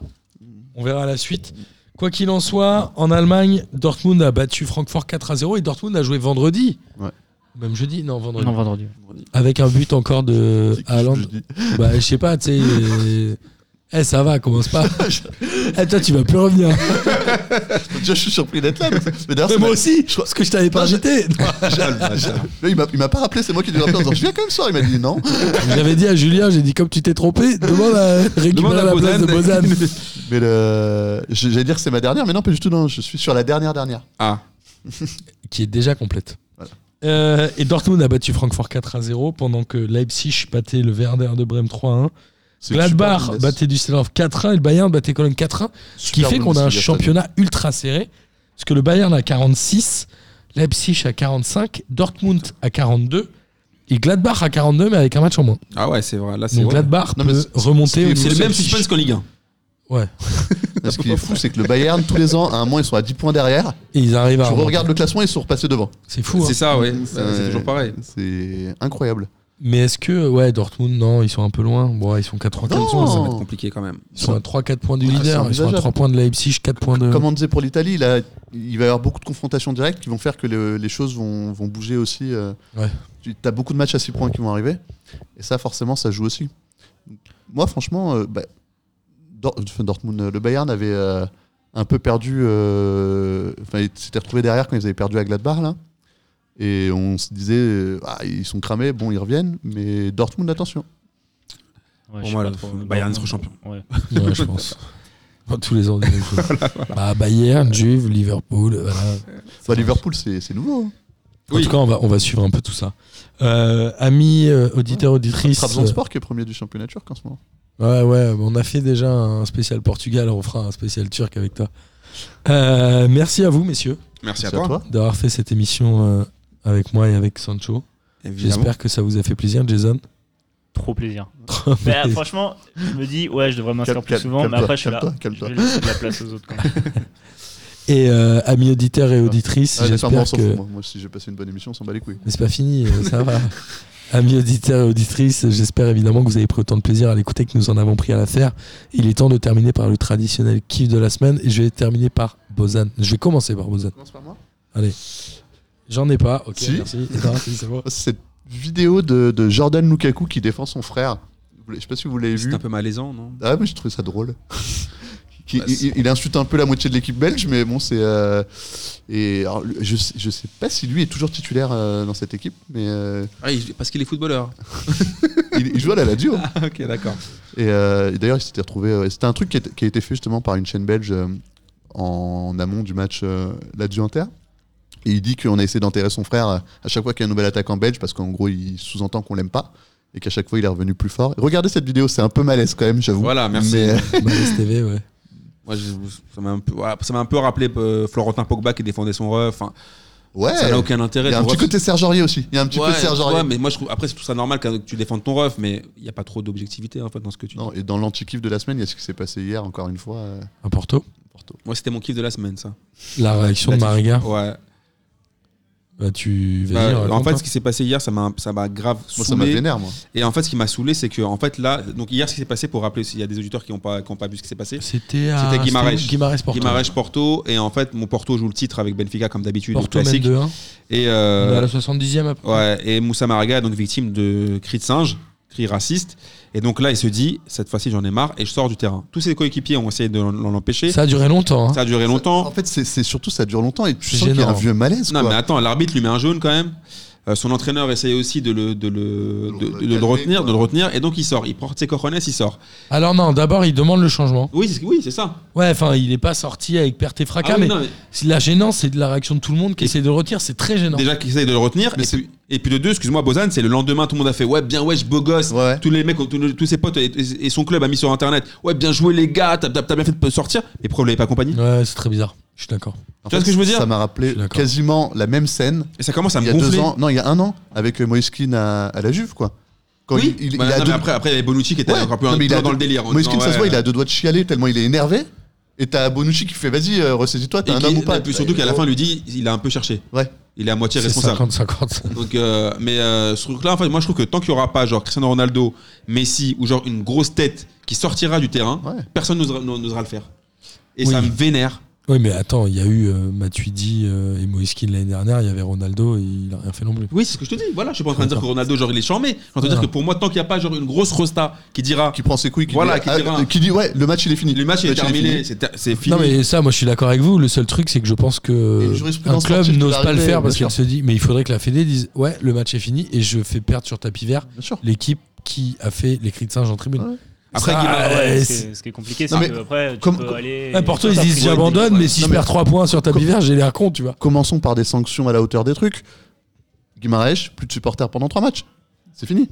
[SPEAKER 4] On verra la suite. Quoi qu'il en soit, en Allemagne, Dortmund a battu Francfort 4 à 0 et Dortmund a joué vendredi.
[SPEAKER 3] Ouais.
[SPEAKER 4] Même jeudi, non, vendredi.
[SPEAKER 5] Non, vendredi.
[SPEAKER 4] Avec un but encore de
[SPEAKER 3] C'est que
[SPEAKER 4] Haaland.
[SPEAKER 3] je dis.
[SPEAKER 4] Bah, je sais pas, tu sais. euh, Eh, ça va, commence pas. Eh, toi, tu vas plus revenir.
[SPEAKER 3] Déjà, je suis surpris d'être là. Mais, mais d'ailleurs,
[SPEAKER 4] Mais
[SPEAKER 3] c'est
[SPEAKER 4] moi
[SPEAKER 3] ma-
[SPEAKER 4] aussi, je pense que je t'avais pas invité.
[SPEAKER 3] Là, il m'a- il m'a pas rappelé, c'est moi qui devais rappeler en disant Je viens quand même soir. Il m'a dit non.
[SPEAKER 4] J'avais dit à Julien, j'ai dit, comme tu t'es trompé, demande à récupérer
[SPEAKER 1] Demande à
[SPEAKER 4] la place de
[SPEAKER 1] Bozan.
[SPEAKER 4] Bozan.
[SPEAKER 3] Mais le... je- j'allais dire que c'est ma dernière, mais non, pas du tout. Non, je suis sur la dernière dernière.
[SPEAKER 1] Ah,
[SPEAKER 4] qui est déjà complète.
[SPEAKER 3] Voilà.
[SPEAKER 4] Euh, et Dortmund a battu Francfort 4 à 0 pendant que Leipzig battait le Werder de Brême 3 à 1.
[SPEAKER 3] C'est que
[SPEAKER 4] Gladbach
[SPEAKER 3] super business.
[SPEAKER 4] battait Düsseldorf 4 à 1 et le Bayern battait Cologne 4 à 1. Ce qui
[SPEAKER 3] Super
[SPEAKER 4] fait qu'on a un
[SPEAKER 3] Bundesliga cette année.
[SPEAKER 4] championnat ultra serré. Parce que le Bayern a 46, Leipzig à 45, Dortmund à 42 et Gladbach à 42 mais avec un match en moins.
[SPEAKER 1] ah ouais, c'est vrai. Là, c'est
[SPEAKER 4] Donc
[SPEAKER 1] vrai.
[SPEAKER 4] Gladbach
[SPEAKER 3] Non, mais
[SPEAKER 4] peut
[SPEAKER 3] c'est-
[SPEAKER 4] remonter au
[SPEAKER 3] c'est-
[SPEAKER 1] C'est
[SPEAKER 4] niveau
[SPEAKER 1] le même
[SPEAKER 4] Leipzig.
[SPEAKER 1] suspense qu'en Ligue 1.
[SPEAKER 4] Ouais.
[SPEAKER 3] Ce qui est fou, c'est que le Bayern, tous les ans, à un moment, ils sont à 10 points derrière.
[SPEAKER 4] Et ils arrivent à
[SPEAKER 3] Tu
[SPEAKER 4] remonter.
[SPEAKER 3] regardes le classement, ils sont repassés devant.
[SPEAKER 4] C'est fou. hein.
[SPEAKER 1] C'est ça, ouais. C'est
[SPEAKER 3] Ouais.
[SPEAKER 1] c'est toujours pareil.
[SPEAKER 3] C'est incroyable.
[SPEAKER 4] Mais est-ce que ouais Dortmund non, ils sont un peu loin. Bon, ouais, ils sont qu'à 3
[SPEAKER 3] Non.
[SPEAKER 1] Ça va être compliqué quand même.
[SPEAKER 4] Ils sont à 3-4 points du
[SPEAKER 3] Ah, c'est
[SPEAKER 4] leader, ils sont à
[SPEAKER 3] envisageable.
[SPEAKER 4] 3 points de Leipzig, 4 points de.
[SPEAKER 3] Comme on disait pour l'Italie, là, il va y avoir beaucoup de confrontations directes qui vont faire que le- les choses vont, vont bouger aussi. euh.
[SPEAKER 4] Ouais.
[SPEAKER 3] Tu as beaucoup de matchs à 6 points qui vont arriver. Et ça, forcément, ça joue aussi. Moi, franchement, euh, bah, Dor- enfin, Dortmund, euh, le Bayern avait euh, un peu perdu. euh, Enfin, ils s'étaient retrouvés derrière quand ils avaient perdu à Gladbach, là. Et on se disait, euh, ah, ils sont cramés, bon, ils reviennent. Mais Dortmund, attention.
[SPEAKER 5] Ouais, je
[SPEAKER 3] Bah,
[SPEAKER 1] Pour
[SPEAKER 5] sais
[SPEAKER 1] moi,
[SPEAKER 5] pas
[SPEAKER 1] le
[SPEAKER 5] trop.
[SPEAKER 1] le Bayern est trop champion.
[SPEAKER 5] Ouais.
[SPEAKER 4] Ouais, je pense. Enfin, tous les ans, on dit la même chose. Bah, Bayern, Juve, Liverpool. voilà.
[SPEAKER 3] Bah, Liverpool, c'est c'est nouveau. hein.
[SPEAKER 1] Oui.
[SPEAKER 4] En tout cas, on va, on va suivre un peu tout ça. Euh, amis, euh, auditeurs, auditrices.
[SPEAKER 3] Trabzonspor qui est premier du championnat turc en ce moment.
[SPEAKER 4] euh, ouais, ouais, on a fait déjà un spécial Portugal, on fera un spécial Turc avec toi. Euh, merci à vous, messieurs,
[SPEAKER 1] Merci à
[SPEAKER 3] C'est à
[SPEAKER 1] toi.
[SPEAKER 3] toi.
[SPEAKER 4] d'avoir fait cette émission euh, avec moi et avec Sancho.
[SPEAKER 1] Évidemment.
[SPEAKER 4] J'espère que ça vous a fait plaisir, Jason.
[SPEAKER 5] Trop plaisir. Mais, euh, franchement, je me dis, ouais, je devrais m'inscrire
[SPEAKER 3] Calme-
[SPEAKER 5] plus
[SPEAKER 3] calme-
[SPEAKER 5] souvent, mais
[SPEAKER 3] calme-toi,
[SPEAKER 5] après, je suis là.
[SPEAKER 3] calme-toi, calme-toi.
[SPEAKER 5] Je vais laisser de la place aux autres. quand même.
[SPEAKER 4] Et euh, amis auditeurs et auditrices,
[SPEAKER 3] Ah, d'accord, moi, on
[SPEAKER 4] j'espère
[SPEAKER 3] s'en
[SPEAKER 4] que.
[SPEAKER 3] fout, moi. Moi, si j'ai passé une bonne émission, on s'en bat les couilles.
[SPEAKER 4] Mais c'est pas fini, euh, ça va. Amis auditeurs et auditrices, j'espère évidemment que vous avez pris autant de plaisir à l'écouter que nous en avons pris à la faire. Il est temps de terminer par le traditionnel kiff de la semaine et je vais terminer par Bozan. Je vais commencer par Bozan.
[SPEAKER 3] Commence par moi.
[SPEAKER 4] Allez. J'en ai pas. Ok,
[SPEAKER 3] Si.
[SPEAKER 4] merci. Non, si, c'est bon.
[SPEAKER 3] Cette vidéo de, de Jordan Lukaku qui défend son frère. vous l'avez- je sais pas si vous l'avez
[SPEAKER 1] C'est
[SPEAKER 3] vu.
[SPEAKER 1] un peu malaisant, non
[SPEAKER 3] Ah, mais je trouve ça drôle. Qui-
[SPEAKER 1] Bah,
[SPEAKER 3] il,
[SPEAKER 1] c'est-
[SPEAKER 3] il- il insulte un peu la moitié de l'équipe belge, mais bon, c'est. euh, et alors, le- je, sais- je sais pas si lui est toujours titulaire euh, dans cette équipe, mais euh,
[SPEAKER 1] Ah, il- Parce qu'il est footballeur.
[SPEAKER 3] il, il joue à la Lazio.
[SPEAKER 1] Ah, ok, d'accord.
[SPEAKER 3] Et, euh, et d'ailleurs, il s'était retrouvé. euh, C'était un truc qui a, été- qui a été fait justement par une chaîne belge euh, en amont du match euh, Lazio-Inter. Et il dit qu'on a essayé d'enterrer son frère euh, à chaque fois qu'il y a un nouvel attaquant belge parce qu'en gros, il sous-entend qu'on l'aime pas et qu'à chaque fois, il est revenu plus fort. Regardez cette vidéo, c'est un peu malaise quand même, j'avoue.
[SPEAKER 1] Voilà, merci.
[SPEAKER 3] Mais, euh,
[SPEAKER 4] Malaise TV, ouais.
[SPEAKER 1] Moi, je- ça m'a un peu, voilà, ça m'a un peu rappelé euh, Florentin Pogba qui défendait son ref. Enfin,
[SPEAKER 3] ouais,
[SPEAKER 1] ça n'a aucun intérêt.
[SPEAKER 3] il y a un
[SPEAKER 1] Ton
[SPEAKER 3] petit
[SPEAKER 1] ref-
[SPEAKER 3] côté Serge Aurier aussi. Il y a un petit
[SPEAKER 1] Ouais,
[SPEAKER 3] peu de Serge Aurier.
[SPEAKER 1] ouais, mais moi, je trouve, après, je trouve ça normal que tu défendes ton ref, mais il n'y a pas trop d'objectivité en fait dans ce que tu dis.
[SPEAKER 3] Non, et dans l'anti-kiff de la semaine, il y a ce qui s'est passé hier, encore une fois. euh,
[SPEAKER 4] Un Porto.
[SPEAKER 3] Porto.
[SPEAKER 1] Moi, c'était mon kiff de la semaine, ça.
[SPEAKER 4] La réaction de
[SPEAKER 3] Latif.
[SPEAKER 4] Mariga.
[SPEAKER 1] Ouais.
[SPEAKER 4] Bah, tu. vas-y,
[SPEAKER 1] Bah, en
[SPEAKER 4] raconte,
[SPEAKER 1] fait,
[SPEAKER 4] hein.
[SPEAKER 1] ce qui s'est passé hier, ça m'a, ça m'a grave
[SPEAKER 3] Moi, ça m'a
[SPEAKER 1] saoulé.
[SPEAKER 3] vénère, moi.
[SPEAKER 1] Et en fait, ce qui m'a saoulé, c'est que en fait là, donc hier, ce qui s'est passé, pour rappeler, s'il y a des auditeurs qui n'ont pas, qui ont pas vu ce qui s'est passé,
[SPEAKER 4] c'était à.
[SPEAKER 1] c'était Guimarães.
[SPEAKER 4] c'était Guimarães Porto.
[SPEAKER 1] Guimarães Porto, et en fait, mon Porto joue le titre avec Benfica comme d'habitude,
[SPEAKER 4] Porto mène
[SPEAKER 1] classique.
[SPEAKER 4] 2-1.
[SPEAKER 1] Et
[SPEAKER 4] On est à
[SPEAKER 1] euh,
[SPEAKER 4] la 70e après.
[SPEAKER 1] ouais, et Moussa Maraga, donc victime de cris de singe, cris racistes. Et donc là, il se dit, cette fois-ci, j'en ai marre, et je sors du terrain. Tous ses coéquipiers ont essayé de l'en- l'en empêcher. Ça,
[SPEAKER 4] Ça a duré longtemps. hein.
[SPEAKER 1] a duré
[SPEAKER 3] En
[SPEAKER 1] longtemps. hein.
[SPEAKER 3] fait, c'est c'est surtout ça dure longtemps et tu
[SPEAKER 4] C'est
[SPEAKER 3] sens qu'il y a un
[SPEAKER 4] gênant.
[SPEAKER 3] vieux malaise.
[SPEAKER 1] Non,
[SPEAKER 3] quoi.
[SPEAKER 1] mais attends, l'arbitre lui met un jaune quand même. Euh, son entraîneur essayait aussi de le, de le, de,
[SPEAKER 3] le
[SPEAKER 1] de le
[SPEAKER 3] calmer,
[SPEAKER 1] retenir,
[SPEAKER 3] quoi.
[SPEAKER 1] de le retenir, et donc il sort. Il prend ses cojones, il sort.
[SPEAKER 4] Alors, non, d'abord, il demande le changement.
[SPEAKER 1] Oui, c'est oui, c'est ça.
[SPEAKER 4] Ouais, enfin, il n'est pas sorti avec perte et
[SPEAKER 1] Ah
[SPEAKER 4] fracas,
[SPEAKER 1] oui,
[SPEAKER 4] mais
[SPEAKER 1] non, mais-
[SPEAKER 4] c'est- la gênance, c'est de la réaction de tout le monde qui essaie de le retirer. C'est très gênant.
[SPEAKER 1] déjà qu'ils essayent de le retenir.
[SPEAKER 3] Mais
[SPEAKER 1] et,
[SPEAKER 3] c'est-
[SPEAKER 1] puis, et puis de deux, excuse-moi, Bozan, c'est le lendemain, tout le monde a fait ouais, bien ouais, je beau gosse.
[SPEAKER 3] Ouais.
[SPEAKER 1] Tous les mecs, tous, les- tous ses potes et, et- et son club a mis sur internet ouais, bien joué les gars, t'as t'as- t'as bien fait de sortir. Mais pourquoi vous l'avez pas accompagné
[SPEAKER 4] Ouais, c'est très bizarre. Je suis d'accord.
[SPEAKER 3] En
[SPEAKER 1] Tu vois ce que je veux dire
[SPEAKER 3] Ça m'a rappelé
[SPEAKER 4] Je suis d'accord.
[SPEAKER 3] quasiment la même scène
[SPEAKER 1] Et ça commence à
[SPEAKER 3] il
[SPEAKER 1] me
[SPEAKER 3] y a deux
[SPEAKER 1] gonfler.
[SPEAKER 3] ans, non, il y a un an avec euh, Moïskine à, à la Juve, quoi. Quand
[SPEAKER 1] oui,
[SPEAKER 3] il, il-
[SPEAKER 1] Bah,
[SPEAKER 3] il a
[SPEAKER 1] non,
[SPEAKER 3] deux-
[SPEAKER 1] mais après, après, il y avait Bonucci qui était
[SPEAKER 3] Ouais,
[SPEAKER 1] encore plus
[SPEAKER 3] non, mais il a
[SPEAKER 1] dans
[SPEAKER 3] deux-
[SPEAKER 1] le délire. en
[SPEAKER 3] Moïskine,
[SPEAKER 1] disant,
[SPEAKER 3] ça se voit,
[SPEAKER 1] ouais,
[SPEAKER 3] il a deux doigts de chialer tellement il est énervé. Et t'as Bonucci qui fait vas-y, euh, ressaisis-toi, t'es
[SPEAKER 1] et
[SPEAKER 3] un
[SPEAKER 1] qui-
[SPEAKER 3] homme ou pas.
[SPEAKER 1] et puis surtout qu'à la fin, lui dit il a un peu cherché.
[SPEAKER 3] Ouais.
[SPEAKER 1] Il est à moitié
[SPEAKER 4] C'est
[SPEAKER 1] responsable.
[SPEAKER 4] 50-50.
[SPEAKER 1] Donc, euh, mais euh, ce truc-là, en fait, moi je trouve que tant qu'il n'y aura pas genre Cristiano Ronaldo, Messi ou genre une grosse tête qui sortira du terrain,
[SPEAKER 3] Ouais.
[SPEAKER 1] personne n'osera- n'osera le faire. Et
[SPEAKER 4] Oui.
[SPEAKER 1] ça me vénère.
[SPEAKER 4] Oui, mais attends, il y a eu euh, Matuidi euh, et Moïskine l'année dernière, il y avait Ronaldo et il a rien fait non plus.
[SPEAKER 1] Oui, c'est ce que je te dis. Voilà, je suis pas en train de dire que
[SPEAKER 4] D'accord.
[SPEAKER 1] Ronaldo, genre, il est charmé. Je suis en train de dire que
[SPEAKER 4] Voilà.
[SPEAKER 1] pour moi, tant qu'il n'y a pas genre une grosse rosta qui dira
[SPEAKER 3] Qui prend ses couilles, qui,
[SPEAKER 1] Voilà,
[SPEAKER 3] dit,
[SPEAKER 1] qui dira-
[SPEAKER 3] euh, qui dit ouais, le match il est fini.
[SPEAKER 1] le match est terminé,
[SPEAKER 3] fini.
[SPEAKER 1] c'est ter- c'est fini.
[SPEAKER 4] Non, mais ça, moi je suis d'accord avec vous. Le seul truc, c'est que je pense
[SPEAKER 3] Et
[SPEAKER 4] que
[SPEAKER 3] une jurisprudence
[SPEAKER 4] un club
[SPEAKER 3] sportive qui
[SPEAKER 4] n'ose
[SPEAKER 3] va
[SPEAKER 4] pas le
[SPEAKER 3] arriver,
[SPEAKER 4] faire
[SPEAKER 3] bien
[SPEAKER 4] parce qu'il
[SPEAKER 3] sûr.
[SPEAKER 4] se dit, mais il faudrait que la Fédé dise, ouais, le match est fini et je fais perdre sur tapis vert
[SPEAKER 3] Bien sûr.
[SPEAKER 4] l'équipe qui a fait les cris de singe en tribune.
[SPEAKER 3] Ouais.
[SPEAKER 1] Après,
[SPEAKER 4] Ça,
[SPEAKER 1] qu'il
[SPEAKER 5] Ah ouais,
[SPEAKER 4] euh,
[SPEAKER 5] ce, qui
[SPEAKER 4] c'est-
[SPEAKER 5] est, ce qui est compliqué,
[SPEAKER 3] Non,
[SPEAKER 5] c'est
[SPEAKER 3] mais
[SPEAKER 5] que après, tu
[SPEAKER 3] comme-
[SPEAKER 5] peux
[SPEAKER 3] comme-
[SPEAKER 5] aller.
[SPEAKER 4] Ouais, Porto, ils
[SPEAKER 5] Ouais,
[SPEAKER 4] disent
[SPEAKER 5] ouais,
[SPEAKER 4] j'abandonne,
[SPEAKER 5] ouais.
[SPEAKER 4] mais si
[SPEAKER 3] Non,
[SPEAKER 4] je
[SPEAKER 3] mais-
[SPEAKER 4] perds 3 points sur tapis
[SPEAKER 3] Comme-
[SPEAKER 4] vert, j'ai l'air con, tu vois.
[SPEAKER 3] Commençons par des sanctions à la hauteur des trucs. Guimarães, plus de supporters pendant trois matchs. C'est fini.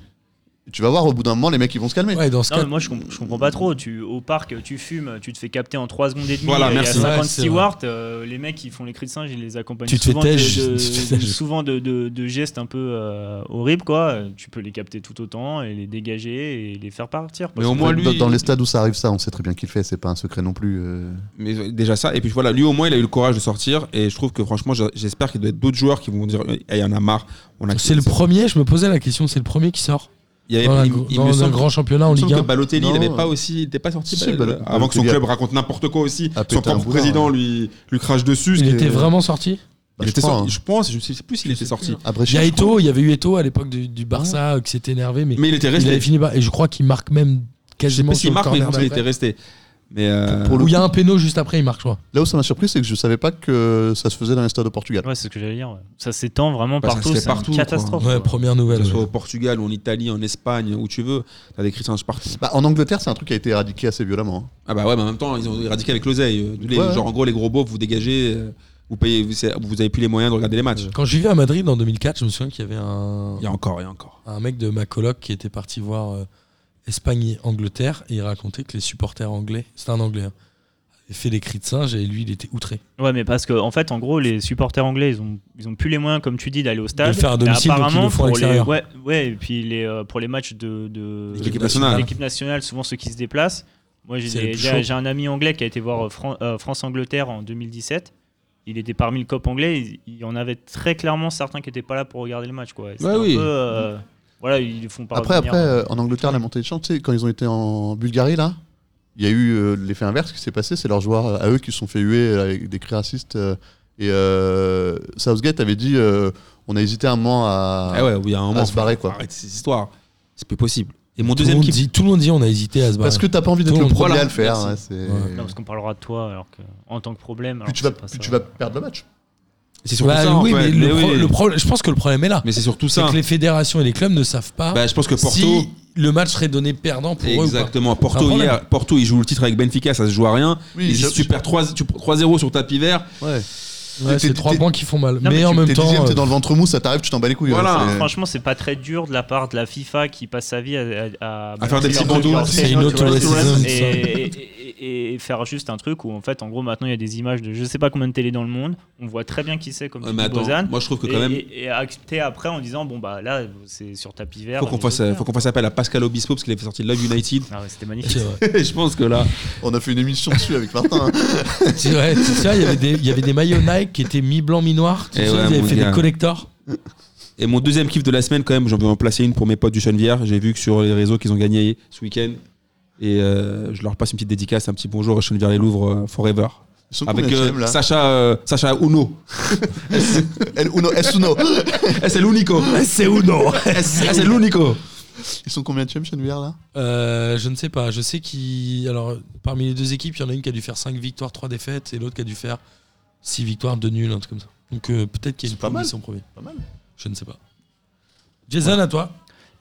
[SPEAKER 3] Tu vas voir, au bout d'un moment, les mecs ils vont se calmer.
[SPEAKER 4] Ouais, dans ce
[SPEAKER 5] Non,
[SPEAKER 4] cas,
[SPEAKER 5] mais moi je, comp- je comprends pas trop. Tu, au parc, tu fumes, tu te fais capter en 3 secondes et demie.
[SPEAKER 1] Voilà,
[SPEAKER 5] il y a
[SPEAKER 1] merci.
[SPEAKER 5] 50
[SPEAKER 4] Ouais, c'est
[SPEAKER 5] stewards, euh, les mecs qui font les cris de singe, ils les accompagnent
[SPEAKER 4] Tu te fais
[SPEAKER 5] souvent, de-
[SPEAKER 4] têche,
[SPEAKER 5] de,
[SPEAKER 4] tu te fais têche.
[SPEAKER 5] souvent de, de- de gestes un peu euh, horribles. quoi. Tu peux les capter tout autant et les dégager et les faire partir. parce
[SPEAKER 1] Mais au
[SPEAKER 5] que-
[SPEAKER 1] moins,
[SPEAKER 3] Dans-
[SPEAKER 1] lui-
[SPEAKER 3] dans les stades où ça arrive, ça, on sait très bien qu'il fait, c'est pas un secret non plus. euh.
[SPEAKER 1] mais euh, déjà ça. Et puis voilà, lui au moins, il a eu le courage de sortir. Et je trouve que franchement, j'a- j'espère qu'il doit y être d'autres joueurs qui vont dire eh, il y en a marre. On a
[SPEAKER 4] c'est le premier, je me posais la question, c'est le premier qui sort
[SPEAKER 1] Il, y avait,
[SPEAKER 4] dans, un
[SPEAKER 1] il,
[SPEAKER 4] gr-
[SPEAKER 1] il
[SPEAKER 4] dans
[SPEAKER 1] me
[SPEAKER 4] un
[SPEAKER 1] semble,
[SPEAKER 4] grand championnat en
[SPEAKER 1] il me
[SPEAKER 4] Ligue
[SPEAKER 1] semble
[SPEAKER 4] 1.
[SPEAKER 1] que Balotelli, il
[SPEAKER 3] Non,
[SPEAKER 1] n'avait
[SPEAKER 3] euh,
[SPEAKER 1] pas aussi. Il n'était pas sorti.
[SPEAKER 3] Si,
[SPEAKER 1] Bal-
[SPEAKER 3] Bal-
[SPEAKER 1] avant que son
[SPEAKER 3] Balotelli Ah, a-
[SPEAKER 1] club raconte n'importe quoi aussi.
[SPEAKER 3] a pété
[SPEAKER 1] Son
[SPEAKER 3] un
[SPEAKER 1] propre
[SPEAKER 3] boulard,
[SPEAKER 1] président lui, lui crache dessus.
[SPEAKER 4] Il
[SPEAKER 1] ce qui
[SPEAKER 4] était
[SPEAKER 1] est-
[SPEAKER 4] vraiment sorti
[SPEAKER 3] hein. Bah,
[SPEAKER 1] Il
[SPEAKER 3] je
[SPEAKER 1] était
[SPEAKER 3] crois,
[SPEAKER 1] sorti-
[SPEAKER 3] hein.
[SPEAKER 1] Je pense, je ne sais plus s'il était sorti.
[SPEAKER 3] À Brescia,
[SPEAKER 4] Il y a
[SPEAKER 3] je crois.
[SPEAKER 4] Eto, il y avait eu Eto à l'époque du, du Barça euh, qui s'était énervé, mais,
[SPEAKER 1] Mais il était
[SPEAKER 4] il
[SPEAKER 1] resté.
[SPEAKER 4] avait fini bas. Et je crois qu'il marque même
[SPEAKER 1] Je sais
[SPEAKER 4] quasiment
[SPEAKER 1] pas
[SPEAKER 4] sur
[SPEAKER 1] s'il
[SPEAKER 4] le
[SPEAKER 1] marque, mais je
[SPEAKER 4] corner
[SPEAKER 1] pense qu'il
[SPEAKER 4] d'après.
[SPEAKER 1] était resté. Mais euh,
[SPEAKER 3] Pour le
[SPEAKER 4] Où il y a un péno juste après, il marque, je crois.
[SPEAKER 3] Là où ça m'a surpris, c'est que je savais pas que ça se faisait dans les stades au Portugal.
[SPEAKER 5] Ouais, c'est ce que j'allais dire. ouais. Ça s'étend vraiment
[SPEAKER 1] Bah, ça
[SPEAKER 5] partout.
[SPEAKER 1] se fait
[SPEAKER 5] C'est
[SPEAKER 1] partout,
[SPEAKER 5] une
[SPEAKER 1] quoi.
[SPEAKER 5] catastrophe.
[SPEAKER 4] Ouais,
[SPEAKER 5] quoi.
[SPEAKER 4] première
[SPEAKER 1] que
[SPEAKER 4] nouvelle.
[SPEAKER 1] ce soit
[SPEAKER 4] ouais.
[SPEAKER 1] au Portugal, ou en Italie, en Espagne, où tu veux, t'as des chrétiens partout.
[SPEAKER 3] Bah, en Angleterre, c'est un truc qui a été éradiqué assez violemment. hein.
[SPEAKER 1] Ah bah ouais, mais en même temps, ils ont éradiqué avec l'oseille. Euh, tous les-
[SPEAKER 3] Ouais, ouais.
[SPEAKER 1] Genre, en gros, les gros beaufs, vous dégagez, euh, vous payez, vous, c'est- vous avez plus les moyens de regarder les matchs.
[SPEAKER 4] Quand je vivais à Madrid en 2004, je me souviens qu'il y avait un,
[SPEAKER 1] Il y a encore, il y a encore.
[SPEAKER 4] un mec de ma coloc qui était parti voir euh, Espagne-Angleterre et il racontait que les supporters anglais, c'était un anglais, hein, avaient fait des cris de singe et lui, il était outré.
[SPEAKER 5] Ouais, mais parce que en fait, en gros, les supporters anglais, ils ont, ils ont plus les moyens, comme tu dis, d'aller au stade.
[SPEAKER 4] le faire à
[SPEAKER 5] Mais
[SPEAKER 4] domicile, donc ils le
[SPEAKER 5] apparemment,
[SPEAKER 4] font à
[SPEAKER 5] pour les,
[SPEAKER 4] l'extérieur.
[SPEAKER 5] ouais, ouais, et puis les, euh, pour les matchs de, de
[SPEAKER 1] De l'équipe nationale.
[SPEAKER 5] l'équipe nationale, souvent ceux qui se déplacent. Moi, j'ai
[SPEAKER 4] C'est
[SPEAKER 5] des-
[SPEAKER 4] le plus
[SPEAKER 5] j'ai
[SPEAKER 4] chaud.
[SPEAKER 5] j'ai un ami anglais qui a été voir euh, Fran- euh, France-Angleterre en 2017. Il était parmi le COP anglais. Il, il y en avait très clairement certains qui n'étaient pas là pour regarder le match. Quoi. Et c'était
[SPEAKER 1] Ouais,
[SPEAKER 5] un
[SPEAKER 1] oui.
[SPEAKER 5] peu, euh, voilà, ils font pas
[SPEAKER 3] Après,
[SPEAKER 5] revenir,
[SPEAKER 3] après
[SPEAKER 5] euh,
[SPEAKER 3] euh, en Angleterre, la montée de champ, tu sais, quand ils ont été en Bulgarie, là, il y a eu euh, l'effet inverse qui s'est passé. C'est leurs joueurs euh, à eux qui se sont fait huer euh, avec des cris racistes. euh, et euh, Southgate avait dit euh, on a hésité un moment à.
[SPEAKER 1] Ah ouais, il y a un moment.
[SPEAKER 3] se barrer,
[SPEAKER 1] faut- faut
[SPEAKER 3] quoi.
[SPEAKER 1] Arrête ces histoires. C'est plus possible. Et mon
[SPEAKER 4] Tout le,
[SPEAKER 1] deuxième
[SPEAKER 4] monde
[SPEAKER 1] qui.
[SPEAKER 4] dit, tout le monde dit on a hésité à se barrer.
[SPEAKER 3] Parce que t'as pas envie d'être
[SPEAKER 4] Tout
[SPEAKER 3] le
[SPEAKER 4] le monde-
[SPEAKER 3] premier
[SPEAKER 1] voilà,
[SPEAKER 3] à le faire.
[SPEAKER 1] merci.
[SPEAKER 3] ouais, c'est-
[SPEAKER 4] Ouais.
[SPEAKER 5] Non, parce qu'on parlera de toi alors que, en tant que problème. alors
[SPEAKER 3] Plus tu
[SPEAKER 5] que
[SPEAKER 3] vas,
[SPEAKER 5] c'est pas
[SPEAKER 3] plus
[SPEAKER 5] ça.
[SPEAKER 3] tu vas perdre le match.
[SPEAKER 1] C'est
[SPEAKER 4] Bah,
[SPEAKER 1] en
[SPEAKER 4] oui,
[SPEAKER 1] fait.
[SPEAKER 4] mais le
[SPEAKER 1] Mais
[SPEAKER 4] pro-
[SPEAKER 1] oui.
[SPEAKER 4] le problème- je pense que le problème est là.
[SPEAKER 1] Mais c'est surtout
[SPEAKER 4] C'est
[SPEAKER 1] ça.
[SPEAKER 4] que les fédérations et les clubs ne savent pas
[SPEAKER 1] Bah, je pense que Porto.
[SPEAKER 4] si le match serait donné perdant pour eux.
[SPEAKER 1] Exactement.
[SPEAKER 4] C'est un
[SPEAKER 1] Porto,
[SPEAKER 4] problème.
[SPEAKER 1] hier, Porto, il joue le titre avec Benfica, ça se joue à rien.
[SPEAKER 3] Oui,
[SPEAKER 1] Et si
[SPEAKER 3] je-
[SPEAKER 1] tu perds 3 tu- 3-0 sur tapis vert,
[SPEAKER 4] ou
[SPEAKER 3] Ouais.
[SPEAKER 4] pas. Ouais,
[SPEAKER 3] T'es-
[SPEAKER 4] c'est trois
[SPEAKER 3] t'es-
[SPEAKER 4] points qui font mal.
[SPEAKER 5] Non,
[SPEAKER 4] mais,
[SPEAKER 5] mais
[SPEAKER 4] en
[SPEAKER 5] tu-
[SPEAKER 4] même
[SPEAKER 3] T'es
[SPEAKER 4] temps,
[SPEAKER 3] dixième,
[SPEAKER 4] euh,
[SPEAKER 3] t'es dans le ventre mou, ça t'arrive, tu t'en bats les couilles.
[SPEAKER 1] Voilà.
[SPEAKER 3] ouais, c'est-
[SPEAKER 5] Franchement, c'est pas très dur de la part de la FIFA qui passe sa vie à, à,
[SPEAKER 1] À faire des petits
[SPEAKER 5] balancer
[SPEAKER 1] bandeaux.
[SPEAKER 5] leurs
[SPEAKER 4] C'est
[SPEAKER 5] gens,
[SPEAKER 4] une
[SPEAKER 5] tu vois,
[SPEAKER 4] auto-racisme,
[SPEAKER 5] problème.
[SPEAKER 4] ça.
[SPEAKER 5] Et, et- et- et faire juste un truc où, en fait, en gros, maintenant, il y a des images de je sais pas combien de télé dans le monde. On voit très bien qui c'est, comme
[SPEAKER 1] Ouais,
[SPEAKER 5] tu
[SPEAKER 1] mais
[SPEAKER 5] dis,
[SPEAKER 1] attends,
[SPEAKER 5] Bozan.
[SPEAKER 1] moi je trouve que
[SPEAKER 5] Et,
[SPEAKER 1] quand même,
[SPEAKER 5] et- et accepter après en disant bon bah là c'est sur tapis vert.
[SPEAKER 1] faut qu'on
[SPEAKER 5] je
[SPEAKER 1] fasse, euh,
[SPEAKER 5] veux
[SPEAKER 1] faut
[SPEAKER 5] faire.
[SPEAKER 1] qu'on fasse appel à Pascal Obispo parce qu'il avait sorti Love United.
[SPEAKER 5] Ah ouais, c'était
[SPEAKER 4] c'est
[SPEAKER 5] magnifique.
[SPEAKER 4] vrai.
[SPEAKER 1] Et je pense que là,
[SPEAKER 3] On a fait une émission dessus avec Martin. hein.
[SPEAKER 4] C'est vrai, tu sais, il y avait des- il y avait des maillots Nike qui étaient mi-blanc, mi-noir. Tu
[SPEAKER 1] Eh
[SPEAKER 4] sais,
[SPEAKER 1] ouais,
[SPEAKER 4] ils avaient
[SPEAKER 1] mon
[SPEAKER 4] fait
[SPEAKER 1] gars.
[SPEAKER 4] des collectors.
[SPEAKER 1] et mon deuxième kiff de la semaine quand même, j'en veux en placer une pour mes potes du Chenevière. J'ai vu que sur les réseaux qu'ils ont gagné ce week-end. Et euh, je leur passe une petite dédicace, un petit bonjour à Chenevière les Louvres euh, Forever.
[SPEAKER 3] Ils sont
[SPEAKER 1] Avec
[SPEAKER 3] combien,
[SPEAKER 1] euh,
[SPEAKER 3] HM, là
[SPEAKER 1] Sacha, euh, Sacha Uno.
[SPEAKER 3] El Uno, Es Uno.
[SPEAKER 1] Eh, c'est l'unico.
[SPEAKER 4] C'est ou non
[SPEAKER 1] Eh, c'est l'unico.
[SPEAKER 3] Ils sont combien de champs, Chenvière, là
[SPEAKER 4] Euh, je ne sais pas. Je sais qu'il. Alors, parmi les deux équipes, il y en a une qui a dû faire 5 victoires, 3 défaites, et l'autre qui a dû faire 6 victoires, 2 nuls, un truc comme ça. Donc, euh, peut-être qu'il y a
[SPEAKER 3] C'est
[SPEAKER 4] une
[SPEAKER 3] pas mal.
[SPEAKER 4] promotion premier.
[SPEAKER 3] Pas mal.
[SPEAKER 4] Je ne sais pas. Jason, à toi.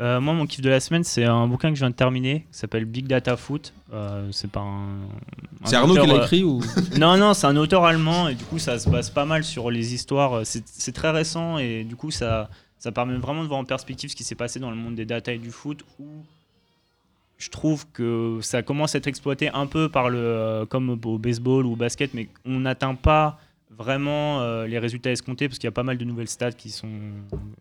[SPEAKER 5] Euh, moi, mon kiff de la semaine, c'est un bouquin que je viens de terminer qui s'appelle Big Data Foot. Euh, c'est pas un. un
[SPEAKER 1] C'est Arnaud qui
[SPEAKER 5] auteur,
[SPEAKER 1] l'a écrit ou
[SPEAKER 5] euh, Non, non, c'est un auteur allemand et du coup, ça se base pas mal sur les histoires. euh, C'est c'est très récent et du coup, ça, ça permet vraiment de voir en perspective ce qui s'est passé dans le monde des data et du foot où je trouve que ça commence à être exploité un peu par le, euh, comme au baseball ou au basket, mais on n'atteint pas vraiment euh, les résultats escomptés parce qu'il y a pas mal de nouvelles stats qui sont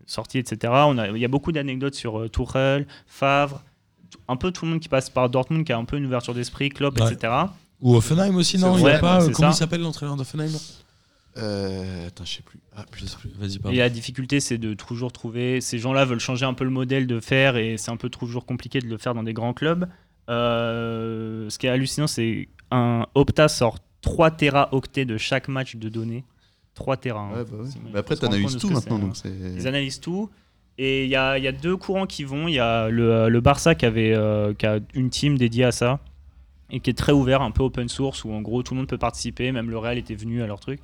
[SPEAKER 5] sorties, etc. On a, il y a beaucoup d'anecdotes sur euh, Tourelle, Favre, t- un peu tout le monde qui passe par Dortmund qui a un peu une ouverture d'esprit, Klopp,
[SPEAKER 4] Ouais.
[SPEAKER 5] etc.
[SPEAKER 4] Ou Offenheim aussi, non
[SPEAKER 5] C'est
[SPEAKER 4] Il y a
[SPEAKER 5] vrai,
[SPEAKER 4] pas.
[SPEAKER 5] c'est
[SPEAKER 4] euh, Comment
[SPEAKER 5] ça.
[SPEAKER 4] il s'appelle l'entraîneur d'Offenheim
[SPEAKER 3] Euh, Attends, je sais plus. Ah, putain.
[SPEAKER 4] Vas-y,
[SPEAKER 5] Et
[SPEAKER 4] pardon.
[SPEAKER 5] la difficulté, c'est de toujours trouver. Ces gens-là veulent changer un peu le modèle de faire et c'est un peu toujours compliqué de le faire dans des grands clubs. Euh, ce qui est hallucinant, c'est un Opta sort 3 teraoctets de chaque match de données. 3 Tera. hein.
[SPEAKER 3] Ouais, bah ouais.
[SPEAKER 5] C'est-
[SPEAKER 3] Mais après,
[SPEAKER 5] on se rend
[SPEAKER 3] t'analyses
[SPEAKER 5] compte de
[SPEAKER 3] tout
[SPEAKER 5] ce que
[SPEAKER 3] maintenant,
[SPEAKER 5] c'est, hein.
[SPEAKER 3] donc c'est.
[SPEAKER 5] Ils analysent tout. Et il y a, il y a deux courants qui vont. Il y a le, euh, le Barça qui, avait, euh, qui a une team dédiée à ça et qui est très ouvert, un peu open source, où en gros tout le monde peut participer, même le Real était venu à leur truc.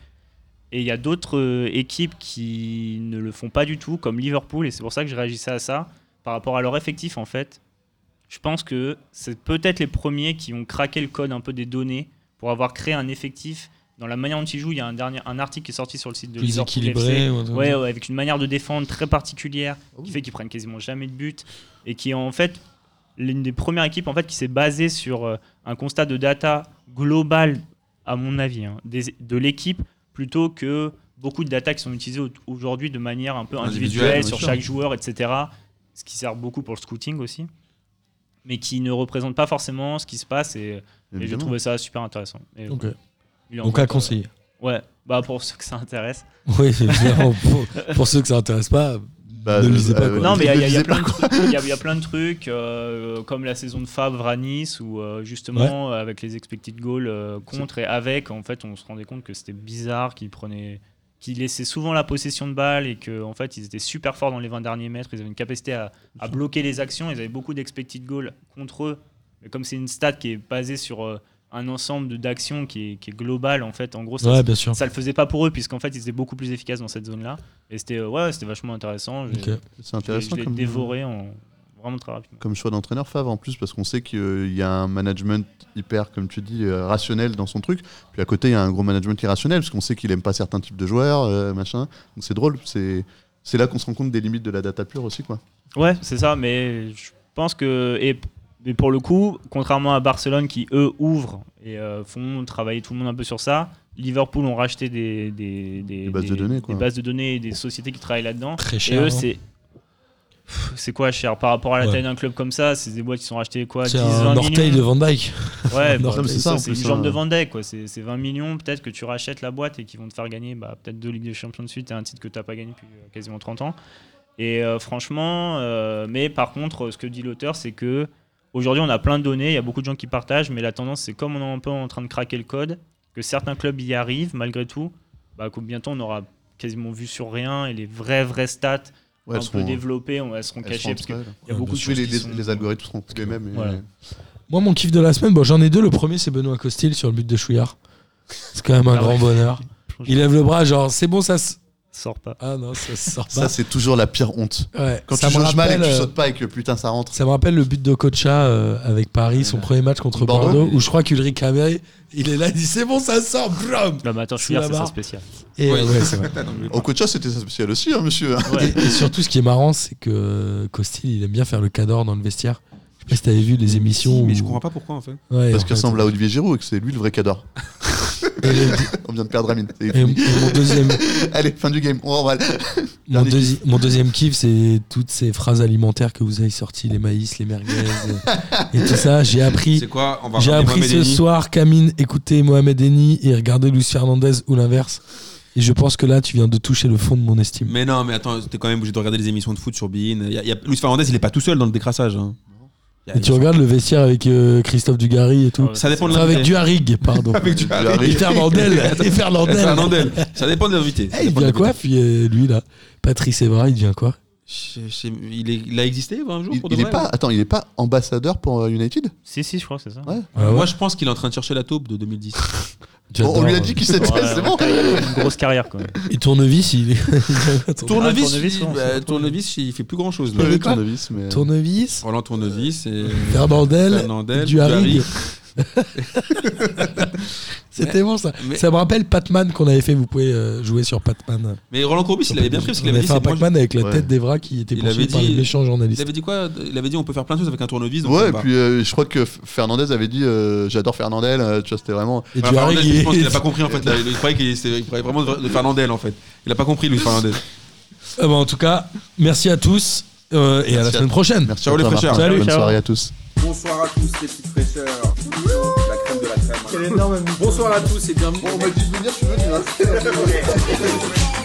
[SPEAKER 5] Et il y a d'autres euh, équipes qui ne le font pas du tout, comme Liverpool, et c'est pour ça que je réagissais à ça, par rapport à leur effectif en fait. Je pense que c'est peut-être les premiers qui ont craqué le code un peu des données pour avoir créé un effectif. Dans la manière dont ils jouent, il y a un, dernier, un article qui est sorti sur le site de
[SPEAKER 4] Plus
[SPEAKER 5] Liverpool FC,
[SPEAKER 4] équilibré. ou un truc
[SPEAKER 5] Ouais,
[SPEAKER 4] comme
[SPEAKER 5] ouais, avec une manière de défendre très particulière
[SPEAKER 3] Oh.
[SPEAKER 5] qui fait qu'ils prennent quasiment jamais de but et qui est en fait l'une des premières équipes en fait qui s'est basée sur euh, un constat de data globale à mon avis hein, des- de l'équipe plutôt que beaucoup de data qui sont utilisées au- aujourd'hui de manière un peu individuelle,
[SPEAKER 1] Individuelle, bien
[SPEAKER 5] sur
[SPEAKER 1] sûr.
[SPEAKER 5] chaque joueur etc ce qui sert beaucoup pour le scouting aussi mais qui ne représente pas forcément ce qui se passe et, et j'ai
[SPEAKER 3] Évidemment.
[SPEAKER 5] trouvé ça super intéressant Et
[SPEAKER 4] ça. Ok.
[SPEAKER 5] il est
[SPEAKER 4] Donc,
[SPEAKER 5] encore-
[SPEAKER 4] à conseiller.
[SPEAKER 5] ouais bah pour ceux que ça intéresse
[SPEAKER 4] Oui, évidemment, pour, pour ceux que ça intéresse pas,
[SPEAKER 3] Bah,
[SPEAKER 4] ne
[SPEAKER 3] euh,
[SPEAKER 4] lisez pas.
[SPEAKER 3] euh,
[SPEAKER 4] quoi.
[SPEAKER 5] Non, mais il y a- il y, a- il y a
[SPEAKER 3] lisez pas,
[SPEAKER 5] plein de trucs- il y a- il y a plein de trucs, euh, comme la saison de Favre à Nice, où euh, justement, euh, avec les expected goals euh, contre et avec, en fait, on se rendait compte que c'était bizarre qu'ils prenaient qu'ils laissaient souvent la possession de balle et que en fait ils étaient super forts dans les 20 derniers mètres, ils avaient une capacité à, à bloquer les actions, ils avaient beaucoup d'expected goals contre eux. Mais comme c'est une stat qui est basée sur euh, un ensemble de- d'actions qui est, qui est global en fait, en gros ça,
[SPEAKER 4] ouais, bien sûr.
[SPEAKER 5] ça le faisait pas pour eux puisqu'en fait ils étaient beaucoup plus efficaces dans cette zone-là et c'était euh, ouais, c'était vachement intéressant.
[SPEAKER 4] Ok.
[SPEAKER 5] J'ai-
[SPEAKER 3] C'est
[SPEAKER 5] je l'ai-
[SPEAKER 3] intéressant
[SPEAKER 5] Je l'ai
[SPEAKER 3] comme. euh,
[SPEAKER 5] dévoré en... vraiment très rapidement.
[SPEAKER 3] comme choix d'entraîneur Favre en plus parce qu'on sait qu'il y a un management hyper comme tu dis euh, rationnel dans son truc puis à côté il y a un gros management irrationnel parce qu'on sait qu'il aime pas certains types de joueurs euh, machin donc c'est drôle c'est c'est là qu'on se rend compte des limites de la data pure aussi quoi
[SPEAKER 5] Ouais, c'est ça, mais je pense que. Et, et pour le coup, contrairement à Barcelone qui eux ouvrent et euh, font travailler tout le monde un peu sur ça, Liverpool ont racheté des, des, des,
[SPEAKER 3] bases de données, quoi.
[SPEAKER 5] des bases de données et des sociétés qui travaillent là-dedans.
[SPEAKER 4] Très
[SPEAKER 5] Et
[SPEAKER 4] cher. hein.
[SPEAKER 5] eux,
[SPEAKER 4] non
[SPEAKER 5] c'est. Pff, C'est quoi cher par rapport à la
[SPEAKER 4] Ouais.
[SPEAKER 5] taille d'un club comme ça C'est des boîtes qui sont rachetées quoi 10,
[SPEAKER 4] C'est
[SPEAKER 5] 20
[SPEAKER 4] un orteil
[SPEAKER 5] millions
[SPEAKER 4] de Van Dyke.
[SPEAKER 5] Ouais,
[SPEAKER 4] Non,
[SPEAKER 5] bah,
[SPEAKER 4] mais
[SPEAKER 5] c'est
[SPEAKER 3] c'est ça,
[SPEAKER 5] ça,
[SPEAKER 3] en
[SPEAKER 5] c'est une
[SPEAKER 3] plus,
[SPEAKER 5] jambe
[SPEAKER 3] hein.
[SPEAKER 5] de Vendée, quoi. C'est c'est 20 millions, peut-être que tu rachètes la boîte et qu'ils vont te faire gagner bah, peut-être deux Ligues des Champions de suite et un titre que tu n'as pas gagné depuis euh, quasiment 30 ans. Et euh, franchement, euh, mais par contre, euh, ce que dit l'auteur, c'est que aujourd'hui, on a plein de données, il y a beaucoup de gens qui partagent, mais la tendance, c'est comme on est un peu en train de craquer le code, que certains clubs y arrivent malgré tout, bah, qu'au- bientôt on aura quasiment vu sur rien et les vraies vraies stats
[SPEAKER 3] Ouais,
[SPEAKER 5] un
[SPEAKER 3] elles
[SPEAKER 5] peu
[SPEAKER 3] seront-
[SPEAKER 5] développées, on- elles seront
[SPEAKER 3] elles
[SPEAKER 5] cachées.
[SPEAKER 3] seront entre
[SPEAKER 5] Parce que y
[SPEAKER 3] elles.
[SPEAKER 5] a beaucoup de
[SPEAKER 3] Oui,
[SPEAKER 5] choses
[SPEAKER 3] les,
[SPEAKER 5] qui
[SPEAKER 3] les-
[SPEAKER 5] sont-
[SPEAKER 3] les algorithmes seront tous les mêmes. et-
[SPEAKER 5] Voilà.
[SPEAKER 4] Moi, mon kiff de la semaine, bon, j'en ai deux. Le premier, c'est Benoît Costil sur le but de Chouillard. C'est quand même un
[SPEAKER 5] Ah
[SPEAKER 4] grand
[SPEAKER 5] ouais.
[SPEAKER 4] bonheur. Il lève le bras, genre, c'est bon, ça se.
[SPEAKER 5] sort pas.
[SPEAKER 4] Ah non, ça se sort
[SPEAKER 3] Ça,
[SPEAKER 4] pas.
[SPEAKER 3] c'est toujours la pire honte.
[SPEAKER 4] Ouais,
[SPEAKER 3] Quand
[SPEAKER 4] ça
[SPEAKER 3] tu
[SPEAKER 4] me
[SPEAKER 3] changes mal et que tu
[SPEAKER 4] rappelle, euh,
[SPEAKER 3] sautes pas et que putain, ça rentre.
[SPEAKER 4] Ça me rappelle le but de Kocha euh, avec Paris, son premier match contre Bordeaux,
[SPEAKER 3] Bordeaux
[SPEAKER 4] où je crois qu'Ulrich Kamé, il est là, il dit c'est bon, ça sort, brum
[SPEAKER 5] Non, mais attends,
[SPEAKER 4] Sous
[SPEAKER 5] je suis là,
[SPEAKER 4] la
[SPEAKER 5] c'est ça
[SPEAKER 4] barre.
[SPEAKER 5] spécial.
[SPEAKER 4] Et,
[SPEAKER 1] Ouais.
[SPEAKER 4] euh, ouais, c'est vrai.
[SPEAKER 3] Au coach, c'était ça spécial aussi, hein, monsieur.
[SPEAKER 5] Ouais.
[SPEAKER 4] Et surtout, ce qui est marrant, c'est que euh, Costil, il aime bien faire le cador dans le vestiaire. Je sais pas si t'avais vu les émissions.
[SPEAKER 1] Mais
[SPEAKER 4] où-
[SPEAKER 1] je comprends pas pourquoi en fait.
[SPEAKER 4] Ouais,
[SPEAKER 3] Parce
[SPEAKER 4] en
[SPEAKER 3] qu'il
[SPEAKER 4] fait. euh,
[SPEAKER 3] ressemble à Olivier Giroud et que c'est lui le vrai cador.
[SPEAKER 4] Et le-
[SPEAKER 3] On vient de perdre Amine. C'est
[SPEAKER 4] et
[SPEAKER 3] fini.
[SPEAKER 4] mon deuxième,
[SPEAKER 3] Allez, fin du game. On renvoie.
[SPEAKER 4] mon,
[SPEAKER 3] Dernier
[SPEAKER 4] deuxi- mon deuxième kiff, c'est toutes ces phrases alimentaires que vous avez sorties, les maïs, les merguez et, et tout ça. J'ai appris,
[SPEAKER 1] C'est quoi On va
[SPEAKER 4] j'ai
[SPEAKER 1] regarder
[SPEAKER 4] appris
[SPEAKER 1] Mohamed
[SPEAKER 4] ce
[SPEAKER 1] Elneny.
[SPEAKER 4] soir qu'Amine écoutait Mohamed Eni et regardait Luis Fernandez ou l'inverse. Et je pense que là, tu viens de toucher le fond de mon estime.
[SPEAKER 1] Mais non, mais attends, t'es quand même obligé de regarder les émissions de foot sur Bein. Y a- y a- Luis Fernandez, il est pas tout seul dans le décrassage. hein. Y a-
[SPEAKER 4] Et
[SPEAKER 1] y a-
[SPEAKER 4] tu regardes le vestiaire avec euh, Christophe Dugarry et tout.
[SPEAKER 5] Ouais,
[SPEAKER 1] Ça dépend de
[SPEAKER 4] Enfin, avec
[SPEAKER 1] l'invité.
[SPEAKER 4] Duharig, pardon.
[SPEAKER 1] Avec du
[SPEAKER 4] Et Fernandel. Et
[SPEAKER 1] Et
[SPEAKER 4] Fernandel.
[SPEAKER 1] Fernandel. Eh, Ça dépend de l'invité. Ça
[SPEAKER 4] Eh, il
[SPEAKER 1] dépend de
[SPEAKER 4] devient quoi,
[SPEAKER 1] l'invité.
[SPEAKER 4] puis, euh, lui, là Patrice Evra, il devient quoi
[SPEAKER 1] Je- je- il, est- il a existé un jour
[SPEAKER 3] Il,
[SPEAKER 1] pour hein. de
[SPEAKER 3] il est
[SPEAKER 1] vrai,
[SPEAKER 3] pas,
[SPEAKER 1] là
[SPEAKER 3] attends, il est pas ambassadeur pour euh, United
[SPEAKER 5] Si, si, je crois que c'est ça.
[SPEAKER 3] Ouais.
[SPEAKER 4] Ah
[SPEAKER 1] Moi, je pense qu'il est en train de chercher la taupe de 2010.
[SPEAKER 3] On- On lui a dit qu'il s'était.
[SPEAKER 5] Ouais,
[SPEAKER 3] C'est bon.
[SPEAKER 5] euh, Une grosse carrière, quoi.
[SPEAKER 4] Et tournevis, hein. il est.
[SPEAKER 1] Tournevis,
[SPEAKER 5] tournevis,
[SPEAKER 1] il,
[SPEAKER 5] ouais,
[SPEAKER 1] bah,
[SPEAKER 5] c'est pas
[SPEAKER 1] tournevis, il fait plus grand chose.
[SPEAKER 3] Ouais,
[SPEAKER 1] Là.
[SPEAKER 4] avait quoi
[SPEAKER 3] tournevis, mais-
[SPEAKER 4] tournevis,
[SPEAKER 1] Roland Tournevis et
[SPEAKER 4] Fernandel,
[SPEAKER 1] Fernandel,
[SPEAKER 4] Duharig.
[SPEAKER 1] Duharig.
[SPEAKER 4] C'était bon ça.
[SPEAKER 1] mais-
[SPEAKER 4] Ça me rappelle Pac-Man qu'on avait fait. Vous pouvez euh, jouer sur Pac-Man.
[SPEAKER 1] Mais Roland Courbis, il avait bien pris parce
[SPEAKER 4] On
[SPEAKER 1] qu'il
[SPEAKER 4] avait
[SPEAKER 1] avait dit.
[SPEAKER 4] fait un
[SPEAKER 1] c'est- moi,
[SPEAKER 4] Pac-Man avec la
[SPEAKER 3] Ouais.
[SPEAKER 4] tête d'Evra qui était
[SPEAKER 1] Il
[SPEAKER 4] poursuivi
[SPEAKER 1] avait
[SPEAKER 4] par
[SPEAKER 1] dit-
[SPEAKER 4] les méchants
[SPEAKER 1] je-
[SPEAKER 4] journalistes.
[SPEAKER 1] Il avait dit quoi Il avait dit on peut faire plein de choses avec un tournevis. donc bah. ça
[SPEAKER 3] Ouais, et
[SPEAKER 1] va.
[SPEAKER 3] puis euh, je crois que F- Fernandez avait dit euh, j'adore Fernandel, euh, tu vois, c'était vraiment.
[SPEAKER 4] Et
[SPEAKER 1] Enfin,
[SPEAKER 4] Duharig,
[SPEAKER 1] Bah, Fernandez,
[SPEAKER 4] il
[SPEAKER 1] je pense qu'il a
[SPEAKER 4] est.
[SPEAKER 1] pas compris en fait. là. il croyait qu'il c'est- il croyait vraiment de de Fernandel en fait. Il a pas compris Luis Fernandez.
[SPEAKER 4] Ah bah, en tout cas, merci à tous euh, et à la
[SPEAKER 3] Merci à
[SPEAKER 4] semaine prochaine.
[SPEAKER 3] Merci
[SPEAKER 1] Ciao,
[SPEAKER 3] à
[SPEAKER 1] les
[SPEAKER 3] toi, Martin.
[SPEAKER 1] fraîcheurs.
[SPEAKER 4] Salut,
[SPEAKER 3] Bonne
[SPEAKER 5] ciao.
[SPEAKER 3] soirée à tous.
[SPEAKER 2] Bonsoir à tous les petites fraîcheurs. La crème hein. de la crème. Bonsoir à tous et bienvenue.
[SPEAKER 3] On m'a dit de venir, tu veux,